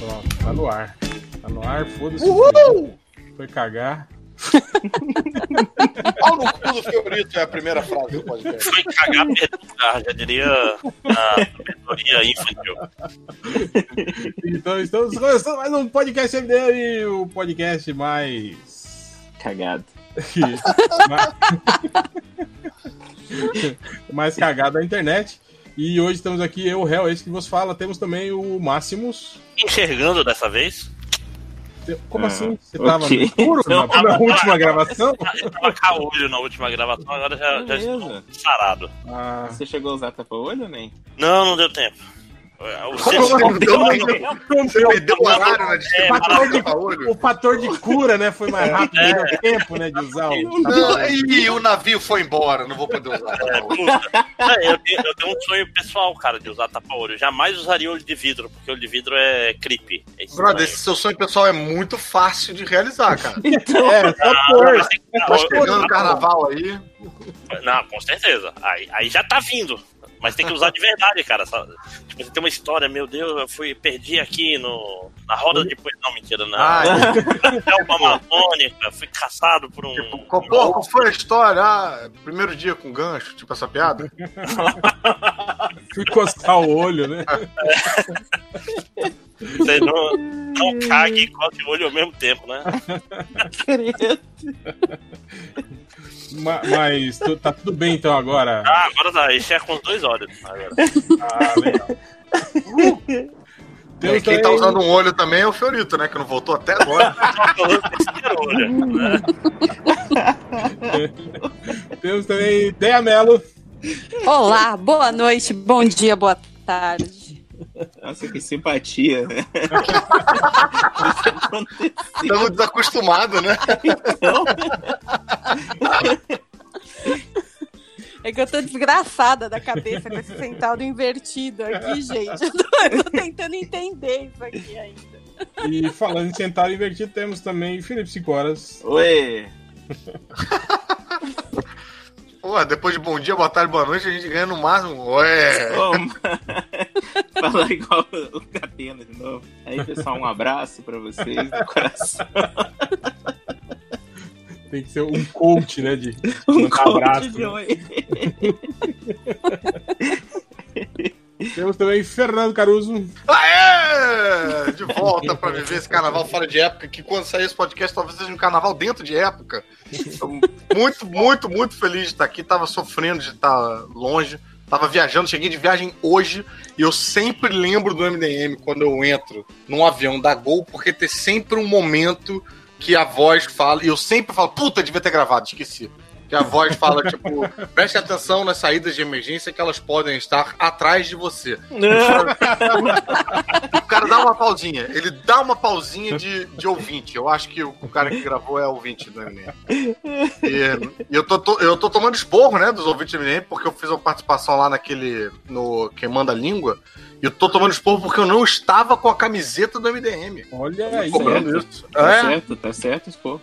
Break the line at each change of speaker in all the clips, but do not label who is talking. no ar. Tá no ar, foda-se.
Uhul!
Foi cagar.
Pau no cu do Fiorito é a primeira frase do podcast.
Foi cagar pedra, já diria a mentoria infantil.
Então estamos começando mais um podcast MDM, o podcast mais.
Cagado.
mais cagado da internet. E hoje estamos aqui, eu, Hel, esse que vos fala. Temos também o Máximos.
Enxergando dessa vez,
Como
Ah,
assim? Você
ok.
tava no escuro na,
Não,
na
tava-
última gravação?
eu tava caolho na última gravação, agora já, já
Beleza.
estou sarado.
Ah,
Você chegou a usar tapa-olho, nem?
Não, não deu tempo. É, O senso
não deu
comum-
Você perdeu o horário na
É,
distribuição
fator
do É.
de-
Paolho?
o fator de cura, né? Foi mais rápido, não deu tempo, né? De usar o.
Não, e o navio foi embora, não vou poder usar.
é, puta. É, eu, tenho, eu tenho um sonho pessoal, cara, de usar tapa-olho. Eu Jamais usaria olho de vidro, porque olho de vidro é creepy. É estranho.
Brother, esse seu sonho pessoal é muito fácil de realizar, cara.
Então,
É, só
Ah,
por.
mas tem que-
Tá
ah,
chegando no carnaval aí.
Não, com certeza. Aí, aí já tá vindo. Mas tem que usar de verdade, cara. sabe? Tipo, você tem uma história, meu Deus, eu fui perdi aqui no, na roda de poesia. Não, mentira, na
Ah,
selva amazônica, fui caçado por um.
tipo, qual, pô, qual foi a história? Ah, primeiro dia com gancho, tipo essa piada.
Fui coçar o olho, né?
Você não, não cague e coce o olho ao mesmo tempo, né?
querido.
né?
Ma- Mas tu- tá tudo bem então agora.
Ah, agora tá. Isso é com os dois olhos. Agora.
Ah, legal.
É,
Temos
quem tá
também-
usando um olho também é o Fiorito, né? Que não voltou até agora.
Só pelo é terceiro olho, né?
Temos também Deia Mello.
Olá, boa noite, bom dia, boa tarde.
Nossa, que simpatia. né?
Estamos desacostumados, né?
É que eu tô desgraçada da cabeça com esse centauro invertido aqui, gente. Eu tô, eu tô tentando entender isso aqui ainda.
E falando em sentado invertido, temos também Felipe Cicoras.
Oi.
Pô, depois de bom dia, boa tarde, boa noite, a gente ganha no máximo. Ué.
Ô, ma- Falar igual o Catena de novo. Aí, pessoal, um abraço pra vocês do coração.
Tem que ser um coach, né? De...
Um
Mandar abraço,
abraço.
né?
De oi.
Temos também Fernando Caruso.
Aê! De volta pra viver esse carnaval fora de época, que quando sair esse podcast talvez seja um carnaval dentro de época. Então, Muito, muito, muito feliz de estar aqui. Tava sofrendo de estar longe. Tava viajando, cheguei de viagem hoje e eu sempre lembro do MDM quando eu entro num avião da Gol, porque tem sempre um momento que a voz fala, e eu sempre falo, puta, devia ter gravado, esqueci. Que a voz fala, tipo, preste atenção nas saídas de emergência que elas podem estar atrás de você. O cara dá uma pausinha. Ele dá uma pausinha de, de ouvinte. Eu acho que o, o cara que gravou é ouvinte do MNM. E, e eu, tô, tô- eu tô tomando esporro, né, dos ouvintes do MNM, porque eu fiz uma participação lá naquele. no Quem Manda a Língua. E eu tô tomando esporro porque eu não estava com a camiseta do MDM.
Olha aí.
Cobrando.
Cobrando isso.
Tá
É,
certo, tá certo, pô.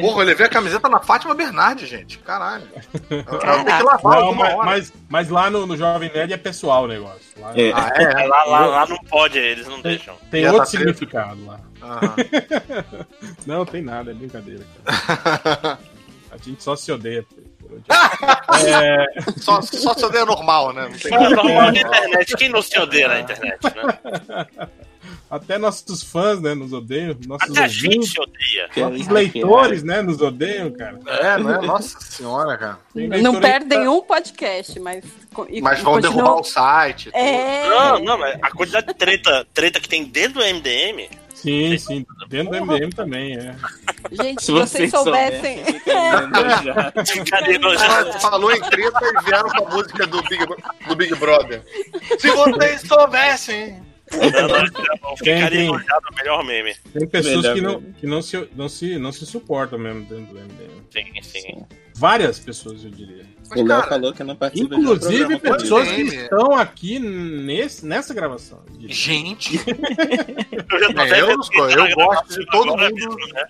porra, eu levei a camiseta na Fátima Bernardes, gente. Caralho. Eu, eu tenho que lavar
Não,
alguma
mas,
hora.
mas, mas lá no, no Jovem Nerd é pessoal o negócio. Lá
É.
Ah, é?
Lá, lá, lá não pode, eles não deixam.
Tem
Já
outro
tá preso.
significado lá.
Aham.
Não, tem nada, é brincadeira. Cara. A gente só se odeia. pô. É.
Só, só se eu der normal, né? Não tem
É normal na internet. Quem não se odeia na internet, né?
Até nossos fãs, né, nos odeiam. Nossos
Até a
ouvintes,
gente se odeia.
nossos leitores, né, nos odeiam, cara.
É, não é? Nossa senhora, cara.
Tem
Não
leitor aí
perdem
que tá-
um podcast, mas. co- e-
Mas
e
vão
continuam-
derrubar o site.
É.
Não, não, mas a quantidade de treta, treta que tem dentro do MDM.
tá- Sim, sim. Dentro do MDM também, é.
Gente,
Se
se
vocês
vocês soubessem.
soubessem, ficariam
né?
É.
enojados.
Ficaria nojento.
Ela falou em treta e vieram com a música do Big, do Big Brother. Se vocês soubessem.
Não, não, não, Ficaria
Tem, tem.
nojado, é o melhor meme.
Tem pessoas
Melhor
que, não, que não, se, não, se, não se suportam mesmo dentro do MDM.
Sim, sim.
Várias pessoas, eu diria.
Mas,
o Léo
cara,
falou que não participa de um
Inclusive
programa com
pessoas
ele.
que
Ele.
estão aqui nesse, nessa gravação. eu diria.
gente,
Eu já tô
É, eu
até
não
vendo
sou,
que tá
eu gosto de
gravando
todo
agora
mundo.
mesmo, né?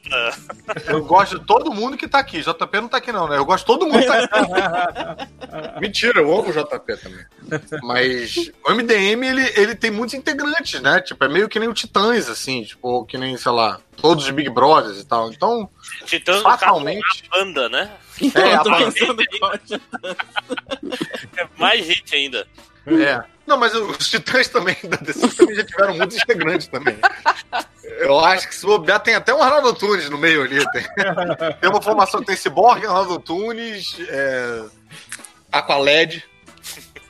Pra-
eu gosto de todo mundo que tá aqui. JP não tá aqui, não, né? Eu gosto de todo mundo que tá aqui. Mentira, eu amo o JP também. Mas o MDM, ele, ele tem muitos integrantes, né? Tipo, é meio que nem o Titãs, assim, tipo, ou que nem, sei lá, todos os Big Brothers e tal. Então,
Titãs no caso,
fatalmente.
a banda, né?
É,
Eu tô
a-
pensando agora.
É mais gente ainda.
É. Não, mas os titãs também da DC também já tiveram muitos integrantes também. Eu acho que se bobear, tem até um Arnaldo Tunes no meio ali. Tem, tem uma formação que tem Cyborg, Arnaldo Tunes, é... Aqualed.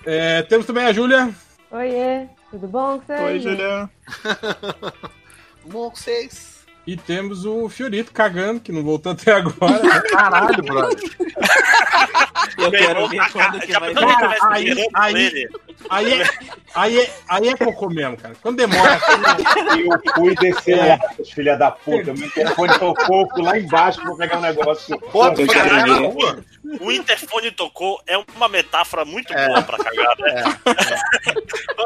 É, temos também a Júlia.
Oiê, tudo bom com vocês?
Oi, Julião.
Bom, vocês.
E temos o Fiorito cagando, que não voltou até agora.
Caralho, brother.
Eu
Meu
quero
irmão,
ver
a-
quando
a-
que
já
vai
pensou que
Cara,
eu tivesse
aí-
gerando
aí-
ele?
Aí é, aí é, aí é cocô mesmo, cara. Quando demora.
Eu fui descer
É.
lá, seus filha da puta. Meu telefone tocou, fui lá embaixo pra pegar um negócio.
Bota
Eu
pra
quero
caralho.
ver.
O interfone tocou é uma metáfora muito
É.
boa pra cagar, né?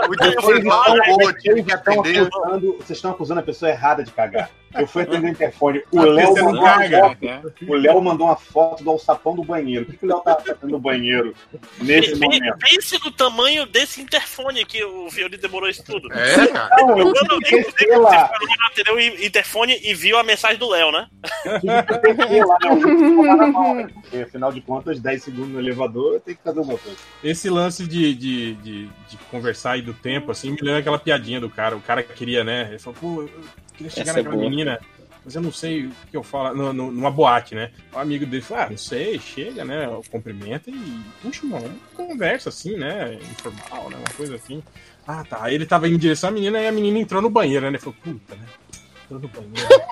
O Diego
Vocês
falou, "Ah,
estão-
pô, eu tive que
Estão
atender.
acusando, vocês estão acusando a pessoa errada de cagar. Eu fui atender o interfone. O
Ah,
Léo
você não
mandou, uma
caga. né?
foto, o Léo mandou uma foto do alçapão do banheiro. O que, que o Léo tá fazendo no banheiro
É,
nesse
Pe-
momento?
Pense no tamanho desse interfone que o Fiorito demorou isso tudo.
É, cara.
Não, Então, eu
Quando
tive
eu
que descer
Você
lá.
foi lá, atendeu o interfone e viu a mensagem do Léo, né?
Tive que descer lá. Eu tive que tomar na mão, né? Porque, afinal de contas, 10 segundos no elevador, eu tenho que fazer alguma coisa.
Esse lance de, de, de, de conversar e do tempo, assim, me lembra aquela piadinha do cara. O cara queria, né? Ele falou, pô, eu queria chegar
Essa é
naquela
boa.
menina, mas eu não sei o que eu falo. no- no- numa boate, né? O amigo dele falou, ah, não sei, chega, né? Cumprimenta e puxa, mano, conversa assim, né? Informal, né? Uma coisa assim. Ah, tá. Aí ele tava indo em direção à menina e a menina entrou no banheiro, né? Ele falou, puta, né? Entrou no banheiro.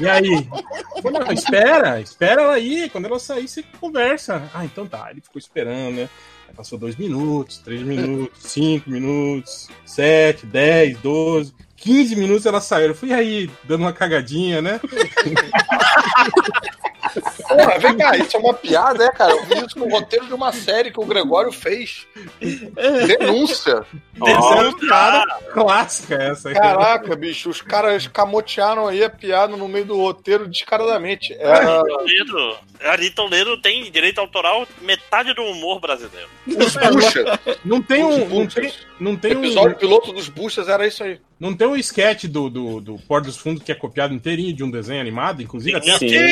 E aí? Pô, não, espera, espera ela aí. Quando ela sair, você conversa. Ah, então tá. Ele ficou esperando, né? Aí passou dois minutos, três minutos, cinco minutos, sete, dez, doze, quinze minutos ela saiu. Eu fui aí, dando uma cagadinha, né?
Porra, vem cá, isso é uma piada, é, cara? Eu vi isso no roteiro de uma série que o Gregório fez. Denúncia.
Essa é
Ó,
uma piada clássica essa.
Caraca, bicho, os caras camotearam aí a piada no meio do roteiro descaradamente. É, Era-
Toledo, Ari Toledo tem direito autoral metade do humor brasileiro.
Os buchas.
Não tem um.
Os
Não tem,
buchas.
não
O
tem um.
episódio piloto dos buchas era isso aí.
Não tem um sketch do, do, do Porto dos Fundos que é copiado inteirinho de um desenho animado, inclusive até,
Sim. então,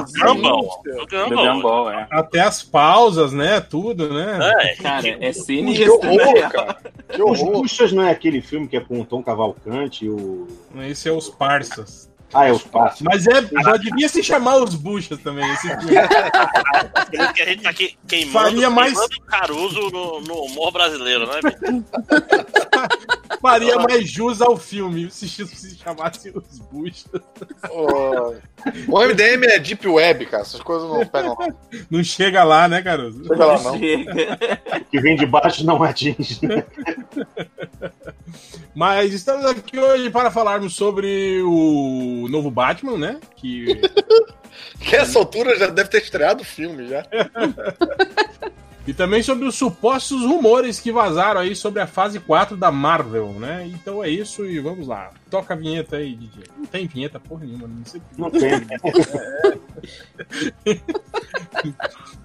Eita!
Gumball. O
Do
Gumball.
Gumball, é.
né? até as pausas, né? Tudo, né?
É,
Cara, é
Que
sinistro,
horror,
né?
cara. Que
Os
horror.
Puxas não é aquele filme que é com o Tom Cavalcante e o.
Esse é os parças.
Ah, é os passos.
Mas é, já devia se chamar os buchas também. Esse filme.
Sendo que a gente tá aqui queimando,
Faria mais-
queimando o Caruso no, no humor brasileiro, né? bicho?
Faria mais jus ao filme se, ch- se chamasse os buchas.
Ó, O MDM é Deep Web, cara. Essas coisas não pegam. não.
Não chega lá, né, Caruso?
Não pega lá, não.
Chega.
Que vem de baixo não atinge.
Mas estamos aqui hoje para falarmos sobre o novo Batman, né? Que
Que essa altura já deve ter estreado o filme já.
E também sobre os supostos rumores que vazaram aí sobre a fase 4 da Marvel, né? Então é isso e vamos lá. Toca a vinheta aí, DJ. Não tem vinheta porra nenhuma, não sei.
Não tem. é né?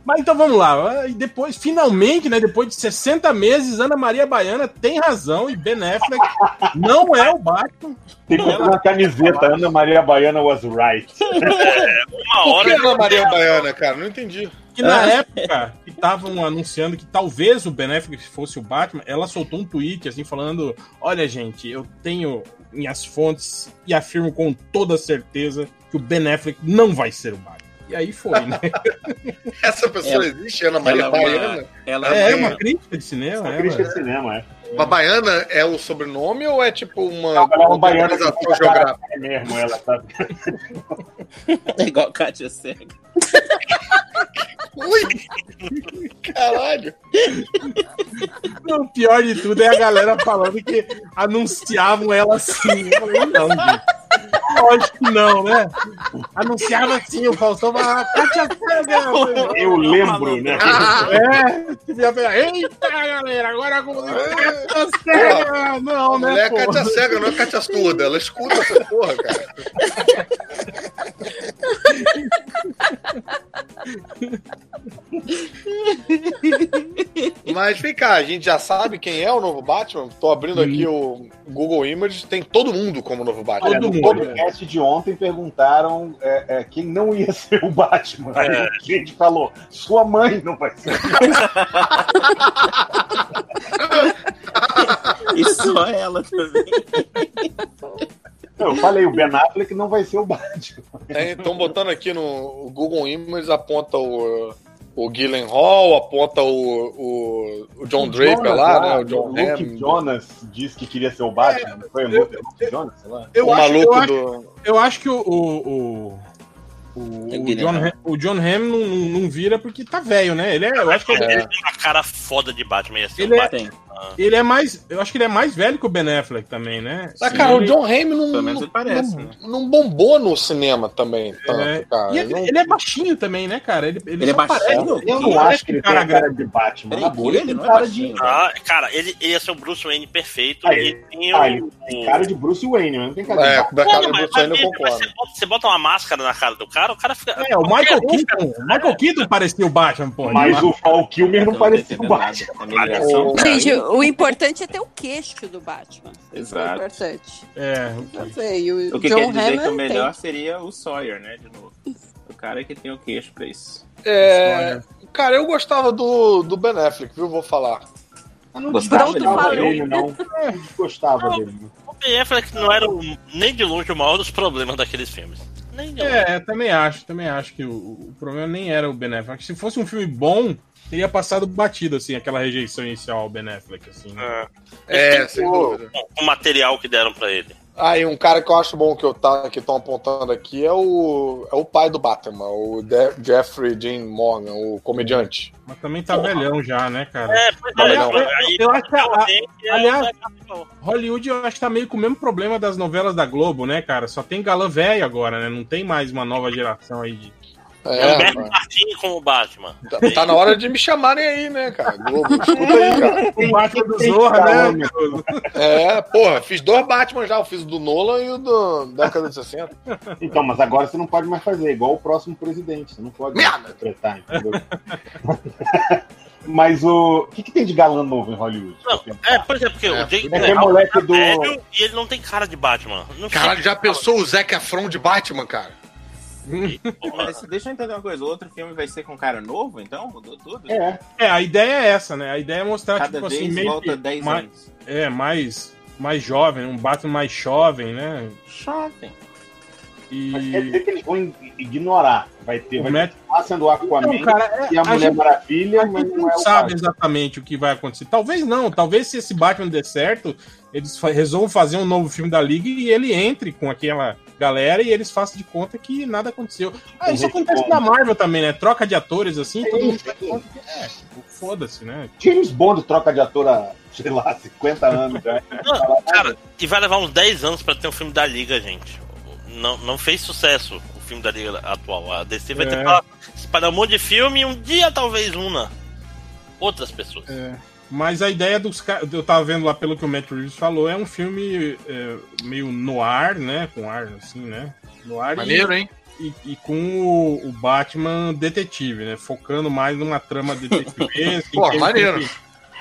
Mas então vamos lá. E depois, finalmente, né? Depois de 60 meses, Ana Maria Baiana tem razão e Ben Affleck não é o Batman.
Tem que comprar uma camiseta. Ana Maria Baiana was right.
Uma
Por que
hora.
Ana Maria Baiana, cara? Não entendi. É?
Que na época que estavam anunciando que talvez o Ben Affleck fosse o Batman, ela soltou um tweet assim falando: Olha, gente, eu tenho minhas fontes e afirmo com toda certeza que o Ben Affleck não vai ser o Batman. E aí foi, né?
Essa pessoa
Ela-
existe, Ana
Ela
Maria
é
Baiana?
uma, ela
é
é
uma crítica de cinema.
A
É,
crítica é
mano.
cinema, é.
Uma baiana é o sobrenome ou é tipo uma,
Ela é uma baiana que
localização
fica
geográfica?
É mesmo, ela tá.
uma- É igual Kátia Cega.
Ui! Caralho!
O pior de tudo é a galera falando que anunciavam ela assim. Eu falei, não, gente. Lógico que não, né? Anunciaram assim, o Faustão falava, Kátia Saga!
Eu lembro, né?
tá É, eita, galera, agora como.
É.
Kátia Saga! Não,
Não
né?
é
pô?
Cátia cega, não é Cátia surda. Ela escuta essa porra, cara. Mas vem cá, a gente já sabe quem é o novo Batman. Tô abrindo aqui o Google Images. Tem todo mundo como novo Batman.
Hum. Olha, no
mundo. é.
podcast de ontem perguntaram é, é, quem não ia ser o
É.
Batman. Aí a gente falou, sua mãe não vai ser.
E só ela também.
Eu falei, o Ben Affleck não vai ser o Batman.
Estão botando aqui no Google Images, aponta o, o Guilherme Hall, aponta o, o, o John Draper
Jonas é.
lá, né? O John
Luke
Hamm,
Jonas disse que queria ser o Batman. não foi o Luke, Luke Jonas, sei lá.
É, Eu
o
acho- eu
Um maluco
acho-
do.
Eu acho que o. O, o, o, o
Guilherme.
John, Ham- o John Ham não, não, não vira porque tá velho, né? Ele é, eu acho que ele,
É.
Ele tem uma cara foda de Batman. Ia ser
Ele
o
é-
Tem.
Batman.
ele é mais. Eu acho que ele é mais velho que o Ben Affleck também, né?
Ah,
Sim,
cara, o
ele-
John Hamm não,
Pelo menos ele parece,
não,
né?
não bombou no cinema também, tanto,
É.
cara.
E ele,
Não-
ele é baixinho também, né, cara? Ele, ele,
Ele é
só parece-
baixinho?
ele
Eu
só
não
parece
acho que ele tem
cara
a
grande.
cara de Batman.
Peraí,
Na bolha
ele
ele
não
tem
é
cara
baixinho.
de.
Ah, cara, ele, ele ia ser o Bruce Wayne perfeito.
Ah,
e tem
ah,
o-
um-
ele Cara de Bruce Wayne, mas não tem cara de
É,
Batman.
da cara
Não, mas-
do Sonho eu
mas
concordo.
Você bota, você bota uma máscara na cara do cara, o cara fica. um
É, o
um
Michael Keaton. O Michael Keaton parecia o Batman, pô.
Mas o Val Kilmer não
Então,
parecia o
entendendo
Batman.
nada. É migração.
Gente, o importante é ter o queixo do Batman. É
Exato.
importante.
É,
Não sei, o,
O que
John
quer dizer que
Hammond
o melhor seria o Sawyer, né? De novo. O cara que tem o queixo pra isso.
É, cara, eu gostava do, do Ben Affleck, viu? Vou falar.
Gostava
Pronto,
dele?
Não,
falei.
ele não gostava dele.
O Ben Affleck não era o- nem de longe o maior dos problemas daqueles filmes. Nem de longe.
é, também acho, também acho que o, o problema nem era o Ben Affleck. Se fosse um filme bom, teria passado batido, assim, aquela rejeição inicial ao Ben Affleck, assim. né?
Ah,
É, sem dúvida.
O material que deram pra ele.
Ah, e um cara que eu acho bom que eu tá, que estão apontando aqui é o, é o pai do Batman, o De- Jeffrey Dean Morgan, o comediante.
Mas também tá velhão já, né, cara?
É, pois
Não,
é,
não.
aí-
Eu acho que a-
é-
aliás, Hollywood, eu acho que tá meio com o mesmo problema das novelas da Globo, né, cara? Só tem galã velho agora, né? Não tem mais uma nova geração aí de.
É,
Humberto
mano.
Martini como Batman.
tá, tá na hora de me chamarem aí, né, cara? Globo, escuta aí, cara.
O Batman do
tem
Zorra,
galã,
né?
É, porra, fiz dois Batman já, eu fiz o do Nolan e o do, da década de 60.
Então, mas agora você não pode mais fazer, igual o próximo presidente. Você não pode mais
Merda!
interpretar, entendeu? mas o. O que, que tem de galã novo em Hollywood?
Não, é, por exemplo, porque
É,
o Jake tá
É aquele moleque do.
velho e ele não tem cara de Batman. Não
Caralho, já pensou o Zac Efron de Batman, cara?
sei, porra.
Mas deixa eu entender uma coisa. O outro filme vai ser com um cara novo, então? Mudou tudo?
É,
É, a ideia é essa, né? A ideia é mostrar,
Cada
tipo
vez
assim, meio.
volta
que
10
mais,
anos.
é, mais, mais jovem, um Batman mais jovem, né?
Jovem.
mas quer
E.
dizer que eles vão ignorar. Vai ter,
É O
vai
Matt-
continuar sendo o Aquaman
Não, cara, é,
e tipo, a
a
Mulher
gente-
Maravilha,
a
mas
gente
não é
não
o
sabe
sabe.
exatamente o que vai acontecer. Talvez não, talvez se esse Batman der certo, eles fa- resolvam fazer um novo filme da Liga e ele entre com aquela galera e eles façam de conta que nada aconteceu. Ah, isso acontece na Marvel também, né? Troca de atores assim, todo mundo faz de conta que é, tipo, foda-se, né?
James Bond troca de ator há, sei lá, 50 anos já.
Cara, e vai levar uns 10 anos pra ter um filme da Liga, gente. Não, não fez sucesso o filme da Liga atual. A DC vai ter
É.
que espalhar um monte de filme e um dia talvez una outras pessoas.
É. Mas a ideia dos caras, eu tava vendo lá pelo que o Matt Reeves falou, é um filme é, meio noir, né? Com ar assim, né? Noir e-
Maneiro, hein?
e, e com o, o Batman detetive, né? Focando mais numa trama detetivesca. em
Pô,
que ele
maneiro.
tem que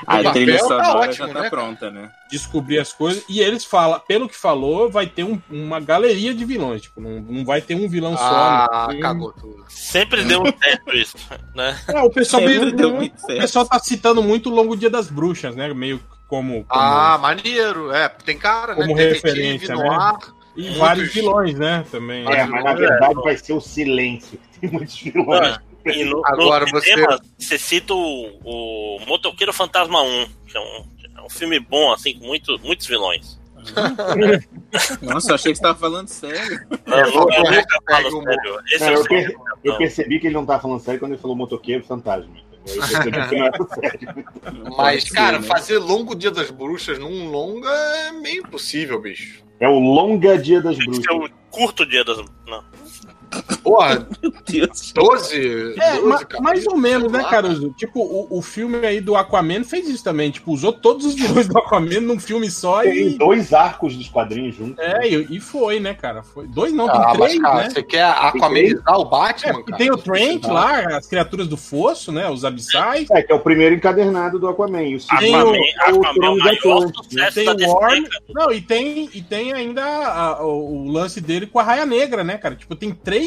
A
papel
trilha
tá
sonora já tá
ótimo, né, cara?
pronta, né?
Descobrir as coisas. E eles falam, pelo que falou, vai ter um- uma galeria de vilões. Tipo, não, não vai ter um vilão
Ah,
só. né?
cagou tudo.
Sempre deu um certo isso, né?
É, o pessoal meio-
Sempre deu muito
o
certo.
pessoal tá citando muito o Longo Dia das Bruxas, né? Meio como. como-
Ah, maneiro. É, tem cara,
Como
né?
referência,
no
né?
ar.
e
muitos.
vários vilões, né? Também.
É, mas na verdade vai ser o silêncio. Tem muitos vilões.
É, Ah, E no,
Agora
no
você-
cinema, você cita o, o Motoqueiro Fantasma 1, que é um, é um filme bom, assim, com muito, muitos vilões.
Nossa, eu achei que você tava tá falando sério.
Não,
É,
não,
sou
eu
correto,
nunca falo
é né? pega o-
sério. Esse
Não,
é o
eu, per-
sério,
eu
não.
percebi que ele não tava falando sério quando ele falou motoqueiro fantasma. entendeu? Eu percebi que não era sério.
Mas, cara,
Sim, né?
fazer longo Dia das Bruxas num longa é meio impossível, bicho.
É o longa dia das
Esse é
bruxas.
o curto dia das. Não.
Porra,
Meu Deus.
12?
É,
12
ma-
cara.
mais ou menos, né,
lá,
Caruso? Tipo, o, o filme aí do Aquaman fez isso também. Tipo, usou todos os vilões do Aquaman num filme só
Tem
e.
dois arcos dos quadrinhos juntos.
É, e, e foi, né, cara? Foi. Dois não,
Ah,
tem três,
mas, cara,
né?
você quer aquamenizar o
É,
Batman,
porque
cara?
tem o Trent lá, as criaturas do fosso, né? Os abissais.
É, que é o primeiro encadernado do Aquaman. E o
Tem
Aquaman,
segundo é o
Aquaman é o
Trono de
maior
Atlantis.
sucesso
Tem
da
o Warren.
DC, cara.
Não, e tem, e tem ainda a- o, o lance dele com a Raia Negra, né, cara? Tipo, tem três,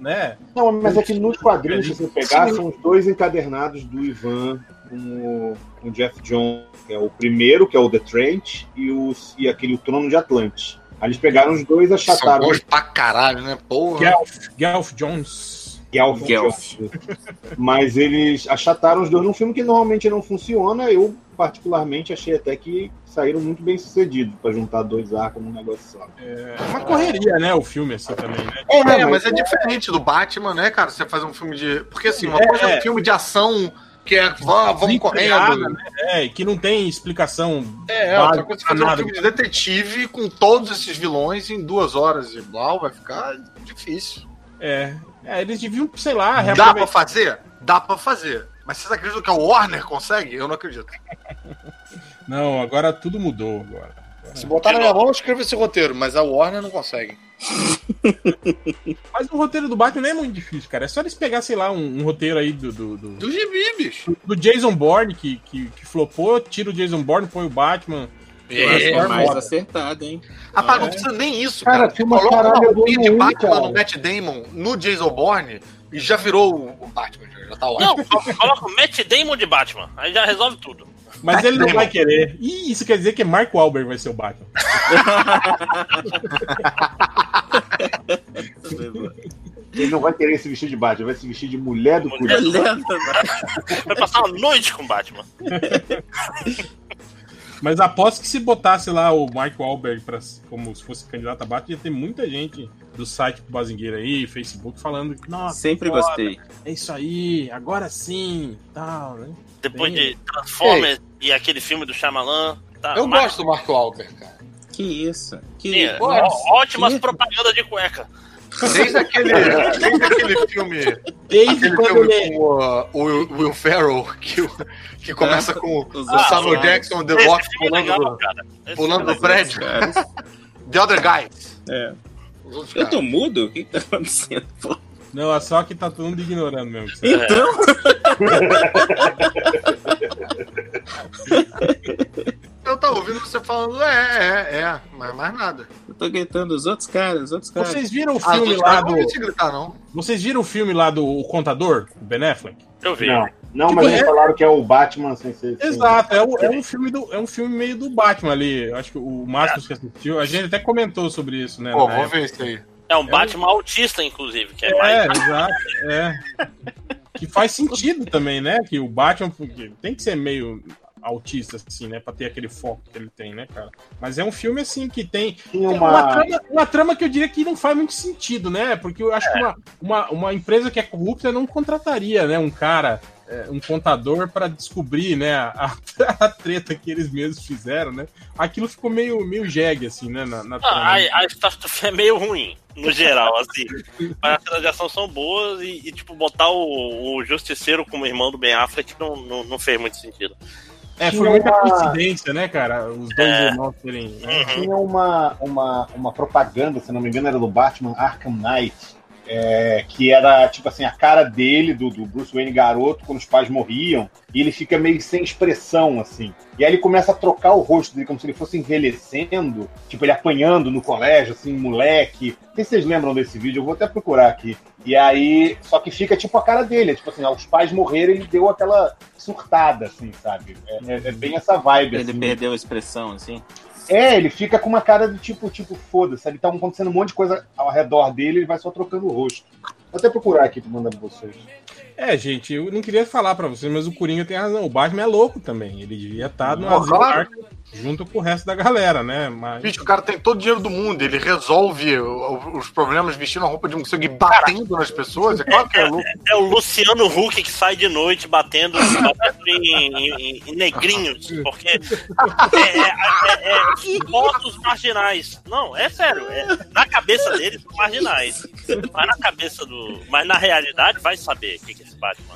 né?
Não, mas é que nos quadrinhos, se você pegar, são os dois encadernados do Ivan com o, com o Jeff John. Que é o primeiro, que é o The Trench, e, o, e aquele o Trono de Atlantis. Aí eles pegaram os dois,
São
achataram
bons pra caralho, né? Porra.
Gelf, Gelf
é
Jones.
é
Guelph.
Guelph.
Mas eles achataram os dois num filme que normalmente não funciona. Eu, particularmente, achei até que saíram muito bem sucedidos pra juntar dois arcos num negócio só.
É uma correria, né, o filme, assim, também, né?
É,
É, mas é diferente do Batman, né, cara? Você faz um filme de. Porque assim, uma
É,
coisa é
é.
um filme de ação que é vá- vamos
Desenfreada,
correndo.
É, que não tem explicação.
É, outra
Vale,
coisa é fazer um
nada.
filme de detetive com todos esses vilões em duas horas e blau, vai ficar difícil.
É, é, eles deviam, sei lá,
Dá pra
reaproveitar.
fazer? Dá pra fazer. Mas vocês acreditam que a Warner consegue? Eu não acredito.
Não, agora tudo mudou agora.
Se botar na minha mão, eu escrevo esse roteiro, mas a Warner não consegue.
Mas o roteiro do Batman não é muito difícil, cara. É só eles pegar, sei lá, um, um roteiro aí do, do, do-
Do gibi, bicho.
do Jason Bourne, que, que, que flopou, tira o Jason Bourne, põe o Batman.
Eu acho que é
é
mais
foda.
acertado, hein? Ah, é.
Rapaz, Ah, tá, não precisa nem isso,
Cara,
cara.
tinha uma
Coloca uma
caralho
roupinha de
evoluindo,
Batman
cara.
no Matt Damon, no Jason Bourne, e já virou o Batman. já- Já tá ótimo.
Não, co- coloca o Matt Damon de Batman. Aí já resolve tudo.
Mas ele não vai querer. Ih, isso quer dizer que é Mark Wahlberg vai ser o Batman.
Ele não vai querer se vestir de Batman, vai se vestir de mulher do
Mulher.
Coringa.
Beleza,
Vai passar uma noite com o Batman.
Mas aposto que se botasse lá o Mark Wahlberg pra, como se fosse candidato a Batman, ia ter muita gente do site do Bazingueira aí, Facebook, falando que, nossa,
Sempre
foda,
gostei.
É isso aí, agora sim, tal, né?
Depois
Bem.
de Transformers e aquele filme do Shyamalan. Tá,
Eu
Mas-
gosto do Mark Wahlberg, cara. é
Que isso? Que
Sim,
Nossa,
ó- ótimas
que-
propagandas de cueca.
Desde aquele, desde aquele filme,
Desde
aquele
quando ele
filme com uh, o Will, Will Ferrell, que, o- que começa com o
Os
Samuel
outros
Jackson, The
Esse
Rock
filme é legal,
pulando,
cara. Esse
pulando
filme é
do prédio.
caras.
The Other Guys.
É.
Os outros
Eu tô
caras.
mudo? O que que tá acontecendo? Pô.
Não, é só que tá todo mundo ignorando mesmo. tá
Então,
Eu tô ouvindo você falando, é, é, é, mas mais nada.
eu tô gritando os outros caras, os outros caras.
Vocês viram o
Ah, os
filme
outros
lá
caras não
do.
vão te gritar, não.
Vocês viram o filme lá do O Contador, o Ben Affleck?
Eu vi.
Não, não, mas eles falaram que é o Batman sem ser. sem-
Tipo, Exato, é, o- é um filme do, é um filme meio do Batman ali. Eu Acho que o Márcio que assistiu, a gente até comentou sobre isso, né?
Pô,
na
vou
época.
ver isso aí.
É um Batman autista, inclusive, que é,
É,
mais.
exato, é. Que faz sentido também, né? Que o Batman porque tem que ser meio autista, assim, né? Pra ter aquele foco que ele tem, né, cara? Mas é um filme, assim, que tem
Tinha
Uma,
uma.
trama, uma trama que eu diria que não faz muito sentido, né? Porque eu acho que uma, uma, uma empresa que é corrupta não contrataria, né? Um cara, é, um contador para descobrir, né? A, a treta que eles mesmos fizeram, né? Aquilo ficou meio, meio jegue, assim, né? Na, na
Ah,
trama.
a, a Startup é meio ruim, no geral, assim. Mas as cenas de ação são boas e, e, tipo, botar o, o Justiceiro como irmão do Ben Affleck não, não, não fez muito sentido.
é, foi
tinha
muita
uma-
coincidência, né, cara? Os dois
É.
irmãos serem. né?
Uhum.
tinha uma, uma, uma propaganda, se não me engano, era do Batman Arkham Knight, é, que era tipo assim, a cara dele, do, do Bruce Wayne garoto, quando os pais morriam, e ele fica meio sem expressão, assim. E aí ele começa a trocar o rosto dele, como se ele fosse envelhecendo, tipo ele apanhando no colégio, assim, moleque. Não sei se vocês lembram desse vídeo, eu vou até procurar aqui. E aí, só que fica tipo a cara dele, é tipo assim, ó, os pais morreram, ele deu aquela surtada, assim, sabe? É, é- é bem essa vibe,
Ele
assim.
perdeu a expressão, assim.
É, ele fica com uma cara do tipo, tipo, foda-se. Ele tá acontecendo um monte de coisa ao redor dele, ele vai só trocando o rosto. Vou até procurar aqui pra mandar pra vocês.
É, gente, eu não queria falar pra vocês, mas o Coringa tem razão. O Batman é louco também. Ele devia estar no
Pô,
asilo
claro.
Arkham junto com o resto da galera, né? Mas.
é. Bicho, o cara tem todo o dinheiro do mundo, ele resolve o- o- os problemas vestindo a roupa de morcego e batendo nas pessoas. É claro que é louco.
É o Luciano Huck que sai de noite batendo, batendo em, em- em negrinhos, porque é, é- é- é votos marginais. Não, é sério. é- na cabeça deles, são marginais. Vai na cabeça do. Mas na realidade, vai saber o que que é esse Batman.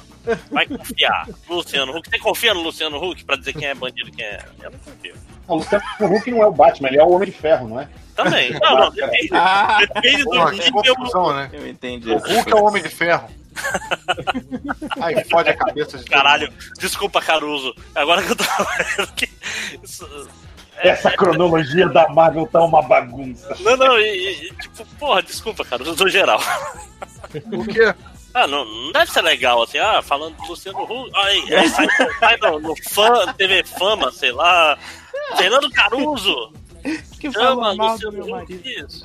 Vai confiar. Luciano Huck. Você confia no Luciano Huck pra dizer quem é bandido e quem é. Eu não confio.
O Luciano Huck não é o Batman, ele é o Homem de Ferro, não é?
Também. Não, não, depende.
Ah,
Depende do
Porra, que
nível.
confusão, né?
eu entendi.
O Hulk é o Homem de Ferro. Aí fode a cabeça de todo
Caralho, desculpa, Caruso. Agora que eu tava vendo que. isso- é,
Essa cronologia da Marvel tá uma bagunça.
Não, não, e, e, tipo, porra, desculpa, Caruso, no geral.
mundo. O quê?
Ah, não, não deve ser legal, assim, ah, falando do Luciano Huck, ai, é, sai, sai no, no fã, TV Fama, sei lá, Fernando Caruso,
Que
chama
fala mal do meu
Luciano Huck,
marido.
isso.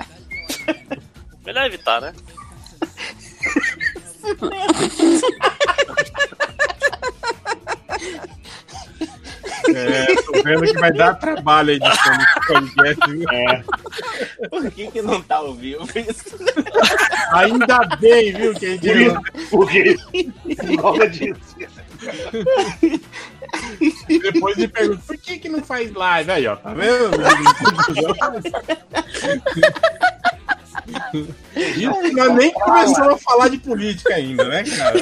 Melhor evitar, né?
É, tô vendo que vai dar trabalho aí de podcast. viu?
Por que, que não tá ouvindo isso?
Ainda bem, viu, quem
Por
diria?
isso, porque por causa disso.
Depois me pergunta, por que que não faz live? Aí, ó, tá vendo? Isso que nós nem começamos a falar de política ainda, né, cara?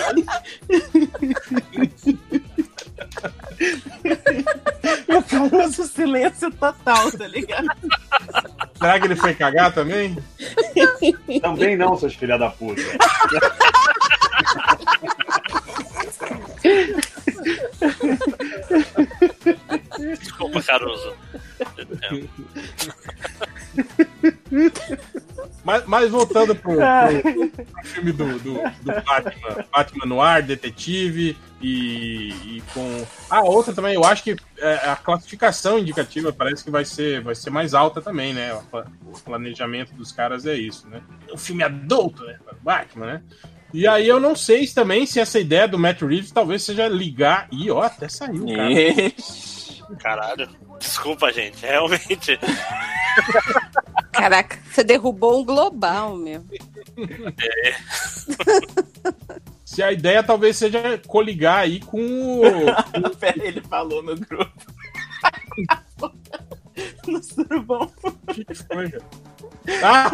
O famoso silêncio total, tá ligado?
Será que ele foi cagar também?
Também não, seus filha da puta.
Desculpa, Caruso. É,
Mas, mas voltando pro, pro- pro filme do, do, do Batman, Batman no ar, detetive e, e com. Ah, outra também, eu acho que é, a classificação indicativa parece que vai ser, vai ser mais alta também, né? O pla- o planejamento dos caras é isso, né? É Um filme adulto, né? para o Batman, né? E aí eu não sei se também se essa ideia do Matt Reeves talvez seja ligar. Ih, ó, até saiu, cara.
Caralho. Desculpa, gente, realmente.
Caraca, você derrubou um global, meu.
Se a ideia talvez seja coligar aí com o.
Pera, ele falou no grupo.
No surubão.
que que foi, cara? Ah!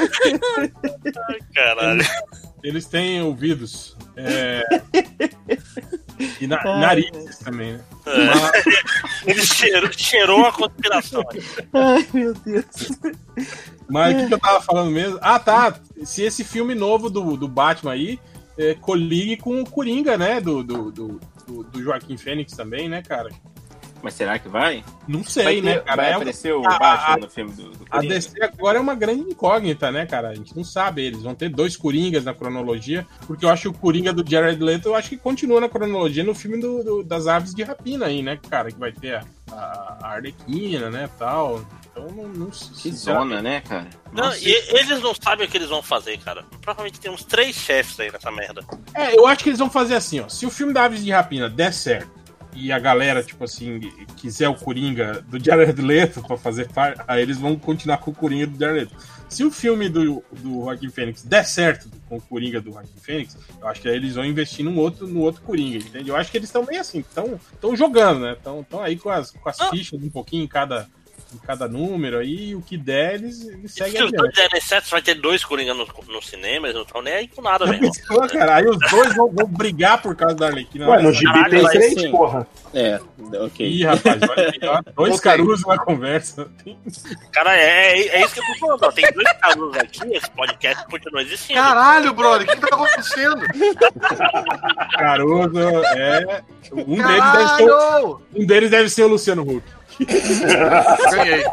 Ai, Caralho.
Eles têm ouvidos. É... E na-
Ai,
narizes também, né?
É. Ele cheirou, cheirou a conspiração.
Ai, meu Deus.
Mas o que, que eu tava falando mesmo? Ah, tá. Se esse filme novo do, do Batman aí é, coligue com o Coringa, né? Do, do, do, do- do Joaquim Fênix também, né, cara?
Mas será que vai?
Não
vai,
sei,
ter-
né, cara?
vai
É um-
aparecer o
a-
Batman
a-
no filme do, do
A
Coringa?
DC agora é uma grande incógnita, né, cara? A gente não sabe. Eles vão ter dois Coringas na cronologia, porque eu acho que o Coringa do Jared Leto, eu acho que continua na cronologia no filme do, do- das Aves de Rapina aí, né, cara? Que vai ter a, a, a Arlequina, né, tal. Então, não, não
Que
sei.
zona, né, cara?
Não, e eles não sabem o que eles vão fazer, cara. Provavelmente tem uns três chefes aí nessa merda.
É, eu acho que eles vão fazer assim, ó. Se o filme da Aves de Rapina der certo e a galera, tipo assim, quiser o Coringa do Jared Leto pra fazer parte, aí eles vão continuar com o Coringa do Jared Leto. Se o filme do, do Joaquim Fênix der certo com o Coringa do Joaquim Fênix, eu acho que aí eles vão investir num outro, no outro Coringa, entende? Eu acho que eles estão meio assim, estão jogando, né? Estão aí com as, com as
Ah.
fichas um pouquinho em cada, em cada número aí, e o que der, eles, eles
é
Se os
seguem adiante.
dois derem certo, vai ter dois Coringa no, no cinema, eles não estão nem aí com nada,
Já
velho.
pensou, cara? Aí os dois vão, vão brigar por causa da né? Arlequina.
Ué, no gibi
Caralho,
tem
vai
três,
sim.
porra.
É, ok.
Ih, rapaz, olha aí, ó, dois
Voltei.
carus na conversa.
Cara, é, é- é isso que eu tô falando. ó. Tem dois casos aqui, esse podcast continua existindo.
Caralho, brother, o que que tá acontecendo?
Caruso é. Um deles, deve ser,
Caralho!
um deles deve ser o Luciano Huck.
Ganhei.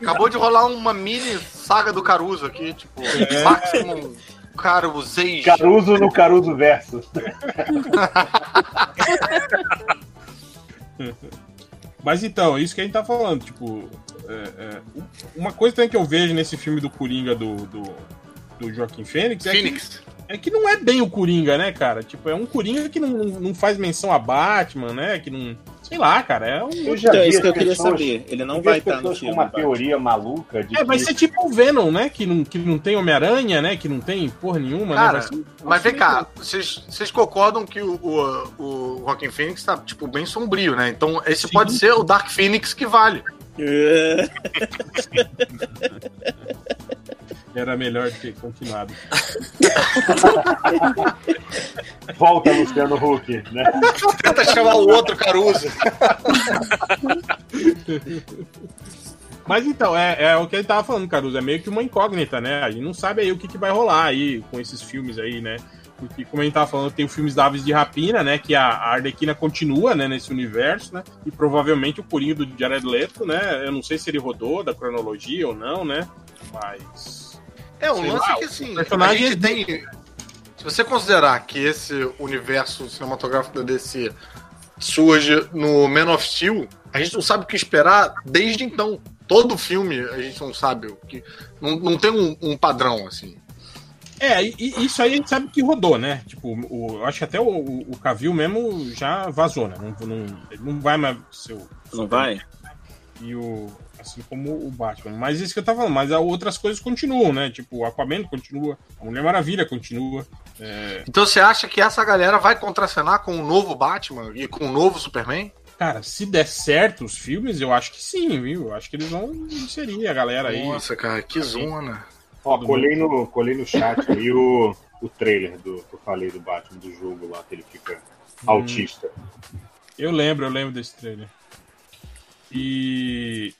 Acabou de rolar uma mini saga do Caruso aqui, tipo, Maximum Carusei.
Caruso no Caruso Verso.
Mas então, isso que a gente tá falando, tipo. é, é, uma coisa também que eu vejo nesse filme do Coringa do, do, do Joaquim Fênix é que,
Phoenix.
é que não é bem o Coringa, né, cara? Tipo, é um Coringa que não, não faz menção a Batman, né? Que não. Sei lá, cara. É um.
Eu já
Então, é
vi
isso que eu
as
queria
pessoas-
saber. Ele não
eu vi
vai
as
estar no
pessoas com
filme.
uma
Batman.
teoria maluca de
É, vai
que-
ser tipo o Venom, né? Que não, que não tem Homem-Aranha, né? Que não tem porra nenhuma, né?
Cara,
Vai ser-
Mas vem cá, vocês vocês concordam que o, o, o Joaquin Phoenix tá, tipo, bem sombrio, né? Então esse
Sim.
pode ser o Dark Phoenix que vale.
É.
Era melhor ter continuado.
Volta, Luciano Huck, né?
Tenta chamar o outro Caruso.
Mas então, é, é o que ele tava falando, Caruso. É meio que uma incógnita, né? A gente não sabe aí o que, que vai rolar aí com esses filmes aí, né? Porque, como a gente tava falando, tem o filmes da Aves de Rapina, né? Que a, a Arlequina continua, né? Nesse universo, né? E provavelmente o Corinho do Jared Leto, né? Eu não sei se ele rodou da cronologia ou não, né? Mas...
É um
Sei
lance
lá,
que assim, a
personagem é
gente tem. Se você considerar que esse universo cinematográfico da DC surge no Man of Steel, a gente não sabe o que esperar desde então. Todo filme a gente não sabe o que. Não, não tem um, um padrão, assim.
É, e, e isso aí a gente sabe que rodou, né? Tipo, o, eu acho que até o, o, o Cavill mesmo já vazou, né? Não, não, ele não vai mais ser o-
Não vai?
e o assim como o Batman. Mas isso que eu tava falando, mas há outras coisas continuam, né? Tipo, o Aquaman continua, a Mulher Maravilha continua.
Então você acha que essa galera vai contracenar com o novo Batman e com o novo Superman?
Cara, se der certo os filmes, eu acho que sim, viu? Eu acho que eles vão inserir a galera aí.
Nossa, cara, que zona.
Ó, colei no, colei no chat aí o, o trailer do que eu falei do Batman, do jogo lá, que ele fica
Hum.
autista.
Eu lembro, eu lembro desse trailer. E.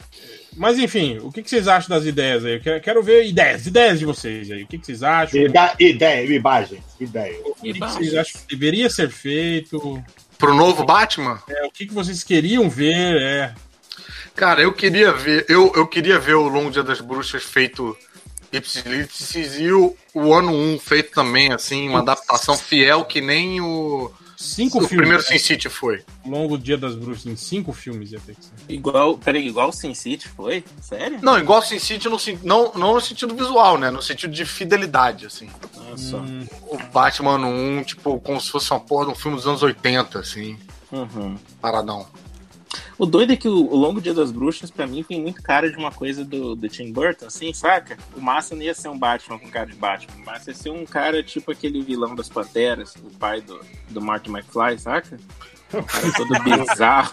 Mas enfim, o que, que vocês acham das ideias aí? Eu quero, quero ver ideias, ideias de vocês aí. O que, que vocês acham?
E dá ideia, imagens, ideia.
O que, que vocês acham que deveria ser feito?
Pro novo Batman?
É, o que, que vocês queriam ver? É.
Cara, eu queria ver, eu, eu queria ver o Longo Dia das Bruxas feito Ipsilitices e o, o ano 1 feito também, assim, uma adaptação fiel que nem o,
Cinco
o
filmes.
primeiro
né?
Sin City foi.
longo Dia das Bruxas em cinco filmes ia ter que ser.
Igual, peraí, igual o Sin City foi? Sério?
Não, igual Sin City no, sen- não, não no sentido visual, né? No sentido de fidelidade, assim.
Nossa.
Hum.
O Batman ano 1, tipo, como se fosse uma porra de um filme dos anos 80, assim,
Uhum.
paradão.
O doido é que o o Longo Dia das Bruxas, pra mim, tem muito cara de uma coisa do, do Tim Burton, assim, saca? O Massa não ia ser um Batman com cara de Batman. O Massa ia ser um cara tipo aquele vilão das Panteras, o pai do, do Marty McFly, saca? Um cara todo bizarro.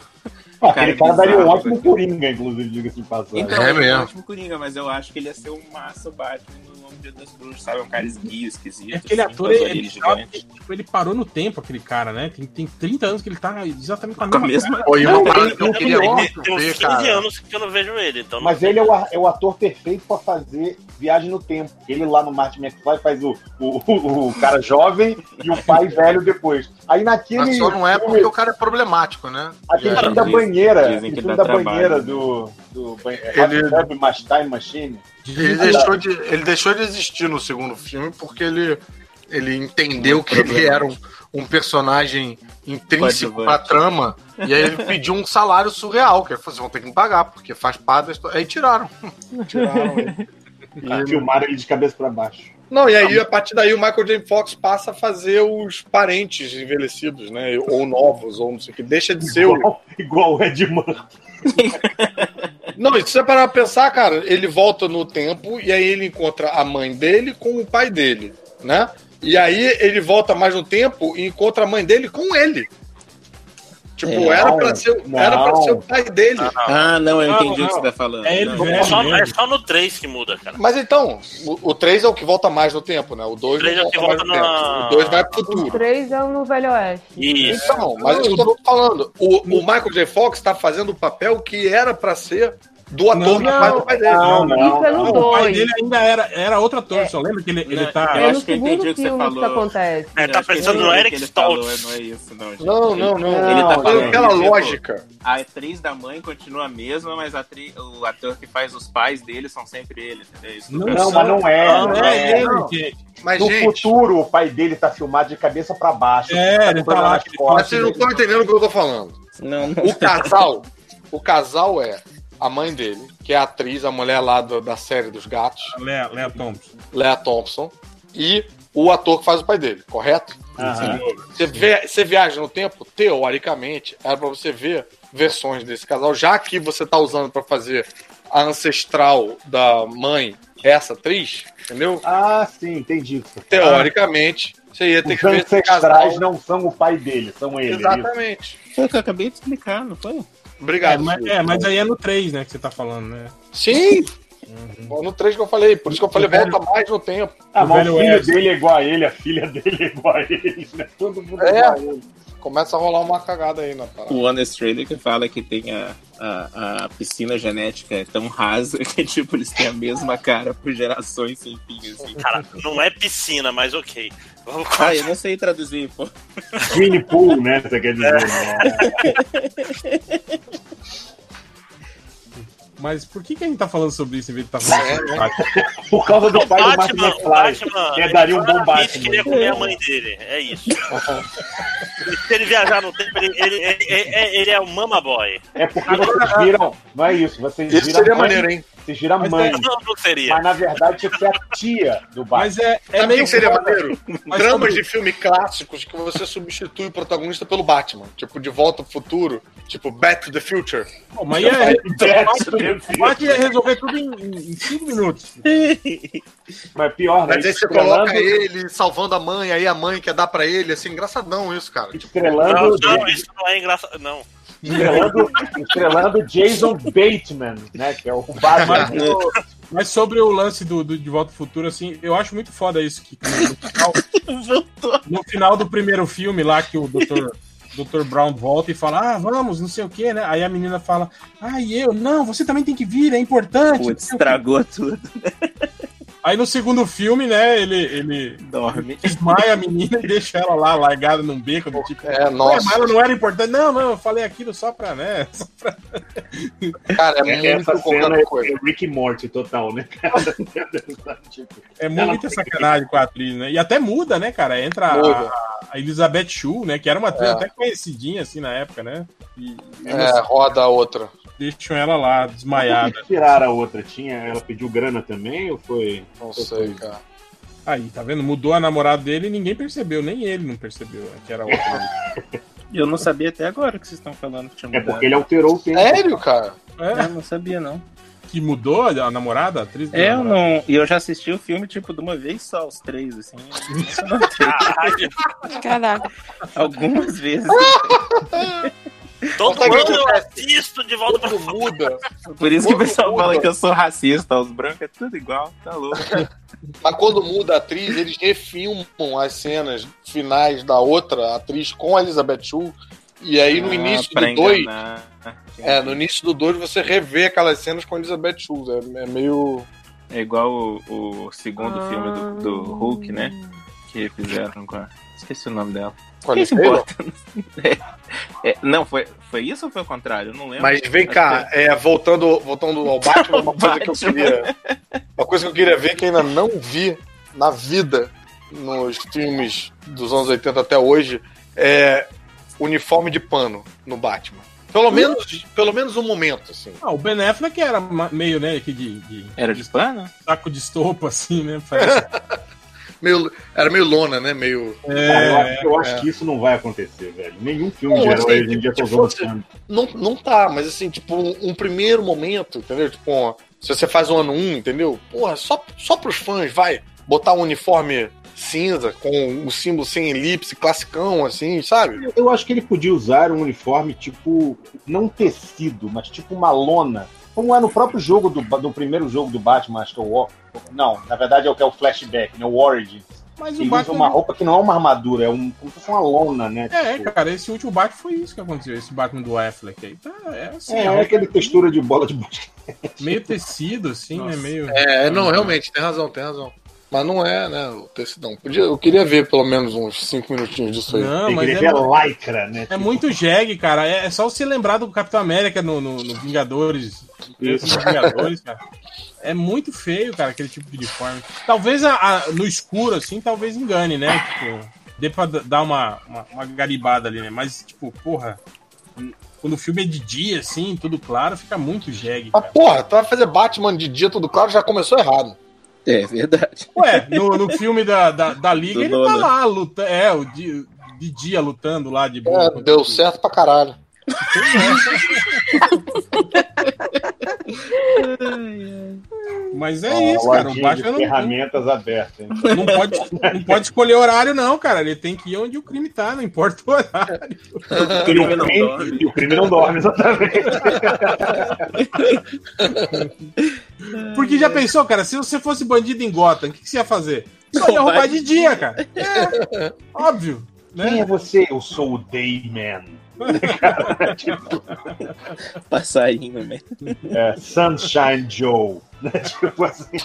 Ah, aquele
Cara, é
cara daria um
bizarro, né?
ótimo Coringa, inclusive, diga-se de passagem.
Então, ele
É
é um
mesmo.
ótimo Coringa, mas eu acho que ele ia ser um Massa o Batman no Longo Dia das Bruxas, sabe? Um cara esguio, esquisito.
É aquele
assim,
ator,
com as
ele,
orelhas
ele, sabe
gigantes.
que, tipo, ele parou no tempo, aquele cara, né? Tem, tem 30 anos que ele tá exatamente com a
Com a
mesma.
mesma...
Pô, e uma
Não,
parada
ele-
que eu
ele
queria
tem-
muito
Tem uns 15
ver, cara.
anos que eu não vejo ele, então.
Mas ele é o, a- é o ator perfeito pra fazer viagem no tempo. Ele lá no Martin McFly faz o, o, o- o cara jovem e o pai velho depois. Aí naquele
Mas só não é porque o cara é problemático, né?
aquele
Cara,
filme da
dizem-
banheira,
dizem
aquele
que
filme
dá
da
trabalho,
banheira
né?
do, do banheiro,
Ele-
Time Machine.
Ele deixou, de, ele deixou de existir no segundo filme porque ele, ele entendeu que ele era um, um personagem intrínseco pra
Coadjuvante.
trama. E aí ele pediu um salário surreal, que ele falou, vocês vão ter que me pagar, porque faz parte da história. Aí tiraram. tiraram ele. E
Ah,
ele-
Filmaram ele de cabeça pra baixo.
Não, e aí a partir daí o Michael J. Fox passa a fazer os parentes envelhecidos, né? Ou novos, ou não sei o que. Deixa de ser o,
Igual, igual o Ed Murphy.
Não, e se você parar pra pensar, cara, ele volta no tempo e aí ele encontra a mãe dele com o pai dele, né? E aí ele volta mais no tempo e encontra a mãe dele com ele. Tipo,
Não,
era, pra ser,
não.
era pra ser o pai dele.
Ah,
é
não, eu
Não,
entendi o que você
não.
tá falando.
É ele
Não.
velho.
É só,
mesmo.
é só no 3 que muda, cara.
Mas então, o 3 é o que volta mais no tempo, né? O 2
Três é o que volta na-
O 2 vai pro
O
futuro.
3 é o no Velho Oeste.
Isso.
Então, mas eu estou falando, o, o Michael J. Fox tá fazendo o papel que era pra ser do
Não,
ator que faz o pai dele.
Não, não,
Isso é
não.
no
O pai
2.
dele ainda era, era outro ator, só lembra que ele, ele
Não,
tá.
eu
É no
acho que eu entendi
segundo
o que você
filme que isso
falou.
acontece.
Ele tá
Acho que
pensando
eu
no
entendi o
Eric
que ele falou,
Stoltz.
Não é isso, não. gente.
Não,
Ele-
não, não.
Ele tá
Não,
falando.
Aquela
tipo,
lógica.
A atriz da mãe continua a mesma, mas a atri- o ator que faz os pais dele são sempre ele, entendeu? Isso
Não,
que eu
Não,
sei.
mas não é.
Não,
não
é
é.
ele,
não.
gente.
Mas,
No
gente,
futuro, o pai dele tá filmado de cabeça pra baixo.
É, ele tá lá,
nas
que ele
mas
costas.
vocês não estão entendendo o que eu tô falando.
Não, não.
O casal, o casal é a mãe dele, que é a atriz, a mulher lá do- da série dos gatos,
Lea, Lea Thompson.
Lea Thompson, e o ator que faz o pai dele, correto?
Aham.
Você, vê- você viaja no tempo, teoricamente, era pra você ver versões desse casal, já que você tá usando pra fazer a ancestral da mãe, essa atriz, entendeu?
Ah, sim, entendi.
Teoricamente, você ia ter
Os
que ver esse
ancestrais
casal.
não são o pai dele, são ele. é isso.
Exatamente.
Foi o que eu acabei de explicar, não foi?
É,
Obrigado.
mas,
Silvio.
é, mas aí é no 3, né, que você tá falando, né?
Sim! Bom, No 3 que eu falei, por isso que eu falei, volta mais no tempo.
Ah, mas
velho
o filho
Wesley.
dele é igual a ele, a filha dele é igual a ele, né? Todo mundo
É.
é igual a ele.
Começa a rolar uma cagada aí né, na parada.
O Honest Trader que fala que tem a, a, a piscina genética é tão rasa que, tipo, eles têm a mesma cara por gerações sem fim, assim.
Cara, não é piscina, mas ok. Vamos
Ah, eu não sei traduzir, pô.
Gene Pool, né? Você quer dizer? né?
Mas por que, que a gente tá falando sobre isso em vez de tá falando sobre o Batman?
Por causa do pai do Martin
Batman,
McFly.
Batman,
Que daria um bom
claramente queria
Batman.
comer a mãe dele, é isso. Se ele viajar no tempo, ele, ele- ele- ele é, ele é o mama boy.
É porque vocês viram. Não é isso, vocês
Isso
viram.
seria
a mãe,
maneiro, hein?
Vocês viram a
Mas é-
mãe.
Não, não seria.
Mas na verdade tipo, tinha que ser a tia do Batman.
Mas é, é
Sabe o
meio
que seria
foda,
maneiro?
mas
Dramas
sabe-
de filme clássicos que você substitui o protagonista pelo Batman. Tipo, De Volta ao Futuro. Tipo, Back to the Future.
Pô, mas ia,
Mas,
o Batman é ia resolver tudo em 5 minutos.
mas pior, né?
Mas aí você coloca ele salvando a mãe, aí a mãe quer dar pra ele. Assim, engraçadão isso, cara. Tipo,
Não,
Estrelando,
não, isso não é engraçado. Não.
estrelando, estrelando Jason Bateman, né? Que é o Batman.
Mas, o- mas sobre o lance do, do De Volta ao Futuro, assim, eu acho muito foda isso que no final, no final do primeiro filme lá que o Dr. Dr. Brown volta e fala, ah, vamos, não sei o que, né? Aí a menina fala, ah, e eu? Não, você também tem que vir, é importante.
Putz, estragou tudo.
né?
Aí no segundo filme, né, ele, ele
Dorme.
desmaia a menina e deixa ela lá, largada num beco, do tipo, "Ué,
é,
mas
nossa.
ela não era importante. Não, não, eu falei aquilo só pra, né,
Cara, é,
É, Essa
muito
cena
qualquer coisa.
é Rick e Morty total, né, cara? Tipo,
É muita sacanagem com a atriz, né? E até muda, né, cara? Entra
Muda.
a, a Elizabeth Shue, né? Que era uma atriz
É.
até conhecidinha, assim, na época, né? E elas
É, roda a outra.
deixam ela lá,
Por
desmaiada.
que tiraram a outra? Tinha, ela pediu grana também ou foi?
Não sei, cara.
Aí, tá vendo? Mudou a namorada dele e ninguém percebeu, nem ele não percebeu né, que era outra.
Eu não sabia até agora que vocês estão falando que tinha
É
mudado.
porque ele alterou o tempo.
Sério, cara?
É,
Eu não sabia, não.
que mudou a namorada, a atriz da
É, eu
namorada.
não. E eu já assisti o filme, tipo, de uma vez só, os três, assim. Isso eu não
Caralho,
Caraca.
Algumas vezes.
todo
Consegue
mundo eu
mudar.
assisto de volta pra
Tudo muda.
Por isso que o
Quando
pessoal
muda-
fala que eu sou racista. Os brancos é tudo igual, tá louco.
Mas quando muda a atriz, eles refilmam as cenas finais da outra atriz com a Elizabeth Shue. E aí no
Ah,
início
pra
do 2,
enganar.
é, no início do 2 você revê aquelas cenas com a Elizabeth Shue. É, é meio.
É igual o, o segundo filme do, do Hulk, né? Que fizeram com a. Esqueci o nome dela.
com a
Quem se
Liz Taylor.
importa? É, é, não, foi, foi isso ou foi o contrário? Eu não lembro.
Mas vem cá, é, voltando, voltando ao Batman, uma coisa que eu
Batman.
queria. Uma coisa que eu queria ver que ainda não vi na vida nos filmes dos anos 80 até hoje é uniforme de pano no Batman.
Hum?
Pelo menos, pelo menos um momento, assim.
Ah, o Ben Affleck era ma- meio, né, que de, de
Era de pano?
saco de estopa, assim, né? Parece.
Meio, era meio lona, né? Meio.
Cara, eu
É,
acho, eu acho que isso não vai acontecer, velho. Nenhum filme
Não,
de
assim,
herói hoje em dia tá
se
usando
fosse-
tanto.
Não, não tá, mas assim, tipo, um, um primeiro momento, entendeu? Tipo, ó, se você faz o ano 1, entendeu? Porra, só, só pros fãs, vai. Botar um uniforme cinza com o símbolo sem elipse, classicão, assim, sabe?
Eu acho que ele podia usar um uniforme tipo, não tecido, mas tipo uma lona. Como é no próprio jogo do, Ba- do primeiro jogo do Batman, acho que é o War- Não, na verdade é o que é o flashback, né? O Origins.
mas o
Ele usa
Batman...
uma roupa que não é uma armadura, é um, como se fosse uma lona, né?
É,
Tipo,
cara, esse último Batman foi isso que aconteceu, esse Batman do Affleck aí. Tá, é assim,
É,
a
é
roupa
aquele textura de bola de basquete.
meio tecido, assim, né? Meio...
É, não, realmente, tem razão, tem razão. Mas não é, né, o tecidão. Podia, eu queria ver pelo menos uns 5 minutinhos disso aí.
Não,
Tem que
mas é,
ver lycra, né?
é muito jegue, cara. É, é só você lembrar do Capitão América no, no, no Vingadores.
Isso.
No Vingadores, cara. É muito feio, cara, aquele tipo de uniforme. Talvez a- a- no escuro, assim, talvez engane, né? Tipo, dê pra d- dar uma, uma, uma garibada ali, né? Mas, tipo, porra, quando o filme é de dia, assim, tudo claro, fica muito jegue,
Ah,
cara.
porra, tu vai fazer Batman de dia, tudo claro, já começou errado.
É verdade. né?
Ué, no, no filme da, da, da Liga,
Do
ele
Nolan.
tá lá lutando. É, o de, de dia lutando lá de
É,
boa.
deu certo pra caralho.
Mas é
Ó,
isso,
lojinha
cara. O Batman
de
não, não-
ferramentas abertas. hein?
não pode, não pode escolher horário, não, cara. Ele tem que ir onde o crime tá, não importa o horário.
O crime não
Crime-
dorme.
E o crime não dorme, exatamente.
Porque já pensou, cara, se você fosse bandido em Gotham, o que, que você ia fazer? Só ia roubar de dia, cara. É, óbvio.
Quem
Né?
é você? Eu sou o Dayman.
Passarinho, velho.
É, Sunshine Joe. tipo assim.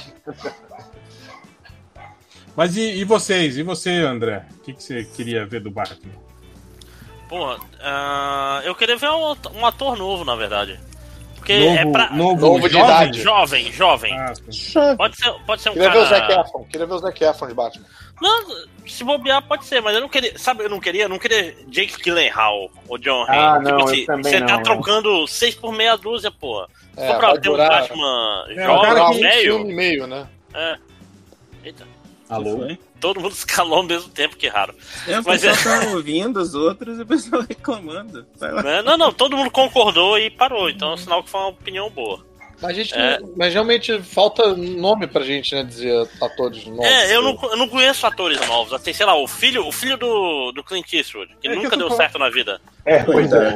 Mas e, e vocês? E você, André? O que, que você queria ver do Batman?
Porra, ah, eu queria ver um, um ator novo, na verdade. Porque é pra.
novo,
Novo de
jovem?
idade.
Jovem, jovem.
Ah, sim.
Pode ser, pode ser um
Queria ver o Zac
cara.
Efron. Queria ver o Zac Efron de Batman.
Não, se bobear, pode ser, mas eu não queria. Sabe, eu não queria? Eu não queria Jake Gyllenhaal ou John
Ah,
Hamm.
não, eu
assim,
também
você tá
não,
trocando seis por meia dúzia, porra. Se
É,
for pra
vai
ter um
durar-
Batman
É, o
jovem,
cara
Durar
que-
um
velho, é.
filme e meio, né?
Alô?
todo mundo escalou ao mesmo tempo, que raro.
É, o
Mas
pessoal tá ouvindo os outros e o pessoal reclamando. Sei lá.
Né? Não, não, todo mundo concordou e parou, então é um sinal que foi uma opinião boa.
Mas, a gente
É.
não- mas realmente falta nome pra gente, né? Dizer atores novos.
É, eu não, eu não conheço atores novos. Assim, sei lá, o filho, o filho do, do Clint Eastwood, que
É que eu
nunca
tô
deu
falando.
certo na vida.
É, pois é.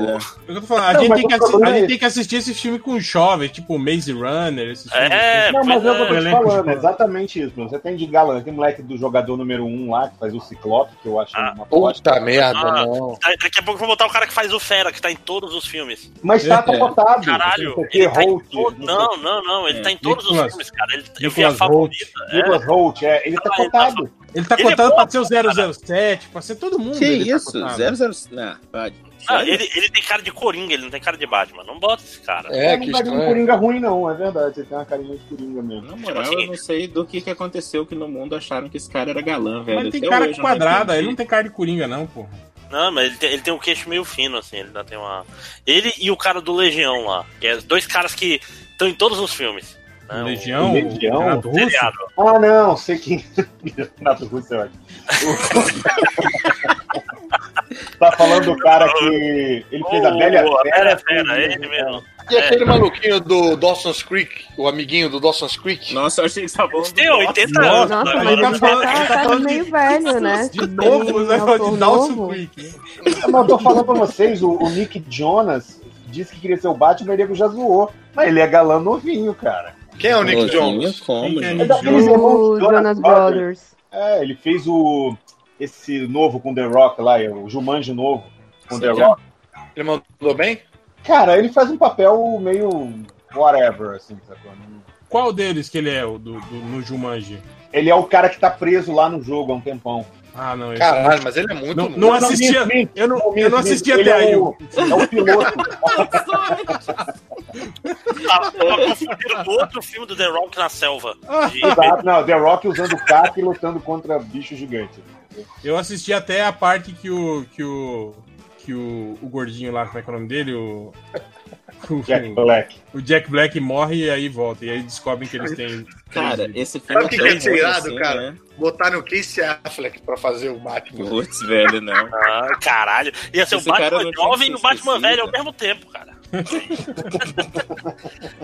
Eu tô falando, a,
Não,
gente
mas
tem que
eu tô
assi-
falando
a gente
isso.
tem que assistir esse filme com jovem, tipo Maze Runner, esses filmes.
É,
Não, mas
pois
eu
é.
tô te
Elenco de
falando, é
fora.
exatamente isso. Você tem de galã, tem moleque do jogador número um lá, que faz o Ciclope, que eu acho
Ah,
uma bosta.
Puta merda,
Ah.
não.
Da- Daqui a pouco eu vou botar o cara que faz o Fera, que tá em todos os filmes.
Mas
É.
tá capotado.
Caralho,
Você tem
ele tá em
Holt.
to- Não, não, não, ele
É,
tá em todos
Nicolas-
os filmes, cara. Ele, eu vi a
Nicolas Holt.
favorita.
Douglas Holt, é, ele tá
Ah, ele
cotado.
Ele tá
Ele é
cotado
bom,
pra ser o 007, pra ser todo mundo.
Que
ele tá
isso?
cotado.
00. Não, pode.
Ah, ele, ele tem cara de Coringa, ele não tem cara de Batman. Não bota esse cara.
É,
não
que
tá de um
estranho.
Coringa ruim, não, é verdade. Ele tem uma carinha de Coringa mesmo.
Tipo
Na moral,
assim,
eu não sei do que, que aconteceu que no mundo acharam que esse cara era galã, velho.
Mas ele tem
Até
cara
hoje eu não
quadrada, ele não
entendi.
tem cara é de coringa, não, porra.
Não, mas ele tem, ele tem um queixo meio fino, assim. Ele ainda tem uma. Ele e o cara do Legião lá. Que é dois caras que estão em todos os filmes. né? O-
Legião,
Legião,
o Renato
o
Russo.
seriado.
Ah, não, sei quem. Renato Russo é ótimo. O- tá falando do cara que. Ele fez a
Ô,
velha
a
fera.
Bela Fera, ele mesmo. É.
E aquele maluquinho do Dawson's Creek, o amiguinho do Dawson's Creek?
Nossa, eu achei que tava bom.
Tem 80
Nossa,
anos.
Nossa,
Tá,
mas
ele tá
ele
falando-
tá,
ele tá
tá
falando
meio
de-
velho, né?
De novo, né?
Autor
um
De Dawson
novo.
Creek. hein?
Mas eu tô falando pra vocês, o, o Nick Jonas disse que queria ser o Batman, o nego já zoou. Mas ele é galã novinho, cara.
Quem é o Nick Jones?
Como,
Quem
gente?
que é
É daqueles
Jonas-
irmãos
O
Jonas
Jonas
Brothers.
Brothers.
É, ele fez o. Esse novo com The Rock lá, o Jumanji novo com The
Sim, já.
Rock.
Ele mandou bem?
Cara, ele faz um papel meio whatever, assim, sacou?
Qual deles que ele é, o do, do, no Jumanji?
Ele é o cara que tá preso lá no jogo há um tempão.
Ah, não, esse-
Caralho, mas ele é muito
Não-
novo.
não assisti a-
Smith,
eu não,
Will
eu não
Smith,
assisti
ele
até aí.
É
eu-
o, é o piloto.
Tava tava confundindo com outro tá filme do The Rock na selva. De-
Exato, não, The Rock usando o caco e lutando contra bicho gigante.
Eu assisti até a parte que o. que o. que o, o gordinho lá, como é que é o nome dele? O. o-
Jack Black.
o Jack Black morre e aí volta. E aí descobrem que eles têm.
Cara,
três-
esse filme
Sabe o que que é
tão ruim
tirado, cara?
Né?
Botaram o Casey Affleck pra fazer o Batman.
Putz, velho, não.
Ah, caralho. Ia ser o
Esse cara é
Batman
não tinha
jovem
que
e o
ser
Batman
esquecido.
velho ao mesmo tempo, cara.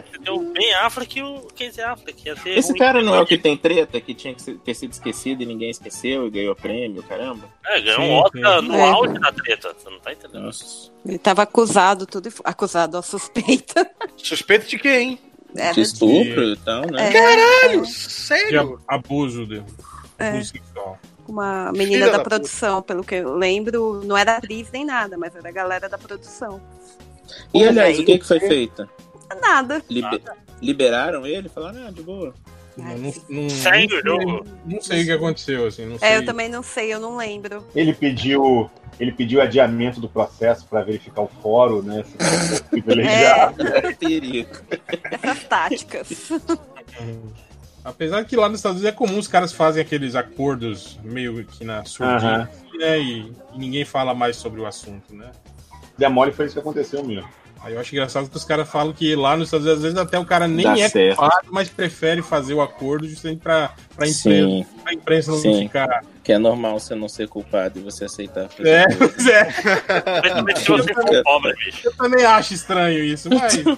Entendeu? O Ben Affleck e o Casey Affleck. Ia ser um
Esse
ruim.
cara não é o que tem treta, que tinha que ser- ter sido esquecido e ninguém esqueceu e ganhou prêmio, caramba?
É, ganhou
Sim,
um Oscar
sim.
no
É.
auge da treta. Você não tá entendendo.
Nossa.
Ele tava acusado, tudo. e fo- Acusado, ó, suspeita.
Suspeito de quem, hein?
É,
De estupro e tal, né?
Caralho!
de
Sério?
ab- abuso de.
É.
abuso sexual.
Uma menina
Filha
da
da
produção, pelo que eu lembro, não era atriz nem nada, mas era a galera da produção.
E aliás, o que, que foi feito?
Nada.
Liber- Liberaram ele? Falaram, ah, de boa.
Não, não, não,
Segue
não
o jogo.
sei- não sei o que aconteceu, assim. Não sei.
É, eu também não sei, eu não lembro.
Ele pediu, ele pediu adiamento do processo para verificar o fórum, né? Se fosse privilegiado.
Perigo.
Essas táticas.
Apesar que lá nos Estados Unidos é comum os caras fazem aqueles acordos meio que na surdina,
Aham.
É, né? E, e ninguém fala mais sobre o assunto, né?
Demole foi isso que aconteceu mesmo.
Aí eu acho engraçado que os caras falam que lá nos Estados Unidos, às vezes, até o cara nem
Dá
é
certo.
culpado, mas prefere fazer o acordo justamente pra, pra, imprensa,
Sim,
pra imprensa não
Sim.
ficar.
que é normal você não ser culpado e você aceitar. fazer
É,
coisa.
pois é.
Principalmente se você for pobre, bicho.
Eu também acho estranho isso, mas. né?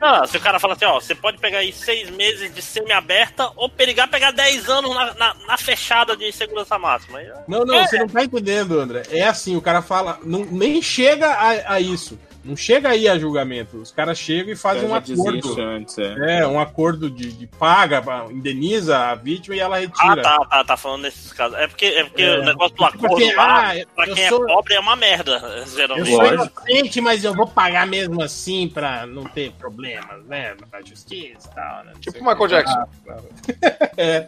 Não, se o cara fala assim, ó, você pode pegar aí seis meses de semi-aberta ou perigar pegar 10 anos na, na, na fechada de segurança máxima. Aí, É.
Não, não, você não tá entendendo, André. É assim, o cara fala, não, nem chega a, a isso. Não chega aí a julgamento. Os caras chegam e fazem
Eu
um
já dizia
acordo.
isso antes, é.
É, um acordo de, de paga, indeniza a vítima e ela
Ah,
retira.
tá, tá, tá falando nesses casos. É porque, é porque
É.
o negócio do acordo
Porque,
lá,
ah,
pra
eu
quem
sou-
é pobre, é uma merda,
Então,
Eu
é
geralmente.
sou um
Lógico.
inocente, mas eu vou pagar mesmo assim pra não ter problemas, né? Na justiça e tal, né? Não
Tipo
sei
o Michael
quê.
Jackson.
Ah, é.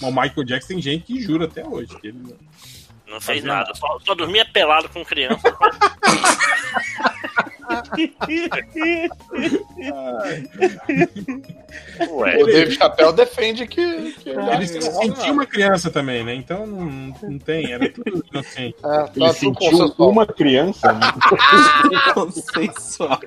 Mas o Michael Jackson tem gente que jura até hoje. que ele-
Não fez
Tá vendo?
nada, só, só dormia pelado com criança. Ué,
O David Chapéu defende que. Ah. que-
Ah,
Ele se sentia uma criança também, né? Então não, não tem, era tudo inocente.
Ah,
Ele
tá tudo
sentiu
consensual.
uma criança. né?
Consensual.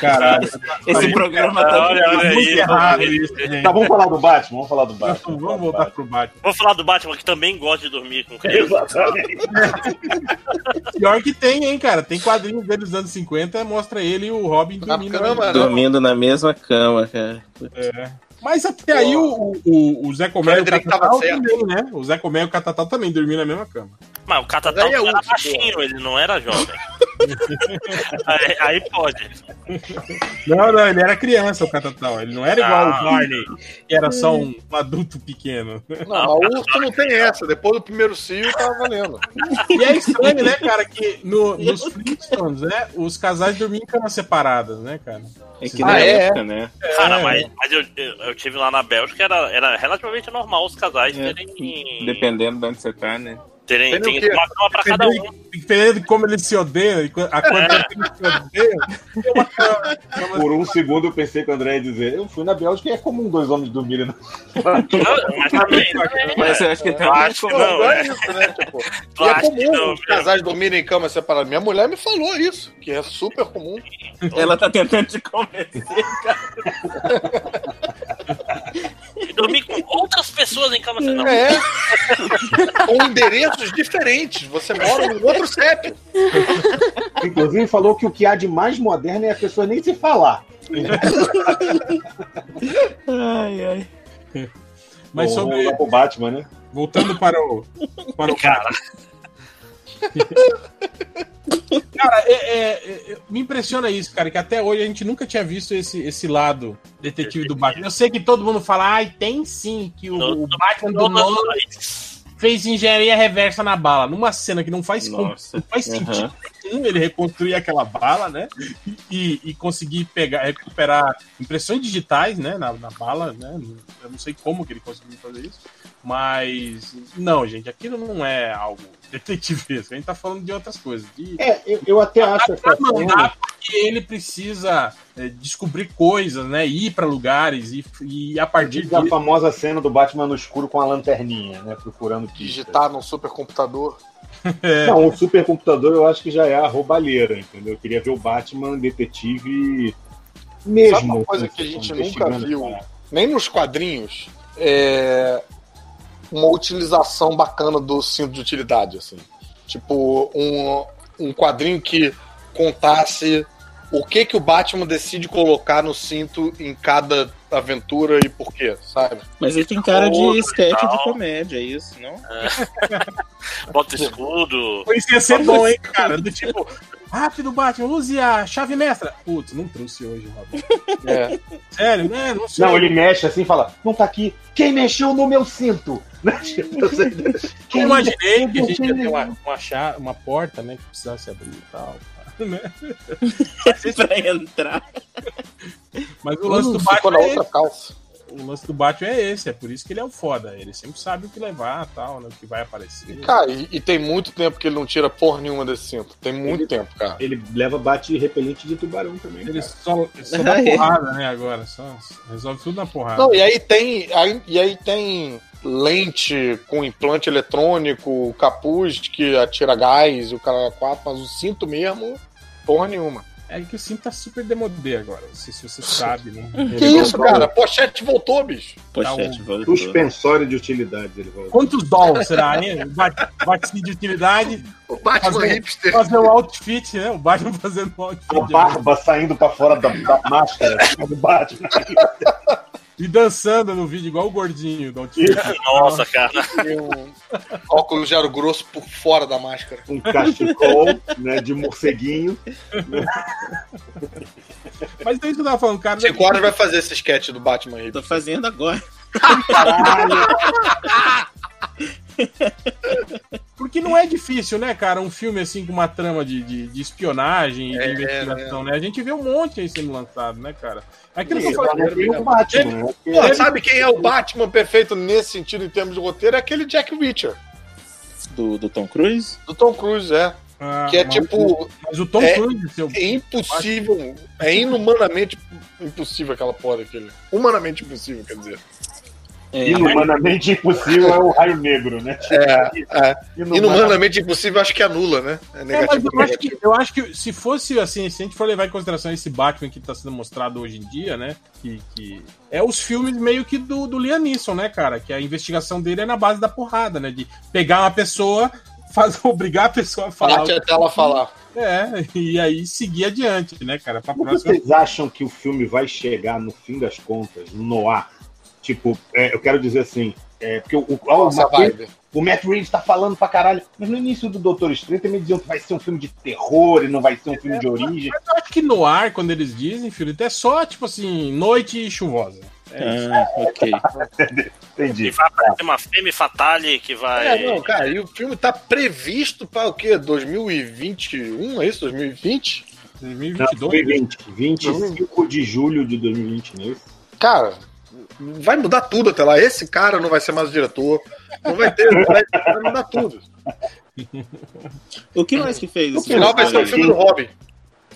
Caralho,
Esse programa tá
olha, olha
muito
aí.
errado isso,
Tá,
gente.
vamos falar do Batman, vamos falar do Batman.
Vamos voltar pro Batman.
Vou falar do Batman que também gosta de dormir com criança.
Pior que tem, hein, cara? Tem quadrinhos dele dos anos 50, mostra ele e o Robin
Na
dormindo.
cama, né?
Dormindo na mesma cama, cara.
É. Mas até aí o, o, o Zé Comério e o
Frederick tava
Catatal
certo.
também, né? O Zé Comério e o Catatal também dormiam na mesma cama.
Mas o Catatau
Mas aí é
era
urso,
baixinho, ele não era jovem. aí, aí pode.
Não, não, ele era criança, o Catatal. Ele não era igual
Ah.
o Barney, que era só um adulto pequeno.
Não, mas o urso não tem essa. Depois do primeiro cio, tá valendo.
E é estranho, né, cara, que no, nos Flintstones, né, os casais dormiam em camas separadas, né, cara? É.
É que
Ah,
na
é,
época, né?
Cara, mas, mas eu, eu, eu tive lá na Bélgica, era, era relativamente normal os casais
É.
terem.
Dependendo de onde você tá, né?
terem,
Tem o
terem
quê?
uma cama pra cada um.
Dependendo de como eles se odeiam, e qu- a quanto eles se odeiam, tem uma cama.
Por um segundo eu pensei que o André ia dizer: Eu fui na Bélgica e é comum dois homens dormirem. na-
Não, Mas tá também,
Mas eu acho que tem
acho que
como-
não.
é isso, né? Tipo,
tu
e é
acha que
comum
não,
os casais dormirem em cama separada. Minha mulher me falou isso, que é super comum.
Ela tá tentando te convencer.
meu? dormir com outras pessoas em cama, você não.
É. Com endereços diferentes. Você mora num outro CEP.
Inclusive, falou que o que há de mais moderno é a pessoa nem se falar.
Ai, ai.
Mas
Bom,
sobre-
vamos lá pro Batman, né?
Voltando para o. Para o
Cara,
Cara, é- é- é- me impressiona isso, cara, que até hoje a gente nunca tinha visto esse, esse lado detetive do Batman. Eu sei que todo mundo fala, ai, tem sim, que o,
Todo-
o Batman do
todas
Nolan fez engenharia reversa na bala. Numa cena que não faz, com-
Nossa.
não faz sentido nenhum ele reconstruir aquela bala, né? E, e conseguir pegar, recuperar impressões digitais, né, na, na bala, né? Eu não sei como que ele conseguiu fazer isso. Mas, não, gente, aquilo não é algo detetivesco. A gente tá falando de outras coisas, de
É, eu, eu até
Tá
acho essa
pra
cena.
mandar porque ele precisa é, descobrir coisas, né? Ir pra lugares e, e a partir
é
Diz a
disso.
famosa cena do Batman no escuro com a lanterninha, né? Procurando pistas. É.
Digitar num supercomputador.
Não, o supercomputador eu acho que já é a roubalheira, entendeu? Eu queria ver o Batman detetive mesmo.
Sabe uma coisa que a gente nunca viu? Nem nos quadrinhos. É uma utilização bacana do cinto de utilidade, assim. Tipo, um, um quadrinho que contasse o que que o Batman decide colocar no cinto em cada aventura e por quê, sabe?
Mas ele tem cara de
Outro
esquete de
tal. É.
comédia, é isso, não?
bota escudo.
Isso ia ser bom, hein, cara? Do tipo, rápido, Batman, use a chave mestra. Putz, não trouxe hoje, Robin.
É.
Sério, né? Não sei.
Não, ele mexe assim e fala: não tá aqui. Quem mexeu no meu cinto? Né? Tipo, você-
Eu
Quem
imaginei que a gente
mexeu
ia
no
ter
meu-
uma, uma, chá- uma porta, né? Que precisasse abrir e tal. né?
pra entrar.
Mas o lance do
Ficou
Batman
na
é
outra calça.
esse. O lance do Batman é esse, é por isso que ele é o foda. Ele sempre sabe o que levar tal, né? O que vai aparecer.
Cara, e, e tem muito tempo que ele não tira porra nenhuma desse cinto. Tem muito
Ele-
tempo, cara.
Ele leva bate repelente de tubarão também.
Ele
cara.
só, só dá porrada, né, agora. Só resolve tudo na porrada.
Não, e aí tem. aí- e aí tem lente com implante eletrônico, capuz que atira gás e o cara é quatro, mas o cinto mesmo, porra nenhuma.
É que o cinto tá super demodê agora. Não sei se você sabe, né?
Que isso, cara? Pochete voltou, bicho.
Pochete, voltou.
Suspensório de utilidades, ele falou.
Tá é, Quantos dólares será, né? hein? Bat- Batida de utilidade,
O Batman
Fazer-
hipster.
fazer o outfit, né? O Batman fazendo o outfit.
A barba saindo pra fora da, da máscara do Batman.
E dançando no vídeo, igual o gordinho do outfit.
Nossa, cara.
e um óculos de aro grosso por fora da máscara.
Um cachecol né, de morceguinho.
Mas é daí tu tava falando, cara.
Chico Aras vai fazer esse sketch do Batman
Eu
hipster.
tô fazendo agora.
Porque não é difícil, né, cara? Um filme assim com uma trama de, de, de espionagem e
É,
de investigação, né? A gente vê um monte aí sendo lançado, né, cara? É aquilo que eu
Ele
falei.
tá meio com o Batman, né?
Pô, sabe quem é o Batman perfeito nesse sentido em termos de roteiro? É aquele Jack Reacher,
Do, do Tom Cruise?
do Tom Cruise, é.
Ah,
Que é
mas-
tipo,
Mas o Tom
é-
Cruise, seu.
é impossível, é inumanamente impossível aquela porra aquele. Humanamente impossível, quer dizer.
É,
Inumanamente impossível é o raio negro, né?
É, é.
Inumanamente.
Inumanamente impossível acho que anula, né? É
É, mas
negativo.
eu acho, que, eu acho que se fosse assim, se a gente for levar em consideração esse Batman que tá sendo mostrado hoje em dia, né? Que, que- é os filmes meio que do, do Liam Neeson, né, cara? Que a investigação dele é na base da porrada, né? De pegar uma pessoa, faz, obrigar a pessoa a falar.
Bate até ela falar.
É, e aí seguir adiante, né, cara? Pra
Como que
próxima.
vocês acham que o filme vai chegar, no fim das contas, no ar? Tipo, é, eu quero dizer assim, é, porque o, o, ó,
Nossa
uma coisa-
vibe.
O Matt Reeves tá falando pra caralho. Mas no início do Doutor Estranho também diziam que vai ser um filme de terror e não vai ser um filme de origem.
Mas eu acho que no ar, quando eles dizem, filho, é só, tipo assim, noite chuvosa. É
ah, ok.
E
Entendi.
vai aparecer uma fêmea fatale que vai.
É, não, cara, e o filme tá previsto pra o quê? 2021, é isso? 2020?
né?
2022.
25 de julho de 2020, não é isso?
Cara, vai mudar tudo até lá. Esse cara não vai ser mais o diretor. Não vai ter. Vai, vai mudar tudo.
O que mais que fez
No
No
esse
final vai ser o
diretor?
filme do Robin.
aí?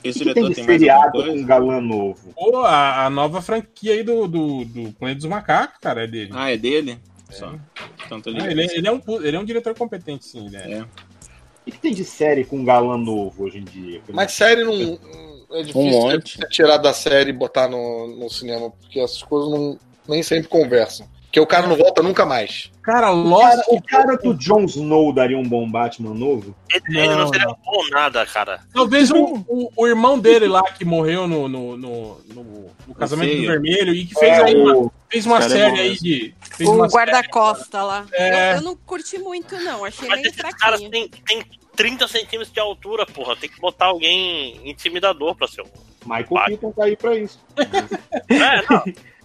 Esse
O que tem
diretor
de
tem mais alguma
seriado com um
coisa?
galã novo?
Ou a, a nova franquia aí do, do, do Planeta dos Macacos, cara, é dele.
Ah, é dele? Só. Então tô
Ah,
ligado. É.
ele, ele é um, pu- ele é um diretor competente, sim, né?
O que tem de série com um galã novo hoje em dia?
Mas série não. É difícil
Um monte.
você tirar da série e botar no, no cinema, porque essas coisas não, nem sempre conversam. Porque o cara não volta nunca mais.
Cara,
O
Lost.
cara- o cara do Jon Snow daria um bom Batman novo?
Ele
É,
É, ele não,
Não,
seria um
não.
bom nada, cara.
Talvez o, o, o irmão dele lá que morreu no, no, no, no- no Casamento do
Feio.
Vermelho e que fez,
É,
aí uma,
o-
fez uma
Cara, é
série
bom
aí
mesmo.
de. Fez
O
uma
guarda-costa lá.
É.
Eu, eu não curti muito, não. Achei
Mas
meio
esses caras
fraquinho.
têm, têm 30 centímetros de altura, porra. Tem que botar alguém intimidador pra ser um.
Michael
Vai.
Keaton tá aí pra isso.
É, não.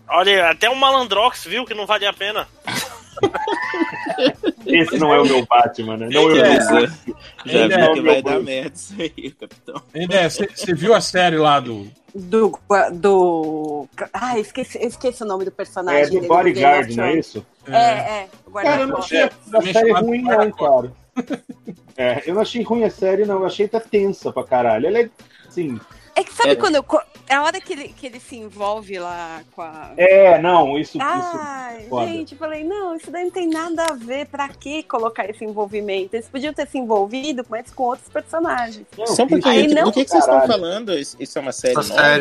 Olha, até um malandrox viu que não valia a pena.
Esse não é o meu Batman, né? Não
Já
é o
avisou. Já
Ele
viu
é
que
meu
vai dar
Deus.
merda isso aí, capitão.
Você é, viu a série lá do.
Do, gua- do. Ah, esqueci, eu esqueci o nome do personagem.
É do
dele,
Bodyguard,
Game of
não é
Thrones.
isso?
É, é. o
Cara, eu não
Guarda-costa.
achei a a
Me
série
chamaram
ruim,
pra
não, cara. É, eu não achei ruim a série, não. Eu achei tá tensa pra caralho. Ela é. Sim.
É que sabe
É.
quando. Eu, co- a hora que ele, que ele se envolve lá com a.
É, não, isso.
Ai,
foda.
gente, eu falei, não, isso daí não tem nada a ver. Pra que colocar esse envolvimento? Eles podiam ter se envolvido, mas com outros personagens.
isso...
Só um
Aí
pouquinho,
não-
do que, que vocês estão falando? Isso isso é uma série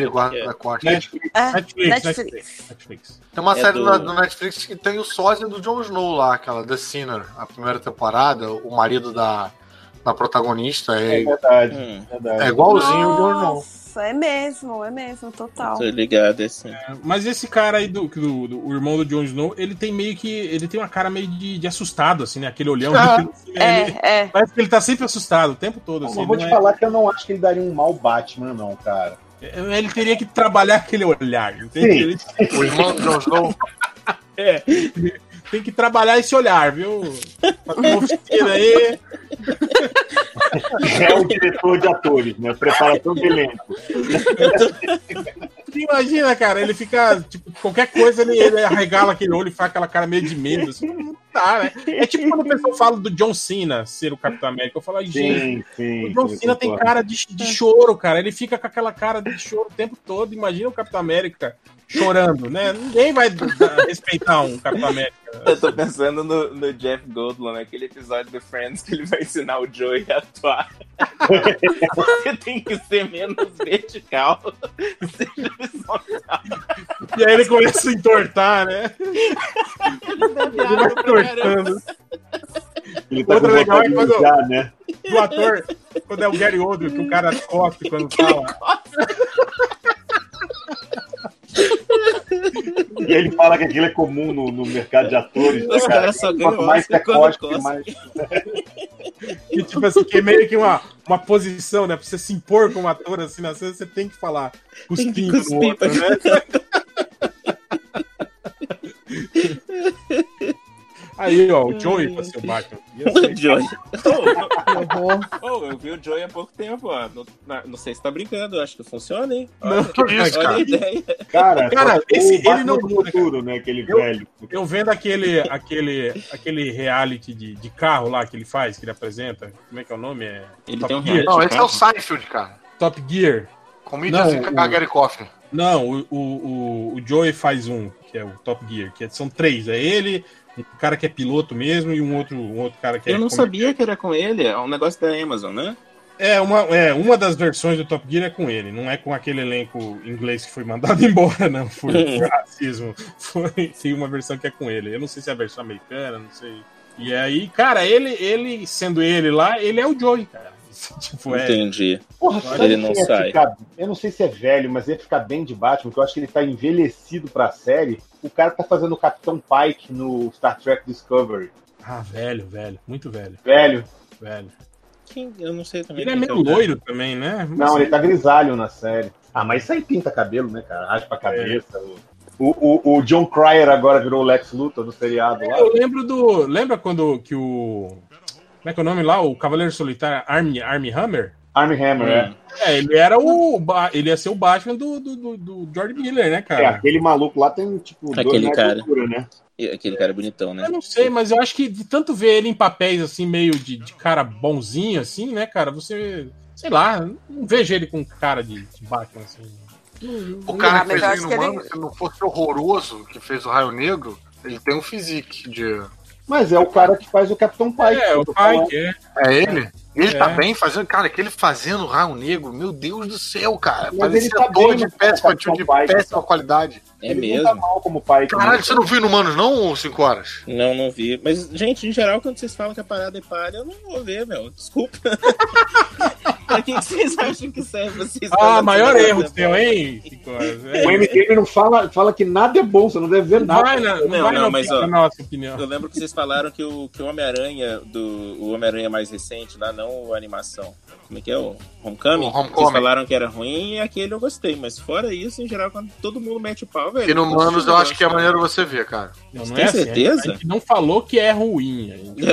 nova? É.
Costa.
Netflix.
É,
Netflix,
Netflix.
Netflix. Netflix.
Tem uma
É
série
do-
na- do... Netflix que tem o sósia do Jon Snow lá, aquela The Sinner, a primeira temporada, o marido da, da protagonista
É
é,
verdade,
Hum,
é verdade.
é igualzinho o Jon Snow.
Nossa, é mesmo, é mesmo, total.
tô ligado, assim.
É, Mas esse cara aí, do, do, do- o irmão do Jon Snow, ele tem meio que. Ele tem uma cara meio de, de assustado, assim, né? Aquele olhão.
Ah,
Assim, né? Ele-
É, é.
parece que ele tá sempre assustado o tempo todo,
Não, mas
assim.
vou
não
te
é-
falar que eu não acho que ele daria um mau Batman, não, cara.
é- Ele teria que trabalhar aquele olhar, entende?
Sim.
Ele
O irmão do Jon Snow.
tem que trabalhar esse olhar, viu? Faz uma oficina aí.
É o diretor de atores, né? Preparação de elenco.
Tu imagina, cara, ele fica. Tipo, qualquer coisa ele, ele arregala aquele olho e faz aquela cara meio de medo. Assim. tá, né? É tipo quando o pessoal fala do John Cena ser o Capitão América. Eu falo, "Ai, gente,
Sim, sim.
o John
sim,
Cena tem
concordo.
cara de, de choro, cara. Ele fica com aquela cara de choro o tempo todo. Imagina o Capitão América chorando, né? Ninguém vai ah, respeitar um Capitão América.
Eu tô pensando no, no Jeff Goldblum, naquele episódio do Friends que ele vai ensinar o Joey a atuar. Você tem que ser menos vertical. Seja horizontal.
E aí ele começa a entortar, né? Ele vai
Viado pra caramba.
entortando.
Ele tá
Outro
com
legal é
vontade de
quando-
mijar, né?
O ator, quando é o Gary Oldman, que o cara cospe quando fala.
E ele fala que aquilo é comum no, no mercado de atores. né,
Os
cara?
caras só
Quanto
ganham
mais você
Oscar quando
cospe,
cospe.
mais.
Que tipo assim, que é meio que uma, uma posição, né? Pra você se impor como ator assim na cena, você tem que falar
Tem que
cuspindo
cuspir
no outro,
pra-
né? Aí, ó, o Joey pra ser o Batman. Ia
O
ser-
Joey.
Que horror.
Oh, eu vi o Joey há pouco tempo, ó. Não, na- não sei se tá brincando, eu acho que funciona, hein?
Não,
Olha,
Que isso,
olha a
cara?
ideia.
Cara,
Cara,
só-
esse-
o
ele
Batman
não
do
muda,
futuro, né? Aquele
Eu-
velho.
Eu vendo aquele, aquele, aquele reality de, de carro lá que ele faz, que ele apresenta. Como é que é o nome? É
Ele
Top
tem um
Gear.
reality
Não, esse é o
carro.
Seinfeld, cara.
Top Gear.
Comedians
Não,
e
o-
Gary Coffin.
Hum,
Não, o, o, o- o Joey faz um, que é o Top Gear, que é- são três. É ele, um cara que é piloto mesmo e um outro, um outro cara que é.
Eu não
como-
sabia que era com ele, é um negócio da Amazon, né?
É uma, é, uma das versões do Top Gear é com ele, não é com aquele elenco inglês que foi mandado embora, não. Por, por racismo. Foi, tem uma versão que é com ele. Eu não sei se é a versão americana, não sei. E aí, cara, ele, ele sendo ele lá, ele é o Joey, cara. Tipo, é.
Entendi.
Porra, sabe
Ele não
quem ia
sai.
ficar- eu não sei se é velho, mas ia ficar bem de Batman, que eu acho que ele tá envelhecido pra série. O cara que tá fazendo o Capitão Pike no Star Trek Discovery.
Ah, velho, velho. Muito velho,
Velho.
velho.
Quem- Eu não sei também.
Ele é
quem
meio
que o cara.
loiro também,
É,
né?
Não, ele tá grisalho na série. Ah, mas isso aí pinta cabelo, né, cara? Raspa a
É.
cabeça. O, o, o John Cryer agora virou o Lex Luthor no seriado lá.
É, Eu lembro do. Lembra quando que o. Como é que é o nome lá? O Cavaleiro Solitário Army, Army Hammer?
Army Hammer, é.
É, ele era o. Ba- Ele ia ser o Batman do, do, do, do George Miller, né,
É,
cara?
aquele maluco lá tem, tipo,
Aquele
metros de
cara.
altura, né?
E Aquele cara é bonitão, né?
Eu não sei, mas eu acho que de tanto ver ele em papéis assim, meio de, de cara bonzinho, assim, né, cara? Você. Sei lá, não vejo ele com cara de, de Batman, assim.
O cara
Ah,
que
mas eu
fez
acho
o
que
Inumano,
ele-
se não fosse horroroso, que fez o Raio Negro, ele tem um physique de...
Mas é o cara que faz o Capitão Pike.
É,
eu
o
tô
pai
falando.
que é.
É ele? Ele
É.
tá bem fazendo. Cara, aquele fazendo o Raio Negro, meu Deus do céu, cara.
Mas
Parecia
ele tá
ator
bem,
de
mas tá
péssima,
Capitão
de
Pike,
péssima
tá.
qualidade.
É
ele
mesmo.
não tá mal como Pike.
Caralho,
né?
você não viu Inumanos não, 5 horas?
Não, não vi. Mas, gente, em geral, quando vocês falam que a parada é palha, eu não vou ver, meu. Desculpa. pra que, que vocês acham que serve vocês? falarem
Ah,
que
maior
a parada
erro
é
seu,
palha?
hein? Cinco horas? É.
O MDM não fala, fala que nada é bom, você não deve ver
Não
nada.
vai na, não
Não,
vai
não,
na
mas,
opinião,
ó,
nossa opinião.
Eu lembro que vocês falaram que o, que o Homem-Aranha, do o Homem-Aranha mais recente lá, não a animação. Como é que é? O Homecoming?
O Homecoming.
Vocês falaram que era ruim e aquele eu gostei. Mas fora isso, em geral, quando todo mundo mete o pau, velho.
Inumanos eu acho que é maneiro você ver, cara.
Não, não
Tem
é assim,
certeza?
A gente não falou que é ruim. a gente-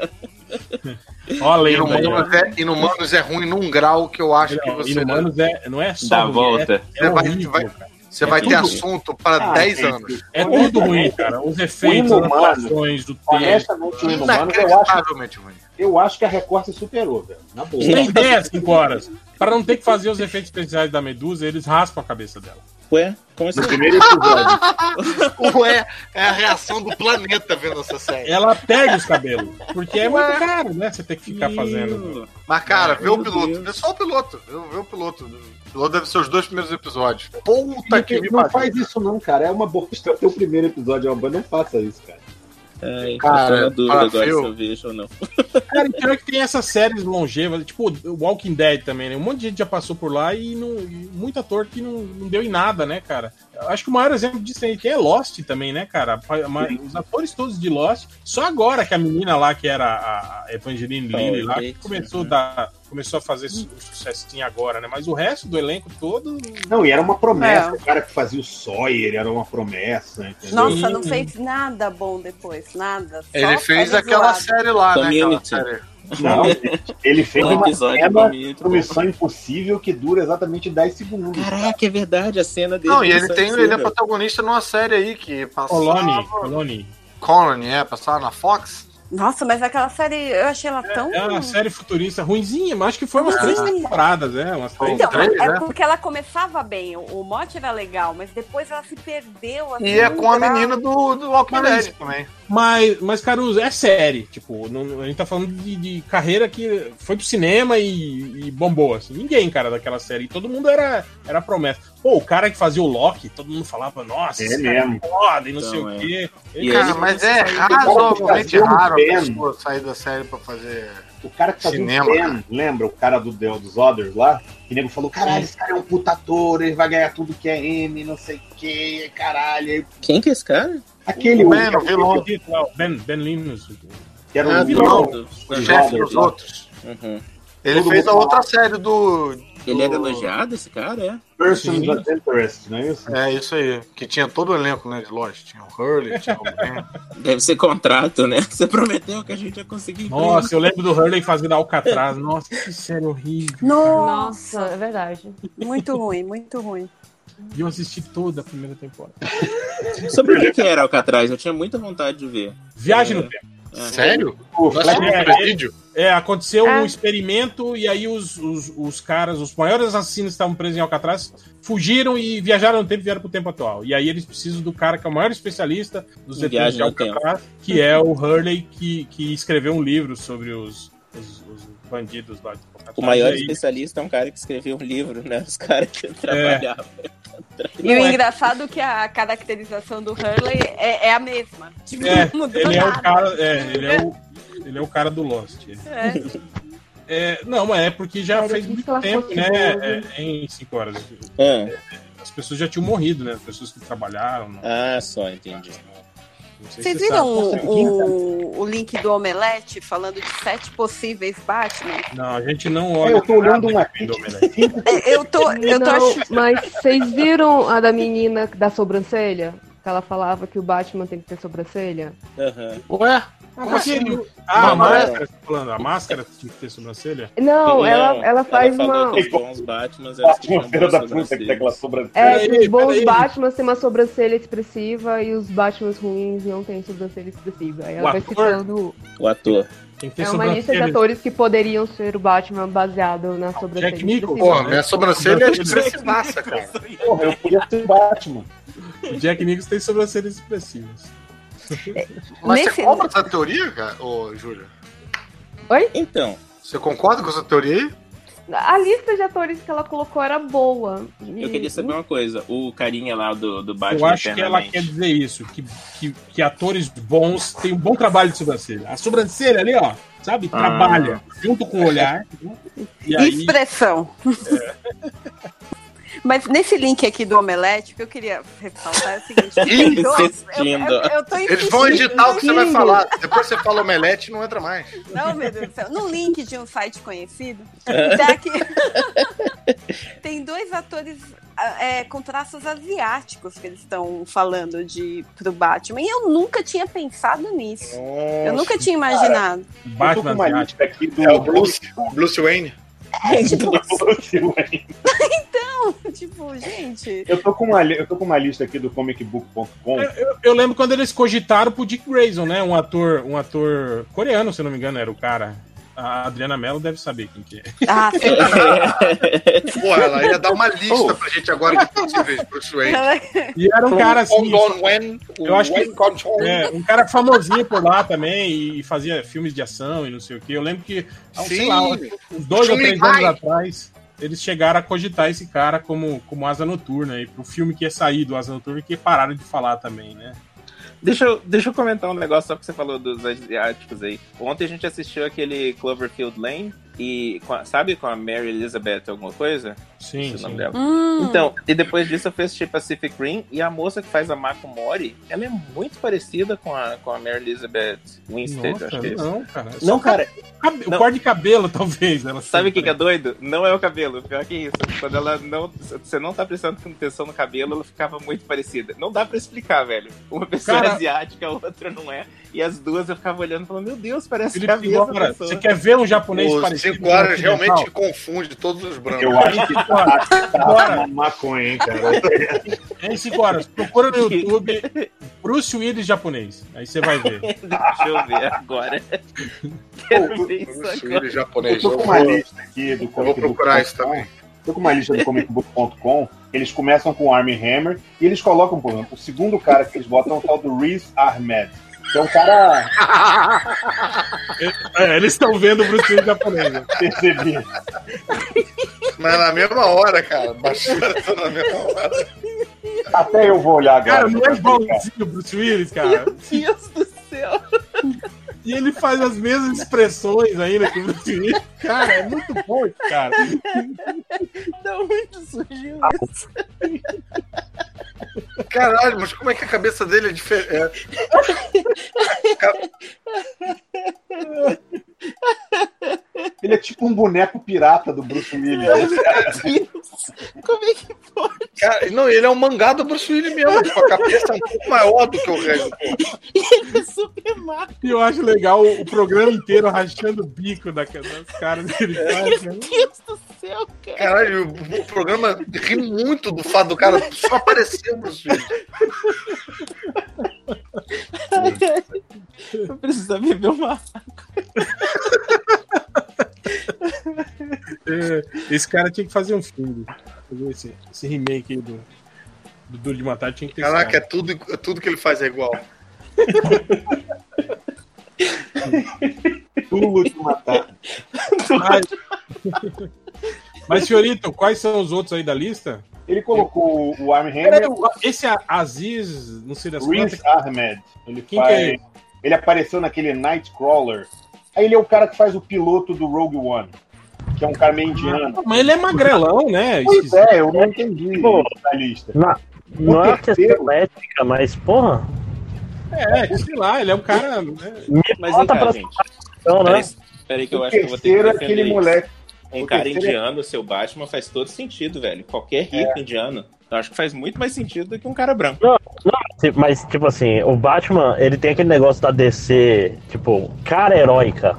É.
Ó a lenda aí, ó.
Inumanos é, Inumanos é ruim num grau que eu acho que
Não,
você,
Inumanos é, não é só
Dá a
ruim,
volta.
É, é
Você vai-
horrível,
vai-
cara.
você vai
É
ter
tudo.
assunto para
Ah,
10
gente.
anos.
É tudo ruim, cara. Os efeitos, as
Inumano.
atuações do texto.
Honestamente, o Inumano, eu acho,
Inacreditavelmente ruim.
eu acho que a Record se superou, velho. Na boa.
Tem ideia, 5 horas. Para não ter que fazer os efeitos especiais da Medusa, eles raspam a cabeça dela.
Ué, como assim?
No primeiro episódio.
Ué, é a reação do planeta vendo essa série.
Ela perde os cabelos. Porque é muito caro, né? Você tem que ficar fazendo.
Meu.
Mas, cara, vê o
Meu
piloto.
Deus.
Vê só o piloto. Vê, vê o piloto. O piloto deve ser os dois primeiros episódios. Puta que me
não
pariu.
faz isso, não, cara. É uma bosta. Até o primeiro episódio é uma boa. Não faça isso, cara.
Ai,
Cara,
eu tô na dúvida
fala,
é agora
Phil.
se eu vejo ou não.
Cara, e pior que tem essas séries longevas, tipo o Walking Dead também, né? Um monte de gente já passou por lá e, não, e muito ator que não, não deu em nada, né, cara? Eu Acho que o maior exemplo disso aí que é Lost também, né, cara? Pa- ma- Os atores todos de Lost, só agora que a menina lá, que era a a Evangeline
Oh,
Lilly lá, que
eita.
começou,
né?
a dar- começou a fazer su sucessinho agora, né? Mas o resto do elenco todo.
Não, e era uma promessa.
É.
O cara que fazia o Sawyer era uma promessa, entendeu?
Nossa,
um
não fez nada bom depois, nada. Só
Ele fez
série
aquela
zoada.
série lá, né? aquela
Community.
série.
Não, gente, ele fez
Um
uma
episódio
cena
pra
de
mim, muito bom.
Missão Impossível que dura exatamente 10 segundos.
Caraca, é verdade, a cena dele.
Não, e
do
ele,
Missão
tem, ele é
Impossível.
protagonista numa série aí que passou.
Colony, Colony.
Conan, é, passava na Fox.
Nossa, mas aquela série, eu achei ela tão.
É uma série futurista ruinzinha, mas acho que foi umas três
Ruinzinha.
temporadas, é, umas três.
Então,
três,
é
né?
porque ela começava bem, o, o mote era legal, mas depois ela se perdeu. assim,
E é com a
pra-
menina do, do Walking
Mas-
Dead também.
Mas, mas, Caruso, é série. Tipo, não- não- a gente tá falando de, de carreira que foi pro cinema e, e bombou. Assim. Ninguém, cara, daquela série. E Todo mundo era, era promessa. Pô, o cara que fazia o Loki, todo mundo falava, nossa,
É
esse cara é
mesmo.
foda e não
Então,
sei
é.
o quê.
E
cara,
Cara,
ele-
mas é
saiu do
razoavelmente
Brasil,
raro a
Ben.
pessoa sair da série pra fazer.
O cara que fazia um
Cinema,
o Ben, lembra? O cara do The- dos Others lá? Que nego falou, caralho, esse cara é um puta ator, ele vai ganhar tudo que é M, não sei o que, caralho. Aí,
Quem que é esse cara?
Aquele
Ben,
que-
o vilão.
Ben, ben Linus.
que era um
Ah,
vilão.
vilão.
Os
O chefe
Others
dos
lá.
outros.
Uhum.
Ele
Todo
fez a
mundo
outra série do.
Ele era
do-
elogiado, esse cara, é?
Persons
Sim.
of Interest, não é isso?
É, isso aí. Que tinha todo o elenco, né, de Lost. Tinha o Hurley, tinha o Ben.
Deve ser contrato, né? Você prometeu que a gente ia conseguir. emprego.
Nossa, eu lembro do Hurley fazendo Alcatraz. Nossa, que série horrível.
Nossa,
Nossa, é verdade.
muito ruim, muito ruim.
E eu assisti toda a primeira temporada.
Sobre o que, que era Alcatraz? Eu tinha muita vontade de ver.
Viagem no tempo.
É.
Sério?
O
Nós
Flash-
tínhamos
é,
presídio?
É, aconteceu um
Ah.
experimento e aí os, os, os caras, os maiores assassinos que estavam presos em Alcatraz, fugiram e viajaram no tempo e vieram pro tempo atual. E aí eles precisam do cara que é o maior especialista dos
Em
ETs de
viagem no tempo.
Alcatraz, que é o Hurley, que, que escreveu um livro sobre os, os, os bandidos lá de Alcatraz.
O maior
E aí- É.
especialista é um cara que escreveu um livro, né? Os caras que trabalhavam.
E o engraçado é que a caracterização do Hurley é, é a mesma. Tipo,
É,
não mudou
ele é o
nada.
cara, é, ele é o, ele é o cara do Lost.
É.
É, não, mas é porque já
Cara,
fez
eu disse
muito
que ela
tempo,
fosse
né?
boa,
é, em cinco horas.
É.
As pessoas já tinham morrido, né? As pessoas que trabalharam. Não,
Ah, só, entendi.
não sei se
Vocês
você
viram
sabe.
o, o, o link do Omelete falando de sete possíveis Batman?
Não, a gente não
É,
olha.
eu tô olhando
nada
um
uma
que vem
aqui
do
de
Omelete.
cinco
É, Eu tô, eu tô
Não,
achando.
mas vocês viram a da menina da sobrancelha? Que ela falava que o Batman tem que ter sobrancelha?
Aham.
Ué?
Como assim? Ah, a
Uma
máscara, você tá falando, a máscara tinha que ter sobrancelha?
Não, ela, ela faz
falou
uma.
que os bons Batmans eram os que
Batman,
tinham
filha
bons
da puta, que tem aquela
sobrancelhas.
sobrancelha.
É, que
Peraí,
os bons
peraí.
Batmans têm uma sobrancelha expressiva e os Batmans ruins não têm sobrancelha expressiva. Aí
O
ela vai
ator?
citando.
O ator.
Tem que ter
É uma lista de
sobrancelha.
atores que poderiam ser o Batman baseado na sobrancelha
Jack Nicholson.
expressiva.
Porra, minha sobrancelha é expressivaça, cara.
Porra, eu podia ser Batman.
O Jack Nicholson tem sobrancelhas expressivas.
É,
Mas
Nesse-
você compra essa teoria, cara? Ô, Júlia?
Então,
Você concorda com essa teoria aí?
A lista de atores que ela colocou era boa.
eu queria saber uma coisa. O carinha lá do, do Batman
Eu acho que ela
Eternamente.
quer dizer isso, que, que, que atores bons têm um bom trabalho de sobrancelha. A sobrancelha ali, ó, sabe?
Ah.
Trabalha junto com o olhar. né? E aí, É.
Expressão. Mas nesse link aqui do Omelete, o que eu queria ressaltar é o seguinte.
Ih,
eu, eu-
insistindo.
eu- eu tô
Eles vão
insistindo.
editar o que você vai falar. Depois você fala omelete e não entra mais.
Não, meu Deus do céu. Num link de um site conhecido, tá aqui. tem dois atores ah, é, com traços asiáticos que eles estão falando de, pro Batman. E eu nunca tinha pensado nisso. Eu nunca tinha imaginado.
Eu tô com
Batman
uma
asiático.
lista aqui do
É o Bruce, Bruce Wayne.
É,
Bruce Wayne.
tipo, gente.
Eu tô com uma, li- eu tô com uma lista aqui do comicbook.com.
Eu lembro quando eles cogitaram pro Dick Grayson, né? Um ator, um ator coreano, se eu não me engano, era o cara. A Adriana Mello deve saber quem que é.
Ah, sei lá.
Pô, ela ia dar uma
Oh.
lista pra gente agora tá de possíveis Bruce Wayne.
E era um cara assim.
Don Wayne, o
Eu acho que-
Wayne Control.
É, um cara famosinho por lá também e fazia filmes de ação e não sei o que. Eu lembro que, há uns, sei
Sim.
lá, uns dois ou três
Chun-Li
anos
Mai.
atrás, eles chegaram a cogitar esse cara como, como Asa Noturna e pro filme que ia sair do Asa Noturna que pararam de falar também, né?
Deixa eu, deixa eu comentar um negócio só que você falou dos asiáticos aí. Ontem a gente assistiu aquele Cloverfield Lane e com a- sabe com a Mary Elizabeth alguma coisa?
Sim,
Esse é o nome
sim.
dela.
Hum.
Então, e depois disso eu fui assistir Pacific Rim e a moça que faz a Mako Mori, ela é muito parecida com a, com a Mary Elizabeth Winstead, acho
Nossa,
que é isso.
não, cara.
Não, cara,
Cabe-
não.
O corte de cabelo, talvez. Ela
sabe o que, que é
sempre-
doido? Não é o cabelo, pior que isso. Quando ela não. Você não tá prestando atenção no cabelo, ela ficava muito parecida. Não dá pra explicar, velho. Uma pessoa
Cara-
é asiática, a outra não é. E as duas eu ficava olhando e falando, meu Deus, parece que é a
Felipe,
mesma
agora,
pessoa.
você quer ver um japonês
Os
parecido?
cinco
com um
horas
ocidental?
realmente confunde todos os brancos.
Eu acho que tá, tá
Bora.
uma maconha, hein, cara.
Em cinco horas, procura no YouTube Bruce Willis japonês. Aí você vai ver.
Deixa eu ver agora. Quero ver isso
Bruce
agora.
Willis
Eu
japonês.
tô
Eu
com uma
vou,
lista aqui do
eu vou procurar isso também.
Tô com uma lista do comicbook.com. Eles começam com o Armie Hammer e eles colocam, por exemplo, o segundo cara que eles botam é o tal do Reese Ahmed. Que é um cara
É, eles estão vendo o Bruce Willis japonês. né?
percebido.
Mas é na mesma hora, cara. Baixou essa na mesma hora.
Até eu vou olhar agora.
Cara, não é igualzinho o Bruce Willis, cara.
Deus do céu.
E ele faz as mesmas expressões ainda que o Bruce Willis. Cara, é muito bom isso, cara.
Da
Tá
onde surgiu isso?
Caralho, mas como é que a cabeça dele é diferente?
Ele é tipo um boneco pirata do Bruce Willis.
Meu Deus. Como é que pode?
É. Cara, não, ele é um mangá do Bruce Willis mesmo. Tipo, a cabeça é um pouco maior do que o resto.
Ele é super mal.
E eu acho legal o, o programa inteiro rachando o bico da, das caras dele.
Meu Deus do céu, cara.
Caralho, o, o programa ri muito do fato do cara só aparecer o Bruce Willis.
Eu preciso beber uma.
É, Esse cara tinha que fazer um filme. Fazer Esse, esse remake aí do, do Duro de Matar tinha que ter esse
Caraca, é
cara.
tudo, é tudo que ele faz é igual.
Tudo de matar.
Mas, mas, senhorito, quais são os outros aí da lista?
Ele colocou o Armie
Peraí,
Hammer,
o- Esse é Aziz, não sei das quantas.
Reese Ahmed. Ele
Quem
faz-
que é ele?
Ele apareceu naquele Nightcrawler. Aí ele é o cara que faz o piloto do Rogue One, que é um cara meio indiano.
Mas ele é magrelão, né?
Pois é, eu não entendi
Pô.
isso da lista.
Não é uma questão
terceiro-
elétrica, mas, porra,
É, sei lá, ele é um cara. né?
Mas vem
Bota
cá,
pra-
gente.
então, né?
Peraí, peraí que eu
O
acho que eu vou ter que
terceiro é
defender
aquele
isso.
moleque.
Um
o
cara
terceiro é-
indiano ser o Batman faz todo sentido, velho. Qualquer rico indiano. Eu acho que faz muito mais sentido do que um cara branco.
Sim, Mas, tipo assim, o Batman, ele tem aquele negócio da DC, tipo, cara heróica.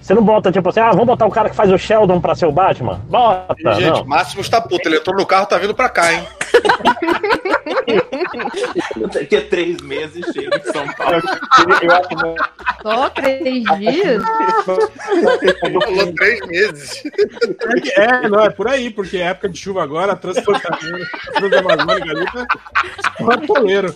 Você não bota, tipo assim, ah, vamos botar o cara que faz o Sheldon pra ser o Batman? Bota,
E, gente,
não.
Máximo está puto. Ele entrou no carro tá vindo pra cá, hein?
Daqui a três meses chega em São Paulo.
Ele- Eu acho que não-
Só três dias?
Falou três meses.
É, que- é, não, é por aí, porque é época de chuva agora, a transportadora a Transamazônica ali tá só poleiro.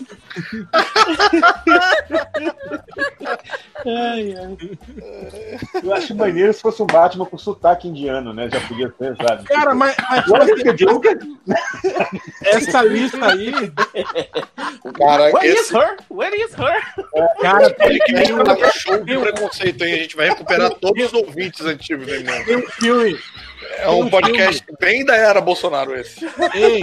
eu acho maneiro se fosse um Batman com sotaque indiano, né? Já podia ser, sabe?
Cara, mas, mas tipo
Olha
assim,
que é um Joker,
essa lista aí,
Cara,
Where is
esse
her? Where is her?
cara, tem,
podcast
tem um,
tá com show de preconceito, hein? A gente vai recuperar todos os ouvintes antigos, hein, mano?
tem um filme.
É um podcast bem da era Bolsonaro esse.
Ei,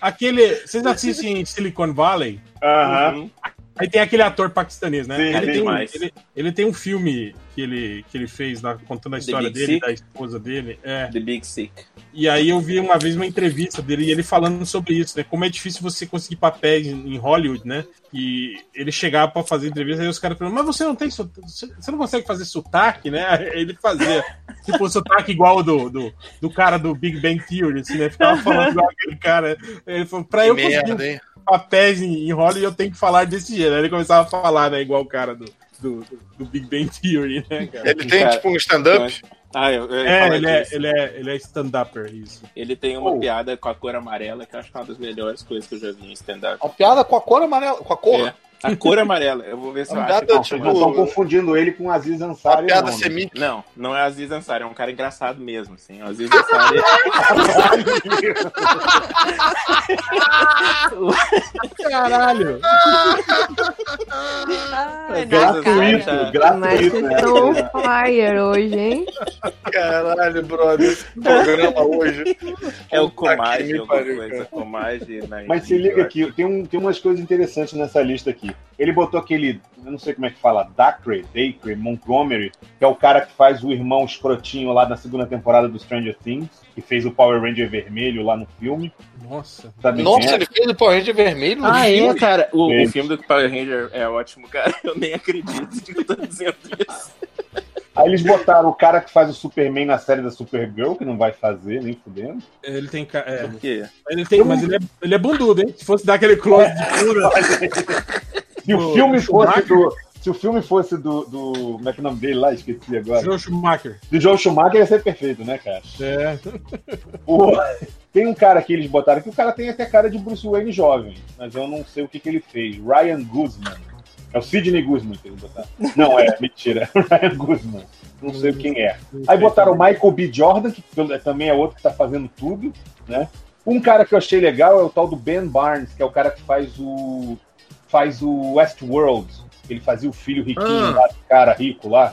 aquele. Vocês assistem Silicon Valley?
Aham.
Aí tem aquele ator paquistanês, né?
Sim,
ele,
sim,
tem, um-
mas-
ele, ele tem um filme que ele, que ele fez lá, contando a
The
história
Big
dele,
Sick?
da esposa dele. É.
The Big Sick.
E aí eu vi uma vez uma entrevista dele e ele falando sobre isso, né? Como é difícil você conseguir papéis em em Hollywood, né? E ele chegava pra fazer entrevista e os caras perguntavam, mas você não tem sotaque, você não consegue fazer sotaque, né? Aí Ele fazia tipo sotaque igual o do, do, do cara do Big Bang Theory, assim, né? Ficava falando igual aquele cara. Ele falou, pra eu conseguir
hein?
papéis em, em Hollywood, eu tenho que falar desse jeito. Aí ele começava a falar, né, igual o cara do, do, do Big Bang Theory, né, cara?
Ele tem,
Cara,
tipo, um stand-up.
Ah, eu, eu ia
É,
falar
ele é,
disso.
ele é, ele é stand-upper, isso.
Ele tem uma
Oh.
piada com a cor amarela que eu acho que é uma das melhores coisas que eu já vi em stand-up.
Uma piada com a cor amarela, com a cor.
É. A cor amarela. Eu vou ver se eu
Uma
acho.
piada,
Não,
tipo,
vocês não estão confundindo ele com Aziz Ansari.
uma piada
não, né?
semita.
Não, não é Aziz Ansari, é um cara engraçado mesmo, assim. O Aziz Ansari.
Caralho!
Ai,
Gratuito,
Cara,
Mas
gratuito.
vocês
né?
estão on fire hoje, hein?
Caralho, brother. Esse programa hoje.
É o
Puta que
Comage,
me
alguma
pariu,
coisa. Comage na
Mas se
Índia,
liga
eu
aqui, tem, um, tem umas coisas interessantes nessa lista aqui. Ele botou aquele, eu não sei como é que fala, Dacre, Dacre, Montgomery, que é o cara que faz o irmão escrotinho lá na segunda temporada do Stranger Things, que fez o Power Ranger vermelho lá no filme.
Nossa.
Sabe quem
Nossa,
é?
ele fez o Power Ranger vermelho no
Ah, é,
filme?
cara. O, o
Gente.
filme do Power Ranger é ótimo, cara. Eu nem acredito que eu tô dizendo isso.
Aí eles botaram o cara que faz o Superman na série da Supergirl, que não vai fazer, nem fudendo.
Ele tem. ca- É,
Por quê?
ele tem mas ele é, ele é bundudo, hein? Se fosse dar aquele close de cura.
Se o
Do-
filme
do
fosse
Schumacher?
do. Se o filme fosse do. do como é que é o nome dele lá? Esqueci agora.
João Schumacher.
Do John Schumacher ia ser perfeito, né, cara?
É.
O- Tem um cara que eles botaram que o cara tem até cara de Bruce Wayne jovem, mas eu não sei o que, que ele fez. Ryan Guzman. É o Sidney Guzman que eles botaram. Não é, mentira. Ryan Guzman. Não
Hum.
sei quem é. Aí botaram o Michael B. Jordan, que pelo- também é outro que tá fazendo tudo, né? Um cara que eu achei legal é o tal do Ben Barnes, que é o cara que faz o. faz o Westworld. Ele fazia o filho riquinho
Ah.
lá, do cara rico lá,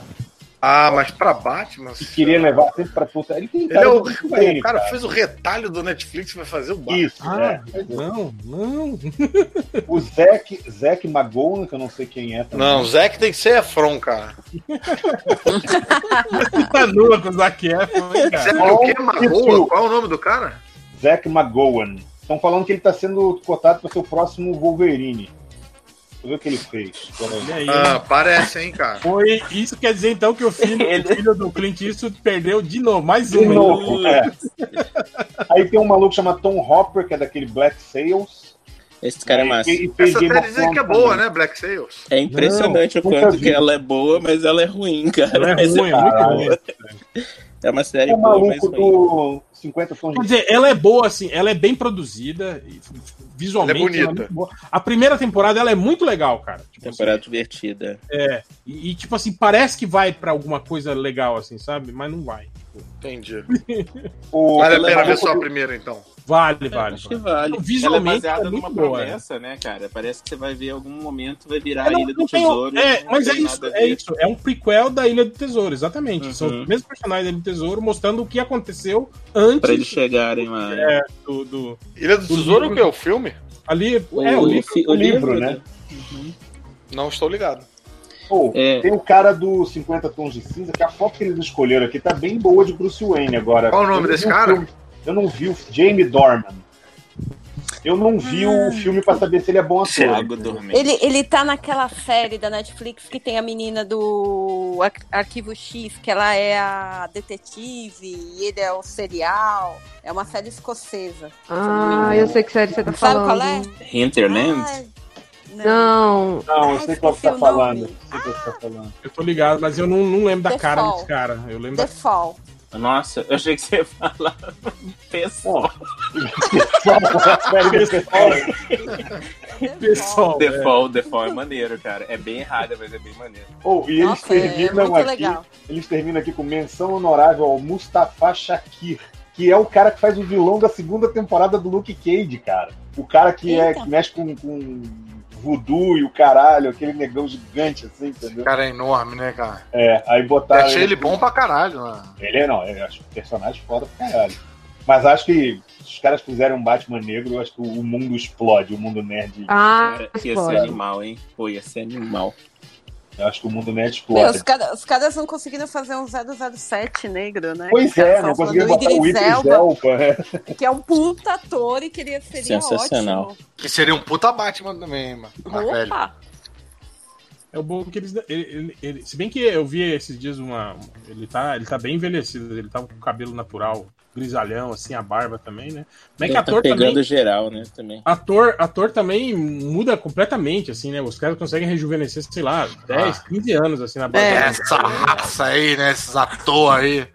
Ah, mas pra Batman.
que queria levar sempre pra puta. Ele tem
Ele é
cara
o,
de Bruce
o
Wayne,
cara fez o retalho do Netflix vai fazer o Batman.
Isso,
Ah,
né?
não, não.
O Zac, Zac Magowan, que eu não sei quem é também.
Não, o Zack tem que ser Efron, cara.
Tá nua com o Zac Efron, hein, cara?
Zac o quê?
Isso.
Magoa? Qual é o nome do cara?
Zac Magowan. Estão falando que ele está sendo cotado para ser o próximo Wolverine. Deixa eu ver o que ele fez. Pera aí.
Olha aí, hein?
Ah, parece, hein, cara.
Foi, isso quer dizer então que o filho,
Ele-
o filho do Clint Eastwood perdeu de novo, mais um.
De
hein?
novo, é. Aí tem um maluco chamado Tom Hopper, que é daquele Black Sails.
Esse cara é massa.
E, e fez
Essa
Game
série
of
dizem que é
Thrones
boa,
também.
né? Black Sails.
É impressionante o
nunca
quanto
vi.
que ela é boa, mas ela é ruim, cara.
Ela é
Mas
ruim, é muito
Caralho.
ruim.
É uma série
O
boa, mas
um maluco
ruim.
do 50 Tons
Quer
de
dizer, ela é boa, assim, ela é bem produzida, e visualmente.
Ela é bonita.
ela muito boa. A primeira temporada ela é muito legal, cara. Tipo, assim,
Temporada divertida.
e, e, tipo assim, parece que vai pra alguma coisa legal, assim, sabe? Mas não vai.
Entendi.
O-
Vale a
o
pena ver
maluco
só a
do-
primeira, então.
Vale,
É,
vale.
acho que
vale.
é vale.
Então,
ela
visualmente,
é
é
baseada numa
muito boa,
promessa, né, cara? Parece que você vai ver em algum momento, vai virar
É,
a
não,
Ilha do
não tem-
Tesouro.
é,
não
mas é
tem
isso,
nada a
é
ver.
isso. É um prequel da Ilha do Tesouro, exatamente.
Uhum.
São os mesmos personagens da Ilha do Tesouro mostrando o que aconteceu antes
Pra eles chegarem lá.
é, do, do-
Ilha do
O
Tesouro é o
livro-
quê? O filme?
Ali é o livro.
fi-
o livro, né?
Não estou ligado.
Pô,
É.
Tem o cara do 50 Tons de Cinza, que a foto que eles escolheram aqui tá bem boa de Bruce Wayne agora.
Qual o nome
Eu não
desse
vi
cara?
filme- eu não vi o Jamie Dorman. Eu não vi
Hum.
o filme pra saber se ele é bom ator.
Thiago dormente.
Ele, ele tá naquela série da Netflix que tem a menina do Ar- Arquivo X, que ela é a detetive e ele é o serial. É uma série escocesa.
Ah, eu sei que série você tá
Sabe qual
falando.
é?
Hinterland?
Ai,
Não.
Não, eu sei qual que você tá
Esqueci o nome.
falando. Eu sei qual que você tá falando.
né? Eu tô ligado, mas eu não, não lembro da
The
cara
Fall.
desse cara. Eu lembro
The
da...
Fall.
Nossa, eu achei que você ia falar. Pessoal.
pessoal. é.
Default, default é maneiro, cara. É bem errado, mas é bem maneiro.
Oh, e eles
Nossa, é
terminam
muito
aqui.
legal.
Eles terminam aqui com menção honorável ao Mustafa Shakir, que é o cara que faz o vilão da segunda temporada do Luke Cage, cara. O cara que é
Eita.
que mexe com, com voodoo e o caralho, aquele negão gigante assim, entendeu?
cara é enorme, né, cara?
É, aí
Eu
botaram
achei ele bom pra caralho, né?
Ele é não, eu acho o personagem foda pra caralho. Mas acho que se os caras fizerem um Batman negro, eu acho que o mundo explode, o mundo nerd.
Ah,
Cara, ia ser
explode.
animal, hein? Pô, ia ser animal.
Eu acho que o mundo nerd
Meu, os,
explode.
cara- os caras não conseguiram fazer um 007 negro, né?
Pois
Os caras
é, não
falam
conseguiram
do
botar o
Idris
Idris
Elba,
Elba. né?
Que é um puta ator e queria seria
Sensacional.
ótimo.
Que seria um puta Batman também, mano. Mas, velho.
Opa!
É o bom que eles. Ele, ele- ele- se bem que eu vi esses dias uma. Ele tá, ele tá bem envelhecido, ele tava com o cabelo natural, grisalhão, assim, a barba também, né? Mas é
Ele
que
tá
ator
pegando
também. Ah,
geral, né? Também.
Ator, ator também muda completamente, assim, né? Os caras conseguem rejuvenescer, sei lá, 10, 15 anos, assim, na barba.
É.
Essa raça aí, né? Esses atores aí.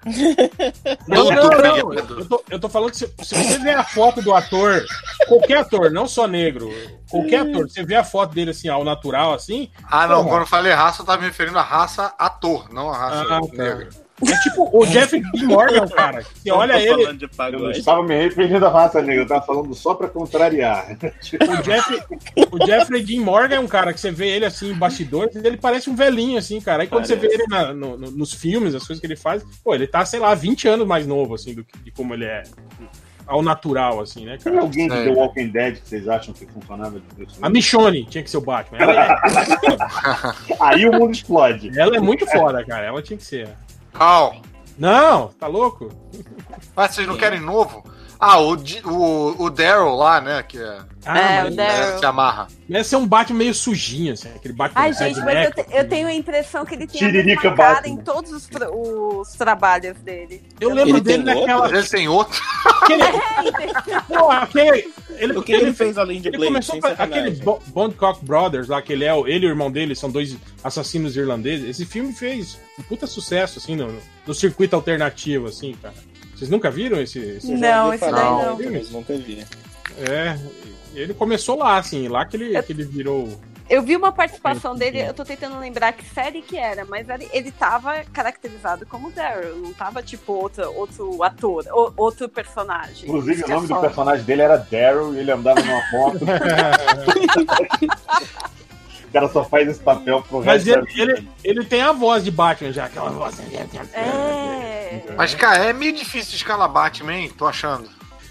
Não,
Todo
não, não.
brilhado.
Eu tô, eu tô falando que se, se você vê a foto do ator, qualquer ator, não só negro, qualquer
Hum.
ator, você vê a foto dele assim, ao natural, assim,
Ah,
Porra.
não. Quando eu falei raça, eu tava me referindo à raça ator, não à raça
Ah, tá.
negra.
é tipo o Jeff Dean Morgan, cara. é Você olha
Eu tô
ele,
falando de
Eu não
pagode.
estava me referindo à raça negra, eu estava falando só pra contrariar.
o, Jeff, o Jeffrey Dean Morgan é um cara que você vê ele assim em bastidores, ele parece um velhinho, assim, cara. Aí quando você vê ele na- no- no- nos filmes, as coisas que ele faz, pô, ele tá, sei lá, 20 anos mais novo, assim, do que de como ele é ao natural, assim, né,
Tem
cara?
alguém de
É.
The Walking Dead que vocês acham que funcionava de Bruce
A
Wayne?
Michonne tinha que ser o Batman. Ela
Aí o mundo explode.
é, ela é muito foda, cara. Ela tinha que ser.
Cal,
Não, tá louco?
mas vocês não querem novo? Ah, o, Di- o, o Daryl lá, né? Que é,
Ah,
É,
mas
o Daryl.
se amarra.
deve ser um Batman meio sujinho, assim, aquele Batman.
Ai, gente, mas eu,
redneck,
te- eu tenho a impressão que ele tem a
Tiririca
mesma cara
Batman.
em todos os, tra- os trabalhos dele.
Eu lembro
Ele
dele
tem
naquela.
Às vezes tem outro.
Aquele,
É,
pô, aquele, ele,
O que ele,
ele-
fez além de
Ele
Blade?
começou
sem
com
sacanagem?
aquele Bo Bondcock Brothers lá, que ele é o- ele e o irmão dele são dois assassinos irlandeses. Esse filme fez um puta sucesso, assim, no, no circuito alternativo, assim, cara. Vocês nunca viram esse? esse-
Eu já
Não,
ouvi
esse
falar,
daí
não.
Mas nunca vi.
É. e Ele começou lá, assim, lá que
É-
ele, que ele virou.
Eu vi uma participação dele, eu tô tentando lembrar que série que era, mas ele, ele tava caracterizado como Daryl, não tava tipo outra, outro ator, o- outro personagem.
Inclusive,
Isso
o
que é
nome do
foda.
personagem dele era Daryl e ele andava numa moto. o cara só faz esse papel pro
Mas
resto
ele,
da vida.
ele, ele tem a voz de Batman já, aquela voz. né,
É.
Mas, cara, é meio difícil escalar Batman, tô achando.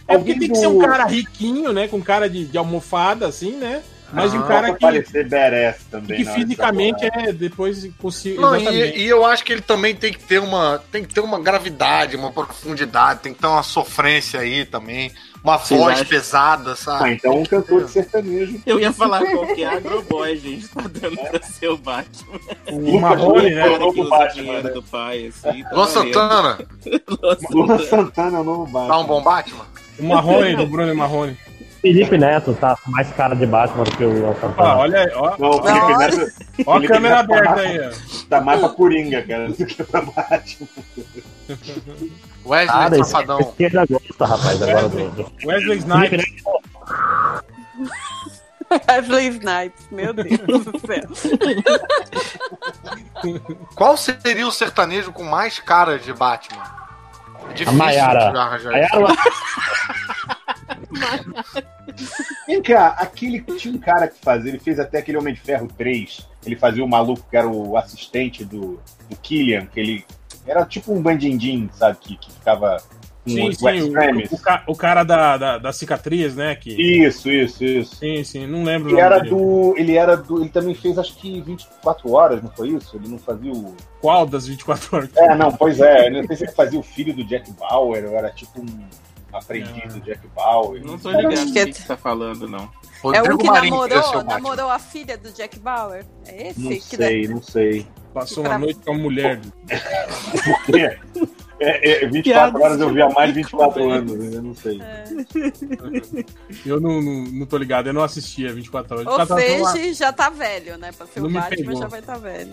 É porque tem que ser um cara riquinho, né? Com cara de, de almofada, assim, né? Mas um
Ah,
cara
Só pra
que,
parecer badass também.
que
na hora de
fisicamente
trabalhar.
é depois consigo.
Não, e, e eu acho que ele também tem que ter uma, tem que ter uma gravidade, uma profundidade, tem que ter uma sofrência aí também, uma
Vocês
voz
acham?
pesada,
Ah,
sabe?
então um cantor de sertanejo.
Eu ia falar qualquer é agroboy, gente, tá dando pra ser o Batman.
O Marrone, né?
Cara
novo
que usa
Batman,
dinheiro
né?
do pai, assim. Tá
Luan
valendo.
Santana,
Luan
Luan
Santana.
Santana é o novo Batman.
dá um bom Batman?
O Marrone, do Bruno Marrone.
Felipe Neto tá mais cara de Batman do que o Luan
Ah,
Santana.
olha aí, ó,
Não, o Felipe Neto
ó a
Ele
câmera
queria falar.
aberta aí, ó.
tá mais pra Coringa, cara, do que pra Batman.
Ah,
Wesley
é
Cara, esse- a
Safadão.
esquerda gosta, rapaz, agora do, do
Wesley
Felipe
Snipes.
Neto.
Wesley Snipes, meu Deus do céu.
Qual seria o sertanejo com mais cara de Batman? É difícil
Maiara.
de arranjar
Aí
isso.
era uma-
Vem cá, aquele tinha um cara que fazia, ele fez até aquele Homem de Ferro 3. Ele fazia o maluco que era o assistente do, do Killian, que ele era tipo um bandindim, sabe? Que, que ficava com
Sim,
os
sim,
West
o,
Frames.
o, ca- o cara da, da, da cicatriz, né? Que...
Isso, isso, isso.
Sim, sim, não lembro. o
Ele
nome
era
dele.
do. Ele era do. Ele também fez acho que 24 horas, não foi isso? Ele não fazia o.
Qual das 24 horas?
É, não, pois é. Eu não sei se ele fazia o filho do Jack Bauer, ou era tipo um
É.
aprendiz do Jack Bauer.
Não tô
Era
ligado do que
etiqueta.
que você tá falando, não.
É o que
Marinho
namorou,
queria ser o Batman.
namorou a filha do Jack Bauer? É esse?
Não
que da-
sei, não sei.
Passou uma noite com a mulher.
É, é, 24
Piadas
horas eu vi há mais de
de
24
convênios.
anos, eu não sei.
É.
Eu não, não, não tô ligado, eu não assistia 24 horas.
Ou
24 horas eu
seja, já tá velho, né? Pra ser
Tá Não
o
me
Batman
pegou.
já vai tá velho.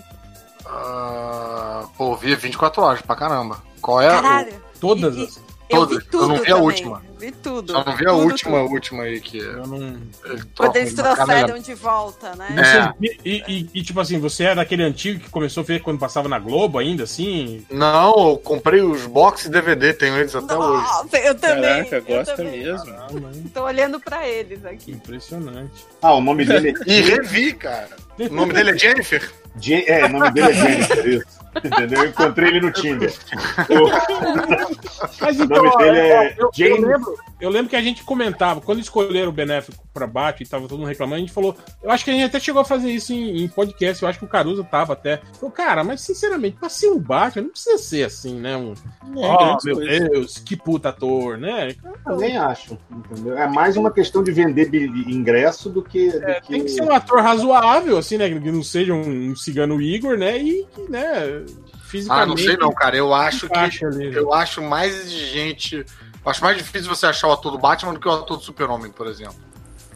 Ah, pô, eu via 24 horas pra caramba. Qual é? o-
Caralho,
não- todas
E- e-
as.
eu
todas.
vi
Eu
tudo
não vi a
também.
última.
Vi tudo.
Só não vi a
Tudo,
última, a
tudo.
última aí que.
Eu não...
ele
Quando
troca
eles
uma câmera.
trouxeram de volta, né?
É.
Você- e- e, e, tipo assim, você é daquele antigo que começou a ver quando passava na Globo ainda, assim?
Não, eu comprei os box DVD, tenho eles até hoje.
Nossa, eu também.
Caraca,
eu
gosta
também.
mesmo.
Caramba, hein?
Tô olhando pra eles
Que
aqui.
Ah, impressionante.
Ah, o nome dele é.
E revi, cara. O nome dele é Jennifer.
Je- É, o nome dele é Jennifer, isso. Entendeu? Eu encontrei ele no Tinder. O
Mas então,
nome
ó,
dele
eu-
é
eu, eu
James.
lembro, eu lembro que a gente comentava, quando escolheram o benéfico pra Batman e tava todo mundo reclamando, a gente falou. Eu acho que a gente até chegou a fazer isso em, em podcast, eu acho que o Caruso tava até. Falou, cara, mas sinceramente, pra ser um Batman, não precisa ser assim, né? Um,
Não é
oh,
grande
meu
coisa.
Deus, que puta ator, né?
Também acho, entendeu? É mais uma questão de vender bil- ingresso do que. do que-
Tem que
Tipo,
ser um ator razoável, assim, né? Que não seja um, um cigano Igor, né? E que, né, fisicamente.
Ah, não sei não, cara. Eu acho que.
encaixa ali, né?
Eu acho mais exigente. eu acho mais difícil você achar o ator do Batman do que o ator do Super-Homem, por exemplo.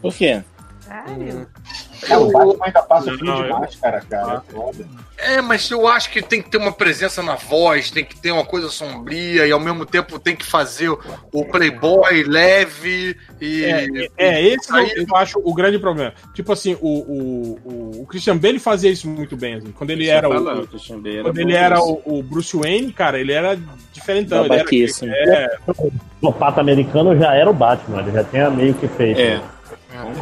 Por quê?
Sério?
Cara, É, o Batman ainda passa o fio
Não,
de
eu-
máscara, cara. É foda.
É, mas eu acho que tem que ter uma presença na voz, tem que ter uma coisa sombria e ao mesmo tempo tem que fazer o playboy leve e.
É, É, esse é o- eu acho o grande problema. Tipo assim, o, o, o, o Christian Bale fazia isso muito bem, assim. Quando ele
Isso
era
eu
o,
falava, Christian Bale
quando
bom
ele era
nisso.
o, o Bruce Wayne, cara, ele era diferentão. então, Ele era,
Babaquice.
é,
O pato americano já era o Batman, ele já tinha meio que feito.
É.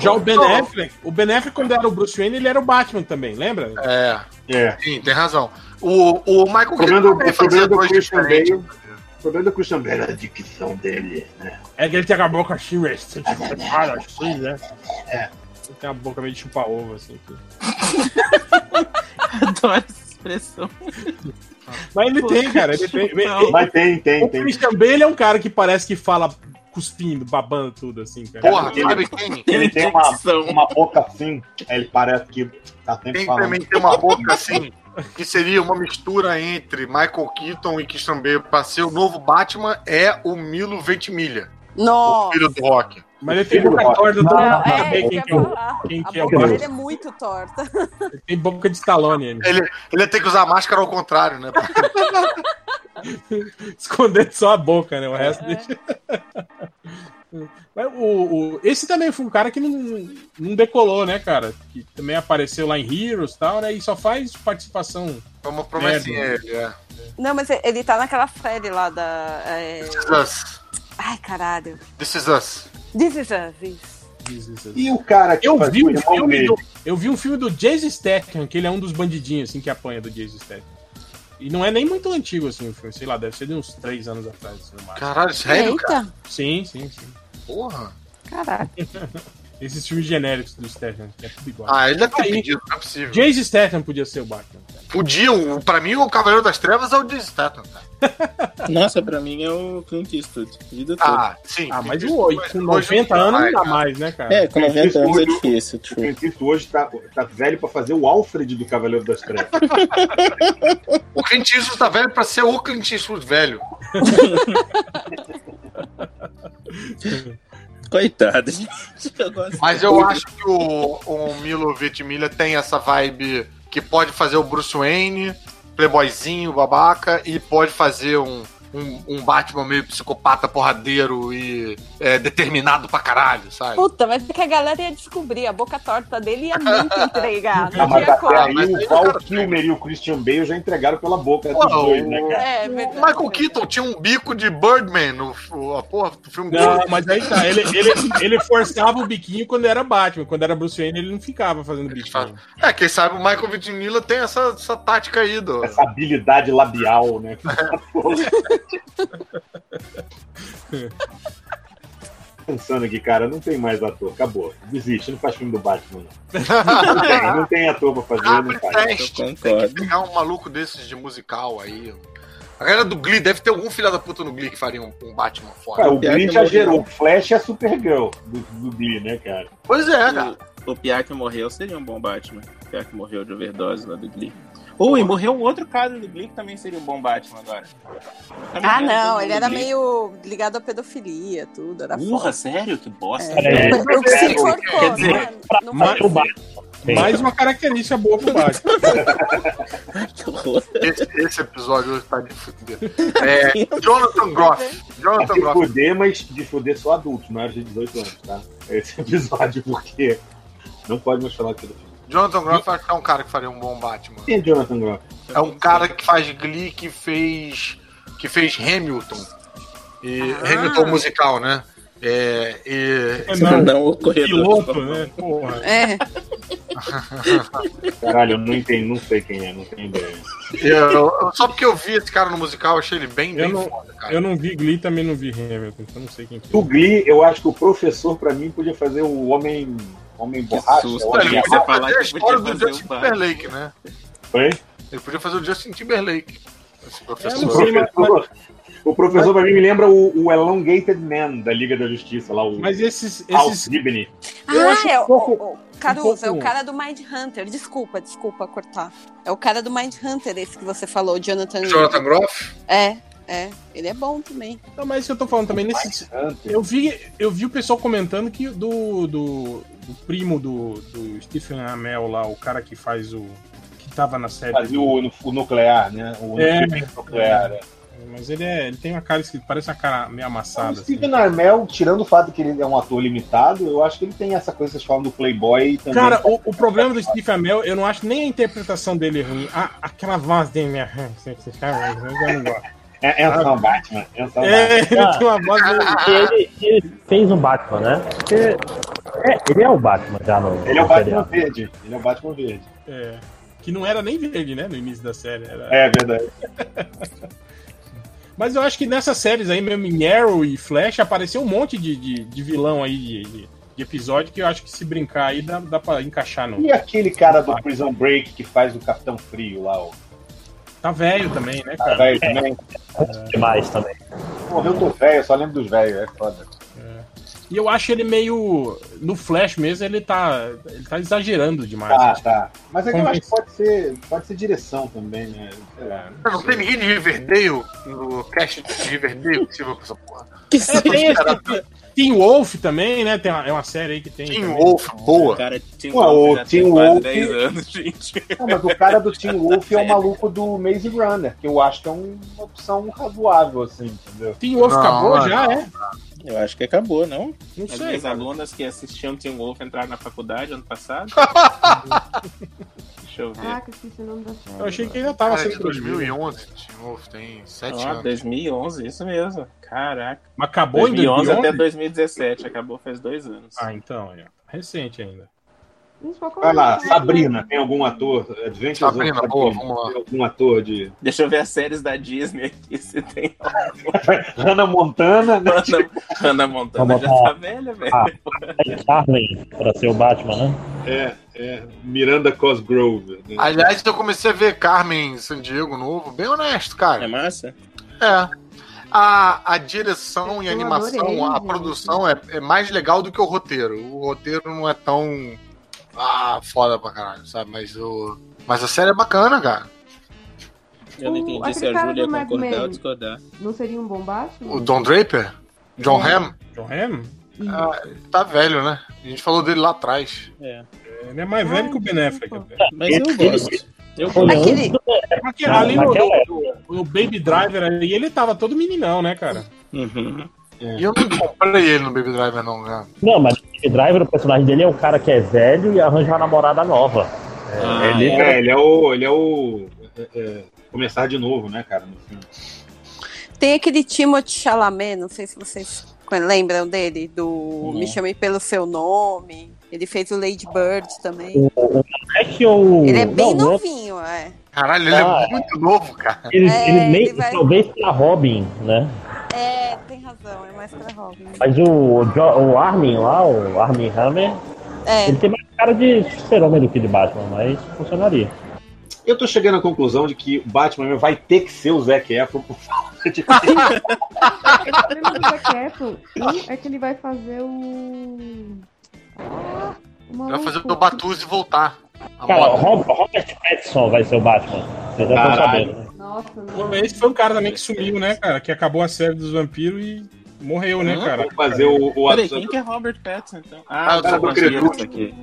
já o Ben Affleck, o Ben Affleck quando era o Bruce Wayne, ele era o Batman também, lembra?
É,
É.
sim, tem razão. O, o Michael
O problema do,
também
o problema do
dois
Christian
diferentes.
Bale. O problema do Christian Bale é a dicção dele, né? É
É que ele tem a boca assim, né? Você prepara assim, né? Ele tem a boca meio de chupar ovo, assim. aqui.
Adoro essa expressão.
Mas ele tem, cara, ele tem.
Não.
Mas
Mas tem, tem,
o
tem.
Christian Bale é um cara que parece que fala cuspindo, babando tudo, assim, cara.
Porra, sabe quem?
É, Ele tem uma, uma boca assim, aí ele parece que tá sempre
Quem
falando.
também tem uma boca assim, que seria uma mistura entre Michael Keaton e Christian Bale pra ser o novo Batman, é o Milo Ventimiglia, o
Nossa.
filho do Rock.
Mas ele tem boca
Não,
torta, todo
Não,
mundo
é,
sabe
eu
quem
ia
que é o-
falar.
quem que é
a
o
boca
Batman.
dele é muito torta.
Tem boca de Stallone, né? ele.
Ele, ele ia ter que usar a máscara ao contrário, né?
Escondendo só a boca, né? O resto deixa. Mas o, o- esse também foi um cara que não, não decolou, né, cara? Que também apareceu lá em Heroes e tal, né? E só faz participação.
Foi É uma promessinha ele, é.
Não, mas ele tá naquela série lá da. é,
This is us.
Ai, caralho.
This is us.
This is us, isso.
assim.
E o cara que
Eu
faz
vi
o
um
irmão
filme
dele?
do, eu vi um filme do Jason Statham, que ele é um dos bandidinhos assim que apanha do Jason Statham. E não é nem muito antigo assim o filme, sei lá, deve ser de uns três anos atrás, assim, no máximo.
Caralho, sério, cara?
Eita,
Sim, sim, sim.
Porra.
caralho.
Esses filmes genéricos do Statham, que é tudo igual.
Ah, ele deve ter
Aí.
pedido, não é possível.
Jason Statham podia ser o Batman. cara.
Podia, o- pra mim, o Cavaleiro das Trevas é o Jason Statham, cara.
Nossa, pra mim é o Clint Eastwood. Vida toda.
Ah, sim. é
Ah, mas
Isso,
o, com
hoje
90
não
anos
vai,
não dá
cara.
mais, né, cara?
é, com 90 anos é
Eastwood-
difícil, tipo.
O
true.
Clint Eastwood hoje tá, tá velho pra fazer o Alfred do Cavaleiro das Trevas.
O Clint Eastwood tá velho pra ser o Clint Eastwood velho.
Coitado, gente. Eu gosto
Mas eu acho que o, o Milo Ventimiglia tem essa vibe que pode fazer o Bruce Wayne, playboyzinho, babaca, e pode fazer um, um, um Batman meio psicopata, porradeiro e é, determinado pra caralho, sabe?
Puta, mas é que a galera ia descobrir. A boca torta dele ia muito entregar.
Ah,
Não
mas
tinha
até
como.
aí
mas aí
o
o
Val
cara-
Kilmer e o Christian Bale já entregaram pela boca dos
Pô,
dois, né,
o-
cara?
É,
O
verdade.
Michael Keaton tinha um bico de Birdman no o- a porra do filme
Não, mas aí tá. Ele, ele, ele forçava o biquinho quando era Batman. Quando era Bruce Wayne, ele não ficava fazendo
Ele
biquinho.
É, quem sabe o Michael Ventimiglia tem essa, essa tática aí do...
Essa habilidade labial, né? Pensando aqui, cara, não tem mais ator, acabou. Desiste, não faz filme do Batman, não. Não tem, não tem ator pra fazer,
Abre
não faz.
Ah, teste.
Eu
Tem que
concordo.
pegar um maluco desses de musical aí. A galera do Glee, deve ter algum filho da puta no Glee que faria um, um Batman
Ué,
fora.
o Glee já gerou o Flash e a Supergirl do, do Glee, né, cara?
Pois é, cara.
O, o Piá que morreu seria um bom Batman. O Piá que morreu de overdose lá do Glee. Ou e morreu um outro cara do Glee que também seria um bom Batman agora.
Ah, não, ele era
Glee.
meio ligado à pedofilia, tudo. Era foda.
Porra, sério? Que bosta.
É.
O que se enforcou,
Quer dizer,
né? Não
mas-
O
foi-
Batman.
Mais uma característica boa pro Batman.
Que horror.
Esse, esse episódio hoje tá de fuder. É, Jonathan Groff. Jonathan
É De
Groff.
fuder, mas de fuder só adultos, maiores de 18 anos, tá? Esse episódio, porque não pode mais falar tudo.
Jonathan Groff acho que é um cara que faria um bom Batman.
Quem é Jonathan Groff?
É um cara que faz Glee que fez. que fez Hamilton. E,
Ah.
Hamilton musical, né? É, e-
Não,
Não, o corredor.
piloto, né? Porra.
É,
Caralho, eu não entendo, não sei quem é, não tenho ideia.
eu- só porque eu vi esse cara no musical, eu achei ele bem,
Eu
bem
não-
foda, cara.
Eu não vi Glee, também não vi Hamilton, então não sei quem que é.
Do Glee, eu acho que o professor, pra mim, podia fazer o homem. Homem borracha?
susto.
o
Ué, ele
homem
Olha,
podia
você
borracha.
falar
fazer a
que podia
história do
fazer
Justin
um Batman.
Timberlake, né?
Oi?
Ele podia fazer o Justin Timberlake. Esse
É,
O
não sei.
professor.
professor, o professor, pra mim, me lembra o, o Elongated Man da Liga da Justiça, lá, o
Mas esses.
Al
esses
Gibney.
Eu
ah,
acho
é
um
o,
pouco-
o- o- Caruso,
um pouco-
é o cara do Mind Hunter. Desculpa, desculpa cortar. É o cara do Mind Hunter esse que você falou, o Jonathan.
Jonathan Groff?
É, é. Ele é bom também.
não, mas isso que eu tô falando também. Nesses,
Hunter.
eu, vi, eu vi o pessoal comentando que do, do, do primo do, do Stephen Amell lá, o cara que faz o. que tava na série.
Fazia o, o nuclear, né? O
É.
nuclear. é.
Mas ele, é, ele tem uma cara que parece uma cara meio amassada.
O
assim.
Steven Armel, tirando o fato que ele é um ator limitado, eu acho que ele tem essa coisa que vocês falam do Playboy também.
Cara, o, o problema do Steve Amell, eu não acho nem a interpretação dele ruim. A, aquela voz dele, né? eu não gosto.
é, é um Batman. É, um Batman.
É, ele tem uma voz meio...
Ele, ele fez um Batman, né? Porque é, ele é o Batman já no.
Ele é o
no
Batman
seriado.
verde. Ele é o Batman verde.
é, que não era nem verde, né, no início da série. era-
É verdade.
Mas eu acho que nessas séries aí, mesmo em Arrow e Flash, apareceu um monte de, de, de vilão aí, de, de- de episódio, que eu acho que se brincar aí dá, dá pra encaixar no...
E aquele cara do Prison Break que faz o Capitão Frio lá, o
Tá velho também, né,
Ah,
cara?
velho também.
Demais também.
Porra, eu tô velho, eu só lembro dos velhos, é foda.
E eu acho ele meio. No Flash mesmo, ele tá. Ele tá exagerando demais. assim.
Tá,
acho.
tá. Mas é que eu
Convence.
acho que pode ser, pode ser direção também, né? Sei lá.
Ah,
Cara, Não tem ninguém de Riverdale no cast de Riverdale possível com essa porra.
Que assim,
tem
seria
esse- é, Teen Wolf também, né? Tem uma, é uma série aí que tem.
Team
também.
Wolf, boa.
Cara, Tim
Ué,
Wolf
o
já
Tim
tem quase
Wolf-
10 anos, gente.
Não, mas o cara do Team Wolf é o maluco do Maze Runner, que eu acho que é uma opção razoável, assim, entendeu?
Teen Wolf
Não,
acabou
não,
já,
não.
é?
Eu acho que acabou, não?
Não
As
sei.
minhas
cara.
alunas que assistiam Tim Wolf entraram na faculdade ano passado. Deixa eu
Ah,
ver.
Caraca, Ah, esqueci o nome da série.
Eu achei que é ainda tava
Então, é, Cara,
sendo
de
produzido.
2011, Team Wolf tem 7
Ó,
anos.
2011, isso mesmo. Caraca.
Mas acabou em
2011
2011?
até 2017, acabou faz dois anos.
Ah, então, aí, ó. recente ainda.
Gente, qual que é o
Vai
nome
lá,
da série?
Sabrina, tem algum ator? Adventures of
Sabrina, boa, vamos lá.
Tem algum ator de.
Deixa eu ver as séries da Disney aqui, se tem
Hannah Montana, né?
Hannah, Hannah Montana já tá velha, velho.
É Carmen pra ser o Batman, né?
É, é. Miranda Cosgrove. né?
Aliás, eu comecei a ver Carmen San Diego novo, bem honesto, cara.
É massa?
É. A, a direção e a
Eu
animação,
adorei,
a
gente.
produção é, é mais legal do que o roteiro. O roteiro não é tão. Ah, foda pra caralho, sabe? Mas, o, mas a série é bacana, cara.
Eu não
O-
entendi se
aquele
a
cara
Júlia
do Mad
concordar ou
Men.
discordar.
Não seria um bom Batman?
O Don Draper, John Hamm,
John Hamm,
tá velho, né? A gente falou dele lá atrás.
É.
ele é mais
Ah,
velho que o Ben Affleck.
desculpa.
até.
Mas eu gosto. Eu gosto.
Aquele,
Mas que ali no,
Naquela época.
no- no Baby Driver aí, ele tava todo meninão, né, cara? É.
Uhum.
E eu não comprei ele no Baby Driver, não, né? cara.
Não, mas o Driver, o personagem dele é um cara que é velho e arranja uma namorada nova.
Ah,
Ele
é.
é, ele é o. Ele é o. é, é, começar de novo, né, cara, no filme.
Tem aquele Timothée Chalamet, não sei se vocês lembram dele, do
Não.
Me Chame Pelo Seu Nome. Ele fez o Lady Bird também.
O, o moleque ou.
Ele é bem
não,
novinho, é.
Caralho, ele
Ah,
é muito novo, cara.
Ele,
É,
ele meio,
ele vai-
talvez pra Robin, né?
É, tem razão, é mais pra Robin.
Mas o, Jo- o Armin lá, o Armin Hammer,
É,
ele tem mais cara de super-homem do que de Batman, mas funcionaria.
Eu tô chegando à conclusão de que o Batman vai ter que ser o Zac Efron por falta de.
O problema do Zac Efron um, é que ele vai fazer o. Ah, o
Vai
maluco.
fazer o Batuz e voltar. A
Cara,
moda.
Rob- Robert Pattinson vai ser o Batman. Vocês já estão
Caralho.
sabendo. né?
Nossa, não.
Pô, Esse foi um cara também que sumiu, né, cara? Que acabou a série dos vampiros e morreu, né,
Hum?
cara?
Vou fazer o, o
Peraí,
ator-
quem que é Robert Pattinson, então?
Ah,
Ah,
o
eu
cara
só
do
consegui
Crepúsculo.
essa aqui.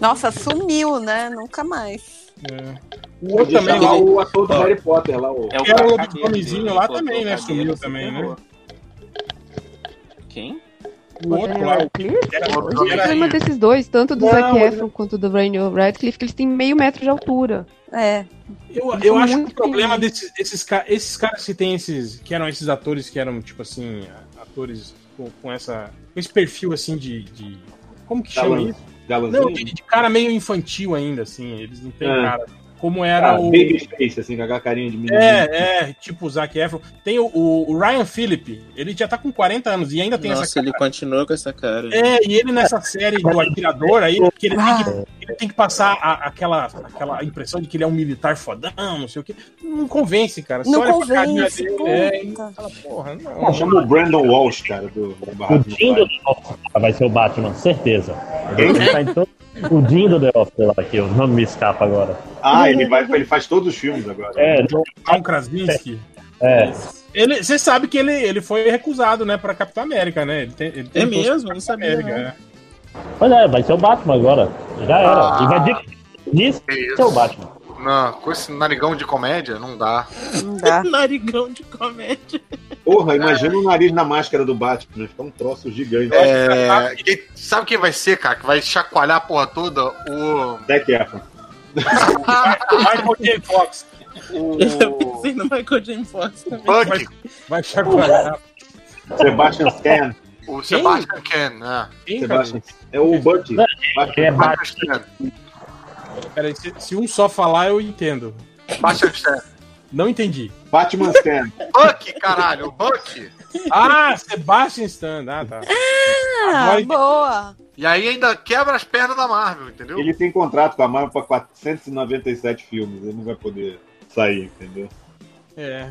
nossa, sumiu, né? Nunca mais.
O outro também
lá,
lá, o
o ator do
Ó.
Harry Potter, lá, o.
É o
Que era o
Cacagueiro,
lobisomemzinho
ele
lá
botou
também, né?
o
Sumiu
cagueiro,
também,
se
né?
ferrou. Quem?
o outro É, lá, o que era-
O
o que era-
problema desses dois, tanto do
Não,
Zac
mas-
Efron quanto do Daniel Radcliffe, que eles têm meio metro de altura.
É,
Eu, eu acho que o
Muito
problema
bem.
desses esses, ca- esses caras que tem esses. que eram esses atores que eram, tipo assim, a- atores com, com essa. com esse perfil assim de. de- como que chama
Galã.
isso?
Galanzinho.
Não, de, de cara meio infantil ainda, assim. Eles não têm
É.
cara. Como
Cara,
era o.
Babyface, assim, com a carinha de menino.
É, é, tipo o Zac Efron. Tem o, o- o Ryan Phillip, ele já tá com 40 anos e ainda tem
Nossa,
essa cara.
ele continua com essa cara.
É, e ele nessa série do Atirador aí, que ele,
Ah.
tem, que, ele tem que passar a- aquela, aquela impressão de que ele é um militar fodão, não sei o quê. Não convence, cara. Você
não
olha pra carinha
convence.
dele, é, e
puta.
fala, porra, não.
Ah, chama o Brandon Walsh, cara, do, do
O
Barraco do
Dindo
Pai.
do The Office vai ser o Batman, certeza.
Quem?
Ele tá em todo- O Dindo do The Office lá, que o nome me escapa agora.
Ah, ele, vai, ele faz todos os filmes agora.
É,
John Krasinski.
é.
Ele, você sabe que ele, ele foi recusado, né, pra Capitão América, né? Ele tem, ele
É
tentou ser
mesmo, eu não
Capitão
sabia. não.
né?
Pois é, vai ser o Batman agora. Já
Ah.
era. E vai dirigir disso
Que
que é o
isso.
Batman.
Não, com esse narigão de comédia, não dá.
Não dá.
Narigão de comédia.
Porra, imagina o nariz na máscara do Batman, né? fica um troço gigante.
É, quem- sabe quem vai ser, cara? Que vai chacoalhar a porra toda? O.
Zac Efron.
Michael J. Fox
Eu
O.
pensei no Michael J. Fox
o
também.
Buck,
vai chacoalhar.
Sebastian Stan.
o Sebastian Ken, né?
Quem, cara?
Sebastian. É o Bucky.
Ele é Batman.
Sebastian Stan.
Peraí, se, se um só falar, eu entendo.
Sebastian Stan.
Não entendi.
Batman Stan.
Buck, caralho, o Buck.
Ah, Sebastian Stan. Ah, tá.
Ah,
Agora-
boa.
E aí ainda quebra as pernas da Marvel, entendeu?
Ele tem contrato com a Marvel pra 497 filmes. Ele não vai poder sair, entendeu?
É.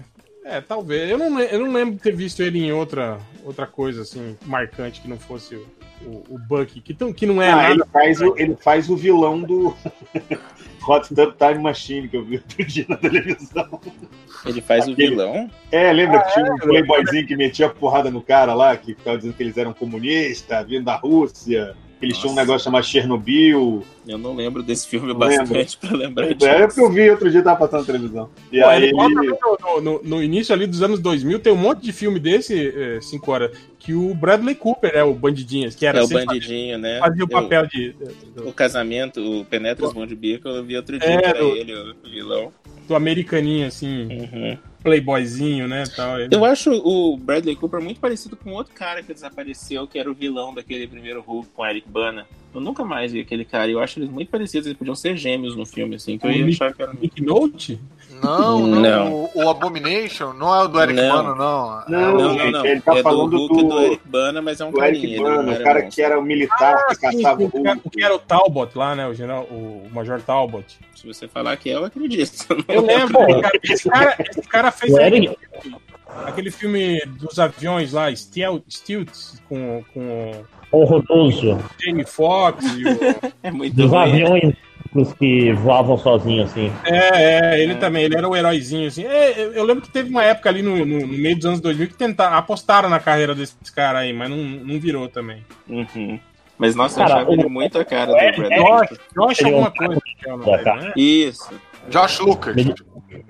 É, talvez. Eu não, le- eu não lembro de ter visto ele em outra, outra coisa, assim, marcante que não fosse o, o, o Bucky, que, tão, que não é
Ah,
nada.
ele, faz o, ele faz o vilão do Hot Tub Time Machine que eu vi outro dia na televisão.
Ele faz
Aquele-
o vilão.
É, lembra que
Ah,
tinha um playboyzinho que metia porrada no cara lá, que ficava dizendo que eles eram comunistas, vindo da Rússia, que eles tinham um
Nossa.
negócio chamado Chernobyl.
Eu não lembro desse filme
Lembro.
bastante pra lembrar disso.
É o que eu vi outro dia, tava passando na televisão. E
Pô,
aí
ele bota ali no, no- no início ali dos anos 2000, tem um monte de filme desse, 5 horas, que o Bradley Cooper é o bandidinhas, que era
É o
sempre
bandidinho, né?
fazia o
Eu-
papel de,
O casamento, o Penetras Mão de Bico, eu vi outro dia
É,
que era
do-
ele, o vilão.
do americaninho, assim,
Uhum.
playboyzinho, né, tal. Ele-
Eu acho o Bradley Cooper é muito parecido com outro cara que desapareceu, que era o vilão daquele primeiro Hulk com Eric Bana. Eu nunca mais vi aquele cara. e Eu acho eles muito parecidos. Eles podiam ser gêmeos no filme, assim. Que eu
O
ia
Nick-
achar que era.
Nick Note?
Não, não.
Não.
O, o Abomination não é o do Eric
Não.
Mano, não.
Não.
É o-
Não, não,
gente,
não.
ele tá
é
falando
do Hulk
do-
e do Eric Bana, mas é um
o Eric
carinha. ele não
Bana, o
era
cara
monstro. Ah,
que era o militar que
Ah, Sim,
caçava
o
o
cara- o que era o Talbot lá, né, o general, o Major Talbot.
Se você falar que é, eu acredito.
Eu lembro, cara, esse, cara, esse cara fez
O Eric,
aquele filme dos aviões lá, Steel- Stilts, com, com
horroroso.
o Jamie Foxx e o...
É muito
Dos
ruim.
aviões dos que voavam sozinhos, assim.
É, é, ele também, ele era o heróizinho, assim. É, eu, eu lembro que teve uma época ali no, no- no meio dos anos 2000 que tentaram, apostaram na carreira desse cara aí, mas não, não virou também.
Uhum. Mas nossa, eu
Cara,
achava ele muito a cara do
é-
Bradley
é-
Cooper.
Josh
Ele é um
alguma
cara
coisa, que é o nome,
tá.
né?
Isso.
Josh Lucas.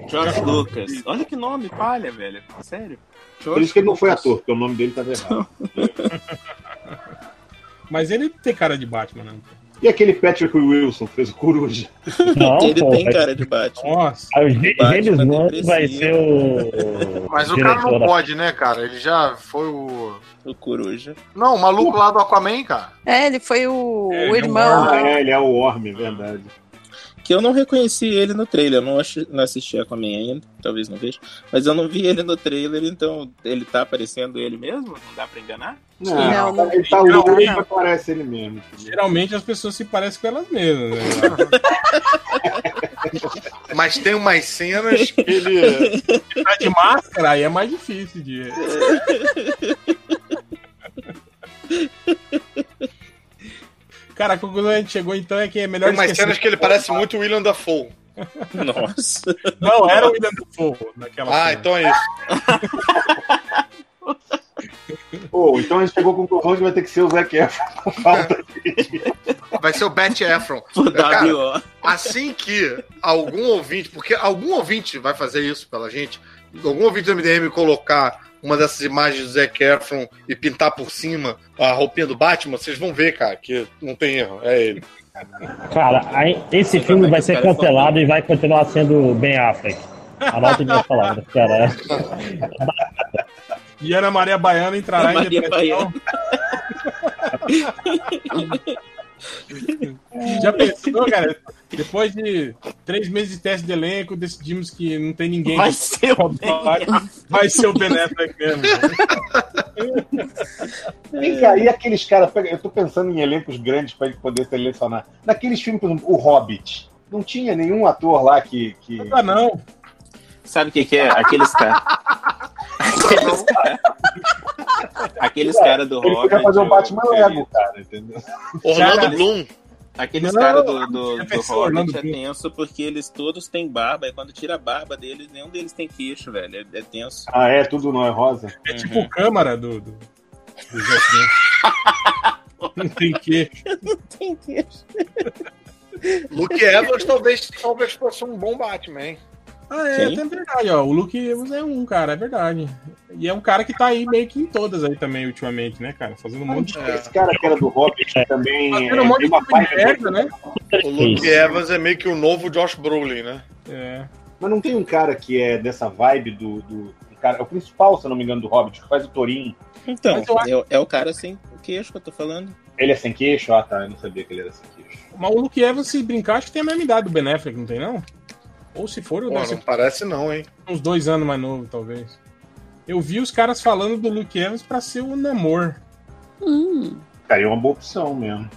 Josh Lucas. Olha que nome, palha, velho. Sério.
Por isso que ele não foi ator, porque o nome dele tava errado.
Mas ele tem cara de Batman, né?
E aquele Patrick Wilson que fez o Coruja.
Não,
ele
pô,
tem
vai-
cara de Batman.
Nossa,
aí o Gê-
Batman
James Gunn
depressivo.
vai ser o.
Mas o
diretor
cara não
da-
pode, né, cara? Ele já foi o.
O Coruja.
Não, o maluco lá do Aquaman, cara.
É, ele foi o, o
É, ele é um
irmão.
Ah,
né?
é, ele é o Orme, é verdade.
Que eu não reconheci ele no trailer. Eu não, acho, não assisti a Aquaman ainda. Talvez não veja. Mas eu não vi ele no trailer, então ele tá aparecendo ele mesmo? Não dá pra enganar?
Não, não.
ele tá
Não,
louco,
não.
ele parece ele mesmo.
geralmente as pessoas se parecem com elas mesmas, né?
Mas tem umas cenas que ele.
Se tá de máscara, aí é mais difícil de...
É.
Cara, a conclusão que a gente chegou então é que é melhor
Tem umas
esquecer.
cenas que ele parece muito o William Dafoe.
Nossa.
Não, era o William Dafoe naquela
Ah,
cena.
então é isso.
Pô, então a gente chegou com o conclusão que vai ter que ser o Zac Efron com falta.
Vai ser o Bat Efron.
O
Cara,
W.O.
Assim que algum ouvinte, porque algum ouvinte vai fazer isso pela gente, algum ouvinte do MDM colocar uma dessas imagens do Zac Efron e pintar por cima a roupinha do Batman, vocês vão ver, cara, que não tem erro, é ele.
Cara, aí- esse
Você
filme
vai
vai
que o
ser
cara é
cancelado e vai continuar sendo Ben Affleck. Anota minhas palavras, cara.
E Ana Maria Baiana entrará
Maria
em depressão. Já pensou, cara? Depois de três meses de teste de elenco, decidimos que não tem ninguém
Vai ser o
que vai, vai ser o Benéfico mesmo.
Vem cá, e aqueles caras, pega- eu tô pensando em elencos grandes pra gente poder selecionar. Naqueles filmes, por exemplo, O Hobbit, não tinha nenhum ator lá que. que...
Não dá Ah, não.
Sabe o que, que é?
Ah,
Aqueles caras. Aqueles caras. Aqueles caras do
Ele
Hobbit.
podia fazer
o-
um Batman
o-
Lego, cara, entendeu?
Orlando
Cara,
Bloom.
Aqueles
Não,
caras do, do,
já
do
pensou,
Hobbit
Orlando
é
Bloom?
tenso porque eles todos têm barba, e quando tira a barba deles, nenhum deles tem queixo, velho. É, é tenso.
Ah, é, tudo não é rosa.
É tipo
Uhum.
o câmara do, do, do Zé Pinto. Não tem que.
Tem queixo.
Luke Evans talvez, talvez fosse um bom Batman, hein?
Ah, é,
Quem?
é verdade, ó. O Luke Evans é um, cara, é verdade. E é um cara que tá aí meio que em todas aí também, ultimamente, né, cara? Fazendo um monte de.
Esse cara que era do Hobbit também. É,
Fazendo um monte
tem
de
uma
filme
vibe
merda, né?
O Luke Evans é meio que o novo Josh Brolin, né?
É.
Mas não tem um cara que é dessa vibe do. do um cara, é o principal, se eu não me engano, do Hobbit, que faz o Torin.
Então,
Mas eu acho-
é, o- é o cara sem queixo que eu tô falando.
Ele é sem queixo? Ah, tá. Eu não sabia que ele era sem queixo.
Mas o Luke Evans, se brincar, acho que tem a mesma idade do Ben Affleck, não tem não? Ou se for, eu
Pô,
deve
não
ser
parece não, hein?
uns dois anos mais novo, talvez. Eu vi os caras falando do Luke Evans pra ser o Namor.
Hum.
Cara, é uma boa opção mesmo.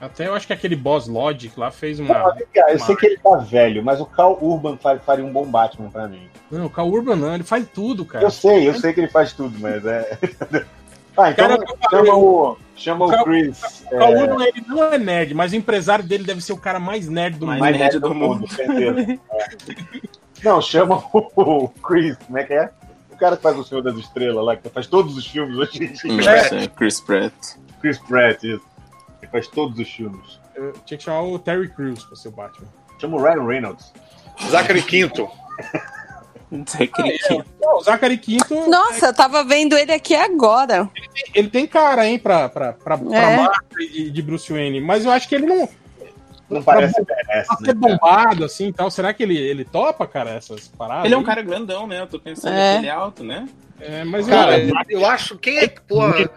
Até eu acho que aquele boss Logic lá fez uma.
Não, vem cá, eu sei
uma-
que ele tá velho, mas o Cal Urban fa- faria um bom Batman pra mim.
Não, o Cal Urban não, ele faz tudo, cara.
Eu sei, eu sei que ele faz tudo, mas é. Ah, então
Cara, eu falei,
chama o, chama o
Cal-
Chris.
O Cal Urban ele não é nerd, mas o empresário dele deve ser o cara mais nerd do
Mais
mundo.
mais
nerd
nerd
do
do mundo, certeza. É. Não, chama o Chris, como é que é? O cara que faz o Senhor das Estrelas lá, que faz todos os filmes hoje. em dia.
Nossa, É. Chris Pratt.
Chris Pratt, isso. Ele faz todos os filmes.
Eu tinha que chamar o Terry Crews pra ser o Batman.
Chama o Ryan Reynolds.
Zachary Quinto.
Zachary Quinto.
Não, o Zachary Quinto,
Nossa, eu tava vendo ele aqui agora.
ele tem cara, hein, pra, pra, pra, pra
É.
marca de, de Bruce Wayne, mas eu acho que ele não.
Não parece BS,
Pra ser
né? cara?
bombado assim e tal, será que ele, ele topa, cara, essas
Ah,
paradas?
Ele é um
aí?
cara grandão, né? Eu tô pensando
É.
que ele é alto, né?
É, mas eu-
Cara, eu acho. Quem é. Porra,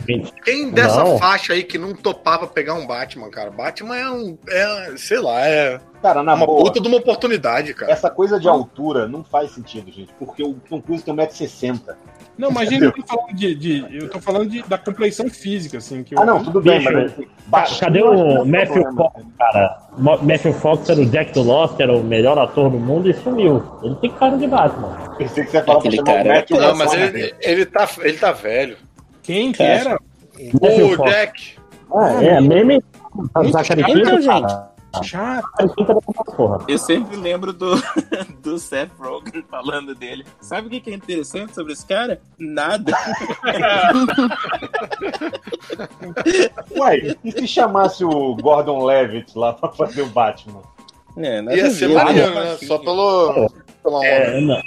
quem dessa
Não.
faixa aí que não topava pegar um Batman, cara? Batman é um. É, sei lá, é
Cara, na
uma
boa,
puta de uma oportunidade, cara.
essa coisa de altura não faz sentido, gente. Porque o Tom Cruise tem 1,60m.
Não, imagina, eu tô tá falando de, de- eu tô falando de- da compleição física, assim. Que eu-
Ah, não, tudo bem,
Bicho,
mas...
Ca- Cadê o Matthew
Fox?
Fox, cara? Mo- Matthew Fox era o Jack do Lost, era o melhor ator do mundo e sumiu. Ele tem cara de Batman.
Pensei que você ia falar pra
Aquele
chamar o
cara
é
Matthew
Não, é mas
Fox.
ele, ele, tá, ele tá velho.
Quem que
É.
era?
Matthew
Ô,
Fox.
Jack.
Ah, é, meme.
Então,
Zachary
chato,
Quinto,
gente.
cara.
Chato.
Zachary Quinto era uma porra.
Eu sempre lembro do, do Seth Rogen falando dele. Sabe o que que é interessante sobre esse cara? Nada.
Ué, e se chamasse o Gordon Levitt lá pra fazer o Batman?
É, nada a
Ia ser
ver,
maneiro,
nada
né?
a ver.
Só pelo. pelo nome.
É, não.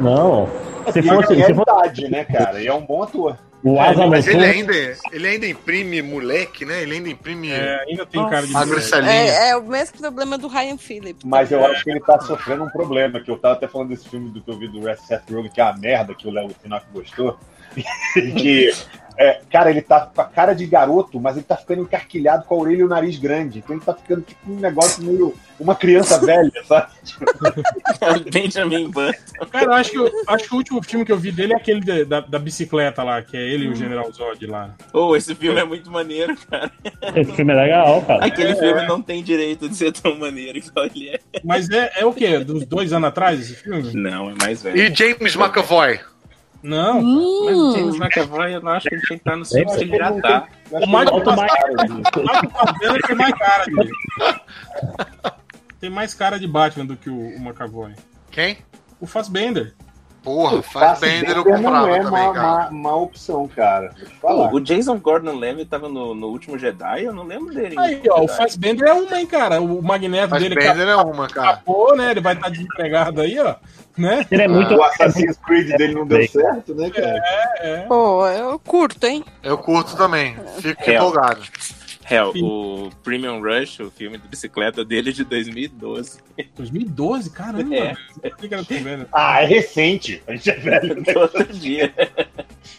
Não. Se
E
fosse,
ele é
se fosse
idade, né, cara? E é um bom ator.
o Asa
É, Mas ele
Noturna,
ainda, é- ele ainda imprime moleque, né? Ele ainda imprime
É, ainda tem cara de.
magricelinha.
É, é o mesmo problema do Ryan Phillips.
Mas eu acho que ele tá sofrendo um problema, que eu tava até falando desse filme do que eu vi do Seth Rogen, que é uma merda, que o Léo Finocchio gostou. E que, é, cara, ele tá com a cara de garoto, mas ele tá ficando encarquilhado com a orelha e o nariz grande. Então ele tá ficando tipo um negócio meio... Uma criança velha, sabe?
É Benjamin Button.
Cara, eu acho que, eu- acho que o último filme que eu vi dele é aquele de- da, da bicicleta lá, que é ele e o General Zod lá.
Oh, esse filme é muito maneiro, cara.
esse filme é legal, cara.
Aquele filme não tem direito de ser tão maneiro igual ele é.
É, Mas é, é o quê? Dos dois anos atrás esse filme?
Não, é mais velho.
E James McAvoy.
Não.
Mas o James McAvoy, eu não acho que ele tinha que estar no filme, ele
um
já tá.
Eu acho
O Michael
que ele não tem cara
é
né?
O Michael Fassbender
de-
tem mais cara dele. Tem mais cara de Batman do que o, o McAvoy.
Quem?
O Fassbender.
Porra, faz
Faz
Bender eu
não
comprava
é
também,
uma,
cara.
uma, uma opção, cara. Vou te falar.
Pô, o Jason Gordon-Levitt tava no, no último Jedi, eu não lembro dele.
Aí, ó, o Fassbender é uma, hein, cara. O magneto
Faz
dele
Bender é uma, cara. Ah,
acabou, né? Ele vai estar desempregado aí, ó. Né?
Ele é muito. É.
Ah, O Assassin's Creed dele não deu certo, né, cara?
Pô, eu curto, hein?
Eu curto também. Fico
É.
empolgado.
É, o Premium Rush, o filme de bicicleta dele de 2012.
2012, caramba.
É.
Por que que era tão velho?
Ah, é recente. A gente é velho.
Todo dia.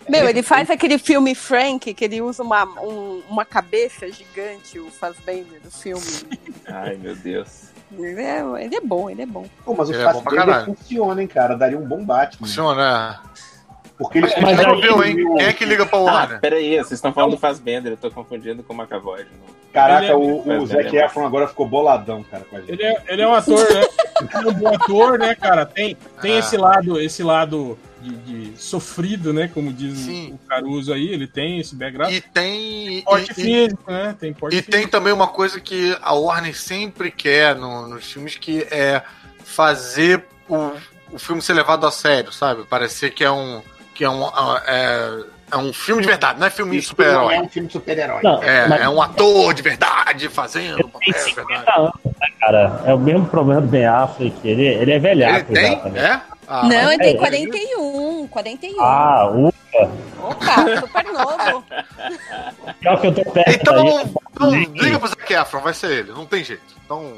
Meu, ele faz aquele filme Frank, que ele usa uma, um- uma cabeça gigante, o Fassbender do filme.
Ai, meu Deus.
Ele é, ele é bom, ele é bom.
Pô, mas o
Ele é bom pra
Fassbender
caralho.
funciona, hein, cara? Daria um bom Batman.
Funciona.
Porque um ele
Mas
Já
aí-
viu, hein? Quem é que liga pra
Ah,
Warner?
peraí, vocês estão falando do Fassbender, eu tô confundindo com o McAvoy. de novo.
Caraca,
Ele é-
o, o
Mas
Zac
ele é-
Efron agora ficou boladão, cara, com a gente.
Ele é, ele é um ator, né? Ele é um bom ator, né, cara? Tem, tem
Ah.
esse lado, esse lado de, de sofrido, né? Como diz o-
Sim.
o Caruso aí, ele tem esse background.
E tem. e-
porte
e-
físico, né? Tem porte
E
físico.
tem também uma coisa que a Warner sempre quer no- nos filmes, que é fazer o, o filme ser levado a sério, sabe? Parecer que é um. Que é um. ah, É, é um filme de verdade, não é filme de
Isso não
super-herói.
é um filme de super-herói.
Não, mas
É, é um ator de verdade fazendo
tem
papel de
50
verdade.
anos, né, cara? É o mesmo problema do Ben Affleck. Ele, ele é
Ele
velhaco já
tem?
também.
É? Ah,
Não, ele tem
é.
41, 41.
Ah, o
Opa, super novo.
pior que eu tô perto
Então,
aí.
não, não liga pro Zac Efron, vai ser ele, não tem jeito. Então,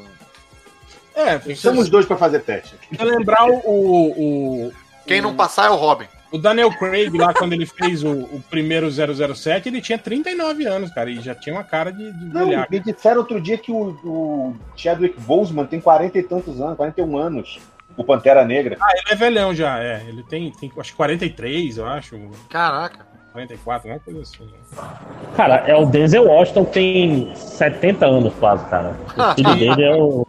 É,
Somos
precisamos
os dois pra fazer teste.
lembrar o, o, o-
quem não passar é o Robin.
o Daniel Craig lá, quando ele fez o, o primeiro 007, ele tinha 39 anos, cara, e já tinha uma cara de, de
Não,
velhaco.
me disseram outro dia que o, o Chadwick Boseman tem 40 e tantos anos, 41 anos.
Ah,
O
Ah,
Pantera Negra.
Ele é velhão já, é. Ele tem, tem acho que 43, eu acho.
Caraca.
44, alguma coisa assim. né?
Cara, é o Denzel Washington que tem 70 anos quase, cara. O filho dele é o.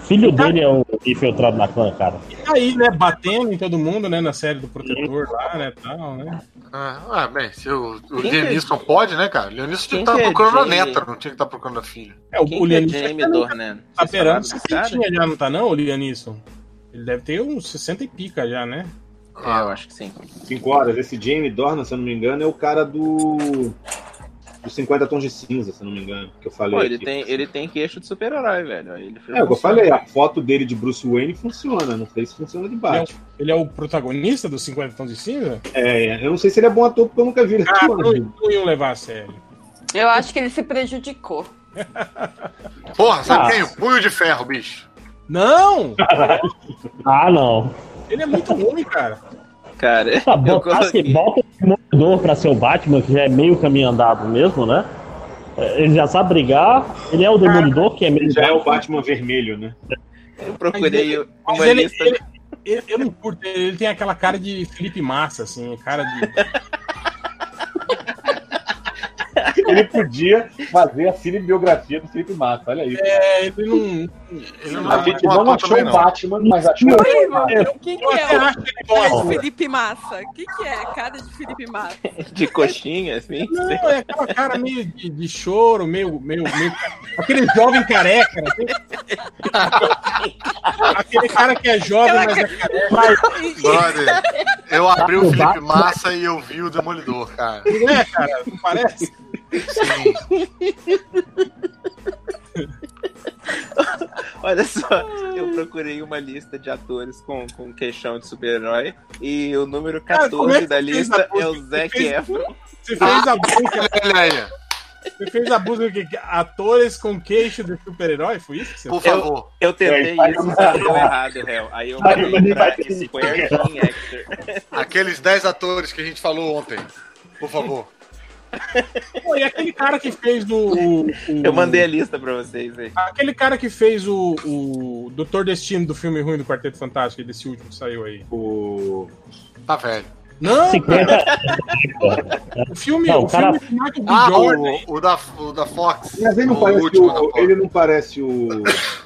Filho dele é o infiltrado na clã, cara.
E aí, né, batendo em todo mundo, né, na série do Protetor lá, né, tal, né?
Ah, ah, bem, se o, o
Quem é
Leonisson pode, né, cara? Leonisson
Quem
tinha que estar
que é
procurando a
Jamie?
neta, não tinha que estar procurando a filha.
É, o,
Quem
o
que é
Lianisson
Jamie Dornan? Vocês
tá beirando
falaram desse cara?
60 já, não tá não, o Lianisson? Ele deve ter uns 60 e pica já, né?
É, eu acho que sim.
5 horas. Esse Jamie Dornan, se eu não me engano, é o cara do. Dos 50 tons de cinza, se eu não me engano, que eu falei.
Pô, ele
aqui.
tem, ele tem queixo de super-herói, velho. Ele
É, é o que eu falei, a foto dele de Bruce Wayne funciona, não sei se funciona de Batman.
Ele é o protagonista dos 50 Tons de Cinza?
É, eu não sei se ele é bom ator, porque eu nunca vi ele
Ah, não,
atuando.
não iam levar a sério.
Eu acho que ele se prejudicou.
Porra, sabe
Ah.
quem? O punho de ferro, bicho.
Não!
Ah, não.
Ele é muito ruim, cara.
Cara,
Ah,
eu
botar se
coloquei-
bota o Demolidor pra ser o Batman, que já é meio caminho andado mesmo, né? É, Ele já sabe brigar, ele é o Demolidor, que é meio.
Ele já é o Batman vermelho, né?
eu procurei
Mas
uma
ele-
lista.
ele- Ele- eu não curto, ele ele tem aquela cara de Felipe Massa, assim, cara de.
Ele podia fazer a cinebiografia do Felipe Massa, olha aí.
É, ele não.
Ele não
a
é
gente
bom
não
ator
achou
também,
o
não.
Batman, mas achou o Felipe Massa.
O que, que
Eu até
é
acho ele
o
bom.
cara de
agora.
Felipe Massa? O que, que é cara de Felipe Massa?
de coxinha, assim.
Não, é aquela cara meio de, de choro, meio, meio, meio. Aquele jovem careca. né? Aquele cara que é jovem, mas é careca.
Brother, eu abri o
O
Felipe
Batman-
Massa e eu vi o Demolidor, cara.
Né, cara? Não parece?
Sim.
Olha só, eu procurei uma lista de atores com, com queixão de super-herói e o número
Cara,
14
como é que
da
fez a
lista é o
música?
Zac
Fez-
Efron.
Você fez a busca, né,
Olha aí,
você fez a busca que que atores com queixo de super-herói? Foi isso que você
por favor.
Eu
É,
tentei
É,
E aí,
isso,
um
vai-
só que deu errado, réu. Aí eu
Vai-
mandei
vai-
pra Square King Actor.
Aqueles 10 atores que a gente falou ontem. Por favor.
Pô, e aquele cara que fez do. o- o-
Eu mandei a lista pra vocês aí.
Aquele cara que fez o, o Doutor Destino do filme ruim do Quarteto Fantástico, desse último que saiu aí.
O...
Tá velho.
Não,
50.
o filme,
Não,
o
o cara-
filme do Michael B.
Ah,
Jordan.
o, o da, o da Fox.
Mas ele não
O
parece
último né? da
é o.
Fox.
Ele não parece o.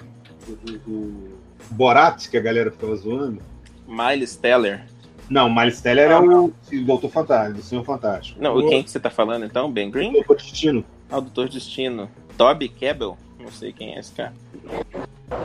o- o- o Borat, que a galera ficava zoando.
Miles Teller.
Não, o Miles Teller é o o Doutor Fantástico, o Senhor Fantástico.
Não, o quem que você tá falando então? Ben Green?
O Doutor Destino.
Ah, o Doutor Destino. Toby Kebbell? Não sei quem é esse cara.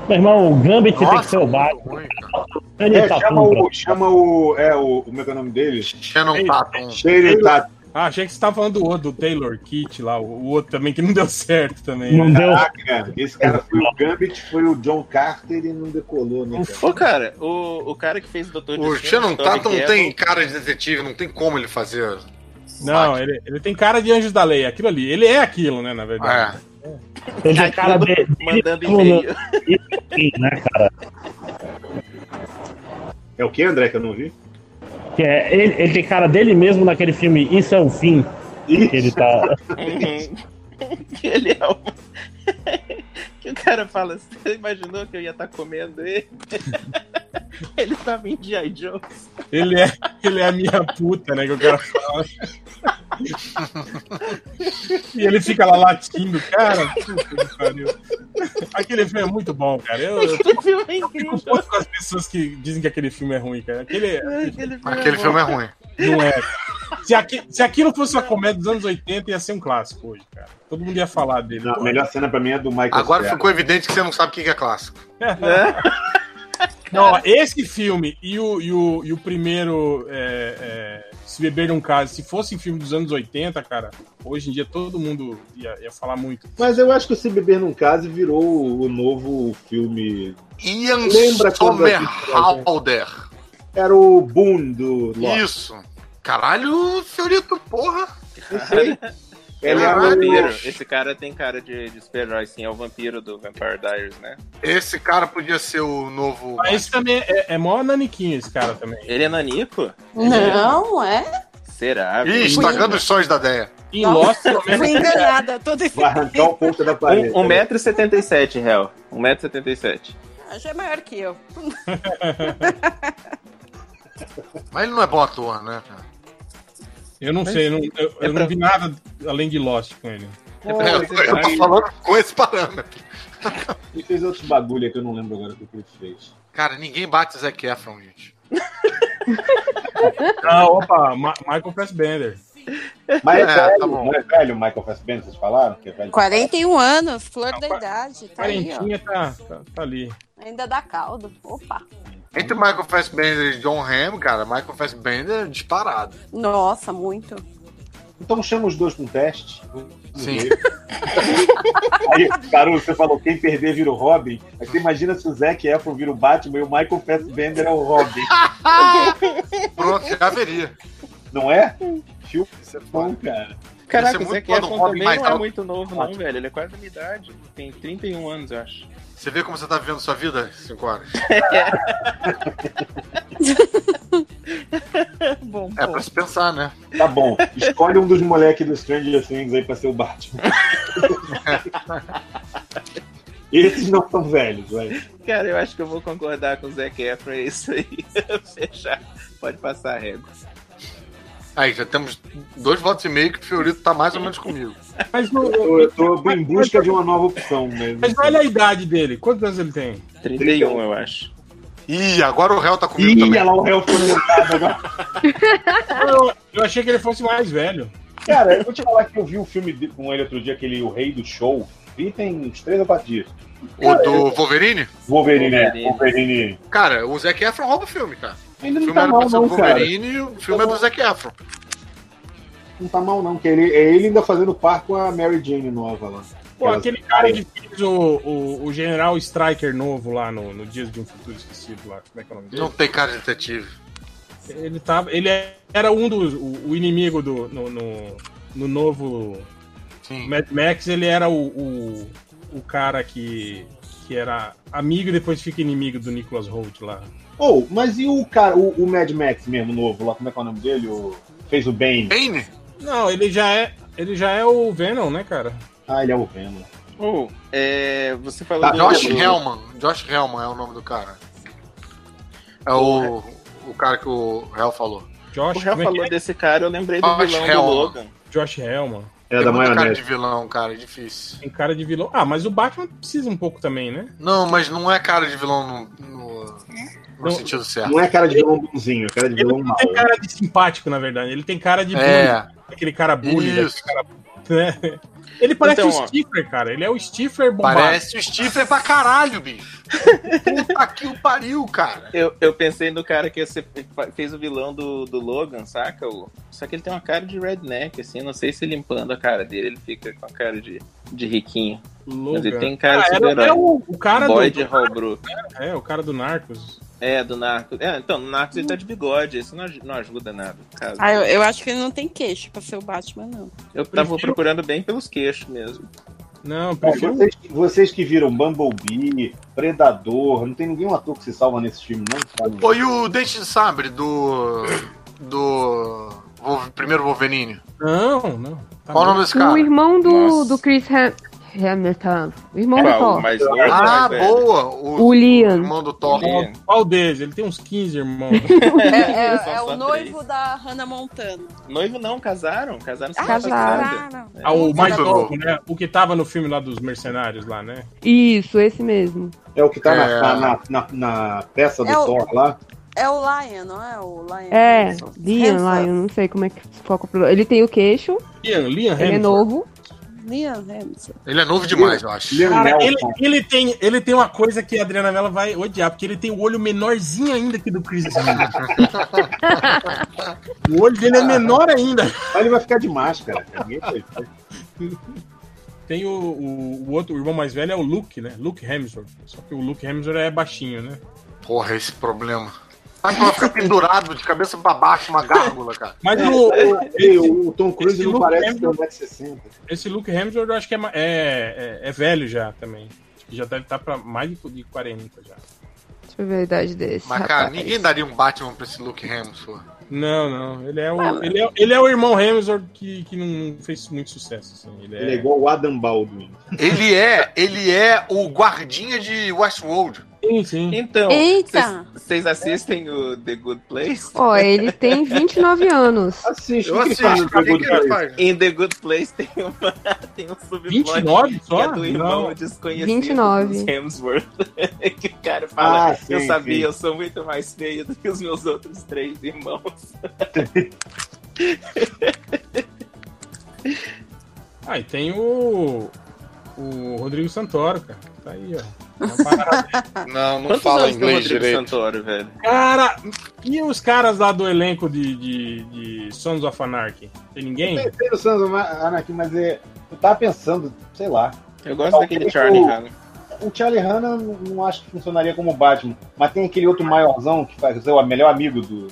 Meu irmão, o Gambit tem que ser o
muito
Batman.
ruim, cara.
Ele
É,
tá
chama
tudo,
o. Chama o. É, o. Como é que é o nome dele?
Shannon
Ei,
Tatum.
Cheiro tá.
Ah, achei que você tava falando do outro, do Taylor Kitt lá, o, o outro também que não deu certo também. né?
Não deu.
Caraca, esse cara foi o Gambit, foi o John Carter e não decolou, né, cara?
Ô, cara, o, o cara que fez o Doutor
O
Destino.
Shannon
Toby
Tatum
Kebbell,
tem cara de detetive, não tem como ele fazer.
Não, ele, ele tem cara de Anjos da Lei, aquilo ali. Ele é aquilo, né, na verdade.
É.
Ele é o cara de.
Mandando
Ele-
e-mail.
né, cara?
É o que, André, que eu não vi?
Que é, ele, ele tem cara dele mesmo naquele filme Isso é o Fim. Que ele tá.
Uhum. que ele é um... que o cara fala assim, você imaginou que eu ia estar comendo ele? ele tá tava em G.I. Joe.
Ele, é, ele é a minha puta, né, que o cara fala. e ele fica lá latindo, cara. Puta que pariu. Aquele filme é muito bom, cara. Eu, eu
Aquele filme é
fico
incrível.
puto com as pessoas que dizem que aquele filme é ruim, cara. Aquele
Aquele filme,
Aquele
é
filme
bom.
é ruim.
não é. Se, aqui- se aquilo fosse uma comédia dos anos 80, ia ser um clássico hoje, cara. Todo mundo ia falar dele.
Não, a melhor cena pra mim é do Michael
Agora
Cera.
ficou evidente que você não sabe o que que é clássico.
Né?
É. Não, ó, esse filme e o, e o, e o primeiro é, é, Se Beber Num Caso, se fosse um filme dos anos 80, cara, hoje em dia todo mundo ia, ia falar muito.
Mas eu acho que o Se Beber Num Case virou o novo filme.
Ian
Lembra quando
Somerhalder.
Era o Boom do Lost.
Isso. Caralho, senhorito, porra.
Não sei. Ele
Ele é
era
um
o-
vampiro. Esse cara tem cara de, de super-herói, sim. É o vampiro do Vampire Diaries, né?
Esse cara podia ser o novo.
Mas esse também é, é mó naniquinho esse cara também.
Ele é nanico?
Não, é?
Será?
Ih, estragando tá os sonhos da Deia.
Em Lost,
Fui enganada todo esse
Vai arrancar o ponto da parede.
1,77m, real. 1,77m.
Já é maior que eu.
Mas ele não é bom ator, né? cara?
Eu não
Mas-
sei, eu não, eu, eu
É pra-
não vi nada além de Lost com ele.
Pô,
É,
você
eu tô
sabe,
falando com esse parâmetro.
Ele fez outros bagulho aí que eu não lembro agora o que que ele fez.
Cara, ninguém bate Zac Efron, gente.
Ah, opa, Ma- Michael Fassbender.
Mas é,
É,
velho,
tá bom.
não é velho o Michael Fassbender, vocês falaram? Que é velho?
41 anos, flor
Ah,
da
qua-
idade. Tá aí, ó.
Quarentinha tá, tá, tá ali.
Ainda dá caldo. Opa.
Entre Michael Fassbender e John Hamm, cara, Michael Fassbender é disparado.
Nossa, muito.
Então chama os dois pra um teste. Vamos
Sim.
ver. Aí, Caru, você falou quem perder vira o Robin. Aí você imagina se o Zac Efron vira o Batman e o Michael Fassbender é o Robin.
Pronto, já haveria.
Não é? Filme
Isso é foda.
bom, cara.
Ia ser
Caraca, o
muito
Zac
quando o
Efron
Robin
também
mais
não é
alto.
muito novo, não, velho. Ele é quase da minha idade. Tem 31 anos, um eu acho.
Você vê como você tá vivendo sua vida, 5 horas?
Bom,
É
pô.
pra se pensar, né?
Tá bom. Escolhe um dos moleques do Stranger Things aí pra ser o Batman.
um
Esses não são velhos, velho.
Cara, eu acho que eu vou concordar com o Zac Efron, é isso aí. Fechar. Pode passar a régua.
Aí, já temos dois votos e meio que o Fiorito tá mais ou menos comigo.
Mas, o-
Eu, eu tô em busca de uma nova opção mesmo.
mas olha a idade dele. Quantos anos ele tem?
31, eu acho.
um. Ih, agora o réu tá comigo
Ih,
também.
olha lá o réu foi montado agora.
Eu, eu achei que ele fosse mais velho.
Cara, eu vou te falar que eu vi um filme de- com ele outro dia, aquele O Rei do Show. Vi tem uns três ou quatro dias.
O do Wolverine?
Wolverine,
Wolverine.
é. Wolverine.
Cara, o Zac Efron rouba o filme, cara.
Ele
O
não
filme
tá
era pra
mal,
ser do
não, cara.
Wolverine e
Tá
o filme é do Zac Efron.
Não tá mal, não. Que ele, é ele ainda fazendo par com a Mary Jane nova lá.
Pô,
Aquelas-
aquele cara que fez o, o, o General Striker novo lá no, no Dias de um Futuro Esquecido lá. Como é que é o nome dele?
Não tem cara de detetive.
Ele, tava, ele era um dos. O, o inimigo do. No, no, no novo
Sim.
Mad Max, ele era o, o, o cara que. que era amigo e depois fica inimigo do Nicholas Holt lá.
Ou, Oh, mas e o cara, o, o Mad Max mesmo novo lá, como é que é o nome dele? O... Fez o Bane.
Bane?
Não, ele já é. Ele já é o Venom, né, cara?
Ah, ele é o Venom.
Ou, é, você falou
Tá,
do...
Josh
do-
Hellman. Josh Hellman é o nome do cara. É o, o cara que o réu falou.
Josh,
O Hell
como é que
falou desse cara, eu lembrei do
Josh
vilão do
Hellman.
Logan.
é? Josh Hellman.
É
tem
da
muito cara
maionese.
de vilão, cara. É difícil.
Tem cara de vilão. Ah, mas o Batman precisa um pouco também, né?
Não, mas não é cara de vilão no, no- no
Não.
sentido certo.
Não é cara de vilão bonzinho, é cara de
Ele
vilão
não
mau.
tem cara de simpático, na verdade. Ele tem cara de bully.
É,
Aquele cara bully,
isso.
né? Ele parece
Então,
o
ó.
Stifler, cara. Ele é o Stifler bombado.
Parece o Stifler pra caralho, bicho. Puta que o pariu, cara.
Eu, eu pensei no cara que você fez o vilão do, do Logan, saca? O- Só que ele tem uma cara de redneck, assim. Não sei se limpando a cara dele, ele fica com a cara de, de riquinho. Mas ele
Logan.
tem cara
Ah,
de
era-
super-herói.
é o, o cara
Boy
do,
de Holbrook.
É, o cara do Narcos.
É, do Narcos. É, então, no Narcos ele tá de bigode. Isso não, aj- não ajuda nada. Caso.
Ah, eu, eu acho que ele não tem queixo pra ser o Batman, não.
Eu tava
prefiro-
procurando bem pelos queixos mesmo.
Não,
Bom,
prefiro.
vocês, vocês que viram Bumblebee, Predador, não tem nenhum ator que se salva nesse filme, não? Sabe?
Pô, e o Dente de Sabre do. do. Wolver- primeiro Wolverine?
Não, não. Tá
Qual o
bom.
nome desse
O
cara?
Um irmão do,
Nossa.
do Chris Ham- Hamilton. O irmão do
Qual? O
Thor.
mais novo,
Ah,
mais
é
velho?
boa!
O Liam.
irmão do Thor.
Liam.
Qual deles? Ele tem uns 15, irmão.
É, é-
São
é
só
o noivo
três.
da Hannah Montana.
Noivo não, casaram. Casaram
Ah,
semana
Casaram.
passada.
claro.
ah, o mais
Muito
novo, né? O que tava no filme lá dos mercenários lá, né?
Isso, esse mesmo.
É o que tá
É.
na, na, na, na peça do
É o-
Thor lá.
É o Lion, não é? O Lion.
É,
Hanson.
Liam
Hanson.
lá, eu não sei como é que qual que é o problema. Ele tem o queixo,
Liam, Liam
ele é
Hemsworth.
novo.
Liam Hemsworth.
Ele é novo demais, eu acho.
Liam
Cara, ele, um
Nelson.
ele, tem, ele tem uma coisa que a Adriana Mello vai odiar, porque ele tem o olho menorzinho ainda que do Chris Hemsworth. O olho dele é menor ainda.
Mas ele vai ficar de máscara. cara. Ninguém vai-
Tem o, o, o outro, o irmão mais velho é o Luke, né? Luke Hemsworth. Só que o Luke Hemsworth é baixinho, né?
é-
Porra, esse problema. Sabe que vai ficar pendurado de cabeça pra baixo, uma gárgula, cara?
Mas
É,
o, o-
Ei, o o Tom Cruise
esse
não
Luke
parece um né? ter
Hemsworth-
1,60m.
esse Luke Hemsworth eu acho que é, ma- é, é, é velho já também. Acho que Já deve estar pra mais de- de 40 já.
Deixa eu ver a idade desse.
Mas, cara,
rapaz.
ninguém daria um Batman pra esse Luke Hemsworth.
Não, não. Ele é o, ele é, ele é o irmão Hemsworth que, que não fez muito sucesso. Assim. Ele é,
Ele é igual o Adam Baldwin.
Ele é, ele é o guardinha de Westworld.
Sim, sim.
Então,
Eita!
vocês- vocês assistem o The Good Place?
Ó, ele tem 29 anos.
Assiste,
Eu
o que que faz
assisto,
no
o que
Good
que
Place?
ele faz?
Em The Good Place tem, uma, tem um subplot
29
que é
só?
do irmão
Não.
desconhecido
29.
dos Hemsworth. que o cara fala,
Ah, sim,
eu sabia,
sim.
eu sou muito mais feio do que os meus outros três irmãos.
Ah, e tem o. O Rodrigo Santoro, cara. Tá aí, ó. É uma parada.
Não, não
Quantos
fala
anos tem o
inglês
Rodrigo
direito.
Santoro, velho?
Cara, e os caras lá do elenco de, de, de Sons of Anarchy? Tem ninguém?
Eu pensei no Sons of Anarchy, mas é, eu tava pensando, sei lá.
Eu gosto
Talvez
daquele Charlie,
o-
cara.
O Charlie Hanna eu não não acho que funcionaria como Batman, mas tem aquele outro maiorzão que faz o melhor amigo do.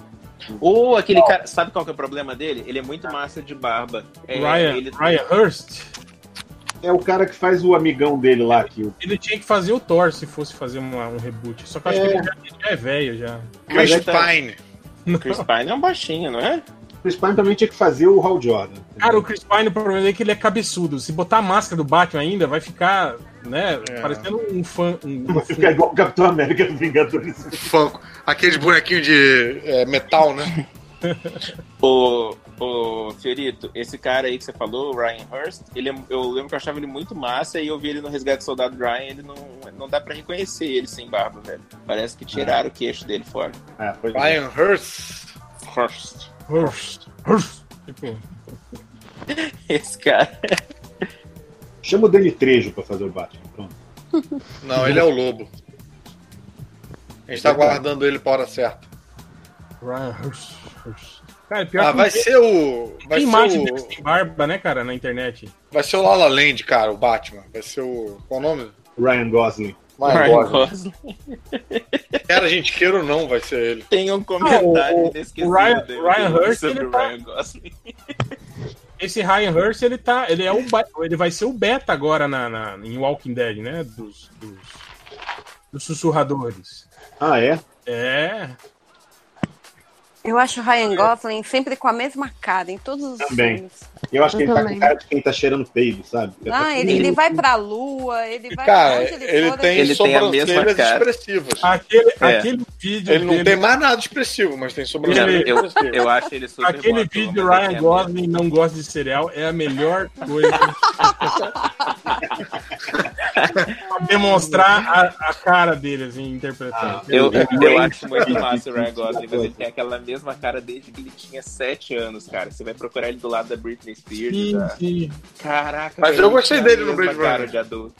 Ou aquele cara. Sabe qual que é o problema dele? Ele é muito massa de barba. É,
Ryan,
ele-
Ryan Hurst?
É o cara que faz o amigão dele lá, que o
Ele tinha que fazer o Thor se fosse fazer uma- um reboot. Só que eu acho
É.
que ele já, ele já é velho já.
Chris
Mas é-
Pine.
Chris Pine é um baixinho, não é?
Chris Pine também tinha que fazer o Hal Jordan.
Cara, o Chris Pine, o problema dele é que ele é cabeçudo. Se botar a máscara do Batman ainda, vai ficar, né,
É.
parecendo um fã. Um, um
Vai ficar igual o Capitão América do Vingadores.
Funko. Aqueles bonequinhos de é, metal, né?
O, o Fiorito, esse cara aí que você falou, o Ryan Hurst, ele, é- eu lembro que eu achava ele muito massa e eu vi ele no Resgate do Soldado Ryan, ele não, não dá pra reconhecer ele sem barba, velho. Parece que tiraram o queixo dele fora.
Ah, pois é.
Ryan Hurst.
Hurst.
Hurst, Hurst. Tipo,
Esse cara.
Chama o Danny Trejo pra fazer o Batman. Pronto.
Não, ele é o lobo. A gente tá aguardando ele pra hora certa.
Ryan Hurst, Hurst. Cara, pior
Ah,
que
vai
tem-
ser o. Vai
tem
ser
imagem dele
o.
sem barba, né, cara, na internet.
Vai ser o Lala Land, cara, o Batman. Vai ser o. Qual o nome?
Ryan Gosling.
Ryan
Ryan
Gosling.
Gosling.
Cara, gente, queira ou não, vai ser ele.
Tem um comentário
Ah, o- o
inesquecível
Ryan-
dele
Ryan Hurst,
é sobre
ele
o
tá-
Ryan Gosling.
Esse Ryan Hurst, ele tá. Ele é o ba- ele vai ser o beta agora na, na- em Walking Dead, né? Dos, dos, dos sussurradores.
Ah, é?
É.
Eu acho o Ryan Gosling sempre com a mesma cara em todos os
Também.
filmes.
Eu acho que
Eu
ele tá
também.
com cara de quem tá cheirando peido, sabe?
Ah, ele, ele vai pra lua, ele vai
Cara,
pra onde ele,
ele
for,
tem
Ele tem a mesma
sobrancelhas
cara.
expressivas.
Aquele,
É.
aquele vídeo.
Ele não
dele-
tem mais nada expressivo, mas tem sobrancelhas
é, Eu,
expressivas.
eu acho ele super
Aquele
bom,
vídeo
mas
do
ele tem
Ryan
a
Gosling não gosta de cereal é a melhor coisa. pra demonstrar a, a cara dele, assim, interpretando.
Ah, Eu,
Ele-
eu acho muito massa o Ryan Gosling, mas ele
coisa.
tem aquela mesma cara desde que ele tinha 7 anos, cara. Você vai procurar ele do lado da Britney Spears.
Sim,
da-
sim.
Caraca,
Mas
velho,
eu
ele
gostei
tinha a
dele no
mesma
Blade
cara
Runner.
de adulto.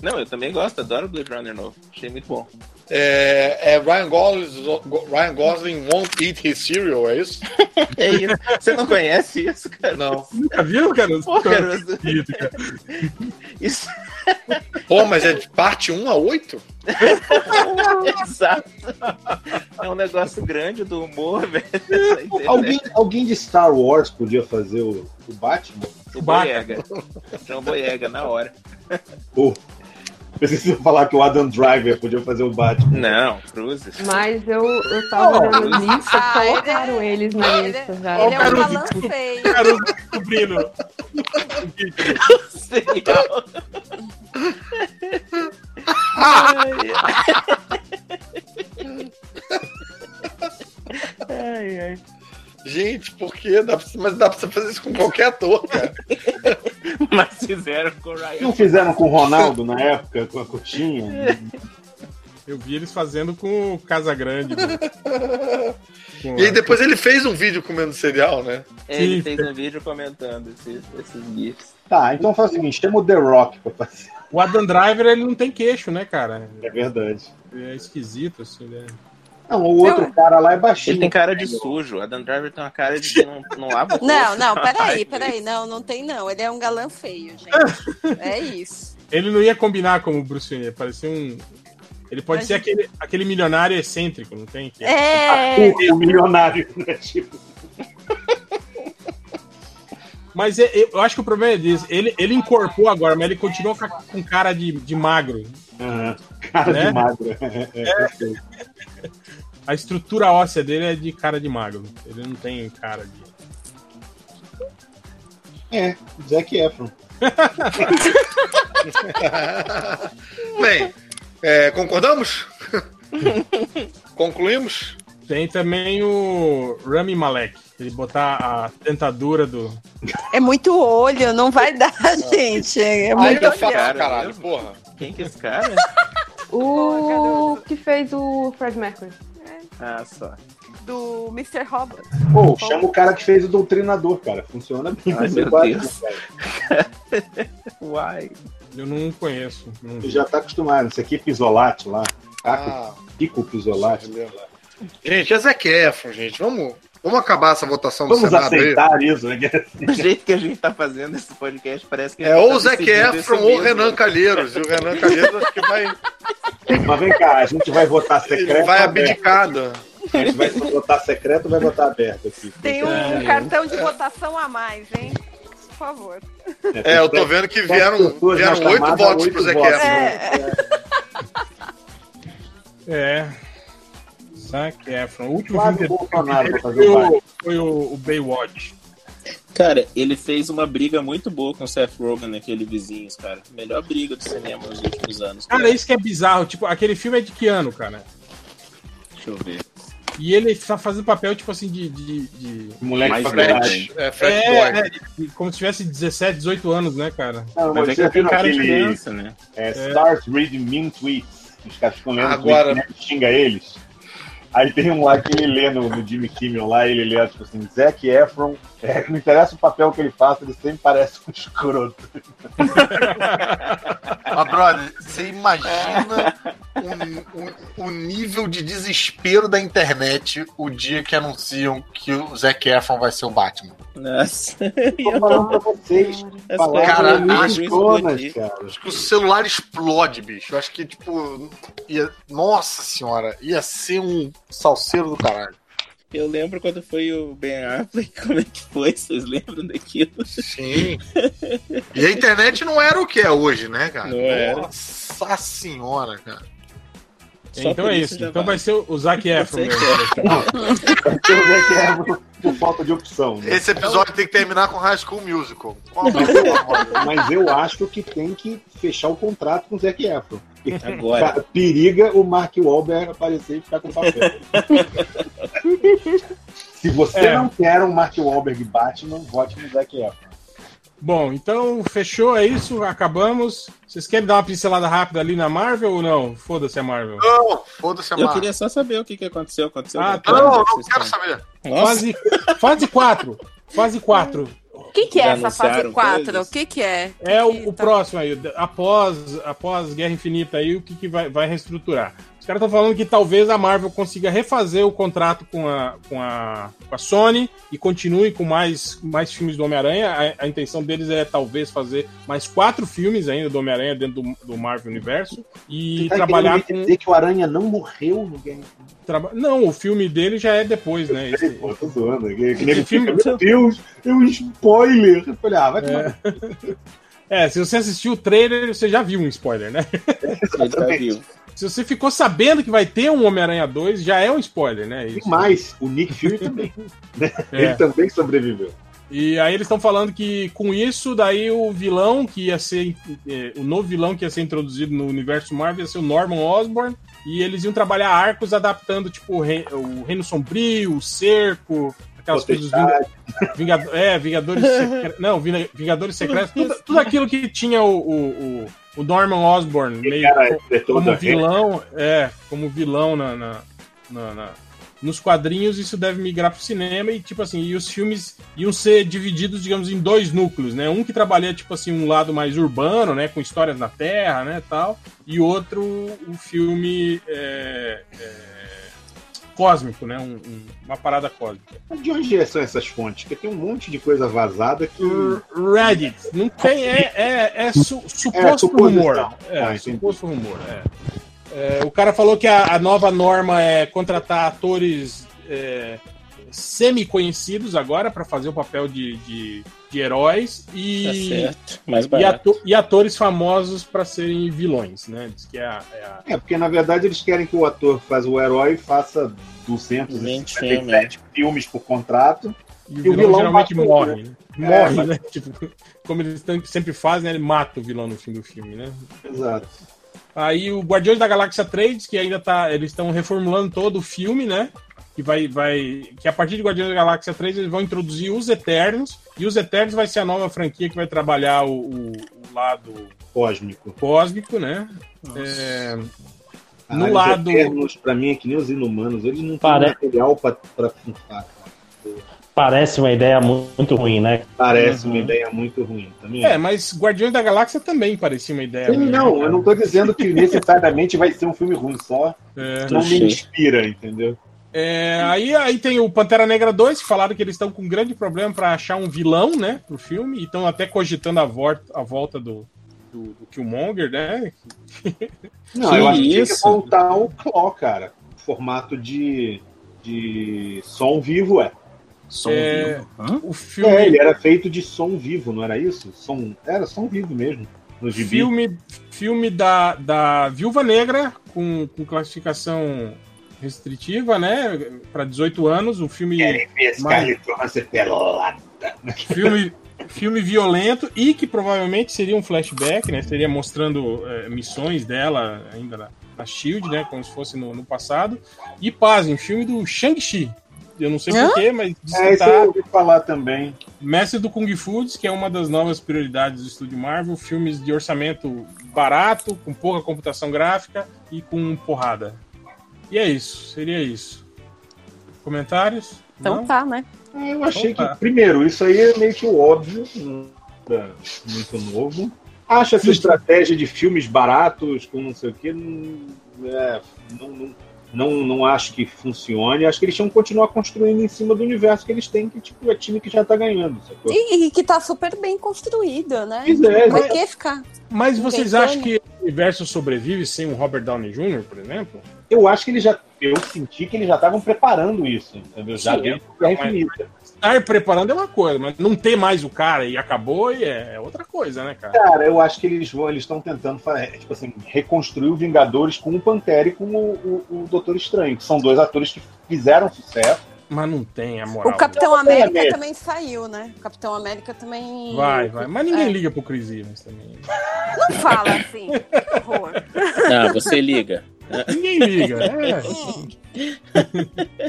Não, eu também gosto, adoro o Blade Runner novo. Achei muito bom.
É, é Ryan, Gosling, Ryan Gosling won't eat his cereal, é isso?
É isso. Você não conhece isso, cara?
Não.
Nunca viu, cara?
Pô, Caruso,
Acredito, cara.
isso
Pô, mas é de parte 1 a 8?
é exato. É um negócio grande do humor, velho. da internet.
Alguém, alguém de Star Wars podia fazer o, o Batman?
O Boyega. John Boyega, na hora.
Ou. Preciso falar que o Adam Driver podia fazer o Batman.
Não, Cruzes.
Mas eu, eu tava olhando lista,
Ah,
colocaram eles na
Ele,
lista já.
ele é um
Caruso,
galã
desculpa.
feio.
Caruso descobrindo.
Serial. ai, ai.
Gente, por quê? Dá pra- mas dá pra você fazer isso com qualquer ator, cara.
Mas fizeram com o Ryan.
Não fizeram com o Ronaldo na época, com a coxinha?
Eu vi eles fazendo com o Casa Grande. né? Com
E aí
a-
depois ele fez um vídeo comendo cereal, né?
Ele
Sim.
fez um vídeo comentando esses, esses gifs.
Tá, então faz o seguinte: chama o The Rock pra fazer.
O Adam Driver, ele não tem queixo, né, cara?
É verdade.
Ele é esquisito, assim, né?
Não, o outro cara lá é baixinho.
Ele tem cara de sujo. A Dan Driver tem uma cara de que não, não lava o rosto.
Não, não, peraí,
jamais.
peraí. Não, não tem não. Ele é um galã feio, gente. É isso.
Ele não ia combinar como o Bruce Wayne, ele parecia um... Ele pode
Mas-
ser aquele, aquele milionário excêntrico, não tem? Que
É.
Ah, O, o milionário, né? Tipo,
Mas é- eu acho que o problema é disso. Ele, ele incorporou agora, mas ele continua com, a- com cara de, de magro.
aham, cara
Né?
de magro. É, perfeito.
A estrutura óssea dele é de cara de magro. Ele não tem cara de.
É, Zac Efron.
Bem, É, concordamos? Concluímos?
Tem também o Rami Malek. Ele botar a dentadura do.
É muito olho, não vai dar, gente. É muito
Ainda
olho.
fácil,
cara,
caralho,
mesmo?
porra.
Quem que é esse cara?
O que fez o Fred Mercury.
ah, só.
Do Mr. Robot.
Pô, chama o cara que fez o doutrinador, cara. Funciona bem.
Ai,
Você
meu
quase-
Deus. Uai.
Eu não conheço. Não
Você
vi.
já tá acostumado. Isso aqui é pisolate lá. Taco,
Ah,
pico pisolate.
gente, é Zac Efron, gente. Vamos, vamos acabar essa votação do
Vamos
Senado aí.
aceitar isso, né?
Do jeito que a gente tá fazendo esse podcast, parece que. a
É
gente
ou
tá
o Zac
decidindo
Efron
isso
ou
mesmo.
o Renan Calheiros. E o Renan Calheiros acho que vai,
Mas vem cá, a gente vai votar
ele
secreto.
vai né?
ou aberto?
abdicado.
A gente vai votar secreto ou vai votar aberto aqui?
Tem um cartão de votação a mais, hein? Por favor.
É, eu tô vendo que vieram
pessoas na
vieram oito
chamada,
votos
tá oito
pro Zac
votos.
Efron.
É,
É. Zac Efron. O último
Flávio
filme
Bolsonaro
dele
vai fazer
foi,
um baile.
o, foi o, o Baywatch.
Cara, ele fez uma briga muito boa com o Seth Rogen naquele Vizinhos, cara. Melhor briga do cinema nos últimos anos.
Cara, isso que é bizarro. Tipo, aquele filme é de que ano, cara?
Deixa eu ver.
E ele tá fazendo papel, tipo assim, de. de, de...
Moleque
Mais
pra
velho.
verdade.
É, Fat
É,
Boy.
é, de- como se tivesse 17, 18 anos, né, um cara?
Não,
Mas
mas
é que
você
eu
viu
tenho cara de
aquele
criança, né?
é, Start Read Mean Tweets. Os caras ficam lendo
Agora-
tweets, né, xinga eles. Aí tem um lá que ele lê no, no Jimmy Kimmel lá, ele lê, tipo assim, Zac Efron, é, não interessa o papel que ele faça, ele sempre parece um escroto.
Mas, brother, você imagina o, o- o nível de desespero da internet o dia que anunciam que o Zac Efron vai ser o Batman.
Nossa.
Tô falando pra vocês,
Cara,
palavras
acho
que eu
escrotas,
explodi.
cara.
Acho que o celular explode, bicho. Eu acho que, tipo, ia- nossa senhora, ia ser um salseiro do caralho.
Eu lembro quando foi o Ben Affleck, como é que foi? Vocês lembram daquilo?
Sim. E a internet não era o que é hoje, né, cara?
Não era.
Nossa senhora, cara.
Só
então
por
é
isso
isso.
já
Então
vai.
vai ser o Zac Efron.
Zac
mesmo.
Tem o Zac Efron por falta de opção, né?
Esse é episódio tem que terminar com High School Musical. Qual a próxima?
Mas eu acho que tem que fechar o contrato com o Zac Efron.
Agora.
Cara, periga o Mark Wahlberg aparecer e ficar com o papel. Se você
É.
não quer um Mark Wahlberg Batman, vote no Zac Efron.
Bom, então fechou, é isso, acabamos. Vocês querem dar uma pincelada rápida ali na Marvel ou não? Foda-se a Marvel.
Não, foda-se a
Eu
Marvel.
queria só saber o que, que aconteceu. Aconteceu
Ah,
alguma
tá.
coisa?
Não, não
Vocês
quero
sabem?
saber.
Nossa,
Fase, fase 4. Fase 4.
O que, que é
Já
essa fase
anunciaram
4?
coisas?
O que, que é?
É
Que
o, o
tá-
próximo aí, após, após Guerra Infinita aí, o que, que vai, vai reestruturar. Os caras estão falando que talvez a Marvel consiga refazer o contrato com a, com a, com a Sony e continue com mais, mais filmes do Homem-Aranha. A, a intenção deles é talvez fazer mais quatro filmes ainda do Homem-Aranha dentro do, do Marvel Universo e
Tá
trabalhar
querendo
com.
me dizer que o Aranha não morreu no game.
traba- Não, o filme dele já é depois, né? Esse-
Pô, tô zoando. Que- que nego
filme-
fica, Meu Deus, é um spoiler. Eu falei, ah, vai tomar.
É. É, se você assistiu o trailer, você já viu um spoiler, né?
ele tá vivo.
Se você ficou sabendo que vai ter um Homem-Aranha 2, já é um spoiler, né?
E
Isso.
mais, o Nick Fury também.
É.
Ele também sobreviveu.
E aí eles estão falando que com isso, daí o vilão que ia ser. eh, o novo vilão que ia ser introduzido no universo Marvel ia ser o Norman Osborn. E eles iam trabalhar arcos adaptando, tipo, o, Re- o Reino Sombrio, o Cerco, aquelas coisas. dos Vinga-
Potestade,
Vingado- é, Vingadores Secretos. Não, Vina- Vingadores Secretos. Tudo, tudo aquilo que tinha o, o, o- o Norman Osborn meio
cara, é todo
como
a rede.
vilão, é, como vilão na, na- na- na- nos quadrinhos, isso deve migrar pro cinema e, tipo assim, e os filmes iam ser divididos, digamos, em dois núcleos, né? Um que trabalha, tipo assim, um lado mais urbano, né? Com histórias na Terra, né, tal, e outro, o filme é, é, cósmico, né? Um- um- uma parada cósmica.
De onde é são essas fontes? Porque tem um monte de coisa vazada que.
Reddit, não tem, é, é, é su-
É,
suposto
suposição.
rumor. É,
Ah, entendi.
suposto rumor, é. É, O cara falou que a, a nova norma é contratar atores é, semi-conhecidos agora para fazer o papel de, de, de heróis
Tá
e,
certo. Mais
e,
barato.
ato- e atores famosos para serem vilões, né? Diz que é a- é a-
É, porque na verdade eles querem que o ator que faz o herói faça
20 filmes.
257 filmes por contrato.
E o
E o
vilão,
vilão
geralmente
mata o
morre, né?
É,
Morre, né? Tipo, como eles tan- sempre fazem, né? ele mata o vilão no fim do filme, né?
Exato.
Aí o Guardiões da Galáxia 3, que ainda tá. Eles estão reformulando todo o filme, né? Que vai, vai. Que a partir de Guardiões da Galáxia 3 eles vão introduzir os Eternos. E os Eternos vai ser a nova franquia que vai trabalhar o, o- o lado
Cósmico.
cósmico, né? É,
Caralho, os
lado-
Ah, Eternos, pra mim, é que nem os inumanos. Eles não têm
Parece-
material pra, pra funfar. cara.
Parece uma ideia mu- muito ruim, né?
Parece
Uhum.
Uhum.
uma ideia muito ruim também.
é, mas Guardiões da Galáxia também parecia uma ideia.
Sim,
ruim, né,
não,
cara?
eu não tô dizendo que necessariamente vai ser um filme ruim, só
É.
não me
Achei.
inspira, entendeu?
É, aí, aí tem o Pantera Negra 2, que falaram que eles estão com um grande problema para achar um vilão, né, pro filme, e estão até cogitando a volta, a volta do, do, do Killmonger, né? É,
Não,
Que
eu acho que é tinha que
isso?
voltar o Claw, cara. Formato de, de som vivo, é.
Som
É.
vivo. Hã?
O filme,
É, ele era feito de som vivo, não era isso? Som, era som vivo mesmo. No gibi.
filme, filme da, da Viúva Negra, com, com classificação restritiva, né, para 18 anos, um filme...
ver
é
Scarlett
Johansson pelada.
filme, filme violento e que provavelmente seria um flashback, né? Seria mostrando eh, missões dela ainda na, na Shield, né? Como se fosse no, no passado. E pasem, filme do Shang-Chi. Eu não sei
Hã?
porquê, mas diz
É,
que
isso eu
tá
ouvi falar também.
Mestre do Kung Fu, diz que é uma das novas prioridades do estúdio Marvel, filmes de orçamento barato, com pouca computação gráfica e com porrada. E é isso, seria isso. Comentários?
Então
Não? Então tá.
tá, né?
Ah, Eu achei
Opa.
que, primeiro, isso aí é meio que o óbvio, nada muito novo. Acho essa estratégia de filmes baratos com não sei o quê, não, é, não, não, não, não acho que funcione. Acho que eles tinham que continuar construindo em cima do universo que eles têm, que tipo, é time que já tá ganhando. Sacou?
E, e que tá super bem construída, né?
Pois é,
Pra
né?
que ficar?
Mas
Um
vocês
Entendeu?
acham que o universo sobrevive sem um Robert Downey Jr., por exemplo?
Eu acho que eles já. Eu senti que eles já estavam preparando isso, entendeu? Já
Sim.
dentro da infinita.
Estar preparando é uma coisa, mas não ter mais o cara e acabou e é outra coisa, né, cara?
Cara, eu acho que eles vão, eles estão tentando fa- tipo assim, reconstruir o Vingadores com o Pantera e com o, o, o Doutor Estranho, que são dois atores que fizeram sucesso.
Mas não tem a moral. né?
O Capitão
tem a
América
ver.
também saiu, né? O Capitão América também.
Vai, vai. Mas ninguém
É.
liga pro Chris Evans também.
Não fala assim. Que horror.
Ah, você liga.
Ninguém liga. É.
Hum,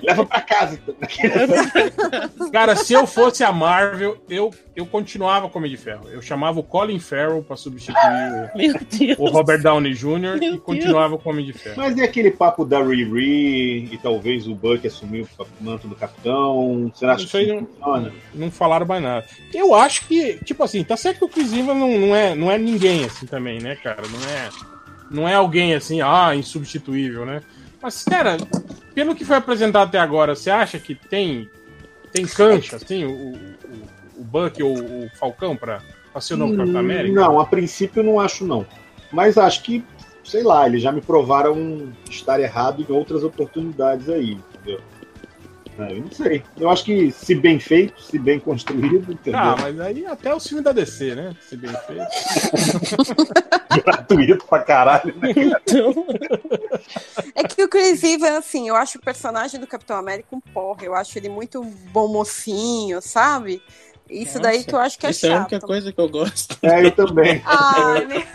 Leva pra casa. então.
Cara, se eu fosse a Marvel, eu, eu continuava Homem de Ferro. Eu chamava o Colin Farrell pra substituir
Meu Deus.
o, o Robert Downey Jr.
Meu
e continuava com o Homem de Ferro.
Mas e aquele papo da Riri e talvez o Buck assumir o manto do capitão? Você não acha
Isso aí
que
não-
funciona?
não falaram mais nada. Eu acho que, tipo assim, tá certo que o Chris Evans não, não, é, não é ninguém assim também, né, cara? Não é, não é alguém assim, ah, insubstituível, né? Mas, cara, pelo que foi apresentado até agora, você acha que tem tem cancha, assim, o, o, o Buck ou o Falcão pra, pra ser o novo Capitão América?
Hum, Não, a princípio não acho não. Mas acho que, sei lá, eles já me provaram estar errado em outras oportunidades aí, entendeu? É, eu não sei. Eu acho que se bem feito, se bem construído, entendeu?
Ah, mas aí até o filme da DC, né? Se bem feito.
gratuito pra caralho. né?
É que o Chris Evans, assim, eu acho o personagem do Capitão América um porra. Eu acho ele muito bom mocinho, sabe? Isso daí
Nossa,
que eu acho que é
Isso é a única
chato.
coisa que eu gosto.
É, eu também.
um
Ai, meu... né?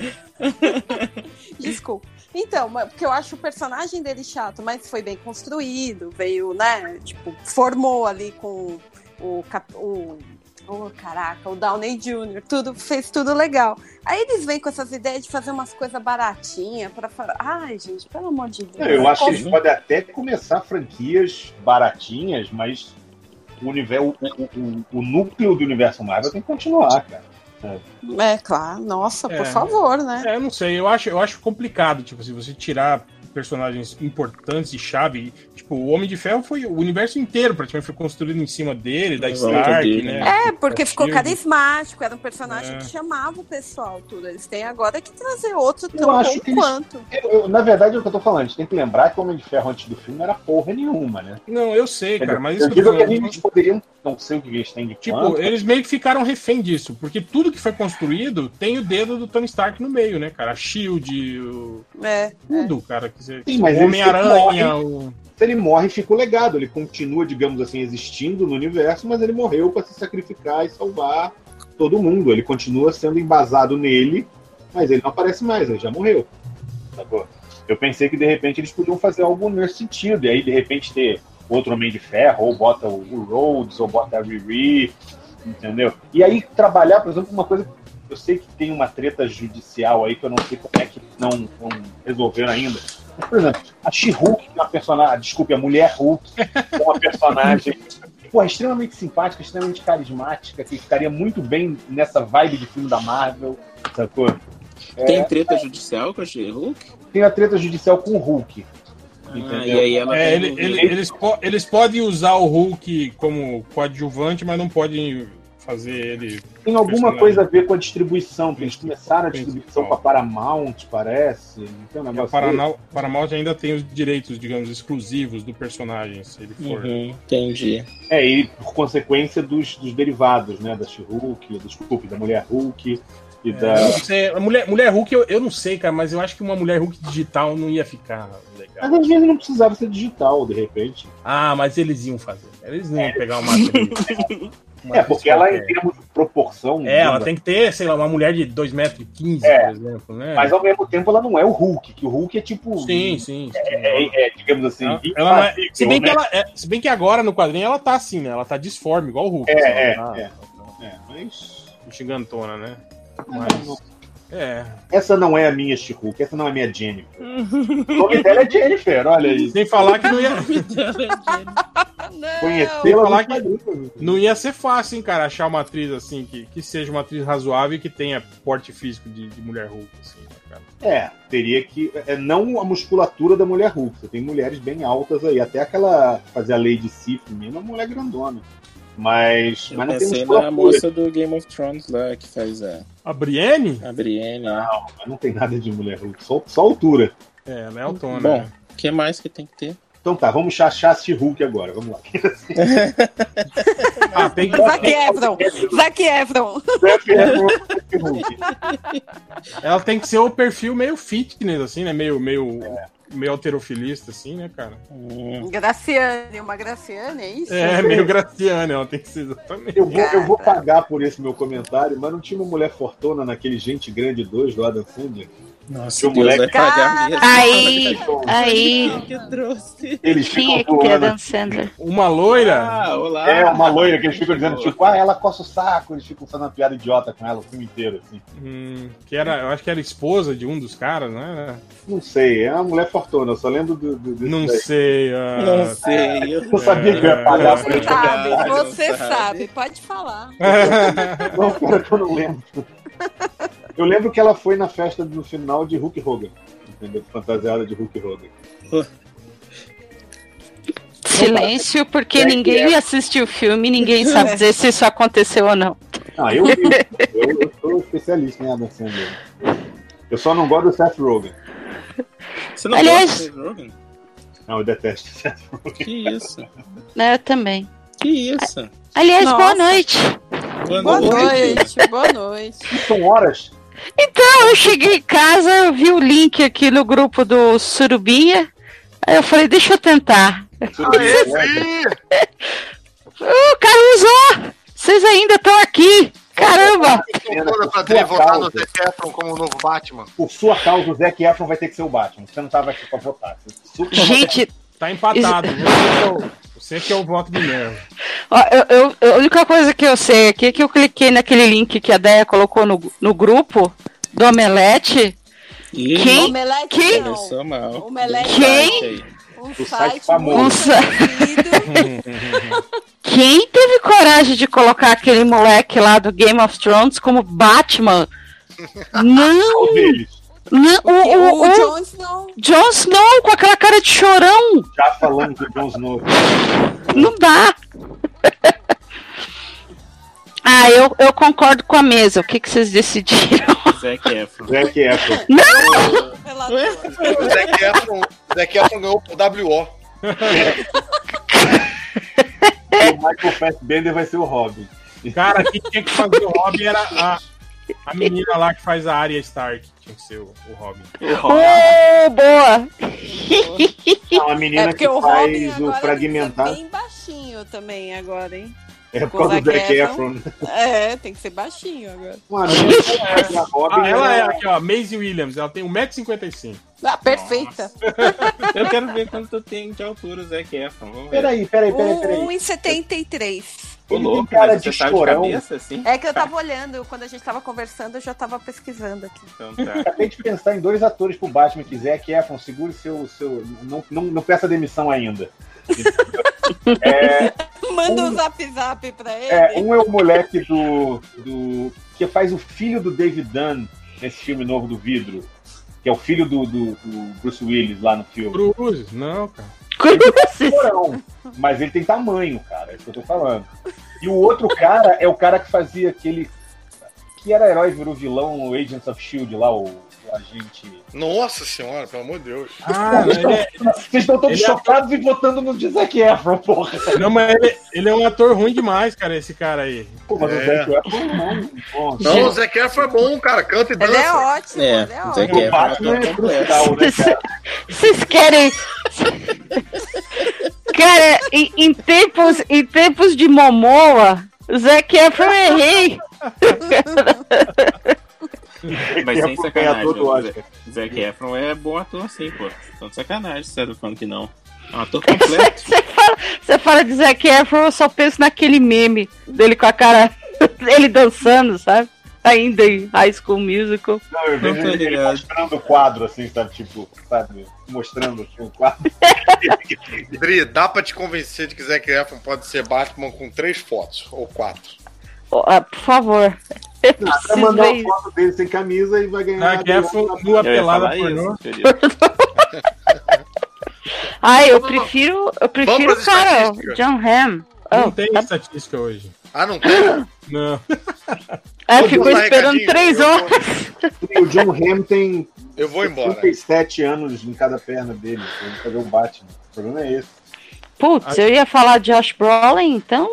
Desculpa. Então, mas- porque eu acho o personagem dele chato, mas foi bem construído, veio, né? Tipo, formou ali com o. cap- o... oh, caraca, o Downey Jr., tudo, fez tudo legal. Aí eles vêm com essas ideias de fazer umas coisas baratinhas pra falar. Ai, gente, pelo amor de Deus.
Não, É, eu acho que eles
Uhum.
podem até começar franquias baratinhas, mas o, universo, o, o- o núcleo do universo Marvel tem que continuar, cara.
É, claro. Nossa,
É.
por favor, né?
É, eu não sei, eu acho, eu acho complicado, tipo, se você tirar personagens importantes e chave, tipo, o Homem de Ferro foi o universo inteiro, praticamente foi construído em cima dele, da
Em volta
Stark,
dele,
né?
né?
É, porque ficou
Shield.
carismático, era um personagem
É.
que chamava o pessoal, tudo. Eles têm agora que trazer outro tão
acho
bom
que eles-
quanto.
Eu- eu- na verdade, é o que eu tô falando. A gente tem que lembrar que o Homem de Ferro antes do filme não era porra nenhuma, né?
Não, eu sei, cara, mas isso
eu
que eu
digo
tô
que
falando,
eles poderiam. Não sei o que eles têm de
Tipo,
plano.
eles meio que ficaram refém disso, porque tudo que foi construído tem o dedo do Tony Stark no meio, né, cara? A Shield, o...
É, é.
tudo, cara. Que você...
Sim, mas
o
eles sempre
Homem-Aranha, o...
Se ele morre, fica o legado. Ele continua, digamos assim, existindo no universo, mas ele morreu para se sacrificar e salvar todo mundo. Ele continua sendo embasado nele, mas ele não aparece mais, ele já morreu. sacou? Eu pensei que de repente eles podiam fazer algo nesse sentido, e aí de repente ter outro Homem de Ferro, ou bota o o Rhodes, ou bota a Riri, entendeu? E aí trabalhar, por exemplo, uma coisa que eu sei que tem uma treta judicial aí que eu não sei como é que não, não resolveram ainda. Mas, por exemplo, a She-Hulk, que é uma personagem, desculpe, a Mulher Hulk, que é uma personagem pô, é extremamente simpática, extremamente carismática, que ficaria muito bem nessa vibe de filme da Marvel, sacou? É,
Tem treta judicial com a She-Hulk?
Tem a treta judicial com o Hulk.
Ah,
Entendeu?
e aí ela um-
É,
vai
ele-
no-
ele- eles, po- eles podem usar o Hulk como coadjuvante, mas não podem fazer ele.
Tem alguma
Personagem.
coisa a ver com a distribuição, porque eles começaram a distribuição com a
Principal.
Paramount, parece. Não tem um
A
negócio desse?
Paramount, Paramount ainda tem os direitos, digamos, exclusivos do personagem, se ele for.
Uhum, entendi.
É, e por consequência dos, dos derivados, né? Da She-Hulk, desculpe, da Mulher Hulk e da.
Eu não sei, a mulher, mulher Hulk, eu, eu não sei, cara, mas eu acho que uma mulher Hulk digital não ia ficar legal.
Mas às vezes não precisava ser digital, de repente.
Ah, mas eles iam fazer. Eles não iam pegar uma. atriz. Uma
é,
atriz
porque ela, em
qualquer.
termos de proporção.
É, ela
lembra?
tem que ter, sei lá, uma mulher de 2,15 metros,
É.
por exemplo, né?
Mas ao mesmo tempo ela não é o Hulk, que o Hulk é tipo.
Sim, sim. sim.
É, é, digamos assim.
Ela-
invasível,
ela não é- se, bem que
né?
ela, é- se bem que agora no quadrinho ela tá assim, né? Ela tá disforme, igual o Hulk.
É,
assim,
é,
ela tá-
é. É, mas.
Gigantona, né?
Não,
Mas-
não.
É.
Essa não é a minha She-Hulk, essa não é a minha Jennifer. o nome dela é Jennifer, olha aí.
Sem falar que não ia,
Ah, não!
Conhecê-la
falar
no quadrinho.
não ia ser fácil, hein, cara, achar uma atriz assim, que, que seja uma atriz razoável e que tenha porte físico de, de mulher Hulk, assim, né, cara?
É, teria que. É não a musculatura da mulher Hulk. Você tem mulheres bem altas aí. Até aquela fazer a Lady Sif mesmo, é uma mulher grandona. Mas,
Eu
mas não tem um
pensei na
musculatura.
é moça do Game of Thrones lá, que faz a,
A Brienne?
a Brienne. é.
Mas não tem nada de mulher Hulk, só, só altura.
É, ela é autona.
Bom,
né?
o que mais que tem que ter?
Então tá, vamos chachar se Hulk agora. Vamos lá.
Ah, tem que.
Zac
é.
Efron! Zac Efron!
É,
Ela tem que ser o perfil meio fitness, assim, né? Meio, meio,
É.
meio alterofilista, assim, né, cara?
Hum,
Graciane, uma Graciane, é isso?
É, meio Graciane, ela tem que ser exatamente.
Eu vou, eu vou pagar por esse meu comentário, mas não tinha uma mulher fortuna naquele Gente Grande 2 do Adam Sandler?
nossa,
Que o
Deus
moleque-
vai pagar mesmo.
Aí, aí,
que trouxe.
Eles
quem
ficam
é que tem
zoando.
Adam Sandler?
Uma loira?
Ah, olá.
É, uma loira que eles ficam dizendo, tipo, ah, ela coça o saco. Eles ficam fazendo uma piada idiota com ela o filme inteiro, assim.
hum, que era, eu acho que era esposa de um dos caras, né?
Não sei, é uma mulher fortuna, eu só lembro do. do, do
Não
daí.
sei. ah,
Não sei. Eu...
Eu sabia que eu ia pagar por
Você
esse
sabe,
Não sabe.
você sabe, pode falar.
Não, cara, que eu não lembro. Eu lembro que ela foi na festa no final de Hulk Hogan. Entendeu? Fantasiada de Hulk Hogan.
Silêncio, porque ninguém assistiu o filme, ninguém sabe dizer se isso aconteceu ou não.
Ah, eu vi. Eu, eu sou especialista em Adam Sandler. Eu só não gosto do Seth Rogen.
Você não
Aliás-
gosta do Seth Rogen?
Não, eu detesto o Seth Rogen.
Que isso?
Né, Eu também.
Que isso?
Aliás, boa
Nossa.
noite.
Boa noite, boa noite.
São horas.
Então, eu cheguei em casa, eu vi o link aqui no grupo do Surubinha. Aí eu falei, deixa eu tentar.
Aê,
né,
sim!
O cara usou! Vocês ainda estão aqui! Caramba!
Cultura pra ter votado no Zac Efron como é o novo Batman.
Por sua causa, o Zac Efron vai ter que ser o Batman. Você não tava aqui pra votar. Você super
Gente,
Tá empatado. Você que é o- Você que é o voto de merda.
ó, eu- eu- eu- a única coisa que eu sei aqui é que eu cliquei naquele link que a Deia colocou no, no grupo do Omelete.
Ih,
Quem?
Omelete
Quem?
não.
Começou mal.
Omelete
Quem?
Um
Do site
site
famoso.
Um
muito
sa-
conhecido.
Quem teve coragem de colocar aquele moleque lá do Game of Thrones como Batman? Não,
pau deles.
não o, o,
O,
o
Jones não.
Jon Snow com aquela cara de chorão.
Já falando do Jon Snow.
Não dá. Ah, eu, eu concordo com a mesa. O que, que vocês decidiram?
Zac Efron.
Zac Efron.
Relator.
O Zac Efron, o Zac Efron ganhou por WO.
o Michael Fassbender vai ser o Robin.
Cara, quem tinha que fazer o Robin era a, a menina lá que faz a Arya Stark. Tinha que ser o, o Robin.
Oh, boa!
Não, a
É
menina
porque
que
o Robin
faz o
agora
fragmentar
tem que ser bem baixinho também agora, hein?
é por causa
com
do
o
Zac
Zac
Efron.
É, tem que ser baixinho agora.
Uma menina que faz a Robin né?
Ah, ela é
ela-
um aqui, ó, Maisie Williams. Ela tem 1,55m.
Ah, perfeita.
Eu quero ver quanto tu tem
então.
de altura o Zac Efron. Vamos ver.
Peraí, peraí, peraí, peraí.
1,73.
Ô,
Ele tem
louco,
cara
mas você
de
sabe de
chorão.
cabeça, assim?
É que eu tava olhando, quando a gente tava conversando, eu já tava pesquisando aqui.
Então tá.
Acabei de pensar em dois atores pro Batman que Zac Efron, segure seu. seu não, não, não peça demissão ainda.
Manda um zap zap pra ele.
É, um é o moleque do, do. que faz o filho do David Dunn nesse filme novo do vidro. Que é o filho do, do- do Bruce Willis lá no filme.
Cruzes, não, cara.
Cruzes.
Porão, mas ele tem tamanho, cara, é isso que eu tô falando. E o outro cara é o cara que fazia aquele. que era herói, virou vilão, o Agents of Shield lá, o, o agente.
Nossa senhora, pelo amor de Deus.
Ah, ele é-
Vocês estão todos
Ele é-
chocados e votando no de Zac Efron, porra.
não, mas ele, ele é um ator ruim demais, cara, esse cara aí.
Pô, mas o
É.
Zac Efron não, porra.
Não, o Zac Efron é bom, cara. Canta e
Ele é
dança.
ótimo,
É,
ele é
o Zac
ótimo.
Efron
O Batman
é um
é
ator
crucial, né, cara?
Vocês querem. Cara, em, em tempos, em tempos de Momoa, Zac Efron é rei.
Mas sem
Efron
sacanagem.
ganhador do
o
Oscar.
Zac- Zac Efron é bom ator assim, pô. Então de sacanagem, você tá falando que não. É um ator completo.
Você fala, você fala de Zac Efron, eu só penso naquele meme dele com a cara dele dançando, sabe? Ainda em High School Musical.
Não, eu vejo
Não tô
ele
ligado.
mostrando o quadro, assim, sabe? Tipo, sabe? Mostrando assim, o quadro.
Dri, dá pra te convencer de que Zac Efron pode ser Batman com três fotos, ou quatro.
Ó, ah, por favor. Eu
Pra
preciso
mandar
ver
uma
isso.
foto dele sem camisa e vai ganhar.
Zac Efron, nua
Eu ia
pelada
falar
pornô.
isso, querido.
Ai, eu prefiro. Eu prefiro o
pras
cara,
estatísticas.
John Hamm.
Não
Oh,
tem
tá-
estatística hoje.
Ah, não tem?
Não.
ah,
Vou
ficou
botar
esperando
recadinho,
três
eu vou-
horas.
O John Hamm tem
Eu vou embora.
37 anos em cada perna dele. pra Ele fazer o Batman. O problema é esse.
Putz, eu ia falar de Josh Brolin, então.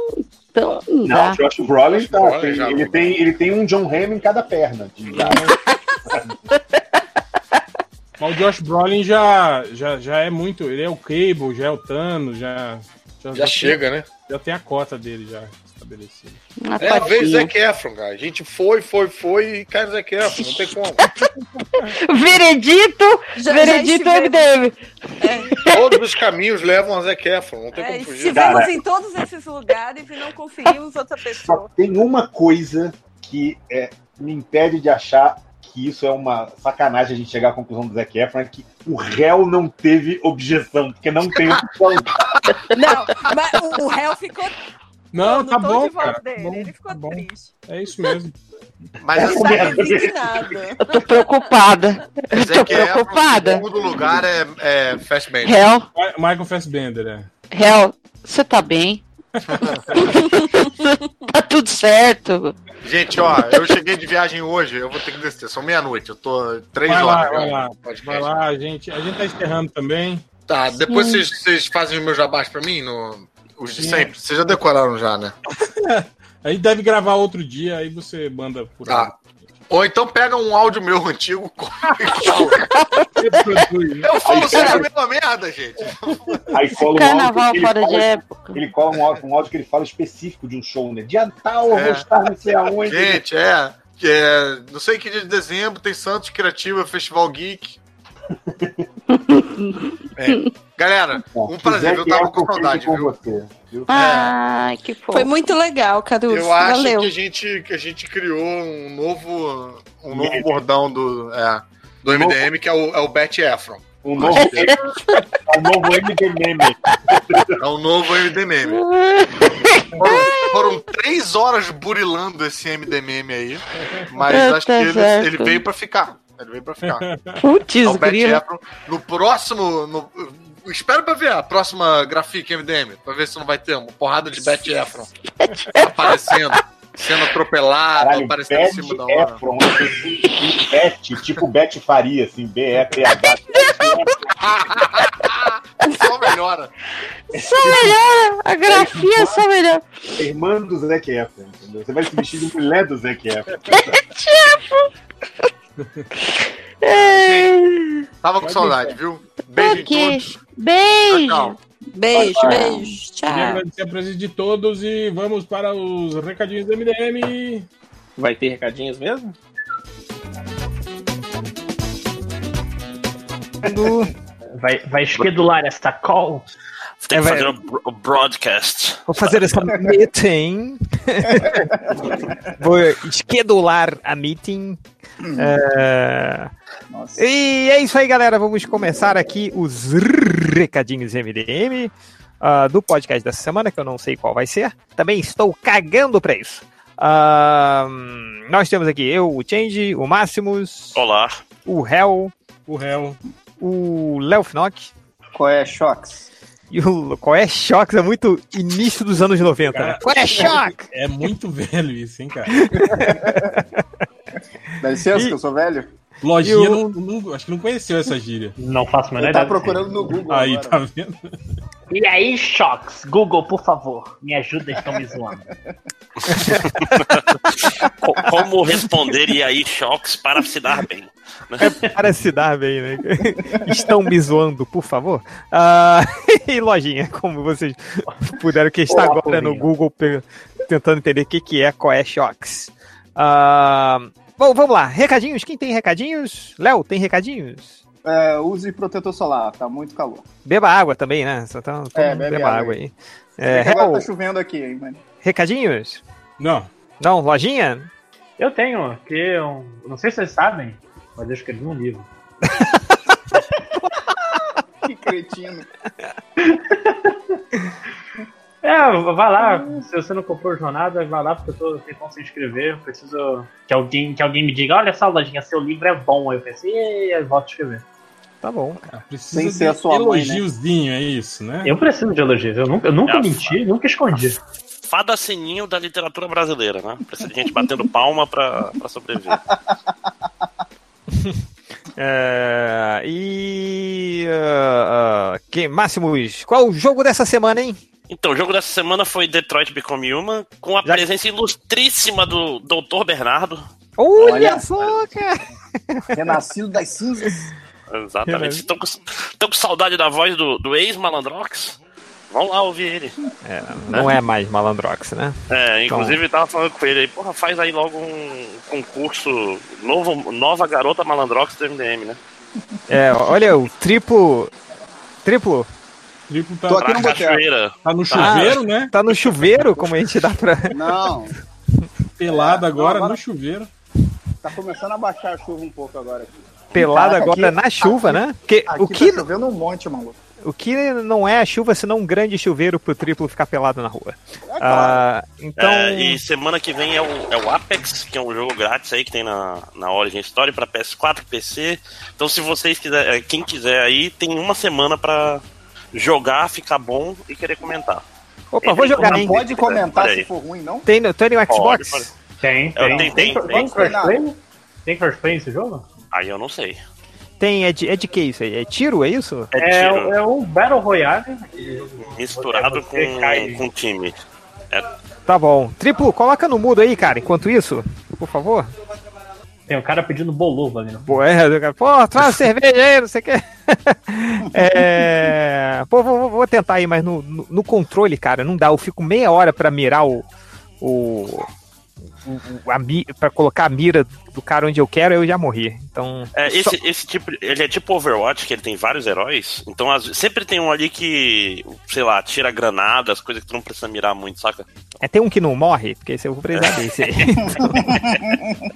Então, não
Não, o
dá.
Josh Brolin tá.
Brolin
tem-
já
ele,
não.
tem, ele tem um John Hamm em cada perna. de-
Mas o Josh Brolin já, já, já é muito. Ele é o Cable, já é o Thanos, já.
Já chega, né?
Já tem a cota dele já estabelecida.
Uma
É a vez
cotinha.
do Zac Efron, cara. A gente foi, foi, foi e cai no Zac Efron. Não tem como.
Veredito,
Já- já
veredito
estive-
MDM.
Todos os caminhos levam a Zac Efron. Não tem
É,
como fugir.
estivemos em todos esses lugares e não conseguimos outra
Só
pessoa.
tem uma coisa que é, me impede de achar que isso é uma sacanagem a gente chegar à conclusão do Zac Efron, é que o réu não teve objeção, porque não tem opção.
Não, mas o- o réu ficou
Não,
no
tá
tom
bom,
de voz
cara. Tá
dele.
bom,
ele ficou
tá bom.
triste.
É isso mesmo.
Mas
É
assim,
como
Tá
merda.
resignado.
Eu tô preocupada. Eu tô
Zac Efron,
preocupada.
em segundo lugar é, é Fast Man.
Hel,
Ma- Michael Fassbender, né?
Hel, você tá bem? tá tudo certo.
Gente, ó, eu cheguei de viagem hoje, eu vou ter que descer. São meia-noite, eu tô três
Vai lá,
horas.
vai
né?
lá.
Podcast.
Vai lá, a gente. A gente tá encerrando também.
Tá, depois vocês, vocês fazem os meus jabás pra mim? No, os de
Sim.
sempre. Vocês já decoraram já, né?
Aí deve gravar outro dia, aí você manda por aí.
Tá. Ou então pega um áudio meu antigo e fala.
Você produz, né?
Eu falo sempre a mesma merda, gente.
Aí cola um áudio
Carnaval
que ele
fora de
fala-
época.
Ele cola um áudio, um áudio que ele fala específico de um show, né? Dia tal, eu
É.
vou estar não sei aonde.
Gente, é, que é. Não sei que dia de dezembro tem Santos Criativa, Festival Geek. É. Galera,
Bom,
um prazer,
quiser
viu?
que
Tava
eu
com
fique
saudade,
com
viu?
você, viu?
Ah, Ai, que fofo.
Foi muito legal, Caruso.
É. Eu acho
Valeu.
que a gente que a gente criou um novo um novo bordão do é, do MDM que é o, é o Bet Efron.
Um novo, um
Tá
novo MD meme.
É o novo MDM. Foram,
Ah!
foram três horas burilando esse MDM aí, mas
É,
acho que
tá
ele,
certo.
ele veio pra ficar. Ele veio pra ficar. É
Putz,
o Bet
grilo.
Efron. No próximo no, Espero pra ver a próxima grafica MDM, pra ver se não vai ter uma porrada de Bet Efron aparecendo, sendo atropelado,
Caralho,
aparecendo em cima da
Bet
hora.
Efron. um assim, Bet, tipo Bet Faria, assim, B-E-T-H.
Só melhora.
Só melhor, a grafia é só melhor.
Irmã do Zac Efron, entendeu? Você vai se vestir de mulher do Zac Efron.
É...
Tava com saudade, viu? Beijo
Ok.
em todos. Tchau,
Beijo.
Beijo,
tchau.
beijo.
Queria
Tchau.
agradecer a presença de todos e vamos para os recadinhos do MDM.
Vai ter recadinhos mesmo?
Vai, vai esquedular essa call?
Tem que
É,
fazer
vai-
o bro- o broadcast.
Vou fazer essa meeting. Vou esquedular a meeting. É, E é isso aí, galera. Vamos começar aqui os recadinhos MDM ah, do podcast dessa semana, que eu não sei qual vai ser. Também estou cagando pra isso. Ah, nós temos aqui eu, o Change, o Máximos,
Olá.
o Hell,
O réu.
o Léo Finock
Qual é, Chox?
e o Qual é Choques? É muito início dos anos 90, né?
Cara,
Qual é Choque?
É muito velho isso, hein, cara?
Dá licença
E-
que eu sou velho?
Lojinha,
E
não, não- acho que não conheceu essa gíria.
Não faço a menor
Eu tava
ideia.
tá
é.
procurando no Google
Aí,
agora.
tá vendo?
E aí, Shox? Google, por favor, me ajuda, estão me zoando.
Co- Como responder e aí choques para se dar bem? né?
Para se dar bem, né? Estão me zoando, por favor. Ah, e lojinha, como vocês puderam que está
Olá,
agora no
povinho.
Google pe- tentando entender o que, que é, qual é Shox. Ah, bom, vamos lá. Recadinhos. Quem tem recadinhos? Léo, tem recadinhos?
É, use protetor solar, tá muito calor.
Beba água também, né? Só tá, todo
É,
mundo
bebe
beba água
água
aí. É,
Porque agora
Hel,
tá chovendo aqui, hein, mano.
recadinhos?
Não.
Não, lojinha?
Eu tenho, que eu não sei se vocês sabem, mas eu escrevi um livro.
Que cretino.
É, vai lá, se você não comprou jornada, vai lá, porque eu tô tentando se inscrever, eu preciso que alguém, que alguém me diga, olha só, lojinha, seu livro é bom. Aí eu pensei, "Ê, eu volto a escrever.
Tá bom.
Ah, Precisa
Sem ser a
de
sua mãe, né?
elogiozinho, é isso, né?
Eu preciso de elogios, eu nunca, eu nunca
Nossa.
menti, nunca escondi.
Fada sininho da literatura brasileira, né? Precisa de gente batendo palma pra, pra sobreviver.
É, e. ah, ah, que, Máximos, qual o jogo dessa semana, hein?
Então, o jogo dessa semana foi Detroit Become Human, com a
Já-
presença ilustríssima do Dr. Bernardo.
Olha,
Olha.
só, cara!
Renascido das cinzas.
Exatamente. Vocês Estão com, estão com saudade da voz do, do ex-Malandrox? Vão lá ouvir ele.
Né?
Não é mais Malandrox, né?
É,
Então-
inclusive tava falando com ele aí, porra, faz aí logo um concurso novo, nova garota Malandrox do MDM, né?
É, olha o triplo. Triplo?
Triplo
Tô
tá,
aqui.
Pra
no boteco.
cachoeira.
tá no chuveiro, né?
Tá no chuveiro, como a gente dá pra.
Não,
Pelado
Não,
agora,
agora-
no chuveiro.
tá começando a baixar a chuva um pouco agora. Aqui,
Pelado
Caraca,
agora
aqui- é-
na chuva,
aqui-
né? Porque
aqui
o, que,
tá chovendo um monte, maluco.
o que não é a chuva senão um grande chuveiro pro triplo ficar pelado na rua.
É claro.
Ah, então.
É, e semana que vem é o, é o Apex, que é um jogo grátis aí que tem na, na Origin Story pra PS4 e PC. Então, se vocês quiserem, quem quiser aí, tem uma semana pra jogar, ficar bom e querer comentar.
Opa, vou jogar,
Não
hein?
Pode comentar
Olha
se
aí.
for ruim, não?
Tem, no- tem no Xbox?
Pode,
Tem,
Eu É, tem, tem, tem.
Vamos treinar.
Tem crossplay nesse jogo?
Aí eu não sei.
Tem, é de, é de que isso aí? É tiro, é isso?
É
É,
tiro
é um Battle Royale.
misturado
você cai-
com, com time. É.
Tá bom. Triplo, coloca no mudo aí, cara, enquanto isso. Por favor.
Tem um cara pedindo boluva ali.
Pô, é, eu- pô, traz uma cerveja aí, não sei o que. É, pô, vou, vou tentar aí, mas no, no, no controle, cara, não dá. Eu fico meia hora pra mirar o. o, o a mi- pra colocar a mira do cara onde eu quero, eu já morri. Então.
É,
só-
esse, esse tipo, ele é tipo Overwatch, que ele tem vários heróis. Então, às- sempre tem um ali que, sei lá, tira granadas, coisas que tu não precisa mirar muito, saca?
É, tem um que não morre, porque esse eu vou precisar desse aí. Então-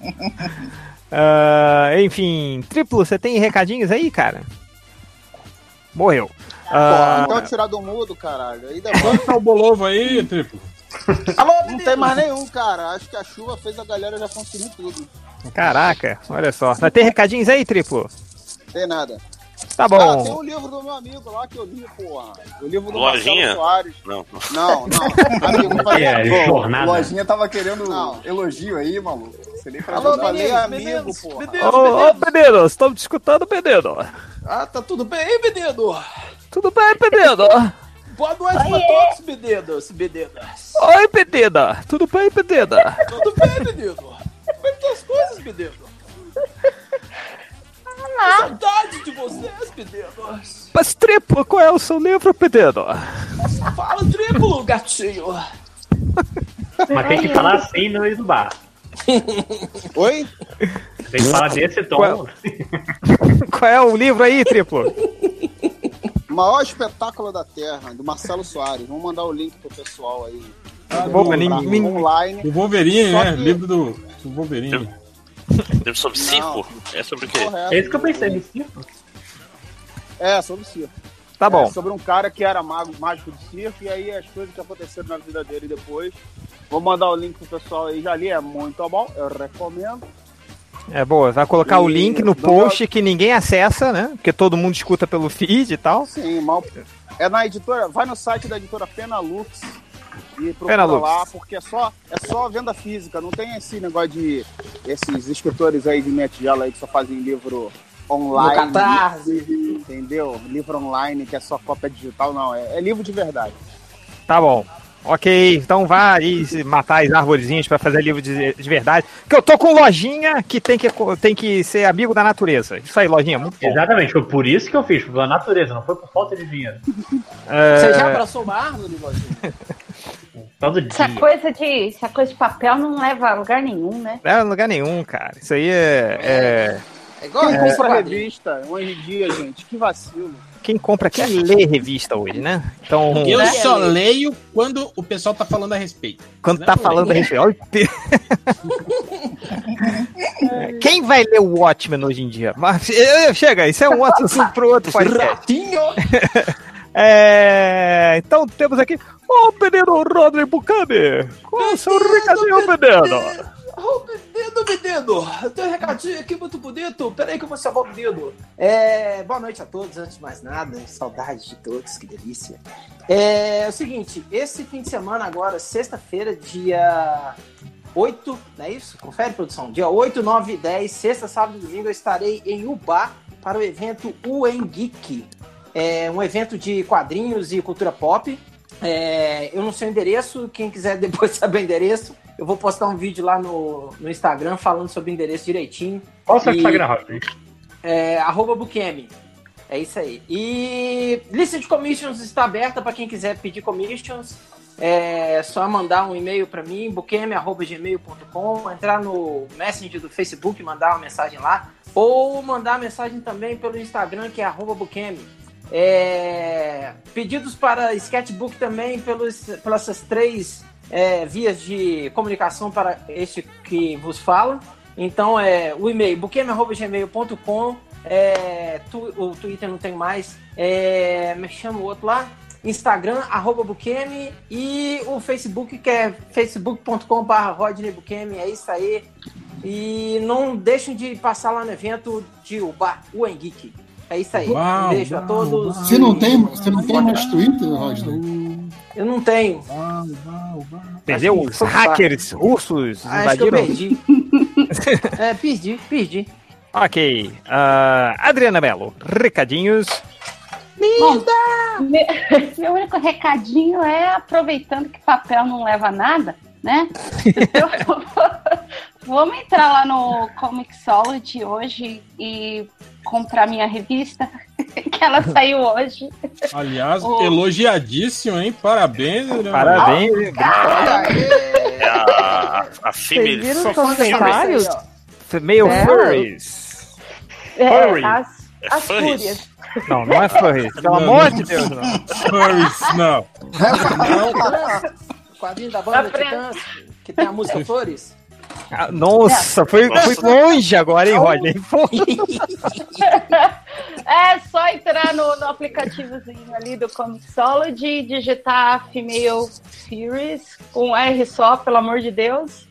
Ah, enfim, triplo, você tem recadinhos aí, cara? Morreu.
Porra,
Ah,
então tirar do mudo, caralho. Aí
Quanto tá o bolovo aí, Triplo?
não tem mais nenhum, cara. Acho que a chuva fez a galera já consumir tudo.
caraca, olha só. Mas tem recadinhos aí, triplo?
Tem nada.
Tá
Ah, tem
bom.
um livro do meu amigo lá que eu li, porra. O livro do
Lojinha?
Marcelo Soares.
Não,
Não,
não.
não. Amigo, eu falei,
É,
pô,
jornada.
Lojinha tava querendo elogio aí, maluco. Você nem Alô, eu falei amigo, porra.
Ô, ô, Pedro, estamos te escutando, Pedro.
Ah, tá tudo bem, bededo?
Tudo bem, Pedro?
Boa noite pra todos, bededos, bededas.
Oi, Pedida. Tudo bem, Pedida?
Tudo bem, bededo? Como é que tá as coisas, bededo? Saudade de vocês, bededos.
Mas, triplo, qual é o seu livro, Pedro?
Fala triplo, gatinho.
Mas tem que falar assim no meio do bar.
Oi?
Tem que falar desse tom.
Qual, é- qual é o livro aí, triplo?
O maior espetáculo da Terra, do Marcelo Soares. Vamos mandar o link pro pessoal aí.
Tá Bom,
Pra-
ninguém-
online.
O Wolverine,
Só
né?
que-
Livro do, do Wolverine.
Teve sobre circo? É sobre o quê?
Correto. É isso que eu pensei,
circo?
É, sobre o circo.
Tá
É,
bom.
sobre um cara que era mago, mágico de circo e aí as coisas que aconteceram na vida dele depois. Vou mandar o link pro pessoal aí. Já li, é muito bom. Eu recomendo.
É boa, vai colocar o
E-
link no post que ninguém acessa, né? Porque todo mundo escuta pelo feed e tal.
Sim, mal. É na editora, vai no site da editora Penalux e procura
Penalux.
lá, porque é só, é só venda física, não tem esse negócio de esses escritores aí de minha tigela aí que só fazem livro online.
No Catarse.
Entendeu? Livro online que é só cópia digital, não. É, é livro de verdade.
Tá bom. Ok, então vá aí se matar as arvorezinhas pra fazer livro de, de verdade. Que eu tô com lojinha que tem, que tem que ser amigo da natureza. Isso aí, lojinha, muito bom.
Exatamente, foi por isso que eu fiz, pela natureza, não foi por falta de dinheiro.
É,
Você já abraçou uma árvore, Lojinha?
Todo dia.
Essa coisa, de, essa coisa de papel não leva a lugar nenhum, né?
Não é lugar nenhum, cara. Isso aí é. é-
É igual
É.
quem compra revista hoje em dia, gente. Que vacilo.
Quem compra quer ler revista hoje, né? Então.
Eu só
É.
leio quando o pessoal tá falando a respeito.
Quando
Não, é
tá
não
falando a
leio.
respeito. Olha o pe- Quem vai ler o Watchmen hoje em dia? Mas, eh, chega, isso é um outro assunto pro outro podcast.
Ratinho!
É, então temos aqui o menino Rodney Bucane. Qual é o seu recadinho, menino?
Oh, menino, menino, eu tenho um recadinho aqui muito bonito. Peraí que eu vou chamar o menino. É, boa noite a todos, antes de mais nada. Saudades de todos, que delícia. É, é o seguinte, esse fim de semana agora, sexta-feira, dia 8, não é isso? Confere, produção. Dia 8, 9 e 10, sexta, sábado e domingo, eu estarei em Ubá para o evento UN Geek. É um evento de quadrinhos e cultura pop. É, eu não sei o endereço, quem quiser depois saber o endereço, eu vou postar um vídeo lá no, no Instagram falando sobre o endereço direitinho.
Qual o seu
E-
Instagram, Rafa?
é, arroba Bukemi. É isso aí. E lista de commissions está aberta para quem quiser pedir commissions. É só mandar um e-mail para mim, bukemi.gmail.com, entrar no Messenger do Facebook, mandar uma mensagem lá, ou mandar mensagem também pelo Instagram, que é arroba Bukemi. É, pedidos para sketchbook também pelos, pelas essas três é, vias de comunicação para este que vos fala. Então é o e-mail buqueme.gmail.com, é, tu- o Twitter não tem mais, é, me chama o outro lá, Instagram, arroba Buqueme, e o Facebook que é facebook.com.br Rodney Buqueme, é isso aí. E não deixem de passar lá no evento de Uba, o Engeek. É isso aí. um beijo a todos.
Você não tem, você não tem mais Twitter, Rodney?
Eu não tenho.
Perdeu
Acho que
os
foi um saco.
hackers russos
Ah, Acho que eu
invadiram.
perdi. é, perdi, perdi.
Ok. ah, Adriana Mello, recadinhos.
Bom, me- meu único recadinho é aproveitando que papel não leva a nada, né? Eu vou- vamos entrar lá no Comixology hoje e comprar minha revista, que ela saiu hoje.
Aliás,
O-
elogiadíssimo, hein? Parabéns, né? Adriano.
Parabéns,
É a, a, a Fibers.
viram os comentários?
Meio
É.
furries. Furry.
É, as,
É
as
furry.
fúrias.
Não, não é furries. Pelo
Não,
amor
não.
de Deus, não.
Furries, não.
Ah, tá, Quadrinho da banda Titãs, que tem a música Flores.
Ah, Nossa, foi, foi longe agora, hein, Rodney?
É só entrar no, no aplicativozinho ali do Comixology, digitar Female Series com R só, pelo amor de Deus.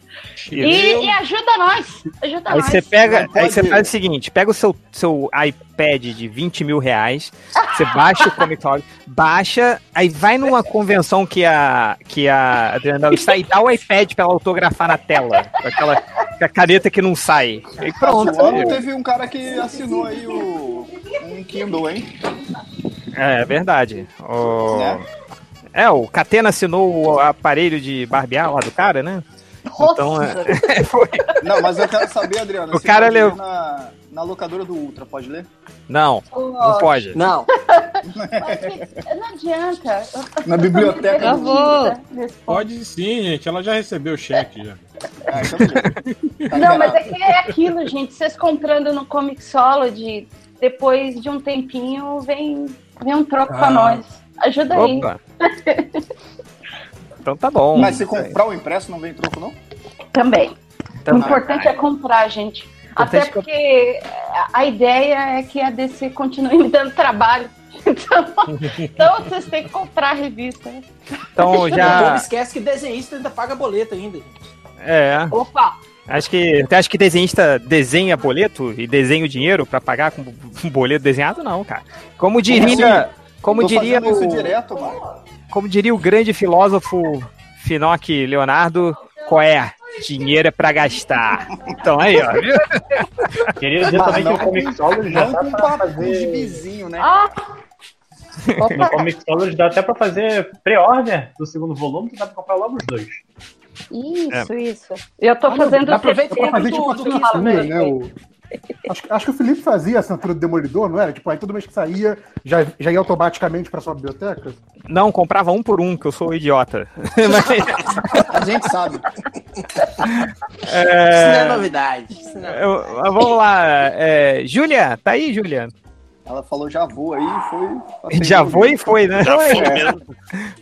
E, e ajuda nós!
Tá,
Ajuda
Aí
nós.
você pega, aí você faz o seguinte, pega o seu, seu iPad de 20 mil reais, você baixa o Comic Talk, baixa, aí vai numa convenção que a, que a Adriana Belo está e dá o iPad pra ela autografar na tela, com aquela com a caneta que não sai. Aí pronto.
Esse ano teve um cara que assinou aí o um Kindle, hein?
É, é verdade. O... É. o Catena assinou o aparelho de barbear lá do cara, né? Então, é...
Não, mas eu quero saber, Adriano.
O
se
cara
pode ler
leu-
Na, na locadora do Ultra, pode ler?
Não, não pode.
Não.
Não adianta.
Na biblioteca
Eu
do
vou.
Pode sim, gente. Ela já recebeu o cheque já.
Ah, então tá
Não, mas é que é aquilo, gente. Vocês comprando no Comixology, depois de um tempinho, vem, vem um troco pra
Ah.
nós. Ajuda aí.
Opa. Então tá bom.
Mas se comprar o impresso, não vem troco, não?
Também.
Então
Também.
O importante é comprar, gente. Até
Importante
porque a ideia é que a DC continue me dando trabalho. Então, então vocês têm que comprar a revista.
Então
Não
já.
esquece que desenhista ainda paga boleto ainda. gente.
É.
Opa!
Acho que. Você acha que desenhista desenha boleto e desenha o dinheiro pra pagar com um boleto desenhado? Não, cara. Como diria. Como
assim? Tô
diria.
fazendo isso
o-
direto, mano.
Como diria o grande filósofo Finoc Leonardo, qual é? Dinheiro é pra gastar. Então aí, ó. viu?
Queria dizer também que o Comixology já dá pra fazer.
gibizinho, né?
Ah,
No Comixology dá até pra fazer pre-order do segundo volume, que dá pra comprar logo os dois.
Isso, isso. Eu tô fazendo
Ah, Aproveita
o
fazer tipo
do, do que
assinatura, né? O... Acho, acho que o Felipe fazia a assinatura do Demolidor, não era? Tipo, aí todo mês que saía, já, já ia automaticamente pra sua biblioteca?
Não, comprava um por um, que eu sou idiota.
A gente sabe.
É,
Isso não é novidade. Isso não é
eu- eu- vamos lá. É, Júlia, tá aí, Júlia?
Ela falou já vou aí e foi.
Já foi e foi, né?
Já
Oi,
foi
é.
mesmo.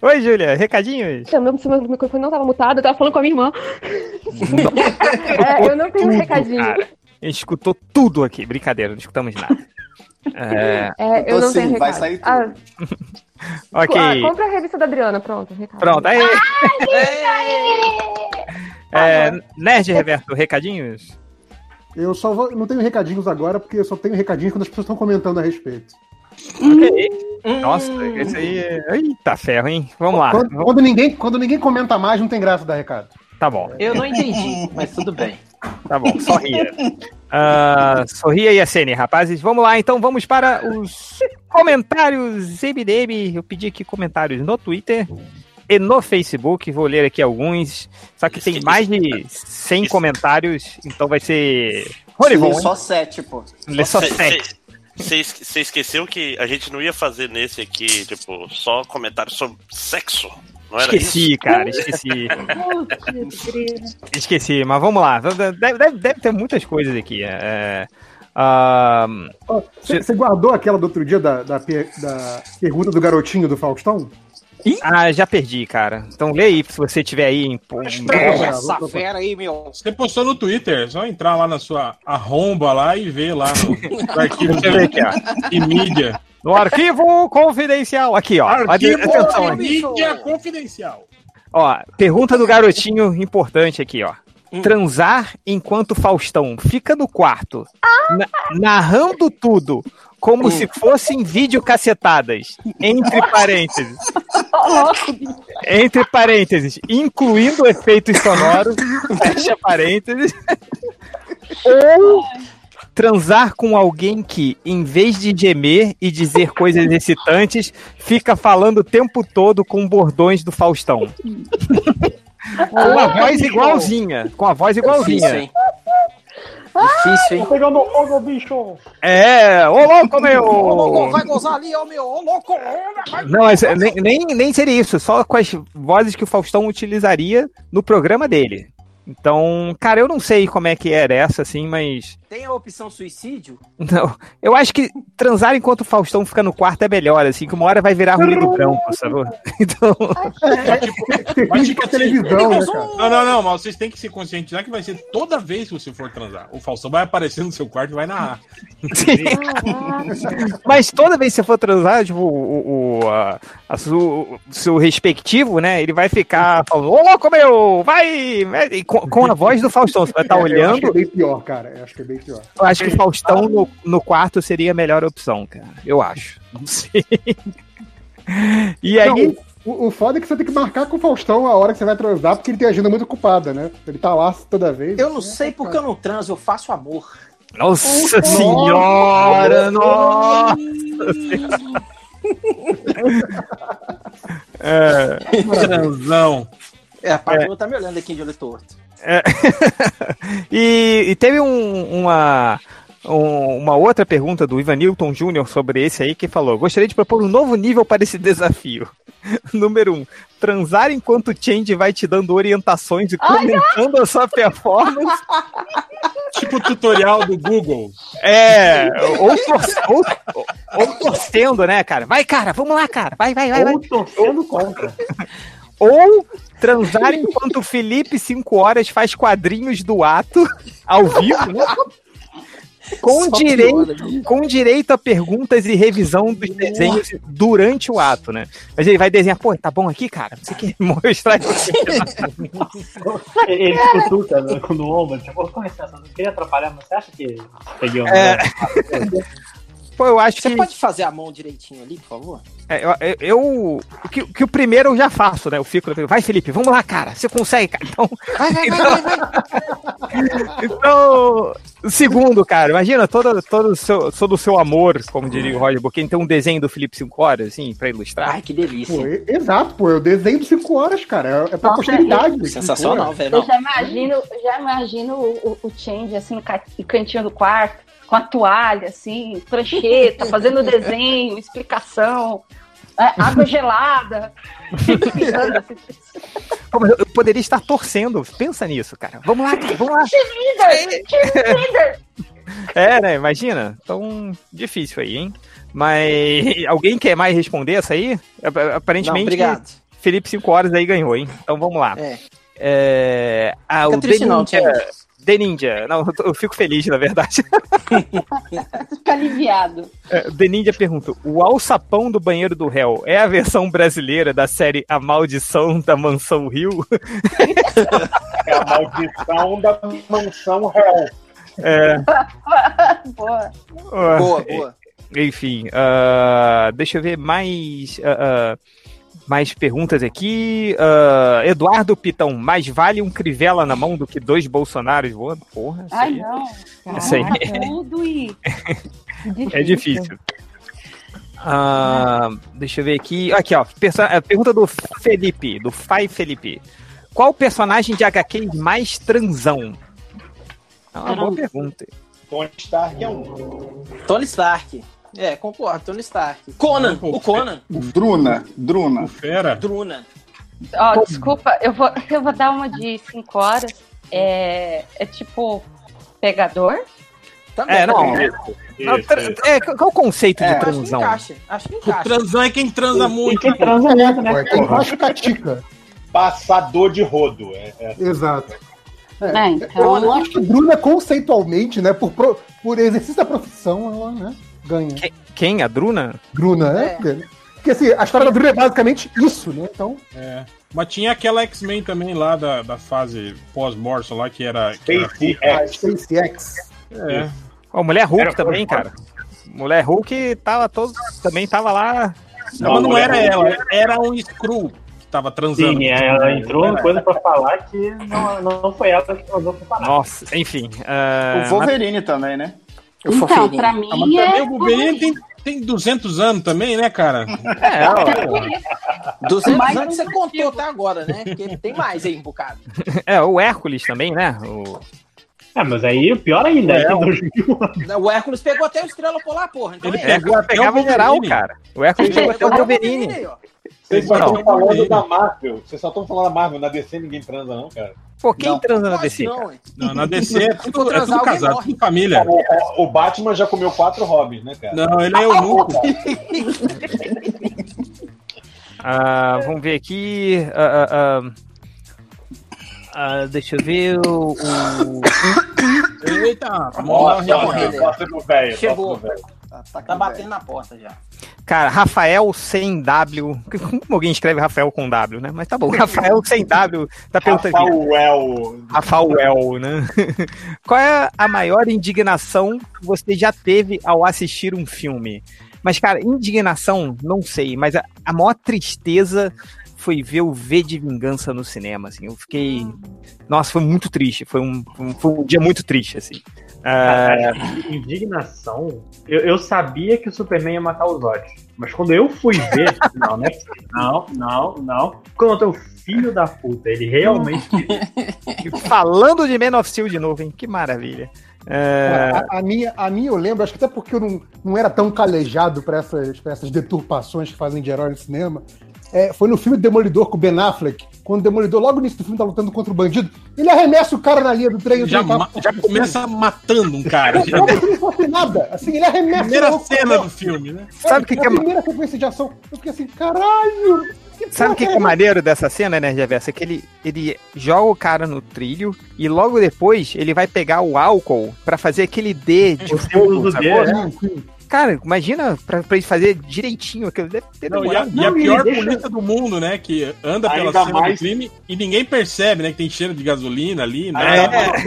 Oi, Júlia, recadinhos?
Então, meu, meu microfone não tava mutado, eu tava falando com a minha irmã. É, eu não tenho um
Tudo,
recadinho.
cara. A gente escutou tudo aqui, brincadeira, não escutamos nada. É,
É, eu não tenho recado. Ah,
ok, É,
ah, compra a revista da Adriana, pronto,
um
recado.
pronto, aí. É, Nerd Reverto, recadinhos?
Eu só vou, não tenho recadinhos agora, porque eu só tenho recadinhos quando as pessoas estão comentando a respeito.
Ok. Nossa, esse aí é... Eita ferro, hein? Vamos lá.
Quando, quando ninguém, quando ninguém comenta mais, não tem graça dar recado.
Tá bom,
Eu não entendi, mas tudo bem.
tá bom, sorria. Ah, sorria e a Sene, rapazes. Vamos lá, então vamos para os comentários MDM. Eu pedi aqui comentários no Twitter e no Facebook. Vou ler aqui alguns. Só que tem mais de 100 comentários, então vai ser. Rorival,
Sim,
hein?
Só sete, pô.
Lê só
Cê-
sete.
cê- cê esque- Você esqueceu que a gente não ia fazer nesse aqui, tipo, só comentário sobre sexo? Não era
Esqueci,
isso?
cara, esqueci. Esqueci, mas vamos lá. Deve, deve- deve ter muitas coisas aqui. É, ah,
Você você guardou aquela do outro dia da, da, per- da pergunta do garotinho do Faustão?
ah, já perdi, cara. Então lê aí se você tiver aí em.
Essa
fera aí, meu.
Você postou no Twitter, é só entrar lá na sua arromba lá e ver lá no, no arquivo
Deixa eu ver
é.
aqui, ó.
e mídia.
No arquivo confidencial. Aqui, ó.
Arquivo
Atenção
e
aqui.
mídia confidencial.
Ó, pergunta do garotinho importante aqui, ó. Transar enquanto Faustão fica no quarto, na- narrando tudo, como se fossem vídeo cacetadas, entre parênteses. Entre parênteses, incluindo efeitos sonoros, fecha parênteses. Ou transar com alguém que, em vez de gemer e dizer coisas excitantes, fica falando o tempo todo com bordões do Faustão. Com
Ah,
a voz igualzinha. Com a voz igualzinha.
Difícil, hein?
Tô pegando fogo, bicho!
É, ô louco,
Ô, louco, vai
meu!
gozar ali, ó, meu! Ô, louco!
Não, mas nem, nem, nem seria isso, só com as vozes que o Faustão utilizaria no programa dele. Então, cara, eu não sei como é que era essa, assim, mas.
Tem a opção suicídio?
Não, eu acho que transar enquanto o Faustão fica no quarto é melhor, assim, que uma hora vai virar ruído branco, sabe? Então.
Mas, tipo, assim,
televisão, né, cara?
Não, não, não, mas vocês têm que se conscientizar que vai ser toda vez que você for transar. O Faustão vai aparecer no seu quarto e vai narrar.
Mas toda vez que você for transar, tipo, o, o, a- a su- o seu respectivo, né? Ele vai ficar falando, ô louco, meu, vai! E com, com a voz do Faustão, você vai estar
É, Eu acho que é
tá olhando.
bem pior, cara. Eu acho que é bem pior.
Eu acho que o Faustão no, no quarto seria a melhor opção, cara. Eu acho. Não sei. E aí.
Não, o, o foda é que você tem que marcar com o Faustão a hora que você vai transar, porque ele tem a agenda muito ocupada, né? Ele tá lá toda vez.
Eu não sei porque eu não transo, eu faço amor.
Nossa
Nossa.
senhora! Nossa! É. Transão.
É, a patroa
É.
tá me olhando aqui de olho torto.
É. e, e teve um- uma, um- uma outra pergunta do Ivan Newton Jr. sobre esse aí, que falou: Gostaria de propor um novo nível para esse desafio. Número um, transar enquanto o Change vai te dando orientações e comentando a sua performance.
tipo tutorial do Google.
É, ou, tor ou, ou torcendo, né, cara? Vai, cara, vamos lá, cara. Vai, vai, vai. vai.
Ou torcendo contra.
Ou transar enquanto o Felipe, 5 horas, faz quadrinhos do ato, ao vivo, né? Com,
né?
direito, com direito a perguntas e revisão dos desenhos durante o ato, né? Mas ele vai desenhar, pô, tá bom aqui, cara? Você quer mostrar isso?
Ele escuta né, quando o ombro, tipo, com licença, não queria atrapalhar, mas é você acha que peguei um.
É. Pô, eu acho
Você
que.
pode fazer a mão direitinho ali, por favor?
É, eu, eu- eu- o que, o que o primeiro eu já faço, né? Eu fico, vai Felipe, vamos lá, cara, você consegue, cara. Então,
Vai, vai, vai, vai, vai.
então o segundo, cara, imagina todo, todo, o seu, todo o seu amor, como diria o Roger Boquinha, tem um desenho do Felipe 5 horas, assim, pra ilustrar.
Ai, que delícia.
Pô, e- exato, pô, eu desenho de 5 horas, cara. É, é pra posteridade.
Sensacional,
É,
velho.
Eu já imagino, já imagino o, o Change assim no ca- no cantinho do quarto, com a toalha, assim, prancheta, fazendo desenho, explicação, é, água gelada.
Pô, mas eu, eu poderia estar torcendo, pensa nisso, cara. Vamos lá, cara, vamos lá.
Ah, Cheerleader! Cheerleader!
É, né? Imagina. Então, difícil aí, hein? Mas alguém quer mais responder essa aí? Ap- Aparentemente,
Não, obrigado.
Felipe 5 horas aí ganhou, hein? Então vamos lá. É. Ah,
Fica
o The
triste não,
Ninja.
Thiago.
The Ninja. Não, eu tô- eu fico feliz, na verdade.
Fica aliviado.
É, The Ninja pergunta: O alçapão do banheiro do réu é a versão brasileira da série A Maldição da Mansão Rio?
É a maldição da mansão réu.
É.
né?
Boa.
Ah,
Boa, boa.
e- Enfim, ah, deixa eu ver mais, ah, ah, mais perguntas aqui. Ah, Eduardo Pitão, mais vale um crivela na mão do que dois Bolsonaros voando? Porra, É
Ai, não.
Isso aí.
Caraca, Tudo e.
é difícil. Ah, deixa eu ver aqui. Aqui, ó. perso- a Pergunta do Felipe, do Fai Felipe. Qual personagem de HQ mais transão? É uma boa
Caramba.
pergunta.
Tony Stark é um.
Tony Stark. É, concordo, Tony Stark. Conan, o Conan.
Druna, Druna.
Fera.
Druna.
Ó,
Hum.
desculpa, eu vou, eu vou dar uma de 5 horas. É, é tipo pegador?
É, não. Não, tra- é, qual qual o conceito
É,
de
acho que
transão?
encaixa.
Acho que
O transão
é quem transa muito.
quem
transa muito, né?
Porra.
Eu acho catica.
Passador de rodo. É, é.
Exato. É,
É,
eu,
então-
eu acho que Bruna, conceitualmente, né, por, pro- por exercício da profissão, ela né, ganha.
Quem? A Druna?
Bruna, né?
É.
Porque, porque, assim, a história da Bruna é basicamente isso, né? Então,
É. Mas tinha aquela X-Men também lá da, da fase pós-Morso lá, que era. que
Ah,
era-
é.
a SpaceX.
É.
Ó, mulher Hulk
Era
também,
forte.
cara. Mulher Hulk tava todo, também tava lá.
Não, mas não era ela, era um Screw que tava transando.
Sim, é, ela entrou em coisa pra falar que não, não foi ela que mandou pra falar.
Nossa, enfim. ah,
O Wolverine também, né?
Então, pra mim
Ah, mas também
é.
o Wolverine tem, tem 200 anos também, né, cara?
É,
mais é. um anos que você contou até agora, né? Porque tem mais aí, um bocado.
mas- é, o Hércules também, né? O...
É, mas aí o pior ainda é que
Não.
dois mil
Não, O Hércules pegou até o Estrela Polar, porra. Então é.
Ele pegou, pegava geral, cara. O Hércules pegou até o
Pegou
Wolverine.
aí, ó.
Vocês só
Não.
estão falando da Marvel. Vocês só estão falando da Marvel. Na DC ninguém transa, não, cara.
Pô, quem transa na
Pode
DC?
não,
cara?
hein?
Não, na DC é
Se
tudo,
for
é
transar,
tudo
alguém
casado,
morre.
tudo família.
É,
É, O, o Batman já comeu quatro Robins, né, cara?
Não, ele é o Hulk.
Ah, vamos ver aqui. ah, ah, ah. Ah, deixa eu ver o. o-
Eita,
Nossa,
morre,
olha,
morre.
Nossa, meu velho.
Chegou.
nossa, meu velho.
Tá, tá- tá batendo na porta já.
Cara, Rafael sem W. Como alguém escreve Rafael com W, né? Mas tá bom. Rafael sem W tá perguntando. aqui.
Rafael.
Rafael, né? Qual é a maior indignação que você já teve ao assistir um filme? Mas, cara, indignação, não sei, mas a, a maior tristeza foi ver o V de Vingança no cinema, assim. Eu fiquei. Nossa, foi muito triste. Foi um, um- foi um dia muito triste, assim.
É.
Cara,
Ah,
Indignação. Eu, eu sabia que o Superman ia matar o Zod. Mas quando eu fui ver. não, né? Não, não, não. Quando eu filho da puta, ele realmente.
Falando de Man of Steel de novo, hein? Que maravilha. É,
Cara, A, a minha, a minha eu lembro, acho que até porque eu não, não era tão calejado pra essas, pra essas deturpações que fazem de herói no cinema. é, foi no filme Demolidor com o Ben Affleck, quando o Demolidor, logo no início do filme, tá lutando contra o bandido, ele arremessa o cara na linha do trem.
Já,
o trem
ma- já começa matando um cara.
Como
já.
como se não fosse nada. Assim, ele arremessa.
Primeira
o louco,
cena
pô.
do filme, né?
Sabe o que
na
que é ma-
primeira sequência de ação, eu fiquei assim, caralho! que
Sabe o que,
porra
que é maneiro dessa cena, né, Versa? Que ele, ele joga o cara no trilho e logo depois ele vai pegar o álcool pra fazer aquele D de
um
símbolo do
sacou?
D, né?
Cara, imagina pra, pra ele fazer direitinho aquilo. Deve ter
Não, e a,
demorado.
e a pior polícia do mundo, né? Que anda pela
Ainda
cena
mais-
do crime e ninguém percebe, né? Que tem cheiro de gasolina
É.
Ah,
ali,
é,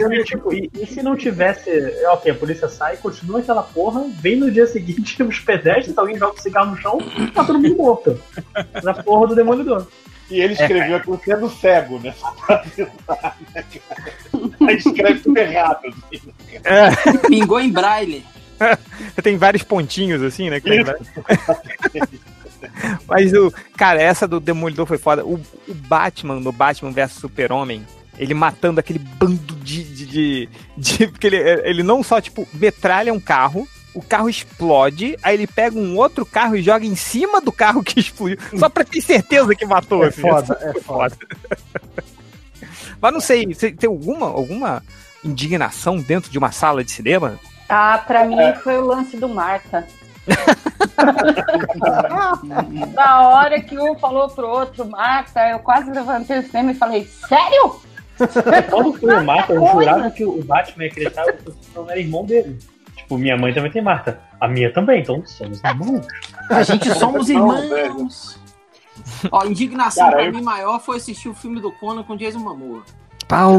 né?
E, tipo, e, e se não tivesse. é, Ok, a polícia sai, continua aquela porra, vem no dia seguinte os pedestres, alguém joga um cigarro no chão, tá todo mundo morto. Na porra do demolidor.
E ele escreveu aquilo sendo cego, né? Só pra avisar, né, cara? Aí escreve tudo errado. assim.
É.
Pingou em braille.
Tem vários pontinhos assim, né? que tem vários- Mas o. Cara, essa do Demolidor foi foda. O, o Batman, no Batman vs Super-Homem, ele matando aquele bando de. de, de- de- porque ele, ele não só, tipo, metralha um carro. O carro explode, aí ele pega um outro carro e joga em cima do carro que explodiu, só pra ter certeza que matou.
É
assim.
foda,
Isso
é
foi Mas não sei, você tem alguma, alguma indignação dentro de uma sala de cinema?
Ah, pra mim foi o lance do Marta. Na hora que um falou pro outro, Marta, eu quase levantei o cinema e falei, sério?
Quando foi o Marta, eu
Coisa.
jurava que o Batman ia acreditar que o Superman era irmão dele. Tipo, minha mãe também tem Marta. A minha também, então somos irmãos.
A gente somos irmãos. Ó, a indignação
Cara,
pra
eu-
mim maior foi assistir o filme do Conan com Jason Momoa.
Pau!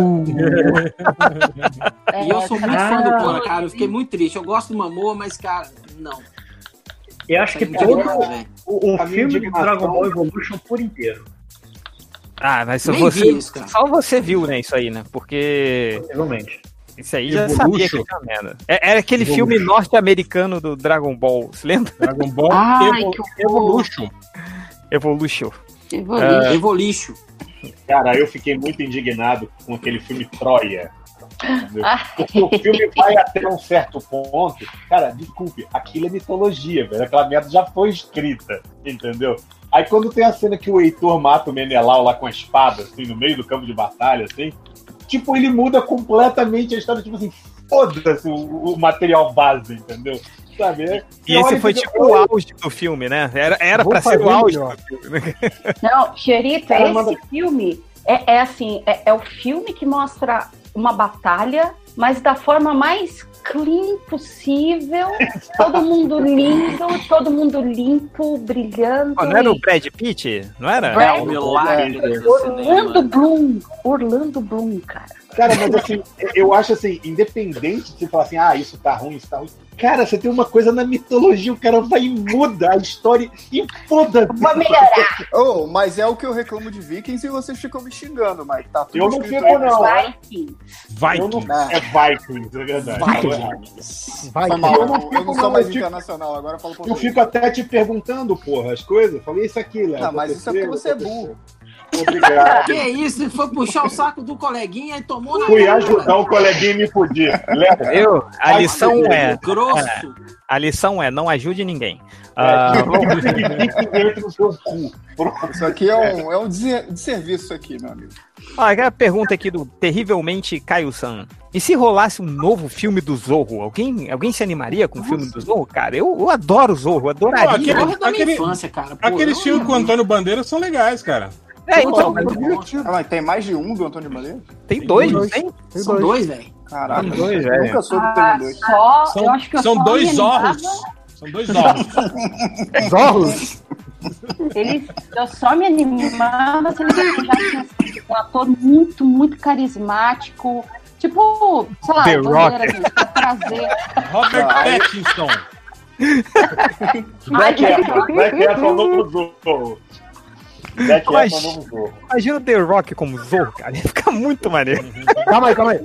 e eu sou muito fã do
Ah.
Conan, É, cara. Eu fiquei muito triste. Eu gosto do Momoa, mas, cara, não.
Eu acho que
é
Tá
todo
indignado, velho.
o, o
Tá
filme
é
do
indignação.
Dragon Ball Evolution por inteiro.
Ah, mas só
Nem
você,
vi isso, cara.
só você viu, né, isso aí, né? Porque.
Possivelmente.
Isso aí já
Evolution.
sabia que era uma merda. É- Era aquele
Evolution.
filme norte-americano do Dragon Ball, você lembra?
Dragon Ball
Ai, Evo- que horror. Evolution.
Evolution.
Evolution.
É.
Evolution.
Cara, eu fiquei muito indignado com aquele filme Troia. entendeu? Porque o filme vai até um certo ponto. Cara, desculpe, aquilo é mitologia, velho. Aquela merda já foi escrita, entendeu? Aí quando tem a cena que o Heitor mata o Menelau lá com a espada, assim, no meio do campo de batalha, assim, tipo, ele muda completamente a história, tipo assim, foda-se o, o material base, entendeu? Sabe? é?
E esse foi tipo o auge do filme, né? Era, era
Vou
pra ser
fazer
o auge
melhor.
do filme. né?
Não, Xerito,
Cara,
esse
manda-
filme é, é assim, é, é o filme que mostra uma batalha, mas da forma mais clean possível, todo mundo lindo, todo mundo limpo, brilhando.
Ó, não é era
e-
o Brad Pitt? Não era?
Brad
o
Pitt. Orlando Bloom, Orlando Bloom, cara.
Cara, mas assim, eu acho assim, independente de você falar assim, ah, isso tá ruim, isso tá ruim. Cara, você tem uma coisa na mitologia, o cara vai e muda a história e foda
Vai melhorar.
Oh, mas é o que eu reclamo de Vikings e vocês ficam me xingando, Mike. Tá tudo
Eu não
escrito
fico,
aí.
não.
Vai.
Eu não- É Vikings, é verdade.
Vai, mal,
Foi mal,
eu não,
fico,
sou mais
Tá eu, fico,
internacional, agora eu falo
eu
português.
fico até te perguntando, porra, as coisas. Falei isso aqui, Léo.
Não, mas isso é porque você é
aconteceu.
burro.
Que
Obrigado.
isso? Foi puxar o saco do coleguinha e tomou na
Fui
cara.
ajudar o coleguinha a me fudir. Léo,
Eu, a
vai
lição
fuder.
é,
Grosso.
é, A lição é não ajude ninguém. Ah,
Isso aqui é um, é um dese- desserviço aqui, meu amigo.
Ah, aquela pergunta aqui do terrivelmente Caio San. E se rolasse um novo filme do Zorro? Alguém, alguém se animaria com o filme do Zorro, cara? Eu, eu adoro o Zorro, eu
Pô,
adoraria.
aquele-
é
aquele- Aqueles filmes com o Antônio Bandeira são legais, cara.
É, então, mas-
Ah, mas tem mais de um do Antônio Bandeira?
Tem dois, não tem?
São dois, velho.
Caraca,
Tem dois, velho.
nunca soube que
Ah,
teve dois.
só, eu
São,
acho que eu
são
só
dois
me
tá?
zorros.
animava-
São dois zorros.
Zorros?
Eles, eu só me animava se eles arranjassem assim, um ator muito, muito carismático. Tipo, sei lá,
The
bandeira,
Rock.
gente, pra trazer.
Robert Pattinson.
Black Apple, Black Apple é o novo Zorro. Black Apple é
Mas-
o novo Zorro.
Imagina o The Rock como Zorro, cara. Ia ficar muito maneiro.
Calma aí, calma aí.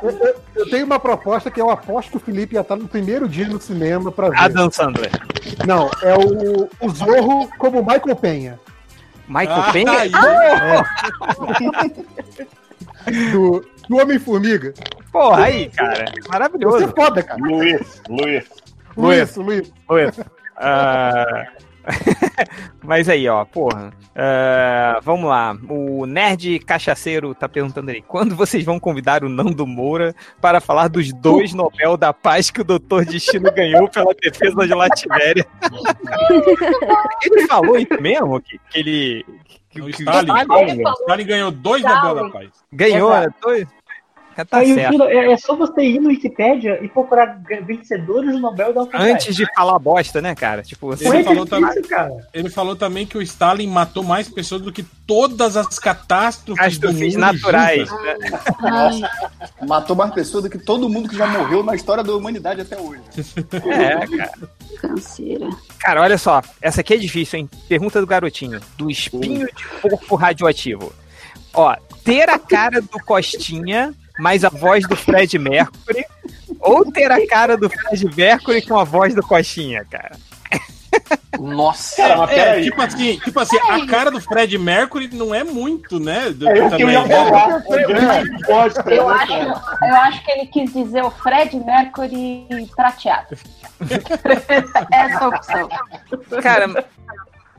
Eu, eu- eu tenho uma proposta que eu aposto que o Felipe ia estar no primeiro dia no cinema pra ver.
Adam Sandler.
Não, é o, o Zorro como o Michael Penha.
Michael
Ah,
Penha?
aí. Do, do É. Homem-Formiga.
Porra, aí, cara. Maravilhoso.
Você é foda, cara.
Luiz, Luiz.
Luiz,
Luiz,
Luiz.
Luiz. Ah, Mas aí, ó, porra. Ah, vamos lá. O Nerd Cachaceiro tá perguntando aí: quando vocês vão convidar o Nando Moura para falar dos
Uh.
dois Nobel da Paz que o Doutor Destino ganhou pela defesa de Lativéria? ele falou isso mesmo? Que, que ele. Que, que o
Stalin, Stalin, Stalin ganhou dois
Stalin.
Nobel da Paz.
Ganhou,
Exato.
né? Dois. Tá
Aí, o
certo.
Dino, é, é só você ir no Wikipédia e procurar g- vencedores do Nobel da Paz.
Antes de falar bosta, né, cara? Tipo,
Ele falou, também, ele falou também que o Stalin matou mais pessoas do que todas as catástrofes,
Catástrofes naturais,
Matou mais pessoas do que todo mundo que já morreu na história da humanidade até hoje.
É, cara.
Canseira.
Cara, olha só. Essa aqui é difícil, hein? Pergunta do garotinho. Do espinho de corpo radioativo. Ó, ter a cara do Costinha, mas a voz do Fred Mercury. Ou ter a cara do Fred Mercury com a voz do Costinha, cara.
Nossa!
É, é, tipo assim, tipo assim, a cara do Fred Mercury não é muito, né? do-
É, eu que eu né? ia falar.
é
Eu
né,
acho, eu acho que ele quis dizer o Fred Mercury prateado. Essa opção.
Cara,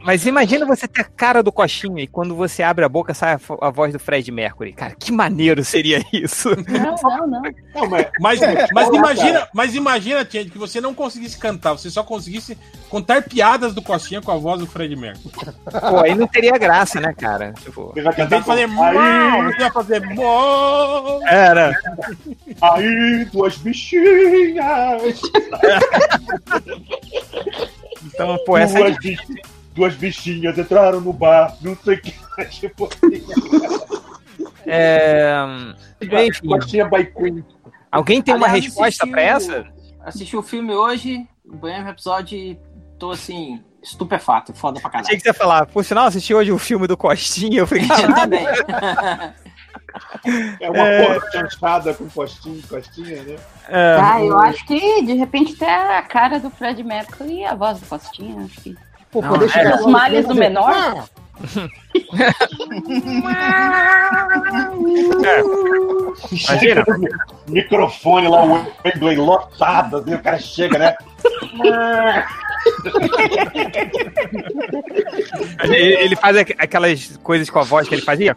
mas imagina você ter a cara do Coxinha e quando você abre a boca sai a, fo- a voz do Fred Mercury. Cara, que maneiro seria isso.
Não, não, não.
Mas,
É,
mas
tipo,
imagina,
cara.
mas imagina, Tia, que você não conseguisse cantar, você só conseguisse contar piadas do Costinha com a voz do Fred Mercury.
Pô, aí não teria graça, né, cara? Tipo,
Você vai fazer mal, você vai fazer bom.
Era.
Aí, duas bichinhas.
então, pô, essa
duas,
é
bi- duas bichinhas entraram no bar, não sei o que. Tipo,
É... Enfim.
Coxinha by Queen.
Alguém tem uma
Aliás,
resposta
assisti
pra
o-
essa?
Assisti o filme hoje, o Bohemian Episódio, e tô assim, estupefato, foda pra caralho.
Achei que você ia falar. Por sinal, assisti hoje o filme do Costinha. Eu falei, caralho.
Também.
É uma
É.
porra chanchada com costinha, costinha, né?
É.
É.
Ah, eu acho que de repente ter a cara do Fred Mercury e a voz do Costinha. Acho que...
Pô,
Não, poder é. chegar
Os
lá no
males do
fundo e dizer,
menor?
Imagina.
Microfone lá, o Wembley lotado, assim, o cara chega, né?
Ele, ele faz aqu- aquelas coisas com a voz que ele fazia.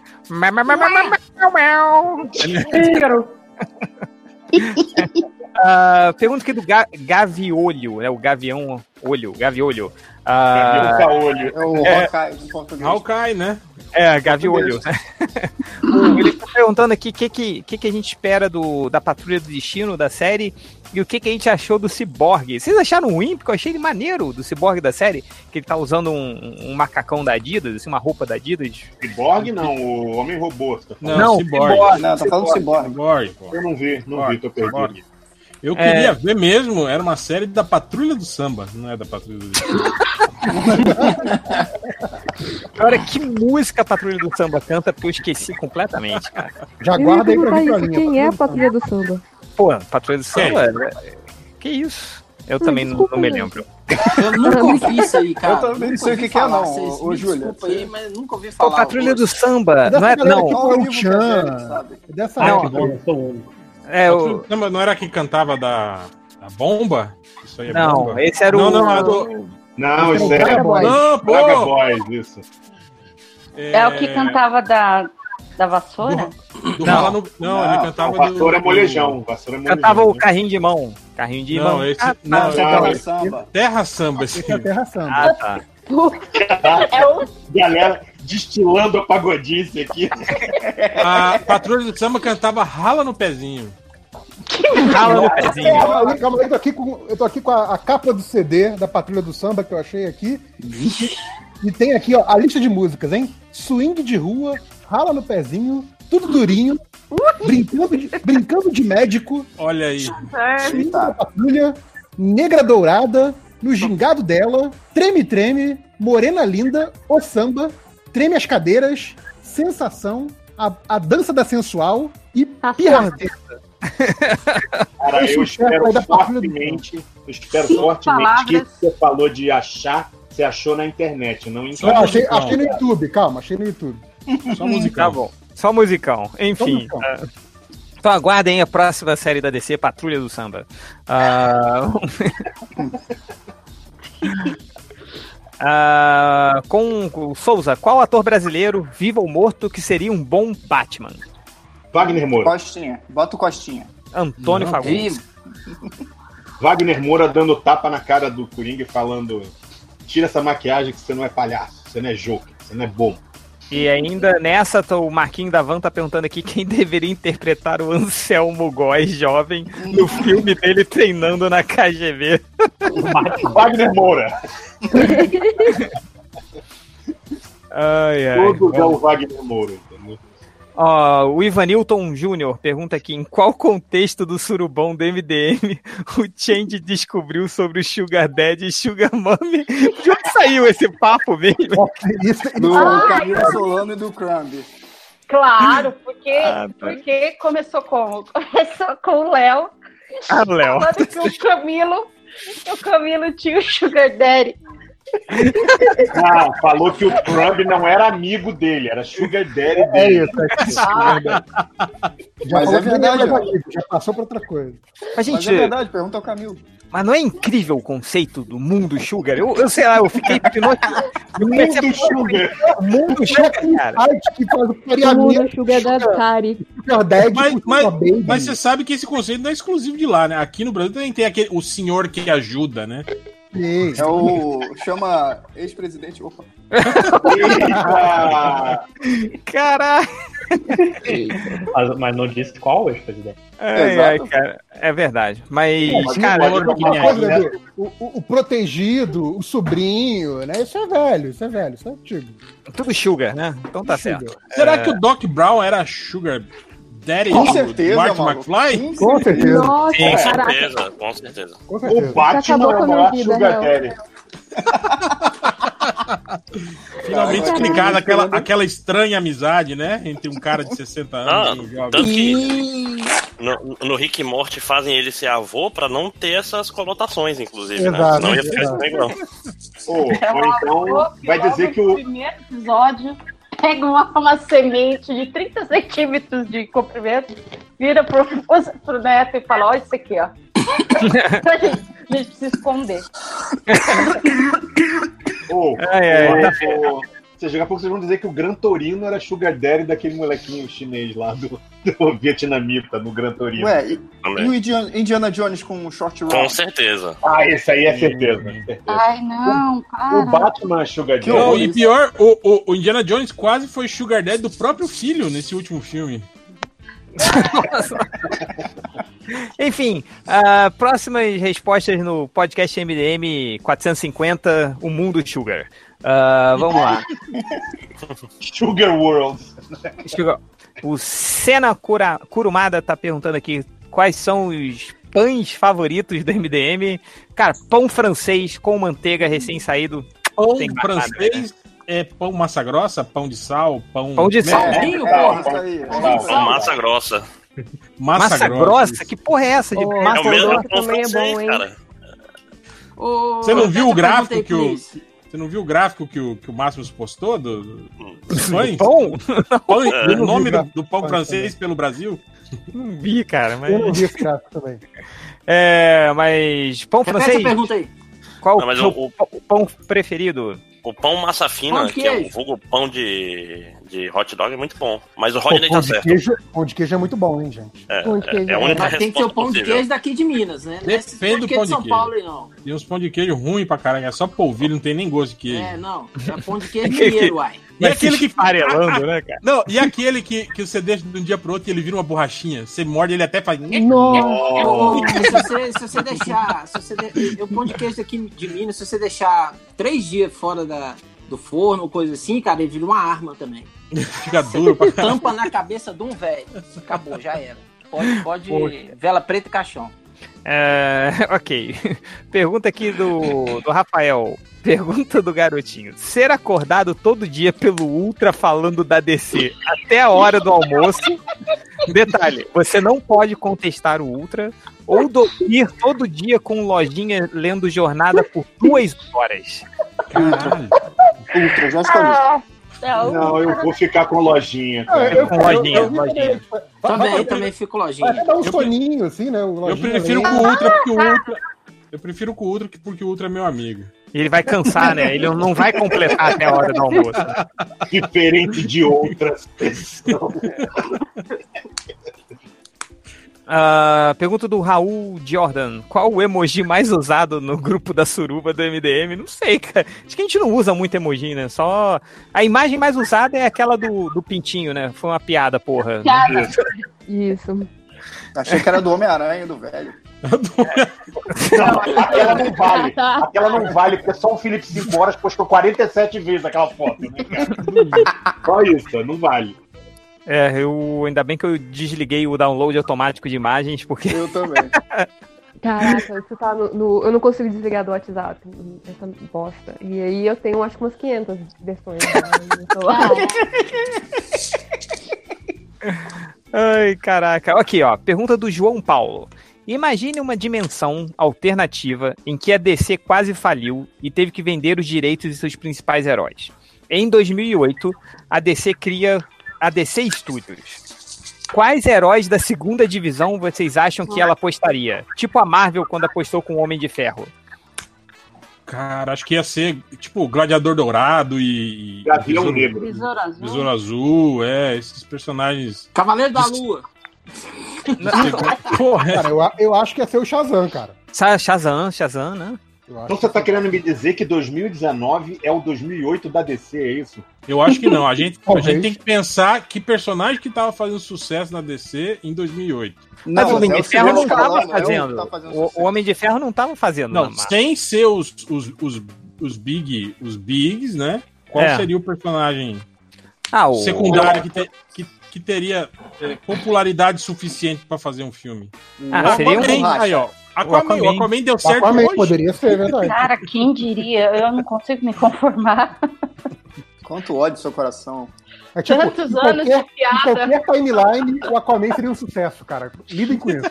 Ah, pergunta aqui do ga Gaviolho, né? O Gavião Olho, Gaviolho. Ah,
Gavião
é,
em português.
Hawkeye, né?
é, Gaviolho. O- Ele tá perguntando aqui o que, que, que, que a gente espera do, da Patrulha do Destino, da série, e o que, que a gente achou do Cyborg. Vocês acharam ruim? Porque eu achei ele maneiro, do Cyborg da série, que ele tá usando um, um macacão da Adidas, assim, uma roupa da Adidas.
Cyborg não, o Homem-Robô. você tá falando.
Não, Não, Cyborg. Cyborg.
Não, tá falando
Cyborg. né?
Cyborg.
Eu não vi, não vi, tô um perdido.
Cyborg. Eu
É.
queria ver mesmo, era uma série da Patrulha do Samba, não é da Patrulha do
Cara, que música a Patrulha do Samba canta, porque eu esqueci completamente, cara.
Já guarda aí pra vir pra
isso.
linha.
Quem é a patrulha do samba?
Pô, Patrulha do Samba.
É.
né? Que isso?
Hum,
Eu também não- não, me lembro.
Eu nunca ouvi isso aí, cara.
Eu também não sei o que, que
Nunca ouvi
é,
falar,
não,
vocês
ô,
me
Júlia.
Desculpa aí, mas nunca ouvi
Pô,
falar.
Patrulha
hoje.
do Samba.
Dessa
Não é,
galera que
não.
fala
o Chan. É dessa
Não,
época.
não.
Eu sou o único.
É,
o... não, não era quem cantava da, da bomba? Isso aí é
Não,
bomba?
esse era
não,
o-
Não, é do-
Não, isso é.
Braga Boys. Não, pô!
Braga Boys, isso.
É... o que cantava da, da vassoura?
do Rala no- não, é ele cantava do-
Vassoura
do-
molejão. Vassoura molejão.
Cantava o carrinho de mão. Carrinho de
Não,
mão.
esse-
Ah,
não,
tá.
esse é Terra Samba. Terra Samba, esse.
Terra Samba.
Ah, tá.
Galera, destilando a pagodice aqui.
A Patrulha do Samba cantava Rala no Pezinho.
Rala no
Calma aí, calma aí, eu tô aqui com, eu tô aqui com a, a capa do CD da Patrulha do Samba que eu achei aqui. E tem aqui, ó, a lista de músicas, hein? Swing de rua, rala no pezinho, tudo durinho, brincando de, brincando de médico,
Olha aí.
swing da patrulha, negra dourada, no gingado dela, treme treme, morena linda, o samba, treme as cadeiras, sensação, a, a dança da sensual e pirraceta.
Tá,
Cara, eu
Esse chefe aí
espero
da Patrulha do
fortemente, eu espero
Cinco
fortemente que
palavras.
você falou de achar, você achou na internet, não em
Não, achei, achei no YouTube, calma, achei no YouTube.
Só musicão.
Tá bom. Só Tá musicão. Enfim.
Só musicão.
ah, Então aguardem a próxima série da DC, Patrulha do Samba. Ah, Ah, com o Souza, qual ator brasileiro, vivo ou morto, que seria um bom Batman?
Wagner Moura.
Costinha. Bota o Costinha.
Antônio
Não,
Fagundes.
Wagner Moura dando tapa na cara do Coringa e falando: tira essa maquiagem que você não é palhaço, você não é joker, você não é bobo.
E ainda nessa, tô- o Marquinho da Van tá perguntando aqui quem deveria interpretar o Anselmo Góes jovem no filme dele treinando na KGB.
Wagner Moura.
Ai, ai.
então.
Todos é o
Vamos-
Wagner Moura. entendeu?
Ó, o Ivanilton Júnior pergunta aqui: em qual contexto do surubão do MDM o Change descobriu sobre o Sugar Daddy e Sugar Mummy? De onde saiu esse papo mesmo?
Do
Ah,
Camilo
é.
Solano e do Crumb.
Claro, porque,
Ah, tá.
porque começou como? Começou com o Léo.
Ah, Léo.
Falando que o Camilo, que o Camilo tinha o Sugar Daddy.
Ah, falou que o Trump não era amigo dele, era Sugar Daddy dele. Ah,
É isso, é isso. Já
Mas
falou
é
que não é
verdade, é
mais amigo, já passou pra outra coisa.
Mas, gente,
é pergunta ao Camilo.
Mas não é incrível o conceito do mundo sugar? Eu, eu sei lá, eu fiquei hipnotizado. Eu comecei a
Mundo
pensar, Mundo sugar, cara.
é um que faz o
né,
Mundo
Sugar Daddy.
Sugar Daddy
Mas,
com
mas,
Sugar Baby.
mas você sabe que esse conceito não é exclusivo de lá, né? Aqui no Brasil também tem aquele, o senhor que ajuda, né?
É o. Chama ex-presidente. Opa.
Caralho!
Mas, mas não disse qual ex-presidente.
Ai, ai, é, cara, é verdade. Mas,
Pô, mas
cara,
uma
né?
coisa,
né?
Edu, o, o- o protegido, o sobrinho, né? Isso é velho, isso é velho, isso é antigo.
tudo sugar, né? Então tá
Sugar.
certo.
Será
É,
que o Doc Brown era Sugar Daddy
Com
do
certeza,
Marty
maluco.
McFly?
Com certeza.
Nossa,
com
caraca.
certeza, com certeza.
O Batman
acabou
é
com a
o
minha
maior
vida,
Sugar
não.
Daddy.
Finalmente
Caraca.
explicada aquela, aquela estranha amizade, né? Entre um cara de 60
Ah,
anos e um jovem.
tanto que no, no Rick e Morty fazem ele ser avô pra não ter essas conotações, inclusive, né?
Exato,
Senão ia ficar
exato.
estranho, não.
Ou,
É
ou então, vai dizer que
No
o.
primeiro episódio, pega uma, uma semente de 30 centímetros de comprimento, vira pro, pro neto e fala, ó, isso aqui, ó. a, gente, a gente precisa esconder.
Ou,
Ai, ai,
ou-
tá
ou- Ou seja, daqui a pouco vocês vão dizer que o Gran Torino era Sugar Daddy daquele molequinho chinês lá do, do vietnamita, no Gran Torino.
Ué, e, e o Indiana, Indiana Jones com o short round?
Com certeza.
Ah, esse aí é certeza.
Ai, não, para.
O Batman é Sugar Daddy.
Não, e pior, o, o- o Indiana Jones quase foi Sugar Daddy do próprio filho nesse último filme.
Enfim, ah, próximas respostas no podcast MDM 450, O Mundo Sugar. Ah, vamos lá.
Sugar World.
Chegou. O Senna Cura- Curumada tá perguntando aqui quais são os pães favoritos do MDM. Cara, pão francês com manteiga recém-saído.
Pão
Sem batata,
francês é pão massa grossa, pão de sal, pão...
Pão de sal.
É,
Pãozinho,
é,
porra.
pão de
Com
sal.
massa grossa.
Massa,
Massa
grossa.
grossa? Que porra é essa de
Oh,
massa
é o mesmo
grossa?
pão
Também é
francês,
bom, hein?
cara.
Ô,
Você não
eu
viu
tá
até
o gráfico
perguntei
que
por
o...
isso.
Você não viu o gráfico que o, que o Máximos postou do, do- dos pães?
Pão?
Pão,
É.
O nome do, do pão
Pães
francês pelo Brasil?
Não vi, cara, mas.
Eu não vi esse caso também.
É, mas. Pão
Repete
francês?
a pergunta aí.
Qual
Não, mas
o,
o-
seu pão preferido?
O pão massa
Pão
fina,
de
que é o
queijo.
vulgo pão de, de hot dog, é muito bom. Mas o
Pô,
Rodney tá
pão, de
certo.
queijo, pão de queijo é muito bom, hein, gente?
É,
Pão de queijo.
é, é a única
Mas tem que ser o
resposta
pão de
possível.
queijo daqui de Minas, né? Não é esse
Depende do pão
de
de
São
queijo.
Paulo aí, não.
Tem uns pão de queijo ruim pra caralho, é só polvilho, não tem nem gosto de queijo.
É, não.
Tá
É pão de queijo mineiro, uai.
E aquele que
farelando, né, cara?
Não, e aquele que, que você deixa de um dia pro outro e ele vira uma borrachinha. Você morde ele até faz.
Ô, se, você, se você deixar. Se você de... O pão de queijo daqui de Minas, se você deixar três dias fora da, do forno ou coisa assim, cara, ele vira uma arma também.
Fica duro pra caralho.
Tampa na cabeça de um velho. Acabou, já era. Pode, pode
Poxa.
vela preta e caixão.
É, ok. Pergunta aqui do, do Rafael. Pergunta do garotinho. Ser acordado todo dia pelo Ultra falando da DC até a hora do almoço. Detalhe: você não pode contestar o Ultra. Ou dormir todo dia com lojinha lendo jornada por duas horas.
Caralho.
Ultra, já
Ah,
é
é
Não, eu vou ficar com lojinha. cara.
É, Eu- eu- eu-
Lojinha,
eu-
lojinha. Também, Tá eu também fico lojinha.
um Vai até dar um soninho, assim, né? Um
Eu
lojinha
prefiro
ali.
com o Ultra porque o Ultra. Eu prefiro com o Ultra que- porque o Ultra é meu amigo.
E ele vai cansar, né? Ele não vai completar até a hora do almoço. né?
Diferente de outras pessoas.
Ah, pergunta do Raul Jordan: Qual o emoji mais usado no grupo da suruba do MDM? Não sei, cara. Acho que a gente não usa muito emoji, né? Só. A imagem mais usada é aquela do, do pintinho, né? Foi uma piada, porra.
Piada.
Isso.
Achei que era do Homem-Aranha e do velho.
Não, aquela não
tá,
vale. Aquela não vale, porque só o Felipe 5 horas postou 47 vezes aquela foto. Né, cara? Só isso, não vale.
É, eu ainda bem que eu desliguei o download automático de imagens, porque.
Eu também.
Caraca, isso tá no, no- Eu não consigo desligar do WhatsApp, essa bosta. E aí eu tenho acho que umas 500 versões né, no celular.
Ah,
Ai, caraca. Aqui, ó. Pergunta do João Paulo. Imagine uma dimensão alternativa em que a DC quase faliu e teve que vender os direitos de seus principais heróis. Em 2008, a DC cria a DC Studios. Quais heróis da segunda divisão vocês acham que ela apostaria? Tipo a Marvel quando apostou com o Homem de Ferro.
Cara, acho que ia ser tipo o Gladiador Dourado e. Besouro-
Gavião Negro.
Besouro Azul.
Besouro Azul, é, esses personagens.
Cavaleiro da Lua.
Porra,
Cara, eu, a- eu acho que ia ser o Shazam, cara.
Sa- Shazam, Shazam, né?
Então você tá querendo me dizer que 2019 é o 2008 da DC, é isso?
Eu acho que não. A gente, a
Talvez.
gente tem que pensar que personagem que tava fazendo sucesso na DC em 2008.
Mas o Homem de Ferro não
é um
tava Tá fazendo.
tá
O- O Homem de Ferro não tava fazendo. né,
Não,
na Marvel.
sem ser os, os, os, os big, os bigs, né? Qual
É.
seria o personagem
Ah, o-
secundário que, te- que, que teria é, popularidade suficiente pra fazer um filme?
Ah, seria um borracha.
aí, ó.
O
Aquaman,
Aquaman.
o Aquaman deu certo
Aquaman
hoje.
poderia
é
ser, verdade.
é. Cara, quem diria? Eu não consigo me conformar.
Quanto ódio no seu coração.
É tipo,
Tantos
em
anos de
qualquer,
piada.
em qualquer timeline, o Aquaman seria um sucesso, cara. Lidem com isso.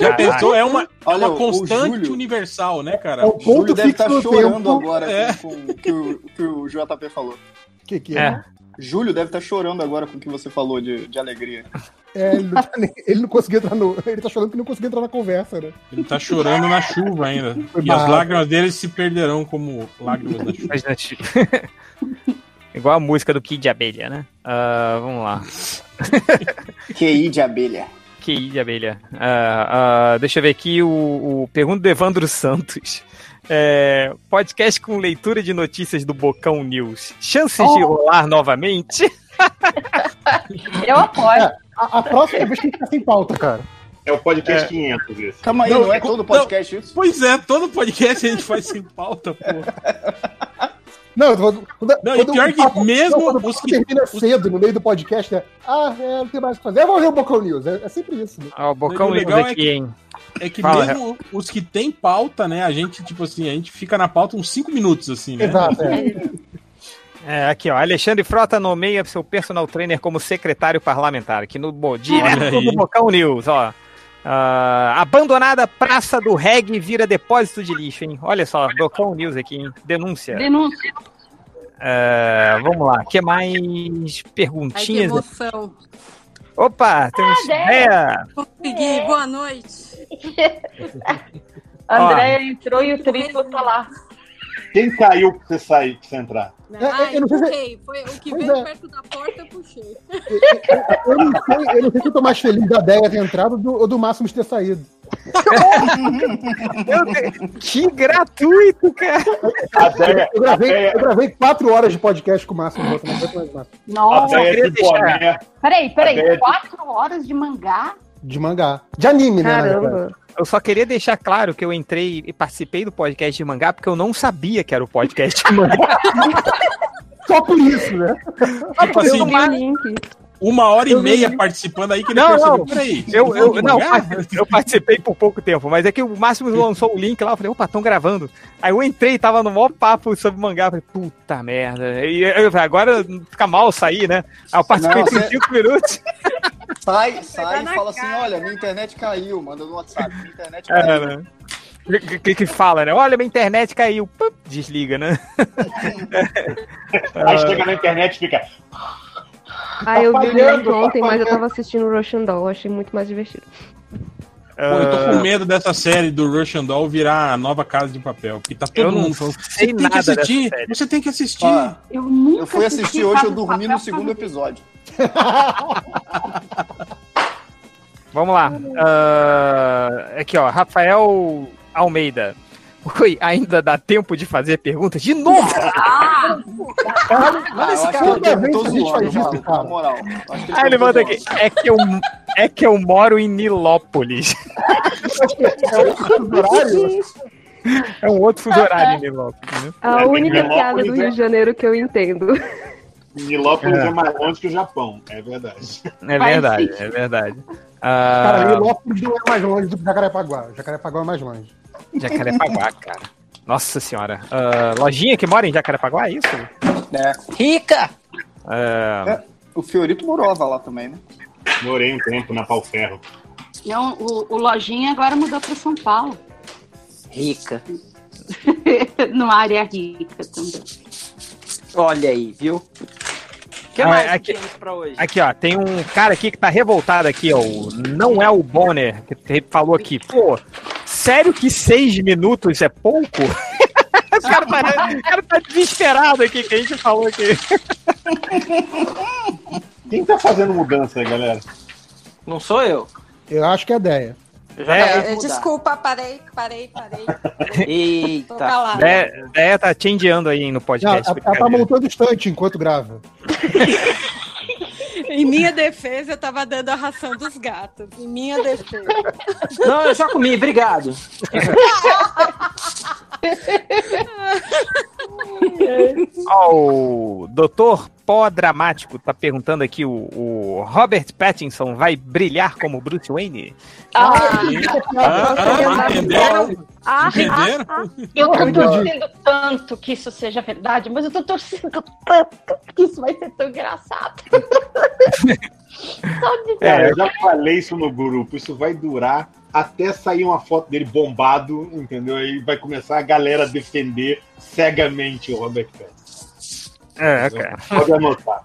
Já pensou? É uma, é
Olha,
uma
o
constante
Júlio-
universal, né, cara?
É o
O Júlio
ponto
deve
fixo
estar
do
tá chorando
tempo.
agora
É.
com, com o que o que o JP falou.
Que que é? É.
Júlio deve estar chorando agora com o que você falou de, de alegria.
É, ele, não tá nem- ele não conseguiu entrar no. Ele tá chorando que não conseguiu entrar na conversa, né?
Ele tá chorando na chuva ainda. E as
barrado.
lágrimas dele se perderão como lágrimas da chuva.
Mas não achei. Igual a música do Kid de Abelha, né? Ah, vamos lá.
QI de abelha.
QI de abelha. Ah, ah, deixa eu ver aqui o, o pergunta do Evandro Santos. É, podcast com leitura de notícias do Bocão News. Chances de
Oh.
rolar novamente?
Eu apoio.
É, a, a
É.
próxima vez que a gente tá sem pauta, cara.
É o podcast
É.
500, isso.
Calma aí, não, é todo podcast isso?
Pois é, todo podcast a gente faz sem pauta, pô.
Não, quando, quando,
Não, e pior
o
que mesmo
não, quando o papo termina cedo no meio do podcast, né? Ah, é, não tem mais o que fazer. É, vamos ver o Bocão News. É, é sempre isso. Né?
Ah, o Bocão
O
News
legal é
aqui,
que-
hein?
É que
Fala,
mesmo os que tem pauta, né? A gente, tipo assim, a gente fica na pauta uns 5 minutos, assim, né?
Exato,
É, aqui, ó. Alexandre Frota nomeia seu personal trainer como secretário parlamentar. Aqui no bo-
Olha
direto
aí.
do Bocão News, ó. Ah, abandonada praça do reggae vira depósito de lixo, hein? Olha só, Bocão News aqui, hein? Denúncia.
Denúncia.
Ah, vamos lá, que mais
Ai, que
perguntinhas?
emoção.
Opa,
Ah,
temos
Deus.
ideia.
É.
Consegui, boa noite.
André entrou e o triplo tá lá.
Quem caiu pra você sair, pra você entrar?
Ai,
É, eu não sei se-
puxei. Foi o que
Pois
veio
é.
perto da porta, eu puxei.
Eu não, sei, eu não sei se eu tô mais feliz da Deia ter entrado do- ou do Máximo ter saído.
Que gratuito, cara!
A
Deia-
eu, gravei,
a Deia-
eu gravei quatro horas de podcast com o Máximo. Rota, não aguento mais o Máximo.
Nossa.
A ideia é de boné.
Peraí,
A ideia é
peraí.
de-
Quatro horas de mangá?
De mangá. De anime, né? na verdade.
Caramba. Eu só queria deixar claro que eu entrei e participei do podcast de mangá porque eu não sabia que era o podcast de mangá.
Só por isso, né?
Tipo assim,
link.
uma hora e
Eu vi.
meia participando aí que ele
Não,
percebeu.
não.
Peraí,
Eu,
vamos
eu, não,
devagar?
eu participei por pouco tempo, mas é que o Máximo lançou o link lá, eu falei, opa, estão gravando. Aí eu entrei, tava no maior papo sobre mangá, eu falei, puta merda. E eu- agora fica mal sair, né? Aí eu participei
Não,
por
é-
você-
5 minutos.
Sai, sai e fala assim: olha, minha internet caiu, manda no WhatsApp, minha internet
É,
caiu.
né? que, que- que fala, né? Olha, minha internet caiu. Pup, Desliga, né?
Aí chega na internet e fica.
Ah, eu vi
Tá
o
Atrapalhando,
direto ontem, mas eu
atrapalhando.
tava assistindo o Russian Doll, achei muito mais divertido.
Pô, eu tô
Ah.
com medo dessa série do Russian Doll virar a nova Casa de Papel, porque tá todo
Eu não
mundo falando,
sei
"Você tem
nada
que
dessa
assistir,
série."
você tem que assistir.
Ó,
eu nunca
Eu fui assistir hoje, eu dormi no segundo episódio.
Vamos lá. Ah, aqui, ó. Rafael Almeida. Oi, ainda dá tempo de fazer perguntas? De novo!
Ah,
Ah, eu acho que eu devo todos os anos, mano, na moral. Eu acho que
Ah, ele
devo
manda
todos
aqui. É que, eu, é que eu moro em Nilópolis. É um outro fuso horário em Nilópolis, né?
Ah, A única
Nilópolis
piada do
é-
Rio de Janeiro que eu entendo.
Nilópolis
É.
é. mais longe que o Japão, é verdade.
É verdade, é verdade. Ah,
Cara, Nilópolis não é mais longe do que Jacarepaguá. Jacarepaguá é mais longe.
Jacarepaguá, cara. Nossa senhora. Ah, lojinha que mora em Jacarepaguá, é isso? Ah,
É.
Rica!
É, o Fiorito morava lá também, né?
Morei um tempo na Pau Ferro.
Não, o, o Lojinha agora mudou para São Paulo.
Rica.
Numa área rica também.
Olha aí, viu? O que
Ah,
mais
aqui-
temos pra hoje?
Aqui, ó, tem um cara aqui que tá revoltado aqui, ó. o Não é o Bonner, que te- falou aqui. Pô, sério que seis minutos é pouco? o, cara tá, o cara tá desesperado aqui que a gente falou aqui.
Quem tá fazendo mudança aí, galera?
Não sou eu.
Eu acho que é a ideia.
tá
É, desculpa, parei, parei, parei. Tô
Eita.
calada.
Dé, Dé tá tindeando aí no
Não, ela,
podcast.
ela tá montando estante enquanto grava.
Em minha defesa, eu tava dando a ração dos gatos. Em minha defesa.
Não, eu já comi, obrigado.
Ó, o doutor Pó Dramático tá perguntando aqui, o, o Robert Pattinson vai brilhar como Bruce Wayne?
Ah,
Entenderam?
ah, ah. Eu tô
Entendi.
torcendo tanto que isso seja verdade, mas eu tô torcendo tanto que isso vai ser tão engraçado. Só
É.
de
Cara, eu já falei isso no grupo. Isso vai durar até sair uma foto dele bombado, entendeu? Aí vai começar a galera a defender cegamente o Robert Pattinson.
É, cara.
Pode anotar.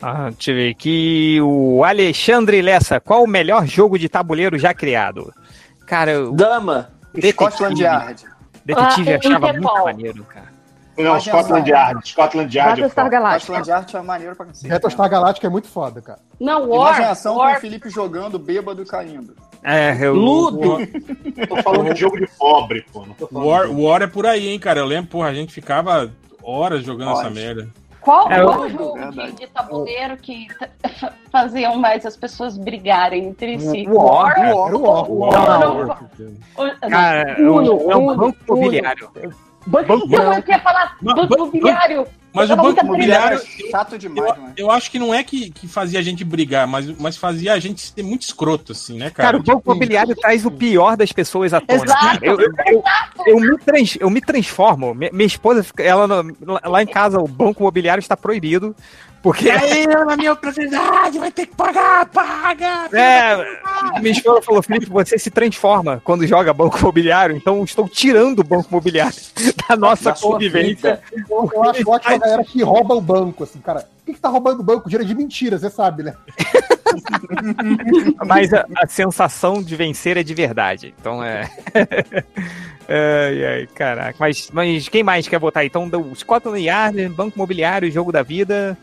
Ah, deixa eu ver aqui. O Alexandre Lessa, qual o melhor jogo de tabuleiro já criado? Cara, o...
Dama.
Scotland Yard. Detetive
Ah,
achava
Interpol.
muito maneiro, cara.
Não, Scotland Yard. Scotland Yard. é foda.
Scotland Yard é maneiro pra cacete.
Battlestar Galáctica é muito foda, cara.
Não,
War,
Imaginação
War.
com o Felipe jogando, bêbado e caindo.
É, eu...
Ludo.
Tô falando de jogo de pobre, pô. Não tô falando
War,
de-
War é por aí, hein, cara. Eu lembro, porra, a gente ficava horas jogando essa
Horas.
merda.
Qual,
É,
qual
eu-
jogo
Verdade.
de, de tabuleiro que t- faziam mais as pessoas brigarem entre si?
War.
Era o War.
Não, não, não.
Cara, é
Uno,
um, é um
Uno,
banco
Uno.
imobiliário.
Banco, não, eu queria falar banco imobiliário.
Mas
Eu
o
tava
Banco
muito
Imobiliário.
triste.
é Chato demais, né?
eu, eu acho que não é que, que fazia a gente brigar, mas, mas fazia a gente ser muito escroto, assim, né,
Cara,
cara?
o banco imobiliário traz o pior das pessoas à tona.
Exato,
eu, eu, eu, eu me trans- eu me transformo. Mi- Minha esposa, fica- ela não- lá- lá em casa, o banco imobiliário está proibido. Porque
Aí, na minha propriedade, vai ter que pagar, paga!
É, minha esposa falou, Felipe, você se transforma quando joga banco imobiliário, então estou tirando o banco imobiliário da nossa
Da sua
assim?
convivência.
Eu, eu acho ótimo a galera que rouba o banco, assim, cara. O que, que tá roubando o banco? Dinheiro de mentira, você sabe, né?
Mas a, a sensação de vencer é de verdade. Então é. ai, ai, caraca. Mas, mas quem mais quer votar? Então, o Scotland Yard, Banco Imobiliário, Jogo da Vida.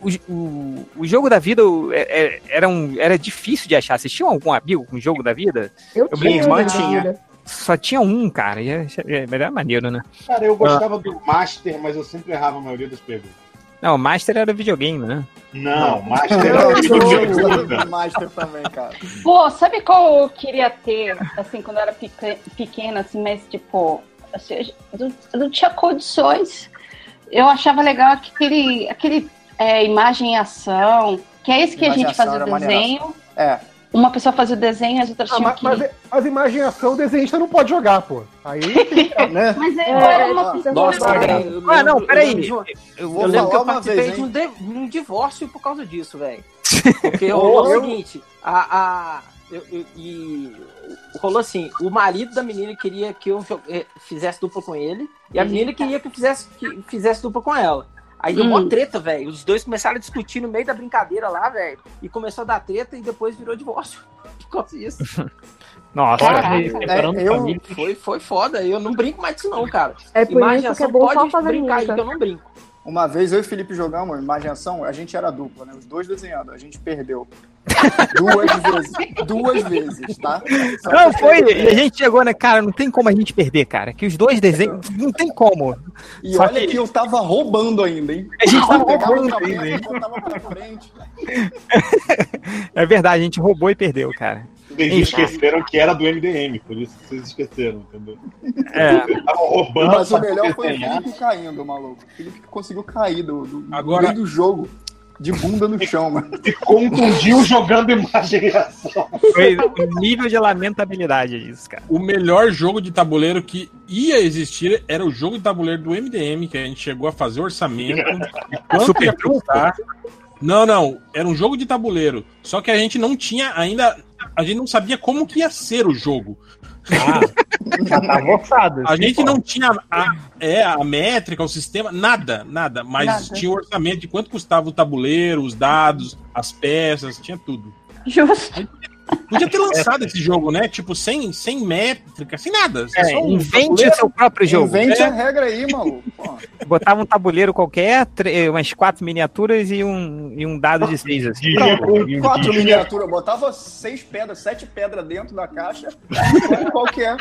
O, j- o, o Jogo da Vida o- é- é- era, um, era difícil de achar. Vocês tinham algum amigo com Jogo da Vida?
Eu
minha
tinha
irmã
Jogo da
tinha.
Vida.
Só tinha um, cara. E é- é- Era maneiro, né?
Cara, eu
Ah.
gostava do Master, mas eu sempre errava a maioria das perguntas.
Não, Master era videogame, né?
Não,
Master
era
jogo. Master também, cara.
Pô, sabe qual eu queria ter, assim, quando eu era peque- pequena, assim, mas tipo, assim, eu não, eu não tinha condições. Eu achava legal aquele, aquele é, imagem e ação, que é esse que a gente
Imaginação
faz
era
o
maneiraço.
desenho. Tá
É.
Uma pessoa faz o desenho, as outras
Ah,
tinham
mas,
que...
mas, mas imagem e ação, o desenhista não pode jogar, pô. Aí.
né?
Mas é, era uma coisa
Nossa,
legal.
cara. eu
Ah, não,
lembro-
peraí.
Eu, lembro de um-
Eu
eu lembro que eu
falar uma
participei
vez,
de um,
hein?
de um divórcio por causa disso, velho. Porque eu,
Oh,
é o
eu-
seguinte, a, a, eu- eu- e rolou assim, o marido da menina queria que eu jo- eh, fizesse dupla com ele, e a
Eita.
menina queria que eu fizesse, que fizesse dupla com ela. Aí deu uma
Hum.
treta, velho. Os dois começaram a discutir no meio da brincadeira lá, velho. E começou a dar treta e depois virou divórcio. Ficou isso.
Nossa,
Caraca,
é,
é, eu- foi, foi foda. Eu não brinco mais disso, não, cara.
É por
Imagem
isso que
ação
é bom
pode
só fazer
brincar aí
nunca.
que eu não brinco.
Uma vez eu e o Felipe jogamos uma imaginação, a gente era dupla, né? Os dois desenhando, a gente perdeu. Duas vezes. Duas vezes, tá? Só
Não,
que-
foi. E a gente chegou, né, cara? Não tem como a gente perder, cara. Que os dois desenhos. Não tem como.
E olha que eu tava roubando ainda, hein?
A gente tá né? tava
Eu pegava
roubando
o cabelo,
ainda, hein?
botava né? pra frente.
É verdade, a gente roubou e perdeu, cara.
Vocês esqueceram que era do MDM, por isso que vocês esqueceram, entendeu?
É.
Estavam roubando.
Mas o
pra
melhor foi o
desenhar.
Felipe caindo, maluco. O Felipe conseguiu cair do, do, do
Agora-
meio do jogo. De bunda no chão, mano.
E contundiu jogando imagem e reação.
Foi um nível de lamentabilidade isso, cara.
O melhor jogo de tabuleiro que ia existir era o jogo de tabuleiro do MDM, que a gente chegou a fazer orçamento. de quanto
Super
ia
truco?
custar. Não, não. Era um jogo de tabuleiro. Só que a gente não tinha ainda. A gente não sabia como que ia ser o jogo.
Já tá avançado.
A gente não tinha a, é, a métrica, o sistema, nada, nada. Mas
Nada.
tinha o orçamento de quanto custava o tabuleiro, os dados, as peças, tinha tudo.
Justo.
Podia ter lançado esse jogo, né? Tipo, sem, sem métrica, sem nada.
É,
Só um
invente
tabuleiro.
seu próprio jogo.
Invente
É.
a regra aí, maluco.
Botava um tabuleiro qualquer, tre- umas quatro miniaturas e um, e um dado de seis. Assim.
Pronto, Quatro miniaturas, botava seis pedras, sete pedras dentro da caixa. Olha Qual que é?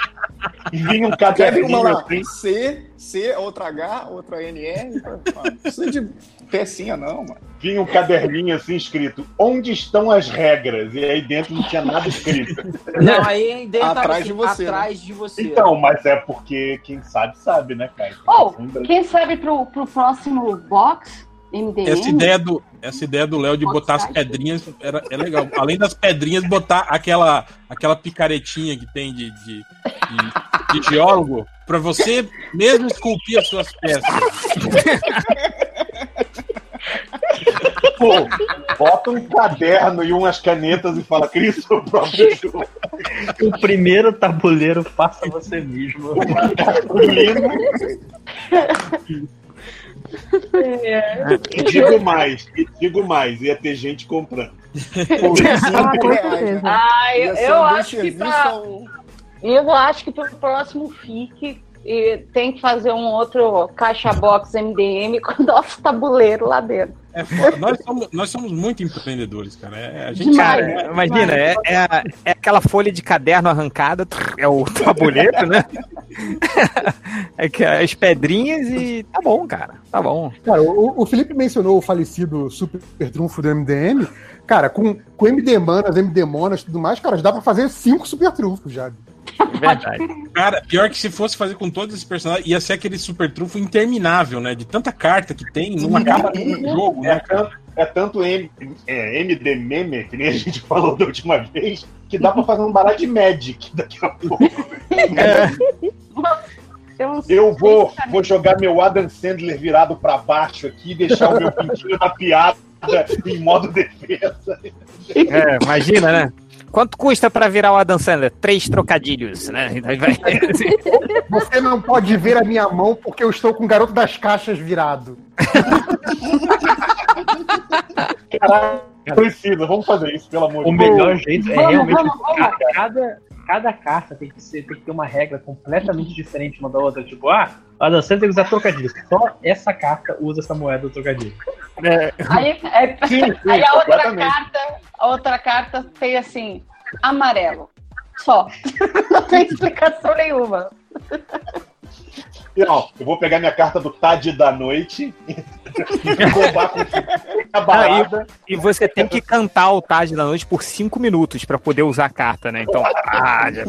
Vinha um
Quer ver uma
caderninho
lá?
assim.
C, C, outra H, outra NR. Mano, Não precisa de pecinha, não, mano.
Vinha um caderninho assim escrito: Onde estão as regras? E aí dentro não tinha nada escrito.
Não, aí dentro tava
Atrás
assim,
de você,
Atrás de você.
Então, mas é porque quem sabe, sabe, né, cara?
Oh,
Ou, quem sabe pro, pro próximo box, MDM.
Essa ideia do essa ideia do Léo de botar as pedrinhas era, é legal. Além das pedrinhas, botar aquela aquela picaretinha que tem de, de, de- de geólogo para você mesmo esculpir as suas peças.
Pô, bota um caderno e umas canetas e fala: Cria o seu próprio jogo.
O primeiro tabuleiro faça você mesmo.
É.
E digo mais, e digo mais, ia ter gente comprando.
né?
Ah, eu,
Ia ser
eu
um
acho que
serviço
pra,
Eu acho que pro próximo FIC eh, tem que fazer um outro caixa box MDM com o nosso tabuleiro lá dentro.
É foda. Nós, somos, nós somos muito empreendedores, cara. É, a gente
Cara, imagina, é, é, a- é aquela folha de caderno arrancada, é o tabuleiro, né? É que as pedrinhas e tá bom, cara. Tá bom.
Cara, o, o Felipe mencionou o falecido super trunfo do MDM. Cara, com, com MD Manas, MD Monas e tudo mais, cara, dá pra fazer cinco super trunfos já.
Verdade.
Cara, pior que se fosse fazer com todos esses personagens, ia ser aquele super trunfo interminável, né? De tanta carta que tem, não acaba com o jogo,
É
né?
tanto, é tanto M, é, MD meme, que nem a gente falou da última vez, que dá pra fazer um baralho de Magic daqui a pouco.
é um
Eu vou, vou jogar meu Adam Sandler virado pra baixo aqui e deixar o meu pintinho na piada em modo defesa.
É, imagina, né? Quanto custa pra virar o Adam Sandler? Três trocadilhos, né? Então ele vai-
Você não pode ver a minha mão porque eu estou com o garoto das caixas virado.
Não Precisa, vamos fazer isso, pelo amor
O
de
melhor
Deus.
jeito é
Vamos,
realmente.
vamos, vamos.
ca- Cada, cada carta tem que, ser, tem que ter uma regra completamente diferente uma da outra. Tipo, ah, a dançante tem que usar trocadilho. Só essa carta usa essa moeda do trocadilho.
Aí, é-
Sim, sim,
aí a outra
completamente.
carta, a outra carta tem assim, amarelo. Só. Não tem explicação nenhuma.
E, ó, eu vou pegar minha carta do Tade da noite e roubar com a balada.
Ah, e, e você tem que cantar o Taj da noite por cinco minutos pra poder usar a carta, né? Então, Taj.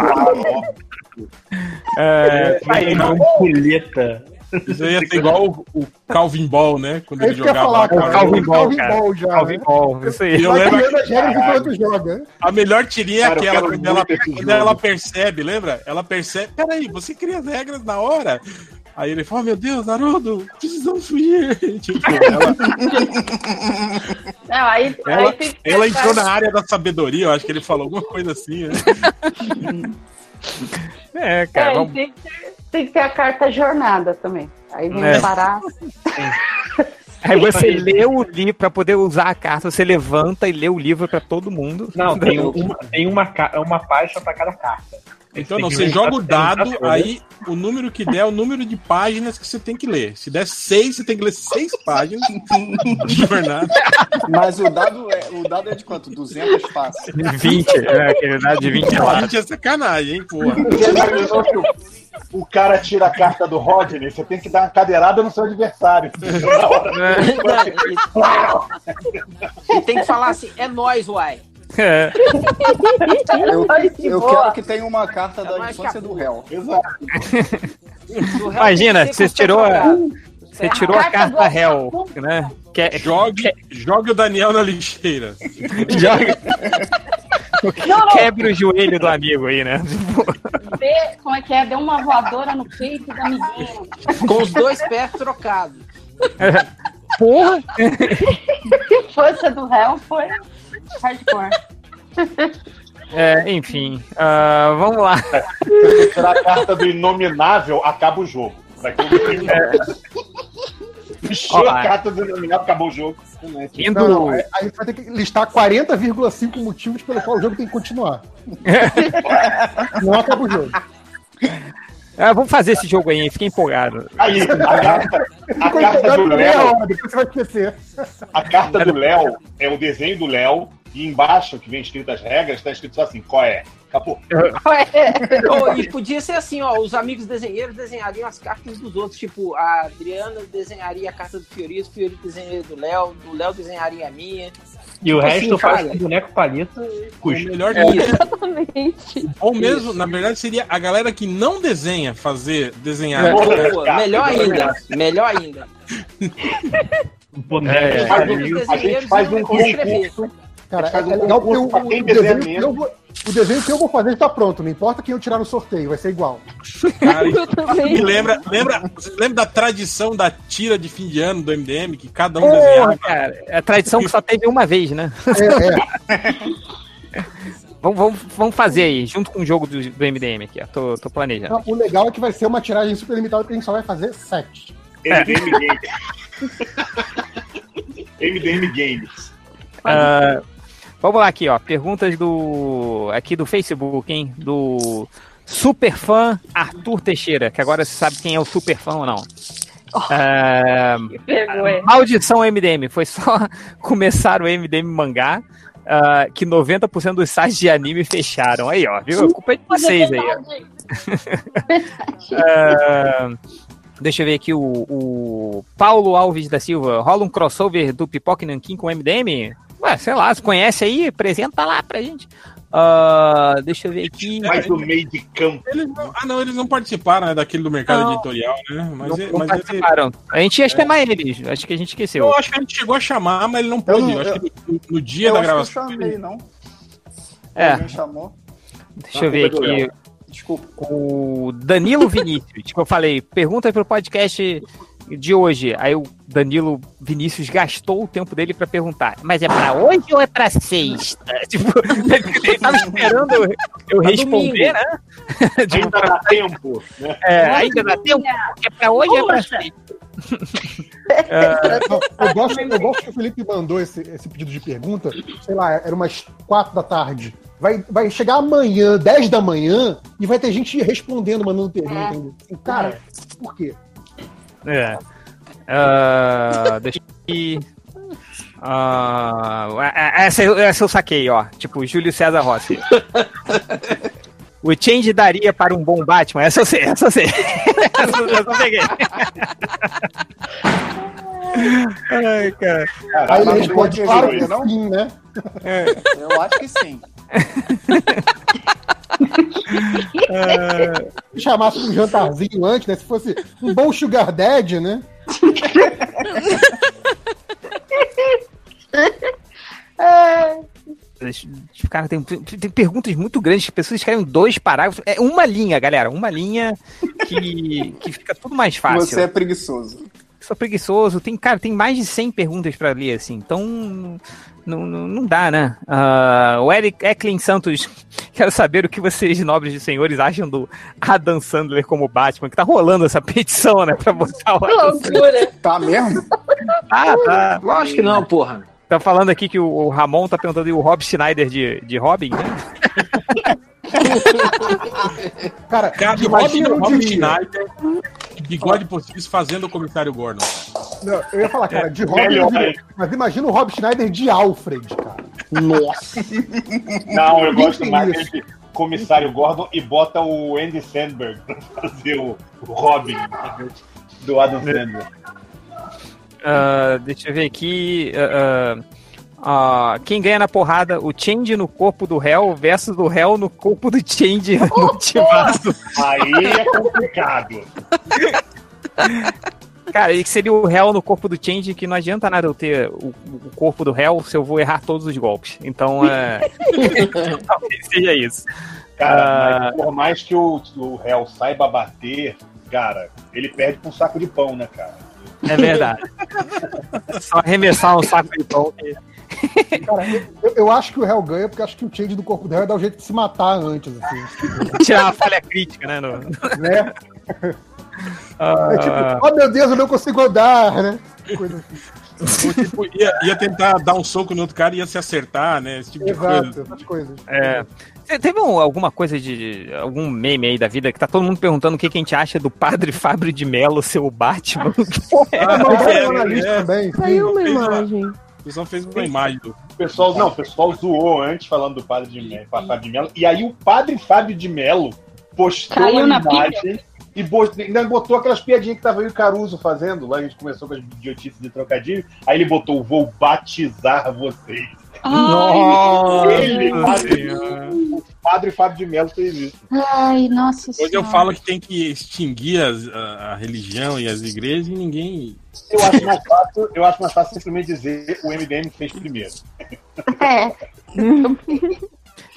É, tá aí,
uma
né?
coleta.
Isso aí ia ser igual o, o Calvin Ball, né? Quando
É
ele
isso que eu ia
jogava.
falar,
lá,
cara.
É
Calvin Ball,
Calvin
cara.
Ball já,
Calvin
né?
Então,
Ball, isso aí.
E eu
Vai
lembro-
criando as regras enquanto joga. né?
A melhor tirinha
Cara, eu
é aquela
quero
quando
muito
ela,
esse
quando
jogo.
ela percebe, lembra? Ela percebe. Peraí, você cria as regras na hora. Aí ele fala, "Oh, meu Deus, Haroldo, precisamos fugir. Tipo, ela,
Não, aí,
ela,
aí tem que
ela entrou na área da sabedoria, eu acho que ele falou alguma coisa assim, né?
É,
É,
cara,
e
vamos.
tem, que ter, tem que ter a carta jornada também. Aí vem
É.
parar.
Aí você lê o livro, pra poder usar a carta, você levanta e lê o livro pra todo mundo. é
Não, tem uma, tem uma, ca- é uma página pra cada carta.
Então
Tem
não,
que
você
juntar-
joga o
tem que juntar
dado,
todas.
aí o número que der é o número de páginas que você tem que ler. Se der seis, você tem que ler seis páginas de jornada.
Mas o dado é, o dado é de quanto? 200 passos.
20,
né?
é, aquele dado de 20 lá.
20 é sacanagem, hein, porra.
O cara tira a carta do Rodney, você tem que dar uma cadeirada no seu adversário. Na hora.
E tem que falar assim, é nóis, uai.
É.
Eu,
Olha que
eu
boa.
quero que tenha uma carta da
mais
infância do réu.
Exato.
Imagina, você tirou a. Você
errado.
tirou a
Carta do
carta réu, né? Que é-
Jogue, jogue o Daniel na lixeira.
Joga.
Não, não.
Quebra o joelho do amigo aí, né?
Dê- como é que é? Deu uma voadora no peito da amiguinha.
Com os dois pés trocados.
Porra!
Força do réu foi hardcore.
É, enfim. ah, vamos lá.
É, Se você tirar a carta do inominável, acaba o jogo. Daquele-
É.
Puxou
Olá.
a carta do inominável, acabou o jogo.
Não, não, é- aí você vai ter que listar 40,5 motivos pelo qual o jogo tem que continuar. não acaba o jogo.
Ah, vamos fazer esse jogo aí, hein? fiquei empolgado.
Aí, a carta, a
Ficou
carta do
empolgado meia
Léo.
hora, Depois você vai esquecer.
A carta
um
do Léo é o desenho do Léo. E embaixo, que vem escrito as regras, tá escrito só assim, qual é? Acabou.
Ô, e podia ser assim, ó, os amigos desenheiros desenhariam as cartas dos outros, tipo, a Adriana desenharia a carta do Fiorito, o Fiorito desenharia do Léo, do Léo desenharia a minha.
E o
Tipo
resto
assim,
faz
cara,
com boneco palito e
O
custa.
melhor
É.
Exatamente. Ou mesmo, na verdade, seria a galera que não desenha fazer
É.
desenhar.
Boa, melhor ainda, melhor ainda.
É, é.
A gente- a gente faz um concurso.
Cara,
faz um
é legal porque
concurso
o,
pra quem
o
desenha
desenho que
mesmo.
eu vou, o desenho que eu vou fazer está pronto. Não importa quem eu tirar no sorteio, vai ser igual.
Cara,
Eu também.
me lembra, lembra, você lembra da tradição da tira de fim de ano do MDM, que cada um
Porra,
desenhava.
cara. É a tradição que só teve uma vez, né? vamos, vamos, vamos fazer aí, junto com o jogo do, do MDM aqui, ó. Tô, tô planejando.
Não, o legal é que vai ser uma tiragem super limitada porque a gente só vai fazer sete.
MDM Games. MDM Games.
Ah, vamos lá aqui, ó. Perguntas do. aqui do Facebook, hein? Do superfã Arthur Teixeira, que agora você sabe quem é o superfã ou não. Ah,
vergonha.
maldição MDM, foi só começar o MDM mangá. ah, que 90% dos sites de anime fecharam. Aí, ó, viu? A culpa é de vocês aí. ó. Ah, deixa eu ver aqui o, o Paulo Alves da Silva. Rola um crossover do Pipoca e Nanquim com o MDM? Ué, sei lá, se conhece aí, apresenta lá pra gente. Ah, deixa eu ver aqui.
Mas
o meio de campo.
Eles não- ah, não, eles não participaram né, daquilo do mercado
Não.
editorial, né? Mas,
Não-
ele-
não
mas ele- É.
participaram. A gente ia chamar eles, acho que a gente esqueceu.
eu acho que a gente chegou a chamar, mas ele não pôde.
não-
Eu acho que no, no dia
eu
da
acho que eu
gravação.
chamei,
ele-
não.
É.
Alguém chamou.
Deixa eu ver aqui.
Desculpa.
O Danilo Vinícius, que eu falei, pergunta pro podcast de hoje. Aí o Danilo Vinícius gastou o tempo dele pra perguntar. Mas é pra hoje ou é pra sexta? Tipo, ele tava esperando eu, eu
Pra
responder,
domingo.
né?
Ainda dá tempo. Né?
É, ainda dá tempo. É pra hoje ou é pra sexta?
É, não, eu, gosto, eu gosto que o Felipe mandou esse, esse pedido de pergunta, sei lá, era umas quatro da tarde. Vai, vai chegar amanhã, 10 da manhã, e vai ter gente respondendo, mandando
É.
pergunta. ainda. Assim, Cara, por quê?
É. Ah, deixa eu ir. Ah, essa, eu- essa eu saquei, ó. Tipo, Júlio César Rossi. O Change daria para um bom Batman? Essa eu sei, essa eu sei. Essa eu só peguei. Ai, cara.
Aí ele responde, claro que sim, né?
Eu acho que sim.
É, se chamasse um jantarzinho antes, né? Se fosse um bom sugar daddy, né?
Deixa eu Cara, tem, tem perguntas muito grandes que pessoas escrevem dois parágrafos. É uma linha, galera. Uma linha que, que fica tudo mais fácil.
Você é preguiçoso.
Sou preguiçoso. Tem, cara, tem mais de 100 perguntas pra ler, assim. Então, não, não, não dá, né? Ah, o Eric Eklin Santos, quero saber o que vocês, nobres e senhores, acham do Adam Sandler como Batman, que tá rolando essa petição, né? Pra botar o Adam
Loucura. Tá mesmo?
Ah, tá.
Lógico que não, porra.
Tá falando aqui que o- o Ramon tá perguntando e o Rob Schneider de, de Robin, né?
Cara,
Cara,
imagina
imagina
eu
o Rob
diria.
Schneider, bigode postiço, fazendo o comentário Gordon.
Não, eu ia falar, cara, de Robin.
Melhor.
Mas imagina o Rob Schneider de Alfred, cara.
Nossa. Não, eu gosto
Tem
mais
isso.
desse comissário Gordon e bota o Andy Sandberg pra fazer o o Robin do Adam Sandler.
Ah, deixa eu ver aqui. ah, ah, ah, quem ganha na porrada? O Change no corpo do réu versus o réu no corpo do Change é um motivado.
Aí é complicado.
Cara, e que seria o réu no corpo do Change que não adianta nada eu ter o, o corpo do réu se eu vou errar todos os golpes. Então é. talvez seja isso.
Cara,
Ah,
mas por mais que o, o réu saiba bater, cara, ele perde com um saco de pão, né, cara?
É verdade. Só arremessar um saco de pão. que-
Cara, eu- eu, eu acho que o réu ganha, porque eu acho que o change do corpo do réu dá o jeito de se matar antes, assim.
Tirar a falha crítica, né? no-
Né?
Ah.
É tipo, oh meu Deus, eu não consigo andar, né? Coisa assim.
Ou, tipo, ia, ia tentar dar um soco no outro cara e ia se acertar, né? Esse tipo de
Exato,
coisa.
essas coisas.
É. Te- Teve um- alguma coisa de. de- algum meme aí da vida que tá todo mundo perguntando o que, que a gente acha do padre Fábio de Mello ser o Batman?
Ah,
não,
mandaram
é,
uma lista
é.
também.
Saiu uma
fez uma-
imagem.
O pessoal fez uma imagem do.
O pessoal, não, o pessoal zoou antes falando do padre de Melo, Fábio de Melo. E aí o padre Fábio de Melo postou
Caiu
a
na
imagem
pilha.
e botou, ainda botou aquelas piadinhas que tava aí o Caruso fazendo. Lá a gente começou com as idiotices de trocadilho. Aí ele botou, vou batizar vocês.
Nossa
Ele, padre, o padre Fábio de Melo fez isso.
Ai, nossa
Hoje eu
senhora.
falo que tem que extinguir as- a, a religião e as igrejas e ninguém.
Eu acho mais fácil, eu acho mais fácil simplesmente dizer o MDM fez primeiro.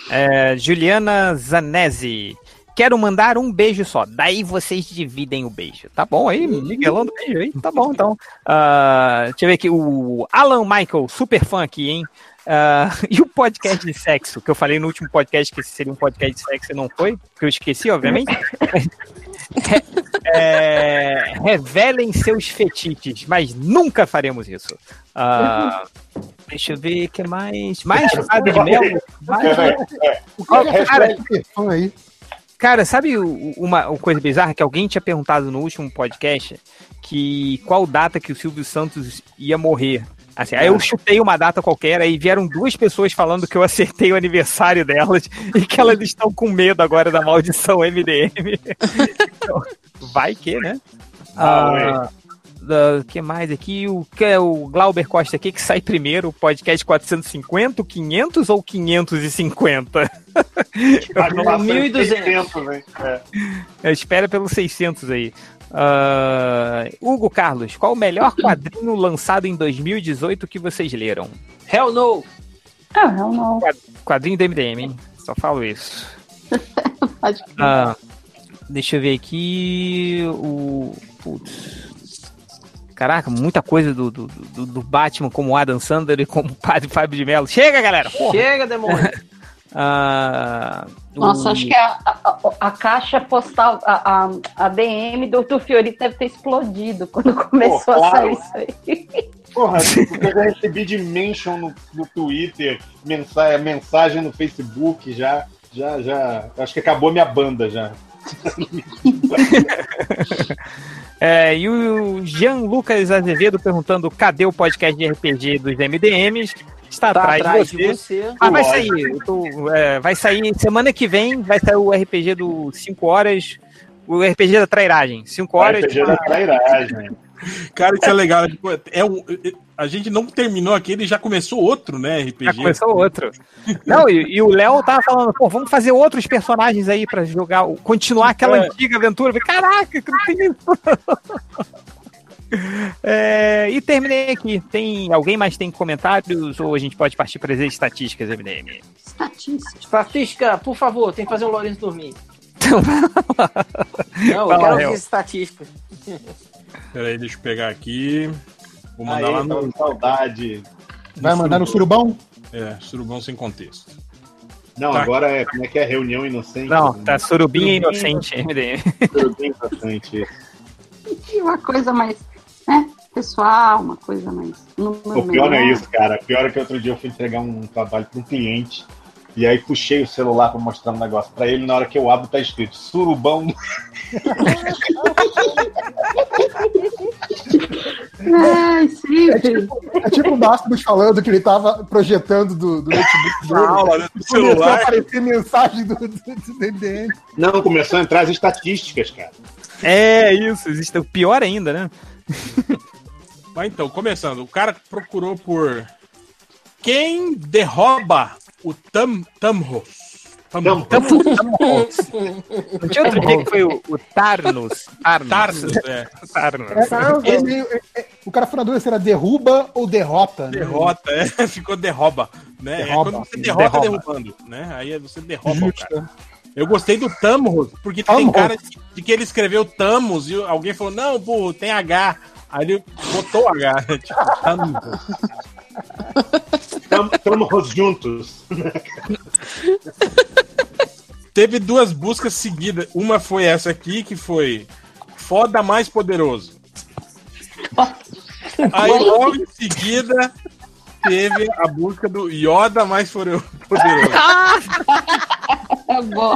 É, Juliana Zanese. Quero mandar um beijo só. Daí vocês dividem o beijo. Tá bom aí, Miguelão do beijo aí. Tá bom, então. Ah, deixa eu ver aqui. O Alan Michael, super fã aqui, hein? Ah, e o podcast de sexo, que eu falei no último podcast que seria um podcast de sexo e não foi, que eu esqueci, obviamente. É, revelem seus fetiches, mas nunca faremos isso. Ah, deixa eu ver o que mais. Mais Fábio de Melo? Mais-
O que é
Cara,
hashtag perfã aí?
Cara, sabe o- uma, uma coisa bizarra que alguém tinha perguntado no último podcast que qual data que o Silvio Santos ia morrer? Assim, aí eu
É.
chutei uma data qualquer, aí vieram duas pessoas falando que eu acertei o aniversário delas e que elas estão com medo agora da maldição MDM. Então, vai que, né?
Ah, ué.
Ah, da- O que mais aqui? O que é o Glauber Costa aqui que sai primeiro? O podcast 450, 500 ou 550? Eu não-
1.200, hein? É.
eu espero pelos 600 aí. Ah, Hugo Carlos, qual o melhor quadrinho lançado em 2018 que vocês leram?
Hell no!
Ah, não, não.
Quadrinho do MDM, hein? Só falo isso.
Pode
Ah, deixa eu ver aqui. O. Putz. Caraca, muita coisa do, do, do- do Batman como Adam Sandler e como Padre Fábio de Mello. Chega, galera! porra!
Chega, demônio!
Ah, o-
Nossa, acho que é a, a- a- a caixa postal, a, a, a DM do, do Fiorito deve ter explodido quando começou a
claro.
sair isso aí.
Porra, porque eu já recebi de mention no, no Twitter, mensagem, mensagem no Facebook, já, já, já. Acho que acabou minha banda já.
É, e o Jean Lucas Azevedo perguntando cadê o podcast de RPG dos MDMs? Está
Tá
atrás,
atrás
de
de
você.
você.
Ah, vai
Lógico.
sair. eu tô, é, vai sair semana que vem, vai sair o RPG do 5 horas, o RPG da trairagem. 5 horas.
RPG da trairagem.
Cara, isso é legal. né? Tipo, é um- a gente não terminou aquele e já começou outro, né, RPG?
Já começou outro. Não, e, e o Léo tava falando, pô, vamos fazer outros personagens aí pra jogar, o- continuar aquela
É.
antiga aventura. Eu falei, Caraca, que não tem isso. É, e terminei aqui. Tem alguém mais tem comentários ou a gente pode partir para as estatísticas, MDM?
Estatística. Estatística, por favor, tem que fazer o Lourenço dormir. Não,
Vai
eu
lá,
quero
Léo.
ouvir estatística.
Peraí, deixa eu pegar aqui. Vou mandar
Aê,
lá
tava
no.
com saudade.
Vai mandar no surubão?
É, surubão sem contexto.
Não,
Tá.
agora é como é que é reunião inocente? né?
Não, tá surubinha inocente, MDM.
Surubinha inocente.
E uma coisa mais, né, pessoal, uma coisa mais. número
O pior é
menor.
isso, cara. O pior é que outro dia eu fui entregar um trabalho para um cliente e aí puxei o celular para mostrar um negócio para ele. Na hora que eu abro, tá escrito surubão.
Ai, sim.
É tipo, é tipo o Bastos falando que ele tava projetando do, do notebook dele.
Na aula, né,
E
do
Começou a
celular.
aparecer mensagem do, do, do DDM.
Não, começou a entrar as estatísticas, cara.
É isso, existe o pior ainda, né?
Mas então, começando. O cara procurou por. Quem derruba o Tam Tamros? Tam,
Não tinha outro dia que foi o, o Tarnos. Tarnos.
Tarnos, é.
Tarnos.
É, é, meio- é, é, o cara foi na dúvida se era derruba ou derrota. né?
Derrota, é. Ficou derroba. Né?
Derroba,
é quando você
sim,
derrota,
derroba.
derrubando. Né? Aí você derroba o cara. Eu gostei do Tamros, porque tem
Tamros.
cara de, de que ele escreveu Tamos e alguém falou: não, burro, tem H. Aí ele botou H. né? Tipo, Tamros.
Estamos juntos.
Teve duas buscas seguidas. Uma foi essa aqui, que foi Foda Mais Poderoso. Aí logo em seguida teve a busca do Yoda Mais Fore- Poderoso.
É bom.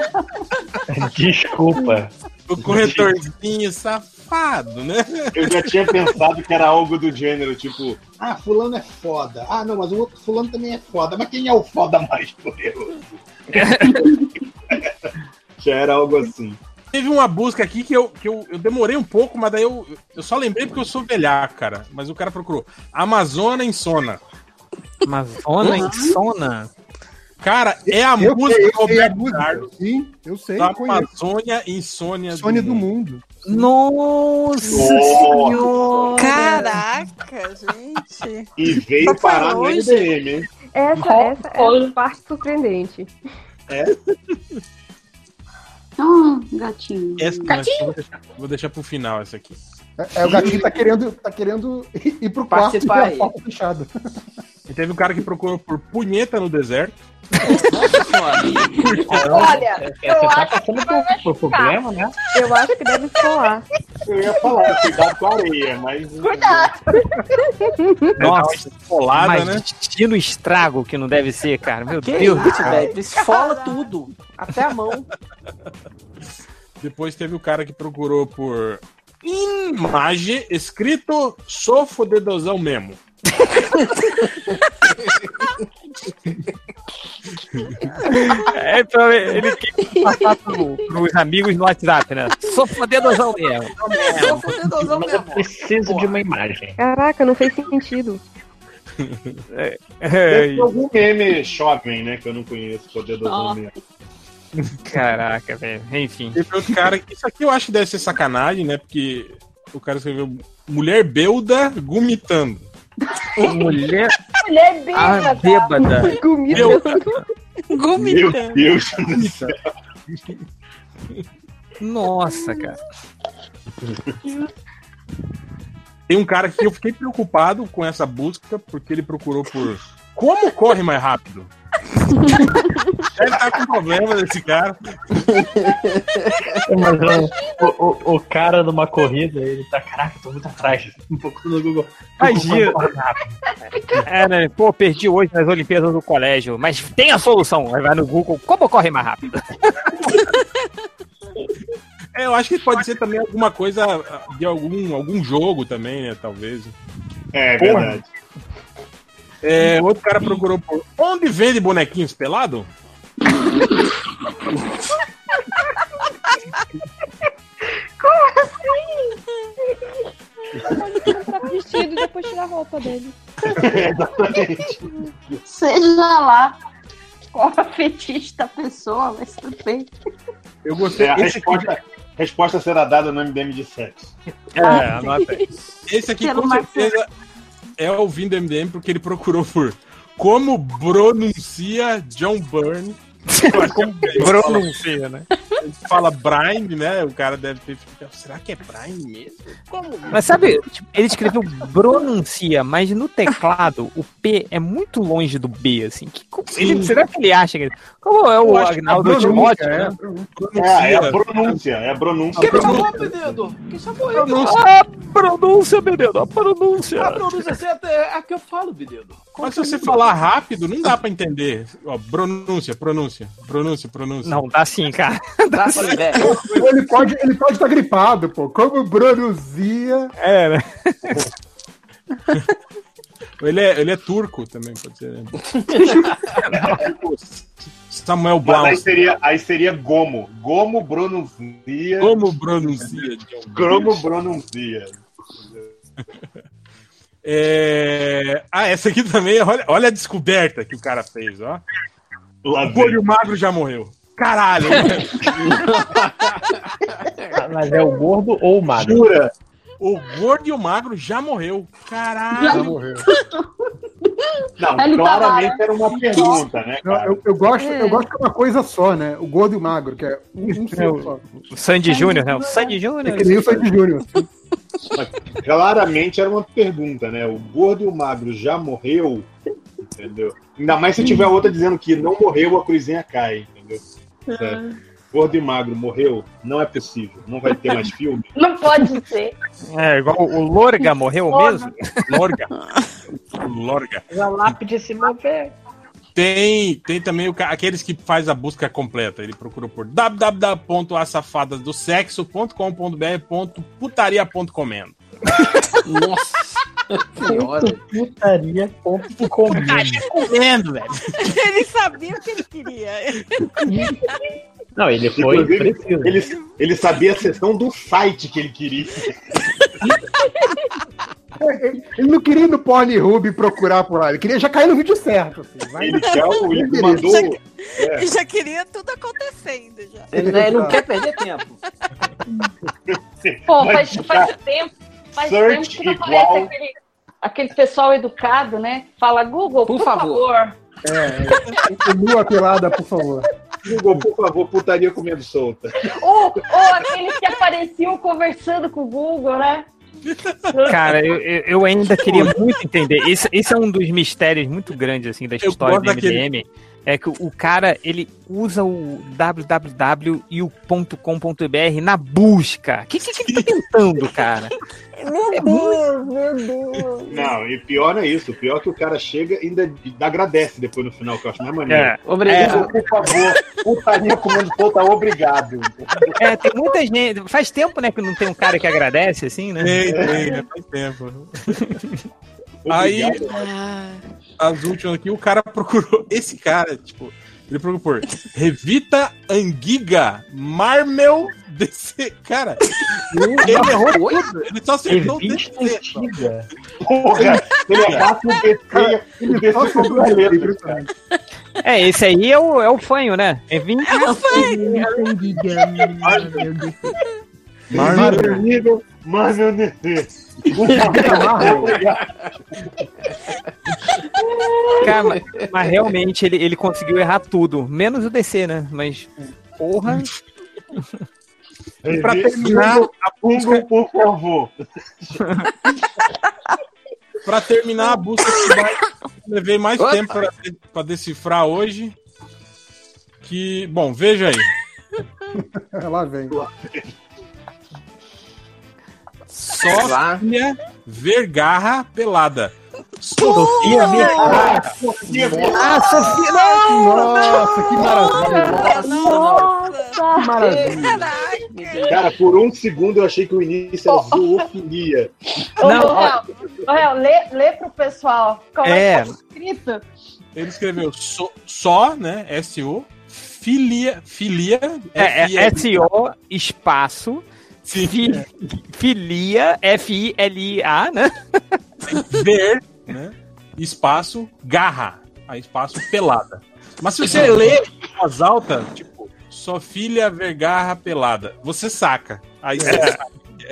Desculpa.
O corretorzinho safado, né?
Eu já tinha pensado que era algo do gênero, tipo, ah, fulano é foda. Ah, não, mas o outro fulano também é foda. Mas quem é o foda mais poderoso? já era algo assim.
Teve uma busca aqui que eu, que eu, eu demorei um pouco, mas daí eu, eu só lembrei porque eu sou velhar, cara. Mas o cara procurou. Amazona Insona.
Amazona Insona?
Cara, é a
Eu
música
sei, eu
do
sei a
Roberto
música,
Carlos.
Sim, eu sei,
Da
conheço.
Amazônia Insônia,
Sônia do mundo.
Nossa
Senhora!
Caraca, gente.
E veio
Mas foi
parar no
longe.
MDM, hein?
Essa, essa é a parte surpreendente.
É.
Ah, gatinho.
Essa, não, essa eu vou, deixar, vou deixar pro final essa aqui.
É, é, o gatinho tá querendo, tá querendo ir ir pro quarto e
Participar
ver a
aí.
porta fechada.
E teve um cara que procurou por punheta no deserto.
Olha,
eu
tá
acho
passando por, por problema, né?
Eu acho que deve soar.
Eu um ia falar, cuidado com a areia, mas.
Cuidado!
Nossa,
colada,
mas Estilo estrago que não deve ser, cara. Meu
Que
Deus.
isso, velho? Esfola tudo. Até a mão.
Depois teve o cara que procurou por imagem escrito sou fodedozão mesmo.
É, então ele quer passar pro, pros amigos no WhatsApp, né? Sou fodedozão mesmo.
É, Mas eu
preciso de uma imagem.
Caraca, não fez sentido.
É,
Deve ter algum meme jovem, né? Que eu não conheço, poderoso
Nossa.
meme.
Caraca, velho. Enfim.
Teve outro cara que isso aqui eu acho que deve ser sacanagem, né? Porque o cara escreveu mulher belda gomitando.
Mulher
Mulher
é
bêbada.
Ah, bêbada.
Meu Deus do céu.
Nossa, cara.
Tem um cara que eu fiquei preocupado com essa busca porque ele procurou por como corre mais rápido. Ele tá com problema desse cara.
Mas é o, o- o cara numa corrida, ele tá, caraca, tô muito atrás. Um pouco no Google.
Imagina. É, né? Pô, perdi hoje nas Olimpíadas do colégio, mas tem a solução. Aí Vai no Google, como corre mais rápido?
É, eu acho que pode ser também alguma coisa de algum, algum jogo também, né? Talvez.
É
Porra.
verdade.
É, outro cara procurou por onde vende bonequinhos pelado?
Como
é?
assim? Ele tá vestido e depois tira a roupa dele.
Seja lá qual a fetiche da pessoa, mas tudo bem.
Eu gostei.
É, a
esse aqui-
resposta, Resposta será dada no MDM de sexo.
É, anota aí. Esse aqui com certeza é ouvindo MDM porque ele procurou por como pronuncia John Byrne. Eu acho que é porque ele fala-
Pronuncia, né?
ele Fala Brian, né? O cara deve ter ficado. Será que é Brian mesmo? Como?
Mas sabe, tipo, ele escreveu pronuncia, mas no teclado o P é muito longe do B, assim. Que, co- ele-
Sim.
será que ele acha que. Como é o
Eu acho que é
Agnaldo
pronúncia,
Timóteo?
é,
né?
É, é a pronúncia, é a pronúncia.
Que
um Dedo, que sabor é
A Ah, pronúncia, Bebedo, a pronúncia.
A pronúncia certa é a que eu falo, Bededo.
Ah, Mas se você falar rápido, não dá pra entender. Ó, pronúncia, pronúncia, pronúncia, pronúncia. é,
Não, dá sim, cara.
Dá sim,
É. Ou Ele pode ele pode estar gripado, pô. Como produzia.
É, né?
Ele é, ele é turco também, pode ser. né? Samuel
Mas
Blau.
aí seria, aí seria gomo. Gomo pronuncia.
Como pronuncia? John?
Gomo pronuncia.
É... Ah, essa aqui também, olha, olha a descoberta que o cara fez, ó. o olho magro já morreu. Caralho! né?
Mas é o gordo ou o magro?
Jura? O gordo e o magro já morreu. Caralho!
Já morreu.
Não,
Ele tá lá,
claramente
né?
era uma pergunta, né?
Não, eu, eu gosto,
É.
eu gosto que é uma coisa só, né? O gordo e o magro, que é um, um ser só.
O Sandy Júnior, né? O Sandy Júnior.
É que nem o Sandy Júnior.
Claramente era uma pergunta, né? O gordo e o magro já morreu, entendeu? Ainda mais se tiver outra dizendo que não morreu, a cruzinha cai, entendeu? É.
Ah.
Gordo e magro morreu? Não é possível. Não vai ter mais filme.
Não pode ser.
É, igual o Lorga morreu mesmo?
Lorga. Lorga.
A lápide se mover.
Tem, tem também o ca- aqueles que faz a busca completa. Ele procurou por www.asafadasdossexo.com.br.putaria.comendo.
Nossa senhora.
Putaria ponto
Tá
comendo, velho.
Ele sabia o que ele
É.
queria.
Não, ele
foi Ele, ele sabia a sessão do site que ele queria.
Ele ele não queria ir no Pornhub procurar por lá. Ele queria já cair no vídeo certo. Assim, vai.
Ele já, ele
Beleza.
mandou.
Ele já queria tudo acontecendo já.
Ele não- ele não quer perder tempo.
Pô,
Vai
faz,
ficar
faz tempo. Faz tempo
search
que não
igual-
aparece aquele, aquele pessoal educado, né? Fala, Google, por, favor.
É, nu apelada, por favor.
Google, por favor, putaria comendo solta.
Ou, ou aqueles que apareciam conversando com o Google, né?
Cara, eu, eu- eu ainda queria muito entender. Esse, esse é um dos mistérios muito grandes assim da história
gosto
do MDM. É que o- o cara ele usa o www e o .com.br na busca. O que, que, que ele tá tentando, cara?
É
Meu Deus, meu Deus.
Não, e pior é isso. Pior que o cara chega e ainda agradece depois no final, que eu acho mais maneiro.
É. Obrigado.
Por favor, putaria comendo solta, tá obrigado.
É, tem muita gente. Faz tempo, né, que não tem um cara que agradece assim, né?
Tem, tem, né? Faz tempo. Aí, as últimas aqui, o cara procurou. Esse cara, tipo, ele procurou por Revita Anguiga Marmel DC. Cara, ele errou tudo. Ele só acertou o DC.
Porra, ele é abaixa o DC. O DC sobre a letra, cara.
É, esse aí é o, é o fanho, né? É 20
Marvel Negro, Marvel DC. Por favor, obrigado.
Cara, mas, mas realmente ele, ele conseguiu errar tudo, menos o DC, né? Mas, porra.
E pra terminar, a
tá
busca,
por favor.
pra terminar a busca que vai- levei mais
Opa.
tempo pra, pra decifrar hoje. Que, bom, veja aí.
Lá vem.
Sofia Vergarra pelada.
Sofia Vergarra.
Nossa.
Sofia
Ah, Sofia! Nossa, que maravilha!
Nossa,
que maravilha.
Cara, por um segundo eu achei que o início era zoofilia.
Ô, Rafael, Rafael, lê, lê pro pessoal como é,
É.
que tá escrito.
Ele escreveu so- só, né? S-O, filia, filia.
É, é
F-I-L-I.
SO, espaço, fi, filia, F-I-L-I-A, né?
ver, né? Espaço, garra. Aí espaço, pelada. Mas se você ler em voz alta, tipo, Sua filha vergarra pelada. Você saca. Aí você
É.
saca.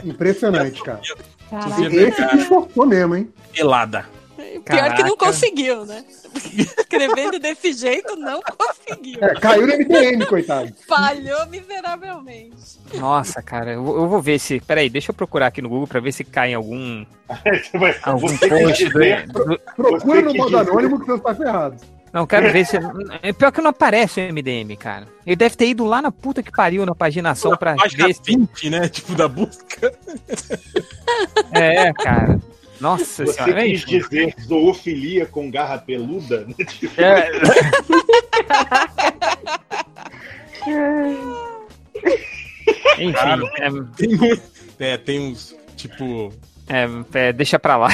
Impressionante, cara.
Caraca.
Esse se esforçou mesmo, hein?
Pelada.
Pior que não
Caraca.
conseguiu, né? Escrevendo desse jeito, não conseguiu.
É, caiu no MDM, coitado.
Falhou miseravelmente.
Nossa, cara, eu, eu vou ver se. Peraí, deixa eu procurar aqui no Google pra ver se cai em algum. algum
Você quer
post.
dizer-
do- do-
Procura no modo anônimo que você tá ferrado.
Não, quero ver se. é Pior que não aparece o MDM, cara. Ele deve ter ido lá na puta que pariu na paginação pra
Página
ver. se-
20, né? Tipo, da busca.
É, cara. Nossa
Você
senhora. é
quis
hein?
dizer zoofilia com garra peluda?
É, Enfim,
Cara,
é-
tem, muito- é, tem uns, tipo...
É, é, deixa pra lá.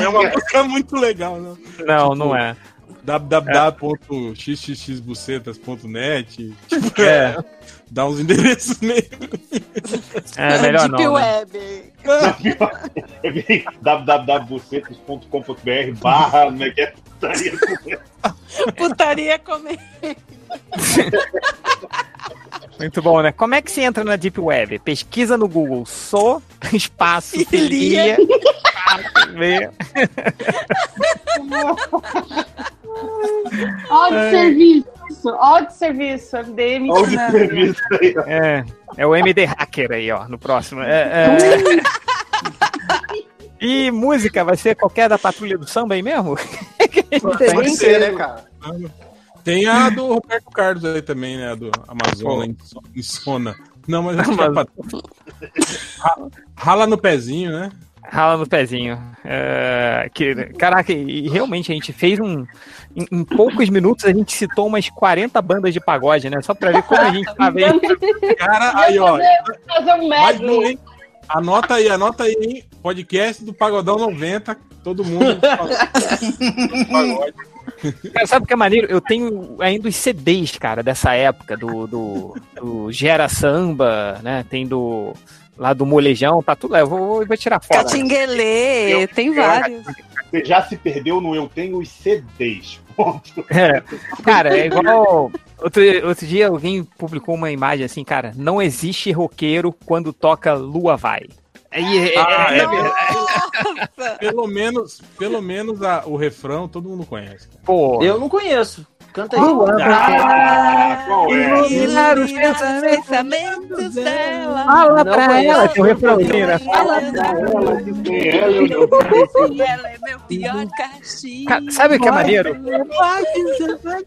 é uma música muito legal, né?
Não, não é.
www.xxxbucetas.net tipo,
É.
Dá uns endereços meio...
É, melhor não, Deep né?
Web.
www.bucetos.com.br barra né, que é putaria.
Putaria comer.
Muito bom, né? Como é que você entra na Deep Web? Pesquisa no Google, sou espaço
Filia.
filia. Vê.
Ó de
Ai.
serviço, ó de serviço, MDM. ensinando.
É, é o MD Hacker aí, ó, no próximo. É, é. E música, vai ser qualquer da Patrulha do Samba aí mesmo?
Pode ser, né,
cara?
Tem a do Roberto Carlos aí também, né? A do Amazonas, Inso- Insona. Não, mas acho que é pra... Ra- Rala no pezinho, né?
Rala no pezinho. É, que, caraca, e realmente a gente fez um. Em, em poucos minutos a gente citou umas 40 bandas de pagode, né? Só pra ver como a gente tá vendo.
Cara, aí, ó.
Fazer um
Mais um,
medley.
hein? Anota aí, anota aí, hein? Podcast do Pagodão 90. Todo mundo.
Cara, sabe o que é maneiro? Eu tenho ainda os CDs, cara, dessa época, do, do, do Gera Samba, né? Tem do. Lá do Molejão, tá tudo lá. Eu vou, eu vou tirar fora.
Catinguelê, É, tem vários.
Você já se perdeu no Eu Tenho os CDs. Ponto.
É. Cara, é igual. Outro, outro dia alguém publicou uma imagem assim, cara, não existe roqueiro quando toca Lua Vai. Aí, é-
Ah,
é-
é verdade. Pelo menos, pelo menos a- o refrão todo mundo conhece.
Pô.
Eu não conheço. Canta aí.
Qual é? Ah, qual é?
Iluminar os
pensamentos dela.
Fala
pra ela, tem um refrãozinho, né?
Fala pra
é,
ela que
sem
ela
eu não
consigo. Ela é meu pior castigo.
Ca- sabe o que é maneiro?
Vai dizer, vai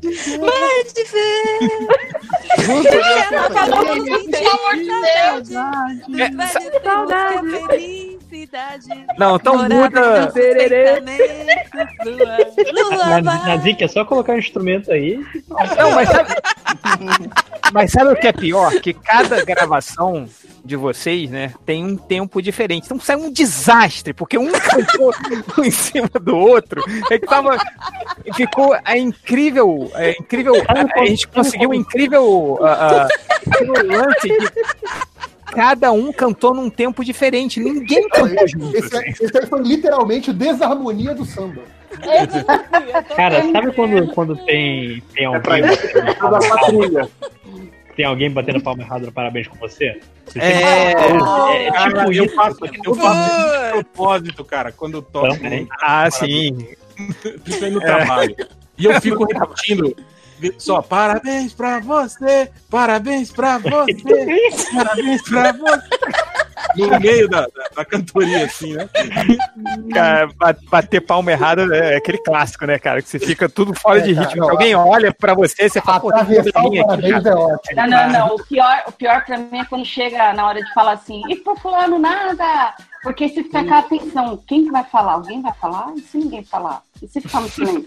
dizer.
Junto-
Ela falou que
Gente,
sentia
pelo amor de Deus.
saudade. Vai dizer que é felicidade.
Não, então
Morada
muda.
dos pensamentos, Lua. Lua,
Na,
vai.
na dica é só colocar um instrumento aí.
Não, mas sabe... Mas sabe o que é pior? Que cada gravação de vocês, né, tem um tempo diferente. Então sai um desastre, porque um cantou um em cima do outro. É que tava. Ficou a incrível. A incrível. A, a gente conseguiu um incrível. ah, ah, lance que cada um cantou num tempo diferente. Ninguém cantou junto. assim.
Esse, é, esse aí foi literalmente o desarmonia do samba.
Cara, sabe quando, quando tem, tem
É
alguém. tem alguém batendo palma errada, parabéns com você? Você
É,
sempre- é, é
cara,
tipo
eu
isso.
faço, eu faço isso de propósito, cara, quando eu toco.
Também.
Ah, sim.
Fico aí no trabalho. E eu fico repetindo. Só, parabéns pra você, parabéns pra você, parabéns pra você. No meio da, da, da cantoria, assim, né?
Cara, É, ba- bater palma errada né, é aquele clássico, né, cara? Que você fica tudo fora
É,
de
cara,
ritmo.
não.
Que alguém olha pra você, você fala, pô, tem um
Atravessar o
probleminha aqui,
parabéns
cara.
é ótimo.
Não, não, não. O pior, o pior pra mim é quando chega na hora de falar assim, e pro fulano nada! Porque se ficar com a atenção, quem que vai falar? Alguém vai falar? E se ninguém falar? E se ficar no silêncio?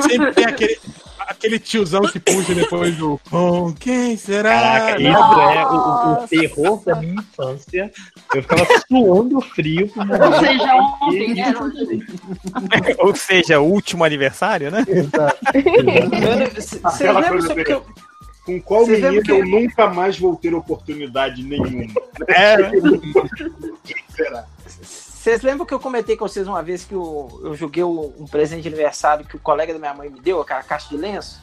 Sempre tem aquele, aquele tiozão que puxa depois do com quem será?
Caraca, isso é o, o, o terror da minha infância. Eu ficava suando frio. por uma
Ou seja,
música
ontem,
que-
né? hoje.
Ou seja, o último aniversário, né?
Vocês
Ah, Aquela
lembram
coisa
sobre
dele.
que eu...
Com qual
Vocês lembram
menino
que-
eu nunca mais vou ter oportunidade nenhuma? Será?
Vocês lembram que eu comentei com vocês uma vez que eu, eu joguei um, um presente de aniversário que o colega da minha mãe me deu, aquela caixa de lenço?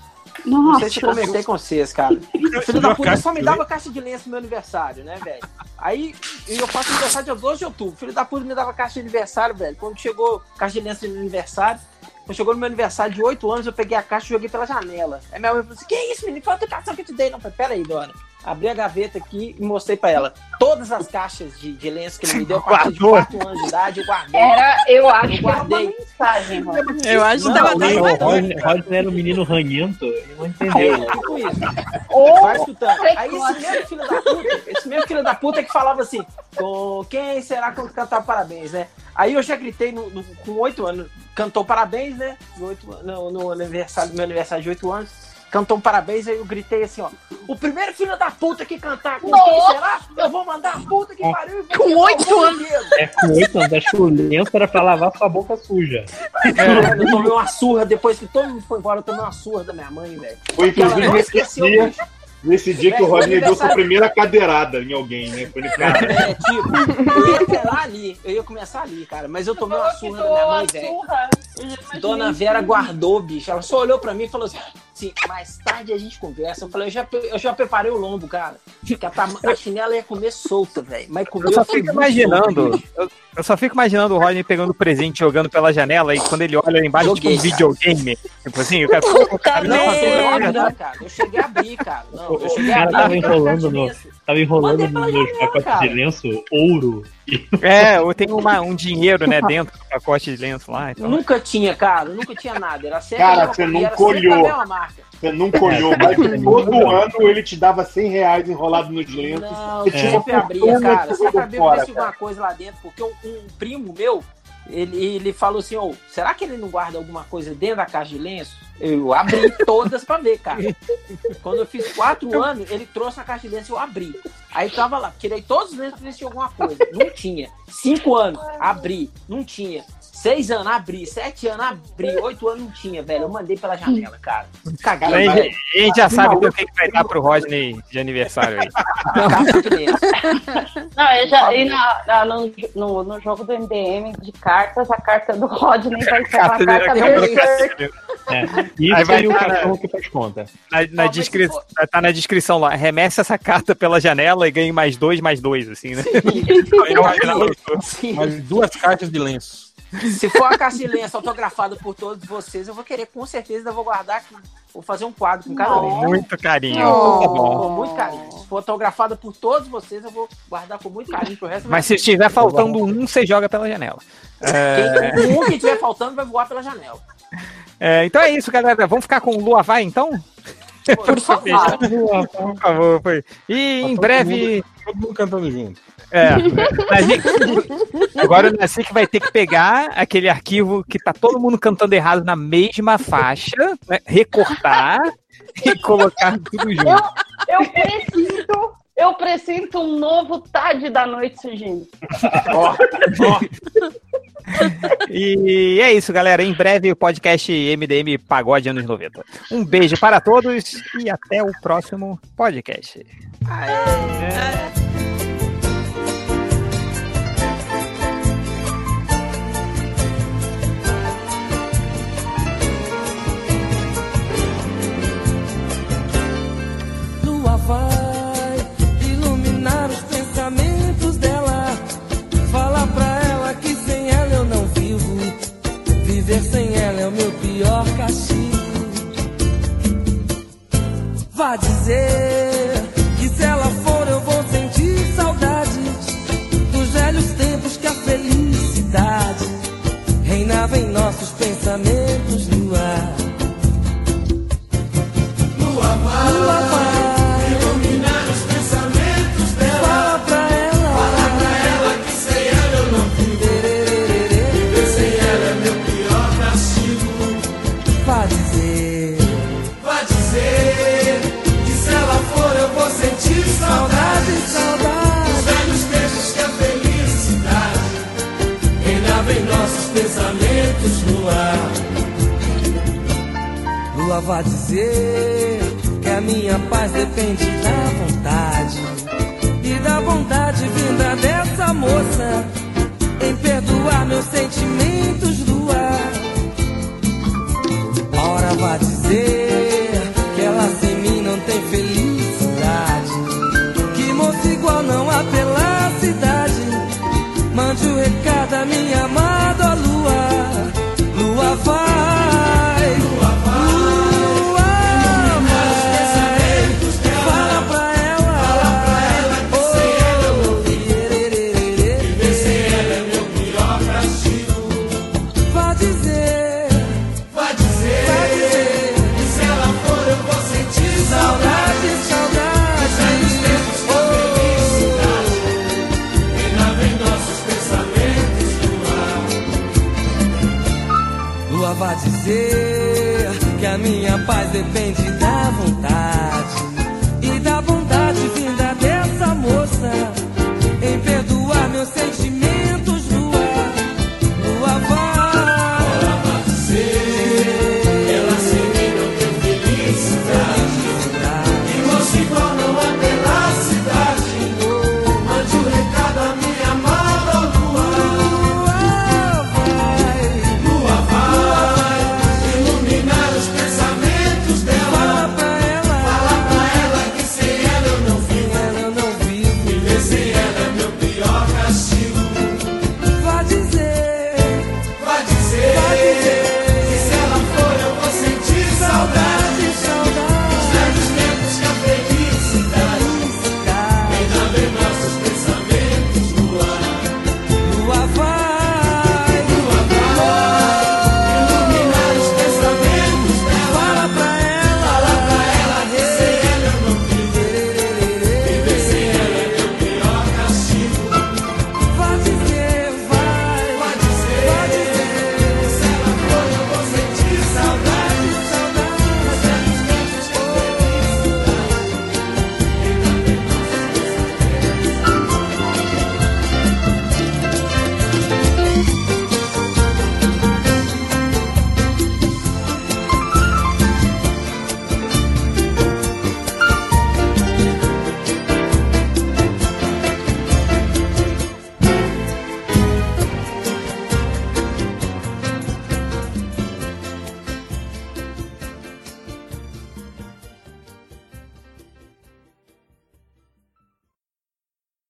Não sei se eu
Nossa.
comentei com vocês, cara. O filho
Uma
da puta
caixa
só me
de
dava caixa de lenço no meu aniversário, né, velho? Aí e eu faço aniversário dia 12 de outubro. O filho da puta me dava caixa de aniversário, velho. Quando chegou caixa de lenço no meu aniversário, quando chegou no meu aniversário de 8 anos, eu peguei a caixa e joguei pela janela. Aí minha mãe falou assim: Que isso, menino? Foi a educação que eu te dei. Não, eu falei, pera aí, dona. Abri a gaveta aqui e mostrei pra ela todas as caixas de, de lenço que ele me deu a partir de
Guardou.
4 anos de idade. Eu guardei.
Era- eu acho que era uma
guardei. mensagem,
Eu acho que tava dando
o
mais
Rodney Rodney era um menino ranhento, ele não entendeu. né?
Tipo isso.
Ou-
Vai escutando. Aí esse mesmo filho da puta, esse mesmo filho da puta que falava assim, com quem será que eu cantar parabéns, né? Aí eu já gritei no- no- com oito anos, cantou parabéns, né? No, oito an- no, no aniversário, meu aniversário de oito anos, cantou um parabéns, aí eu gritei assim, ó. O primeiro filho da puta que cantar com quem
Nossa!
será, eu vou mandar a puta que pariu. e
Com
vou quebrar o
oito
mundo
anos.
inteiro."
É com oito anos, acho que o lenço era pra lavar sua boca suja.
É.
Mano, eu tomei uma surra, depois que todo mundo foi embora, eu tomei uma surra da minha mãe, velho.
Foi
Porque ela
inclusive
não
nesse
esqueceu,
dia,
bicho.
nesse dia que o
Velho,
Rodney deu sua
né, aniversário-
primeira cadeirada em alguém, né? Foi ele, cara.
É, tipo, eu ia até lá ali, eu ia começar ali, cara, mas eu tomei uma surra da minha mãe, velho. Dona Vera guardou, bicho. Ela só olhou pra mim e falou assim: "Sim, mais tarde a gente conversa. Eu falei: eu já, pe- eu já preparei o lombo, cara. Que a, tam- a chinela ia comer solta, velho. Mas comeu.
Eu só
foi
fico
muito
imaginando.
solta,
Eu, eu só fico imaginando o Rodney pegando o presente, jogando pela janela, e quando ele olha lá embaixo, tipo um
Joguei,
videogame. Tipo assim, o cara. Pô, cara, não,
bicho.
não,
Não,
não,
não, tá, cara. Eu cheguei a abrir, cara. Não, eu
O
cheguei a
cara
abrir.
tava
eu quero
enrolando no, tava enrolando nos meus pacotes de
cara.
lenço ouro.
É, ou tem uma- um dinheiro, né, dentro do pacote de lenço lá. Então.
Nunca tinha, cara. Nunca tinha nada. Era sempre
Cara,
a mesma
você
comida,
não
era sempre a
colhou.
mesma marca.
Você nunca olhou, mas todo ano ele te dava 100 reais enrolado nos lenços.
Não,
Você tinha
sempre
uma
abria,
fortuna
cara.
que
Sempre
jogou
abria pra ver
fora,
se
cara.
alguma coisa lá dentro, porque um, um primo meu, ele, ele falou assim, ô, será que ele não guarda alguma coisa dentro da caixa de lenço? Eu abri todas pra ver, cara. Quando eu fiz quatro anos, ele trouxe a caixa de lenço e eu abri. Aí tava lá, tirei todos os lenços pra ver se tinha alguma coisa. Não tinha. Cinco anos, abri. Não tinha. Seis anos, abri. Sete anos, abri. Oito anos, não tinha, velho. Eu mandei pela janela, cara. Caguei,
A
velho.
gente, a gente já sabe então, o que, que vai dar pro Rodney de aniversário aí.
Não, eu já. E na- na- no, no, no jogo do MDM de cartas, a carta do Rodney vai ser uma carta berserk.
É. Isso
Aí vai
e o
tá, né?
cachorro que faz conta.
Na, na descri... Vai estar na descrição lá. Remessa essa carta pela janela e ganhe mais dois, mais dois, assim, né?
Mais duas caixas de lenço.
Se for a caixa de lenço autografada por todos vocês, eu vou querer, com certeza, ainda vou guardar aqui. Vou fazer um quadro com cada um.
Muito carinho. Tá
Com
bom.
muito carinho. Se for autografada por todos vocês, eu vou guardar com muito carinho pro resto da
Mas se
minha vida.
estiver faltando um, você joga pela janela. É,
Quem- Um que estiver faltando vai voar pela janela.
é, então é isso, galera. Vamos ficar com o Lua Vai, então? Por
favor.
Por favor, foi. E em breve.
Tá Todo mundo cantando junto.
É. A gente- Agora eu nasci que vai ter que pegar aquele arquivo que tá todo mundo cantando errado na mesma faixa, né? recortar e colocar tudo junto.
Eu, eu presinto, eu presinto um novo tarde da noite surgindo.
E é isso, galera. Em breve o podcast MDM Pagode Anos 90. Um beijo para todos e até o próximo podcast.
É.
Lua vai iluminar os pensamentos dela. Fala pra ela que sem ela eu não vivo. Viver sem ela é o meu pior castigo. Vá dizer que se ela for eu vou sentir saudade dos velhos tempos que a felicidade reinava em nossos pensamentos no ar. Lua vai, iluminar os pensamentos dela. Fala pra ela, fala pra ela que sem ela eu não vivo. Viver sem ela é meu pior castigo. Vá dizer, vá dizer que se ela for eu vou sentir saudade, saudade. Os velhos beijos que a felicidade reinava em nossos pensamentos no ar. Lua vai dizer que a minha paz depende da vontade e da vontade vinda dessa moça em perdoar meus sentimentos, Lua. A hora vai dizer é dizer que a minha paz depende da vontade. um é